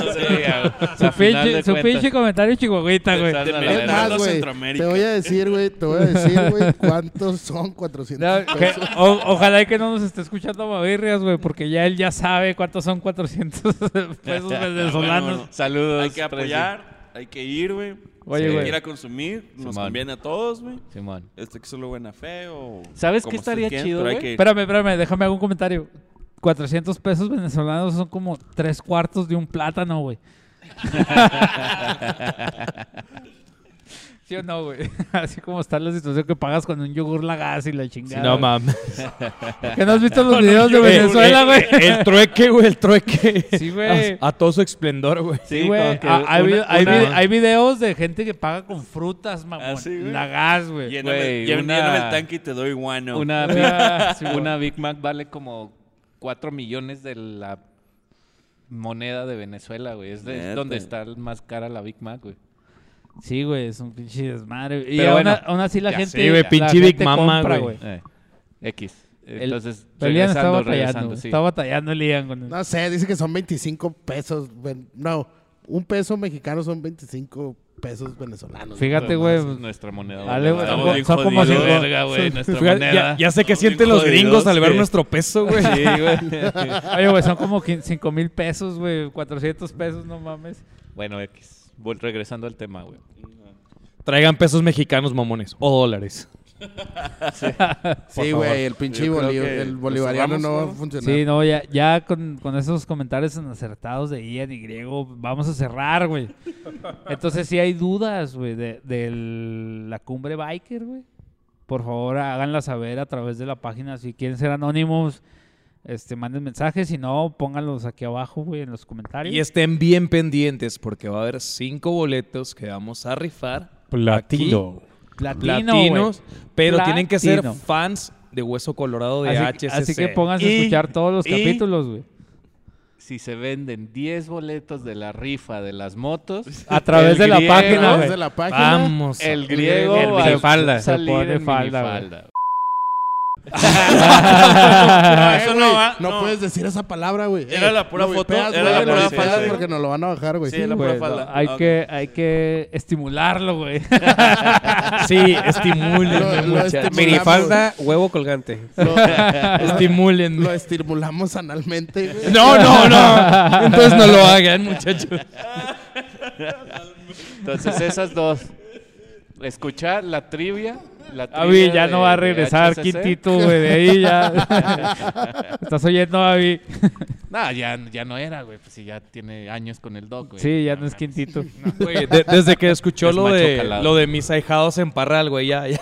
Speaker 1: Su pinche, su pinche comentario chihuahuita, güey.
Speaker 7: Pensando a la
Speaker 3: Mira,
Speaker 5: Es
Speaker 7: verga.
Speaker 5: más,
Speaker 3: Todo
Speaker 5: güey,
Speaker 3: Centroamérica.
Speaker 5: te voy a decir, güey, te voy a decir, güey, cuántos son 400
Speaker 1: No, que- o- ojalá y que no nos esté escuchando Mavirrias, güey, porque ya él ya sabe cuántos son 400 pesos venezolanos.
Speaker 3: Bueno,
Speaker 7: Saludos.
Speaker 3: Hay que apoyar, hay que ir, güey.
Speaker 1: Oye,
Speaker 3: si
Speaker 1: güey.
Speaker 3: quiera consumir, nos
Speaker 7: Simón.
Speaker 3: conviene a todos, güey.
Speaker 7: Prezi. Simón.
Speaker 3: Este que solo buena fe o...
Speaker 7: ¿Sabes
Speaker 3: como
Speaker 7: qué
Speaker 3: ustedes
Speaker 7: estaría chido,
Speaker 3: pero hay
Speaker 7: güey?
Speaker 3: que ir.
Speaker 1: Espérame, espérame, déjame algún comentario. 400 pesos venezolanos son como tres cuartos de un plátano, güey. ¿Sí o no, güey? Así como está la situación que pagas con un yogur lagaz y la chingada.
Speaker 2: No
Speaker 1: güey.
Speaker 2: mames. Eh,
Speaker 1: ¿Que no has visto los videos de Venezuela, güey?
Speaker 2: El trueque, güey, el trueque.
Speaker 1: Sí, güey.
Speaker 2: A, a todo su esplendor, güey.
Speaker 1: Sí, güey. Ah, Hay, vi- hay vi- hay videos de gente que paga con frutas, mamón.
Speaker 3: Ah, sí, güey.
Speaker 1: Lagaz, güey.
Speaker 3: Lléname,
Speaker 7: Güey,
Speaker 3: lléname-
Speaker 7: una-
Speaker 3: lléname el tanque y te doy guano.
Speaker 7: Una,
Speaker 1: Ah,
Speaker 7: Big,
Speaker 1: sí, bueno.
Speaker 7: una Big Mac vale como 4 millones de la moneda de Venezuela, güey. Es, de- es
Speaker 3: Neta.
Speaker 7: donde está más cara la Big Mac, güey.
Speaker 1: Sí, güey, es un pinche desmadre. Y
Speaker 7: Pero
Speaker 1: aún,
Speaker 7: bueno,
Speaker 1: a- aún así la
Speaker 7: ya
Speaker 1: gente.
Speaker 2: sé, güey,
Speaker 1: la
Speaker 2: pinche Big
Speaker 1: gente
Speaker 2: Mama,
Speaker 1: compra,
Speaker 2: güey.
Speaker 7: Eh, X.
Speaker 1: El-
Speaker 7: Entonces,
Speaker 1: Pero Elian está
Speaker 7: regresando,
Speaker 1: batallando.
Speaker 7: regresando,
Speaker 1: güey.
Speaker 7: sí.
Speaker 1: Está batallando el Ian con
Speaker 5: No sé, dice que son 25 pesos. ven- No, un peso mexicano son 25 pesos venezolanos.
Speaker 1: Fíjate,
Speaker 5: Nada
Speaker 1: güey.
Speaker 5: más.
Speaker 7: Nuestra moneda.
Speaker 1: Dale, güey,
Speaker 3: Estamos
Speaker 1: son-
Speaker 3: bien
Speaker 1: son como
Speaker 3: jodidos,
Speaker 1: cinco-
Speaker 7: verga, güey,
Speaker 1: son-
Speaker 7: nuestra
Speaker 1: fíjate,
Speaker 7: moneda.
Speaker 2: Ya sé que sienten los
Speaker 3: jodidos,
Speaker 2: gringos al ver
Speaker 3: güey.
Speaker 2: nuestro peso, güey.
Speaker 1: ya- Oye, güey, son como 5 mil pesos, güey. 400 pesos, no mames.
Speaker 7: Bueno, X. Vol- regresando al tema, güey.
Speaker 2: Traigan pesos mexicanos, mamones. O dólares.
Speaker 5: Sí, güey, el pinche
Speaker 3: Yo creo
Speaker 5: boliv-
Speaker 3: que pues,
Speaker 5: el
Speaker 3: nos
Speaker 5: bolivariano
Speaker 3: cerramos,
Speaker 5: no va a
Speaker 3: ¿no?
Speaker 5: funcionar.
Speaker 1: Sí, no, ya, ya con, con esos comentarios tan acertados de Ian y Griego, vamos a cerrar, güey. Entonces, si hay dudas, güey, de, de la cumbre biker, güey, por favor háganla saber a través de la página. Si quieren ser anónimos, este, manden mensajes. Si no, pónganlos aquí abajo, güey, en los comentarios.
Speaker 2: Y estén bien pendientes porque va a haber cinco boletos que vamos a rifar. Platino.
Speaker 1: Platino, güey.
Speaker 2: Latinos. Pero tienen que ser
Speaker 1: Platino.
Speaker 2: fans de Hueso Colorado de
Speaker 1: Así, que-
Speaker 2: HCC.
Speaker 1: así que pónganse a
Speaker 7: Y-
Speaker 1: escuchar todos los
Speaker 7: y-
Speaker 1: capítulos, güey.
Speaker 7: Si se venden 10 boletos de la rifa de las motos,
Speaker 1: A través
Speaker 7: El
Speaker 1: de la
Speaker 7: griego,
Speaker 1: página,
Speaker 5: Vamos
Speaker 1: güey.
Speaker 5: de la página.
Speaker 2: Vamos. a-
Speaker 7: el griego
Speaker 1: griego
Speaker 7: va a
Speaker 1: se-
Speaker 7: falda.
Speaker 1: se
Speaker 7: salir
Speaker 1: pone
Speaker 7: en
Speaker 1: falda,
Speaker 7: minifalda,
Speaker 5: No, eh,
Speaker 3: Eso
Speaker 5: güey,
Speaker 3: no va,
Speaker 5: no
Speaker 3: no.
Speaker 5: puedes decir esa palabra, güey.
Speaker 3: Era
Speaker 5: Eh,
Speaker 3: la pura
Speaker 5: lo
Speaker 3: foto,
Speaker 5: vipeas,
Speaker 3: era
Speaker 5: güey,
Speaker 3: la
Speaker 5: lo
Speaker 3: pura
Speaker 5: vipeas
Speaker 3: falda.
Speaker 5: porque nos lo van a bajar, güey.
Speaker 3: Sí, la
Speaker 1: Güey,
Speaker 3: pura falda.
Speaker 1: hay,
Speaker 3: Ah, ok.
Speaker 1: que, hay que estimularlo, güey.
Speaker 2: Sí, estimúlenme,
Speaker 5: Lo- lo
Speaker 2: muchachos.
Speaker 5: estimulamos.
Speaker 4: Minifalda, huevo colgante.
Speaker 5: Lo
Speaker 2: Estimúlenme.
Speaker 5: estimulamos analmente, güey.
Speaker 2: No, no, no. Entonces no lo hagan, muchachos.
Speaker 7: Entonces esas dos. Escuchar la trivia. La trivia
Speaker 1: Avi, ya
Speaker 7: de-
Speaker 1: no va a
Speaker 7: de
Speaker 1: regresar
Speaker 7: HCC.
Speaker 1: Quintito, güey, de ahí ya. ¿Estás oyendo, Avi?
Speaker 7: No, ya, ya no era, güey. Pues si ya tiene años con el doc, güey. Ah,
Speaker 1: Sí, ya no es Quintito.
Speaker 2: Güey, de- desde que escuchó
Speaker 7: Es
Speaker 2: lo
Speaker 7: macho
Speaker 2: de,
Speaker 7: calado.
Speaker 2: lo de mis ahijados en Parral, güey, ya, ya.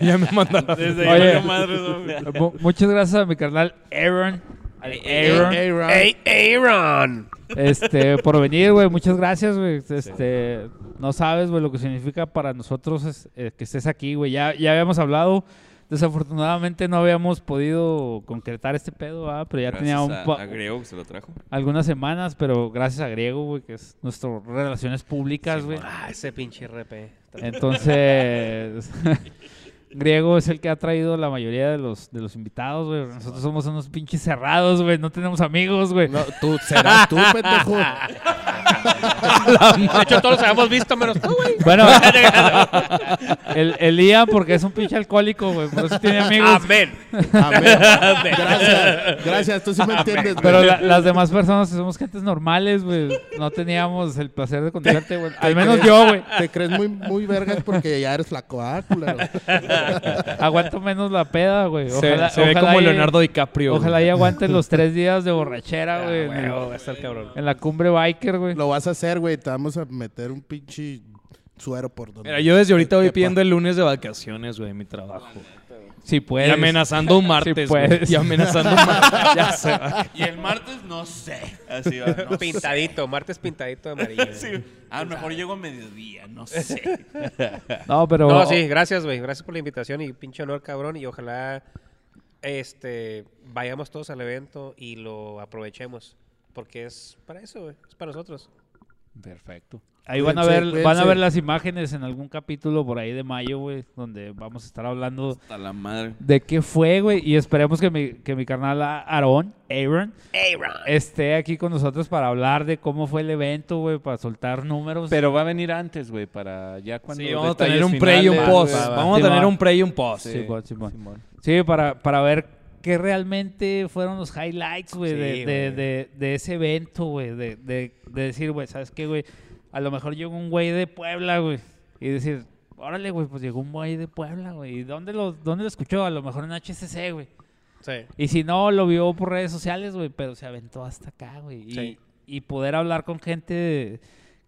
Speaker 2: ya me mandaron.
Speaker 3: Desde
Speaker 1: Oye.
Speaker 3: ahí valió madre, ¿no, güey?
Speaker 1: Mu- Muchas gracias a mi carnal Aaron. al Aaron,
Speaker 5: Aaron.
Speaker 4: ¡Ey, Aaron!
Speaker 1: este, por venir, güey, muchas gracias, güey. Este, no sabes, güey, lo que significa para nosotros es, eh, que estés aquí, güey. Ya, ya habíamos hablado, desafortunadamente no habíamos podido concretar este pedo, ¿verdad? pero ya
Speaker 3: Gracias
Speaker 1: tenía un
Speaker 3: a-
Speaker 1: pa-
Speaker 3: a Griego que se lo trajo.
Speaker 1: algunas semanas, pero gracias a Griego, güey, que es nuestro relaciones públicas, güey.
Speaker 4: Ah, ese pinche RP.
Speaker 1: Entonces, Griego es el que ha traído la mayoría de los, de los invitados, güey. Nosotros somos unos pinches cerrados, güey. No tenemos amigos, güey.
Speaker 5: No, tú, serás tú, pendejo.
Speaker 4: De hecho, todos los habíamos visto, menos tú, güey.
Speaker 1: Bueno, el, el Ian porque es un pinche alcohólico, güey. Por eso tiene amigos.
Speaker 4: Ah,
Speaker 8: Amén.
Speaker 5: Amén. Gracias, gracias, tú sí me entiendes, güey.
Speaker 1: Pero la- las demás personas somos gentes normales, güey. No teníamos el placer de conocerte, güey. Al menos
Speaker 5: crees?
Speaker 1: yo, güey.
Speaker 5: Te crees muy, muy vergas porque ya eres flaco, ah, culero.
Speaker 1: Aguanto menos la peda, güey.
Speaker 2: Se-
Speaker 1: Ojalá-
Speaker 2: se ve
Speaker 1: ojalá
Speaker 2: como
Speaker 1: y-
Speaker 2: Leonardo DiCaprio. güey.
Speaker 1: Ojalá y aguante los tres días de borrachera, güey. en, el-
Speaker 4: Ah, Güey, va a estar cabrón.
Speaker 1: en la cumbre biker, güey.
Speaker 5: Lo vas a hacer, güey. Te vamos a meter un pinche suero por donde.
Speaker 2: Mira, yo desde ahorita voy
Speaker 5: Tepa.
Speaker 2: pidiendo el lunes de vacaciones, güey, en mi trabajo.
Speaker 1: Si
Speaker 2: Y
Speaker 1: puedes.
Speaker 2: amenazando un martes, güey.
Speaker 1: puedes.
Speaker 2: Y amenazando un martes. Ya se va.
Speaker 8: Y el martes, no sé. Así va. no sé.
Speaker 4: Pintadito, martes pintadito de amarillo.
Speaker 8: Sí.
Speaker 3: Ah,
Speaker 8: A lo mejor llego a mediodía, no sé.
Speaker 1: No, pero.
Speaker 4: No, sí, gracias, güey. Gracias por la invitación y pinche honor, cabrón. Y ojalá este, vayamos todos al evento y lo aprovechemos. Porque es para eso, güey. Es para nosotros.
Speaker 7: Perfecto.
Speaker 1: Ahí van a
Speaker 5: Cuídense,
Speaker 1: ver, van a
Speaker 5: cuídense.
Speaker 1: ver las imágenes en algún capítulo por ahí de mayo, güey, donde vamos a estar hablando
Speaker 3: Hasta la madre.
Speaker 1: de qué fue, güey, y esperemos que mi, que mi carnal a- Aarón, Aaron, esté aquí con nosotros para hablar de cómo fue el evento, güey, para soltar números.
Speaker 7: Pero va a venir antes, güey, para ya cuando...
Speaker 2: Sí, vamos a
Speaker 7: detalles
Speaker 2: tener un pre y un
Speaker 7: finales,
Speaker 2: post.
Speaker 7: güey.
Speaker 2: Vamos a
Speaker 1: Sí,
Speaker 2: tener
Speaker 1: va.
Speaker 2: un pre y un post.
Speaker 1: Sí,
Speaker 2: Sí.
Speaker 1: Simón, Simón.
Speaker 7: Simón.
Speaker 1: Sí, para, para ver qué realmente fueron los highlights, güey,
Speaker 4: Sí,
Speaker 1: de, de-
Speaker 4: güey.
Speaker 1: de- de ese evento, güey. De, de- de decir, güey, ¿sabes qué, güey? A lo mejor llegó un güey de Puebla, güey. Y decir, órale, güey, pues llegó un güey de Puebla, güey. ¿Y dónde lo, dónde lo escuchó? A lo mejor en HCC, güey.
Speaker 4: Sí.
Speaker 1: Y si no, lo vio por redes sociales, güey, pero se aventó hasta acá, güey. Y,
Speaker 4: Sí.
Speaker 1: y poder hablar con gente de-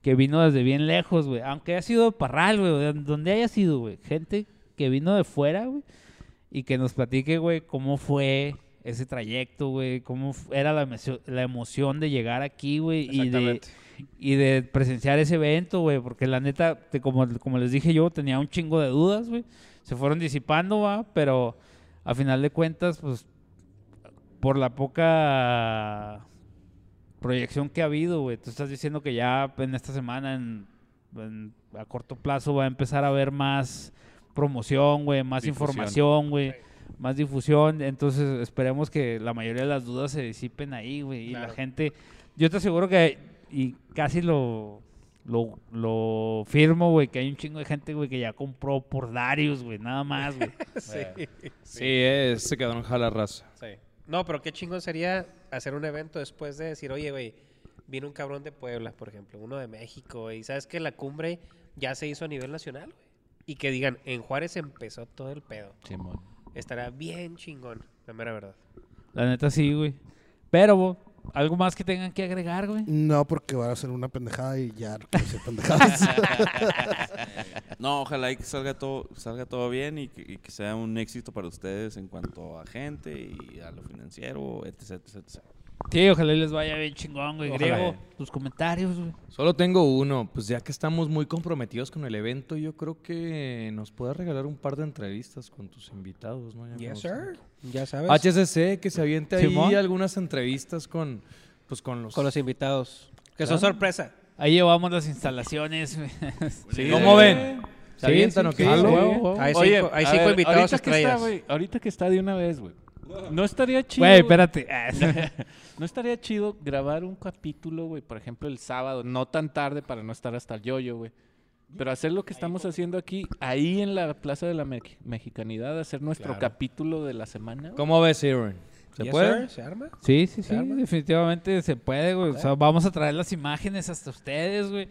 Speaker 1: que vino desde bien lejos, güey. Aunque haya sido de Parral, güey, de donde haya sido, güey. Gente que vino de fuera, güey. Y que nos platique, güey, cómo fue ese trayecto, güey. Cómo fu- era la, emesio- la emoción de llegar aquí, güey. Y de,
Speaker 2: Exactamente.
Speaker 1: y de presenciar ese evento, güey. Porque la neta, te- como, como les dije yo, tenía un chingo de dudas, güey. Se fueron disipando, va. Pero a final de cuentas, pues por la poca proyección que ha habido, güey. Tú estás diciendo que ya en esta semana, en, en- a corto plazo, va a empezar a haber más promoción, güey, más
Speaker 7: Difusión.
Speaker 1: información, güey, más difusión. Entonces, esperemos que la mayoría de las dudas se disipen ahí, güey. Y la
Speaker 4: Claro.
Speaker 1: gente, yo te aseguro que, y casi lo, lo, lo firmo, güey, que hay un chingo de gente, güey, que ya compró por Darius, güey, nada más, güey.
Speaker 4: Sí.
Speaker 2: Sí, eh, ese cabrón jala raza.
Speaker 4: Sí. No, pero qué chingón sería hacer un evento después de decir, oye, güey, vino un cabrón de Puebla, por ejemplo, uno de México, y sabes que la cumbre ya se hizo a nivel nacional, güey. Y que digan, en Juárez empezó todo el pedo.
Speaker 7: Simón.
Speaker 4: Estará bien chingón, la mera verdad.
Speaker 1: La neta sí, güey. Pero, bo, algo más que tengan que agregar, güey.
Speaker 5: No, porque va a ser una pendejada y ya no quiero hacer pendejadas.
Speaker 3: No, ojalá y que salga todo, salga todo bien y que, y que sea un éxito para ustedes en cuanto a gente y a lo financiero, etc, etc, etc.
Speaker 1: Sí, ojalá y les vaya bien chingón, güey.
Speaker 2: Ojalá.
Speaker 1: Griego, tus comentarios, güey.
Speaker 2: Solo tengo uno. Pues ya que estamos muy comprometidos con el evento, yo creo que nos puedes regalar un par de entrevistas con tus invitados, ¿no? Ya nos-
Speaker 4: Ya sabes.
Speaker 2: HCC, que se aviente ahí
Speaker 1: Simón.
Speaker 2: algunas entrevistas con, pues, con los...
Speaker 4: Con los invitados. Que son sorpresa.
Speaker 1: Ahí llevamos las instalaciones, güey.
Speaker 2: Sí, ¿Cómo ven?
Speaker 1: Sí,
Speaker 2: ¿Se avientan
Speaker 1: sí,
Speaker 2: o qué?
Speaker 1: sí,
Speaker 2: Sí.
Speaker 1: huevo, huevo.
Speaker 4: Hay cinco,
Speaker 7: Oye,
Speaker 4: hay
Speaker 7: a
Speaker 4: cinco
Speaker 7: ver,
Speaker 4: invitados
Speaker 7: ahorita que está,
Speaker 4: estrellas.
Speaker 7: güey, ahorita que está de una vez, güey. No estaría chido.
Speaker 1: Güey,
Speaker 7: güey.
Speaker 1: espérate. Ah,
Speaker 7: No estaría chido grabar un capítulo, güey, por ejemplo, el sábado, no tan tarde para no estar hasta el yoyo, güey. Pero hacer lo que estamos haciendo aquí, ahí en la Plaza de la Mex- Mexicanidad, hacer nuestro capítulo de la semana. güey.
Speaker 2: ¿Cómo ves, Aaron? ¿Se
Speaker 4: Yes,
Speaker 2: puede?
Speaker 4: sir, ¿Se arma?
Speaker 1: Sí, sí, sí. Definitivamente se puede, güey. O sea, vamos a traer las imágenes hasta ustedes, güey.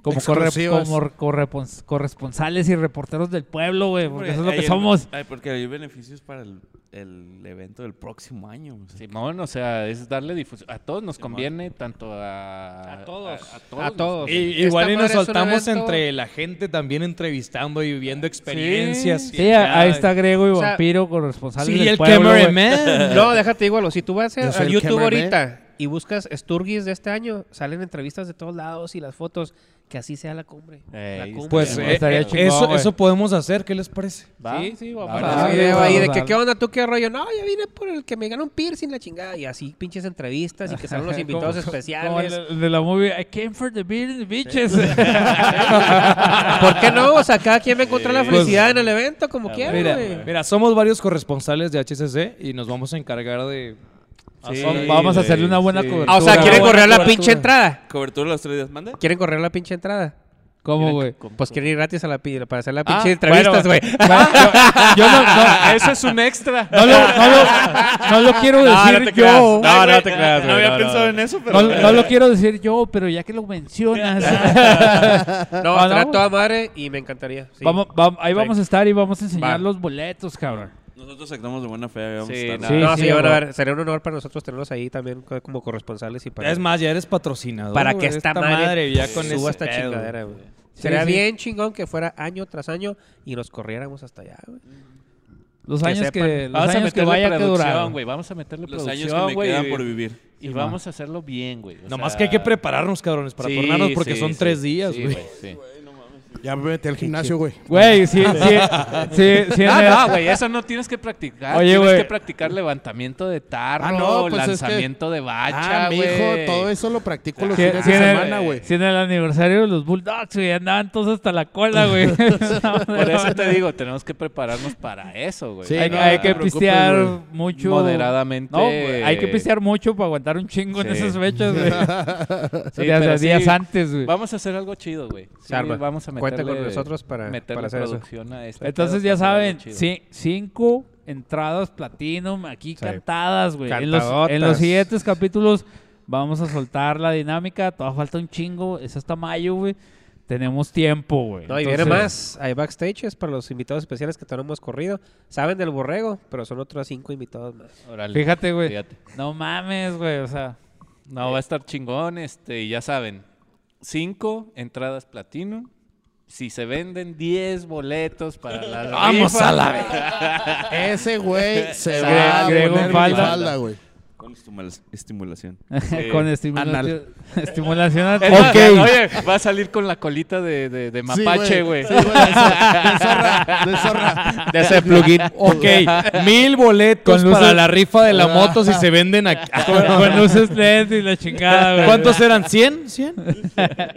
Speaker 1: Como, corre-
Speaker 5: Exclusivas.
Speaker 1: como correpons- corresponsales y reporteros del pueblo, güey. Porque eso es lo que
Speaker 3: Ay,
Speaker 1: somos.
Speaker 3: ay, porque hay beneficios para el, el evento del próximo año. o sea,
Speaker 7: Simón, o sea, es darle difusión. A todos nos conviene, tanto a...
Speaker 4: A todos.
Speaker 7: A, a todos.
Speaker 4: A
Speaker 7: nos
Speaker 4: todos.
Speaker 7: conviene.
Speaker 2: Y-
Speaker 4: Esta
Speaker 2: igual y
Speaker 4: madre
Speaker 2: nos
Speaker 4: es un
Speaker 2: soltamos
Speaker 4: evento-
Speaker 2: entre la gente también entrevistando y viviendo experiencias.
Speaker 1: Sí, a- ahí está Grego y
Speaker 4: O sea,
Speaker 1: Vampiro, corresponsales
Speaker 2: Sí,
Speaker 1: del
Speaker 2: el
Speaker 1: pueblo, güey.
Speaker 2: cameraman.
Speaker 4: No, déjate igual. Si tú vas
Speaker 5: Yo
Speaker 4: a,
Speaker 5: soy
Speaker 4: a
Speaker 5: el
Speaker 4: YouTube
Speaker 5: cameraman.
Speaker 4: ahorita y buscas Sturgis de este año, salen entrevistas de todos lados y las fotos, que así sea la cumbre.
Speaker 7: Ey,
Speaker 4: la cumbre.
Speaker 2: Pues
Speaker 1: Sí,
Speaker 2: eh,
Speaker 1: estaría
Speaker 2: eh,
Speaker 1: chingón,
Speaker 2: eso,
Speaker 1: güey.
Speaker 2: eso podemos hacer, ¿qué les parece?
Speaker 7: ¿Va?
Speaker 4: Sí, sí, vamos
Speaker 7: Va,
Speaker 4: a
Speaker 7: va,
Speaker 4: hacer un video
Speaker 1: va,
Speaker 4: ahí
Speaker 1: va,
Speaker 4: de
Speaker 1: va.
Speaker 4: que qué onda tú, qué rollo. No, ya vine por el que me ganó un piercing, la chingada. Y así pinches entrevistas y que salen los invitados
Speaker 1: Como- Como
Speaker 4: especiales.
Speaker 1: el de la movie, I came for the beer and the bitches.
Speaker 4: ¿Por qué no? O sea, cada quien va a encontrar la felicidad
Speaker 1: pues,
Speaker 4: en el evento, como quiera,
Speaker 2: Mira,
Speaker 4: güey.
Speaker 2: mira, somos varios corresponsales de HCC y nos vamos a encargar de...
Speaker 1: Sí,
Speaker 2: hacer-
Speaker 1: Vamos a
Speaker 7: güey,
Speaker 1: hacerle una buena
Speaker 7: sí.
Speaker 1: cobertura.
Speaker 4: Ah, o sea, quieren
Speaker 2: buena
Speaker 4: correr la
Speaker 2: cobertura.
Speaker 4: pinche entrada.
Speaker 3: Cobertura de los tres días. ¿Mande?
Speaker 4: ¿Quieren correr la pinche entrada?
Speaker 1: ¿Cómo, güey?
Speaker 4: Pues quieren ir gratis a la pi- para hacer la
Speaker 1: Ah,
Speaker 4: pinche entrevistas, güey.
Speaker 1: bueno, bueno, yo, yo no, no,
Speaker 2: Eso es un extra.
Speaker 1: no lo, no lo- no lo quiero decir yo.
Speaker 4: No, no te creas,
Speaker 3: No
Speaker 4: güey.
Speaker 3: había pensado en eso, pero.
Speaker 1: No, no lo quiero decir yo, pero ya que lo mencionas.
Speaker 4: No,
Speaker 1: Ah,
Speaker 4: estará
Speaker 1: no.
Speaker 4: toda madre y me encantaría. sí.
Speaker 1: Vamos, vam- ahí vamos a estar y vamos a enseñar
Speaker 4: Va.
Speaker 1: los boletos, cabrón.
Speaker 3: Nosotros actuamos de buena fe. ahí Vamos
Speaker 7: Sí,
Speaker 3: a estar.
Speaker 1: Sí,
Speaker 4: no, sí,
Speaker 1: sí,
Speaker 4: van a
Speaker 1: güey.
Speaker 4: ver. Sería un honor para nosotros tenerlos ahí también co- como corresponsales y para,
Speaker 2: Es más, ya eres patrocinador.
Speaker 4: para
Speaker 2: güey,
Speaker 4: que esta, madre,
Speaker 2: ya con ese
Speaker 4: suba esta
Speaker 2: pedo.
Speaker 4: chingadera, güey.
Speaker 1: Sí,
Speaker 4: Sería
Speaker 1: sí.
Speaker 4: bien chingón que fuera año tras año y nos corriéramos hasta allá, güey.
Speaker 1: Los
Speaker 4: Que
Speaker 1: años
Speaker 4: sepan.
Speaker 1: que, los
Speaker 7: Vamos a
Speaker 1: años que
Speaker 7: meterle
Speaker 1: vaya que
Speaker 7: producción,
Speaker 1: durar.
Speaker 7: güey. Vamos a meterle
Speaker 3: Los años que
Speaker 7: producción,
Speaker 3: me
Speaker 7: güey.
Speaker 3: quedan por vivir.
Speaker 7: Y vamos a hacerlo bien, güey. O
Speaker 2: Nomás
Speaker 7: sea,
Speaker 2: que hay que prepararnos, cabrones, para
Speaker 7: sí,
Speaker 2: tornarnos porque
Speaker 7: sí,
Speaker 2: son
Speaker 7: sí.
Speaker 2: tres días,
Speaker 7: Sí,
Speaker 2: güey.
Speaker 7: sí.
Speaker 5: Ya me metí al gimnasio, güey.
Speaker 1: Güey, sí, sí, sí, sí, en el-
Speaker 7: Ah, no, güey, eso no tienes que practicar.
Speaker 1: Oye,
Speaker 7: tienes
Speaker 1: güey.
Speaker 7: que practicar levantamiento de tarro,
Speaker 5: Ah, no, pues es que-
Speaker 7: lanzamiento de bacha,
Speaker 5: Ah, mijo,
Speaker 7: güey.
Speaker 5: todo eso lo practico los
Speaker 1: Sí,
Speaker 5: fines
Speaker 1: sí,
Speaker 5: de
Speaker 1: en el-
Speaker 5: semana, güey.
Speaker 1: sí, en el aniversario de los Bulldogs, güey, andaban todos hasta la cola, güey.
Speaker 7: Por eso te digo, tenemos que prepararnos para eso, güey.
Speaker 5: Sí,
Speaker 1: hay,
Speaker 5: no,
Speaker 1: hay
Speaker 5: no te
Speaker 1: que
Speaker 5: preocupes,
Speaker 1: pistear
Speaker 5: güey.
Speaker 1: mucho.
Speaker 7: Moderadamente. eh,
Speaker 1: No, güey, hay que pistear mucho para aguantar un chingo en
Speaker 7: Sí.
Speaker 1: esas fechas, güey.
Speaker 7: Sí,
Speaker 1: días,
Speaker 7: pero sí,
Speaker 1: días antes, güey.
Speaker 7: Vamos a hacer algo chido, güey. Sí,
Speaker 4: Se arma.
Speaker 7: vamos a meterle,
Speaker 4: Cuenta con nosotros para-
Speaker 7: meterle
Speaker 4: para hacer eso.
Speaker 7: producción a este
Speaker 1: Entonces,
Speaker 7: pedo,
Speaker 1: ya
Speaker 7: para hacer algo
Speaker 1: saben,
Speaker 7: chido.
Speaker 1: ci- cinco entradas platinum aquí cantadas, güey. En los,
Speaker 4: Cantadotas.
Speaker 1: en los siguientes capítulos vamos a soltar la dinámica. Todavía falta un chingo. Es hasta mayo, güey. Tenemos tiempo, güey.
Speaker 4: No, y
Speaker 1: Entonces-
Speaker 4: viene más. Hay backstages para los invitados especiales que todavía no hemos corrido. Saben del borrego, pero son otros cinco invitados más.
Speaker 7: Órale.
Speaker 1: Fíjate, güey.
Speaker 7: Fíjate.
Speaker 1: No mames, güey. O sea,
Speaker 7: No, va a estar chingón, este, y ya saben, cinco entradas platino. Si se venden 10 boletos para la
Speaker 2: Vamos
Speaker 7: rifa.
Speaker 2: a la
Speaker 5: Ese güey
Speaker 1: Gre-
Speaker 5: se va a
Speaker 1: Grego
Speaker 5: poner mi
Speaker 1: falda.
Speaker 5: falda, güey.
Speaker 3: Con estimula- estimulación.
Speaker 1: con estimulación. Estimulación a-
Speaker 7: Es más, Oye, va a salir con la colita de, de- de mapache, güey.
Speaker 5: Sí, güey, de zor- de zorra, de zorra.
Speaker 7: de ese plugin.
Speaker 2: Ok, mil boletos
Speaker 1: Con luces-
Speaker 2: para la rifa de la moto si se venden aquí.
Speaker 1: con, con luces LED y la chingada, güey.
Speaker 2: ¿Cuántos eran? ¿100? ¿100?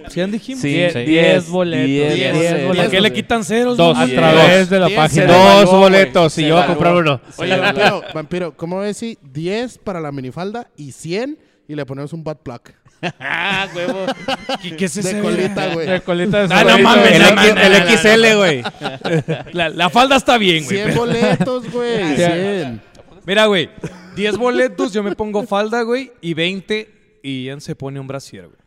Speaker 2: ¿100 dijimos?
Speaker 1: Die-
Speaker 7: sí.
Speaker 1: diez boletos.
Speaker 7: Diez,
Speaker 1: Diez
Speaker 7: diez,
Speaker 1: boletos.
Speaker 2: ¿Por
Speaker 7: diez,
Speaker 2: qué le
Speaker 7: güey.
Speaker 2: quitan ceros?
Speaker 1: Dos.
Speaker 2: no?
Speaker 1: A
Speaker 7: Diez.
Speaker 1: través de la
Speaker 5: Diez
Speaker 1: página.
Speaker 5: se
Speaker 4: Dos
Speaker 7: evaluó,
Speaker 4: boletos
Speaker 7: güey.
Speaker 4: y
Speaker 7: Se
Speaker 4: yo voy a comprar
Speaker 7: evaluó.
Speaker 4: uno.
Speaker 7: Se
Speaker 5: Oye,
Speaker 7: evaluó.
Speaker 5: vampiro, vampiro, ¿cómo ves si 10 para la minifalda y 100 y le ponemos un butt plug?
Speaker 7: Ah, huevo.
Speaker 2: ¿Y qué es ese?
Speaker 5: De colita, güey.
Speaker 1: De colita de
Speaker 2: Ah, no
Speaker 1: zorrito.
Speaker 2: mames,
Speaker 1: El-
Speaker 2: no
Speaker 4: El,
Speaker 2: mames.
Speaker 4: el XL, güey.
Speaker 2: La, la falda está bien, güey.
Speaker 5: 100 boletos, güey. 100.
Speaker 2: pero- Mira, güey. 10 boletos, yo me pongo falda, güey. Y 20, y Ian se pone un brasier, güey.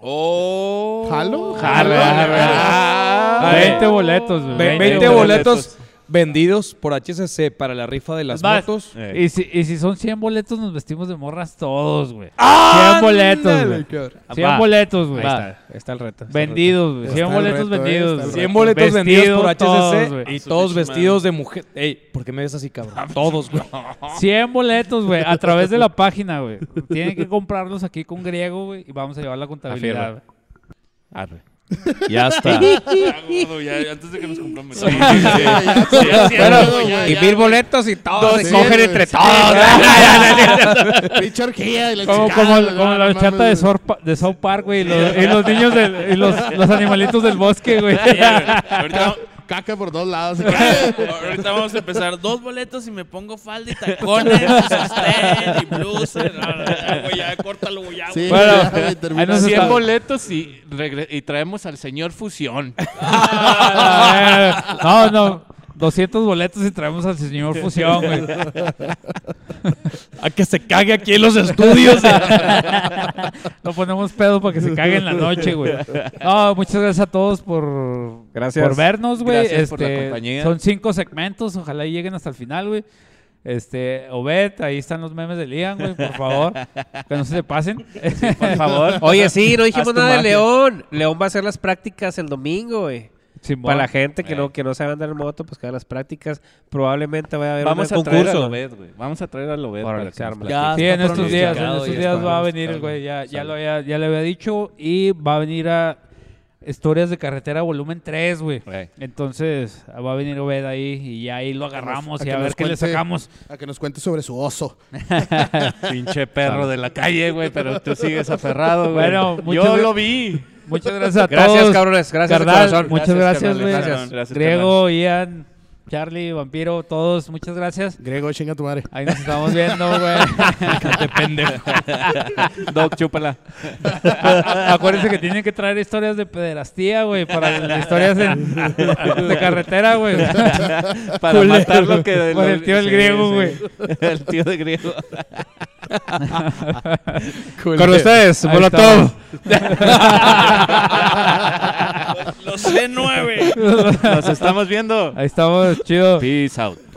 Speaker 3: ¡Oh!
Speaker 5: ¿Jalo?
Speaker 1: Arre, arre, arve.
Speaker 2: güey.
Speaker 1: 20 Ah, boletos, güey.
Speaker 2: Ve- 20 boletos vendidos por HCC para la rifa de las
Speaker 1: Vas.
Speaker 2: motos. Eh.
Speaker 1: Y si, y si son 100 boletos, nos vestimos de morras todos, güey. 100
Speaker 2: Ándale, Ah,
Speaker 1: boletos, güey.
Speaker 2: cabrón.
Speaker 1: 100 boletos, güey.
Speaker 4: Ahí está el reto.
Speaker 1: Vendidos, güey. 100
Speaker 5: Está el
Speaker 1: boletos
Speaker 5: reto, eh,
Speaker 1: vendidos.
Speaker 5: está el
Speaker 1: güey.
Speaker 2: 100 boletos
Speaker 1: Vestidos
Speaker 2: vendidos por HCC
Speaker 1: todos, güey.
Speaker 2: y todos
Speaker 3: pinche
Speaker 2: vestidos de mujer. Ey, ¿por qué me ves así, cabrón? Todos, güey.
Speaker 1: 100 boletos, güey, a través de la página, güey. Tienen que comprarlos aquí con griego, güey, y vamos a llevar la contabilidad. güey.
Speaker 2: Ya está.
Speaker 3: Ya, gordo, ya, antes de que nos compramos.
Speaker 4: y mil boletos y todos se
Speaker 5: Sí,
Speaker 4: cogen
Speaker 5: güey.
Speaker 4: entre todos.
Speaker 5: Pinche orgía y la
Speaker 1: Como,
Speaker 5: chingada,
Speaker 1: como,
Speaker 5: güey,
Speaker 1: como
Speaker 5: no
Speaker 1: la
Speaker 5: mames,
Speaker 1: chata de,
Speaker 5: güey.
Speaker 1: South Pa- de South Park, güey, y los, y los niños del- y los, los animalitos del bosque, güey.
Speaker 3: Ahorita,
Speaker 5: Caca por dos lados.
Speaker 3: ahorita vamos a empezar. Dos boletos y me pongo falda y tacones, y sostén y blusa. No, no, ya, güey, ya, córtalo, güey, ya,
Speaker 5: Sí,
Speaker 3: güey.
Speaker 1: Bueno,
Speaker 5: ya, güey, termina.
Speaker 1: ahí nos
Speaker 5: Sí,
Speaker 7: 100
Speaker 1: está-
Speaker 7: boletos y, regre- y traemos al señor Fusión.
Speaker 1: Ah, eh. no, no. 200 boletos y traemos al señor Fusión, güey.
Speaker 2: A que se cague aquí en los estudios.
Speaker 1: Lo ponemos pedo para que se cague en la noche, güey. No, muchas gracias a todos por,
Speaker 4: Gracias.
Speaker 1: por vernos, güey.
Speaker 7: Gracias por la
Speaker 1: Este,
Speaker 7: compañía.
Speaker 1: Son cinco segmentos, ojalá y lleguen hasta el final, güey. Este, Obed, ahí están los memes de Lian, güey, por favor. Que no se te pasen. por favor.
Speaker 4: Oye, sí, no dijimos
Speaker 7: Haz tu
Speaker 4: nada de
Speaker 7: magia.
Speaker 4: León. León va a hacer las prácticas el domingo, güey.
Speaker 1: Simón.
Speaker 4: Para la gente que no, que no sabe andar en moto, pues que haga las prácticas. Probablemente vaya a haber
Speaker 7: Vamos
Speaker 4: un
Speaker 7: a traer a
Speaker 4: concurso.
Speaker 7: Lobet, güey. Vamos a traer a Lobet
Speaker 4: Órale,
Speaker 7: para que
Speaker 4: se
Speaker 7: nos
Speaker 4: arma.
Speaker 7: platique.
Speaker 1: Sí, en
Speaker 2: está
Speaker 1: estos días, en
Speaker 2: pronosticado
Speaker 1: estos
Speaker 2: y
Speaker 1: días
Speaker 2: está
Speaker 1: va a venir el
Speaker 2: pronosticado.
Speaker 1: güey, ya, ya, lo había, ya le había dicho y va a venir a Historias de Carretera volumen 3, güey.
Speaker 7: Güey.
Speaker 1: Entonces va a venir Obed ahí y ya ahí lo agarramos
Speaker 5: a
Speaker 1: y
Speaker 5: que
Speaker 1: a ver
Speaker 5: nos
Speaker 1: qué le
Speaker 5: cuente.
Speaker 1: sacamos.
Speaker 5: A que nos cuente sobre su oso.
Speaker 7: Pinche perro de la calle, güey, pero tú sigues aferrado, güey.
Speaker 1: Bueno, muchas
Speaker 7: yo
Speaker 1: gra-
Speaker 7: lo vi.
Speaker 1: Muchas gracias a todos.
Speaker 4: Gracias, cabrones. Gracias, de
Speaker 1: Carnal,
Speaker 4: corazón.
Speaker 1: Muchas gracias,
Speaker 7: Gracias,
Speaker 1: güey.
Speaker 7: carnal, gracias. Gracias,
Speaker 1: Griego, Ian, Charlie, Vampiro, todos, muchas gracias.
Speaker 5: Grego, chinga tu madre.
Speaker 1: Ahí nos estamos viendo, güey.
Speaker 7: Doc, chúpala.
Speaker 1: Acuérdense que tienen que traer historias de pederastía, güey, para las historias en- de carretera, güey.
Speaker 7: Para
Speaker 1: Culero.
Speaker 7: matar lo que...
Speaker 1: Por
Speaker 7: lo-
Speaker 1: el tío del griego, güey.
Speaker 7: el tío del griego.
Speaker 4: Con ustedes,
Speaker 1: Ahí
Speaker 4: Molotov.
Speaker 8: Los C9.
Speaker 7: Nos estamos viendo.
Speaker 1: Ahí estamos, chido.
Speaker 7: Peace out.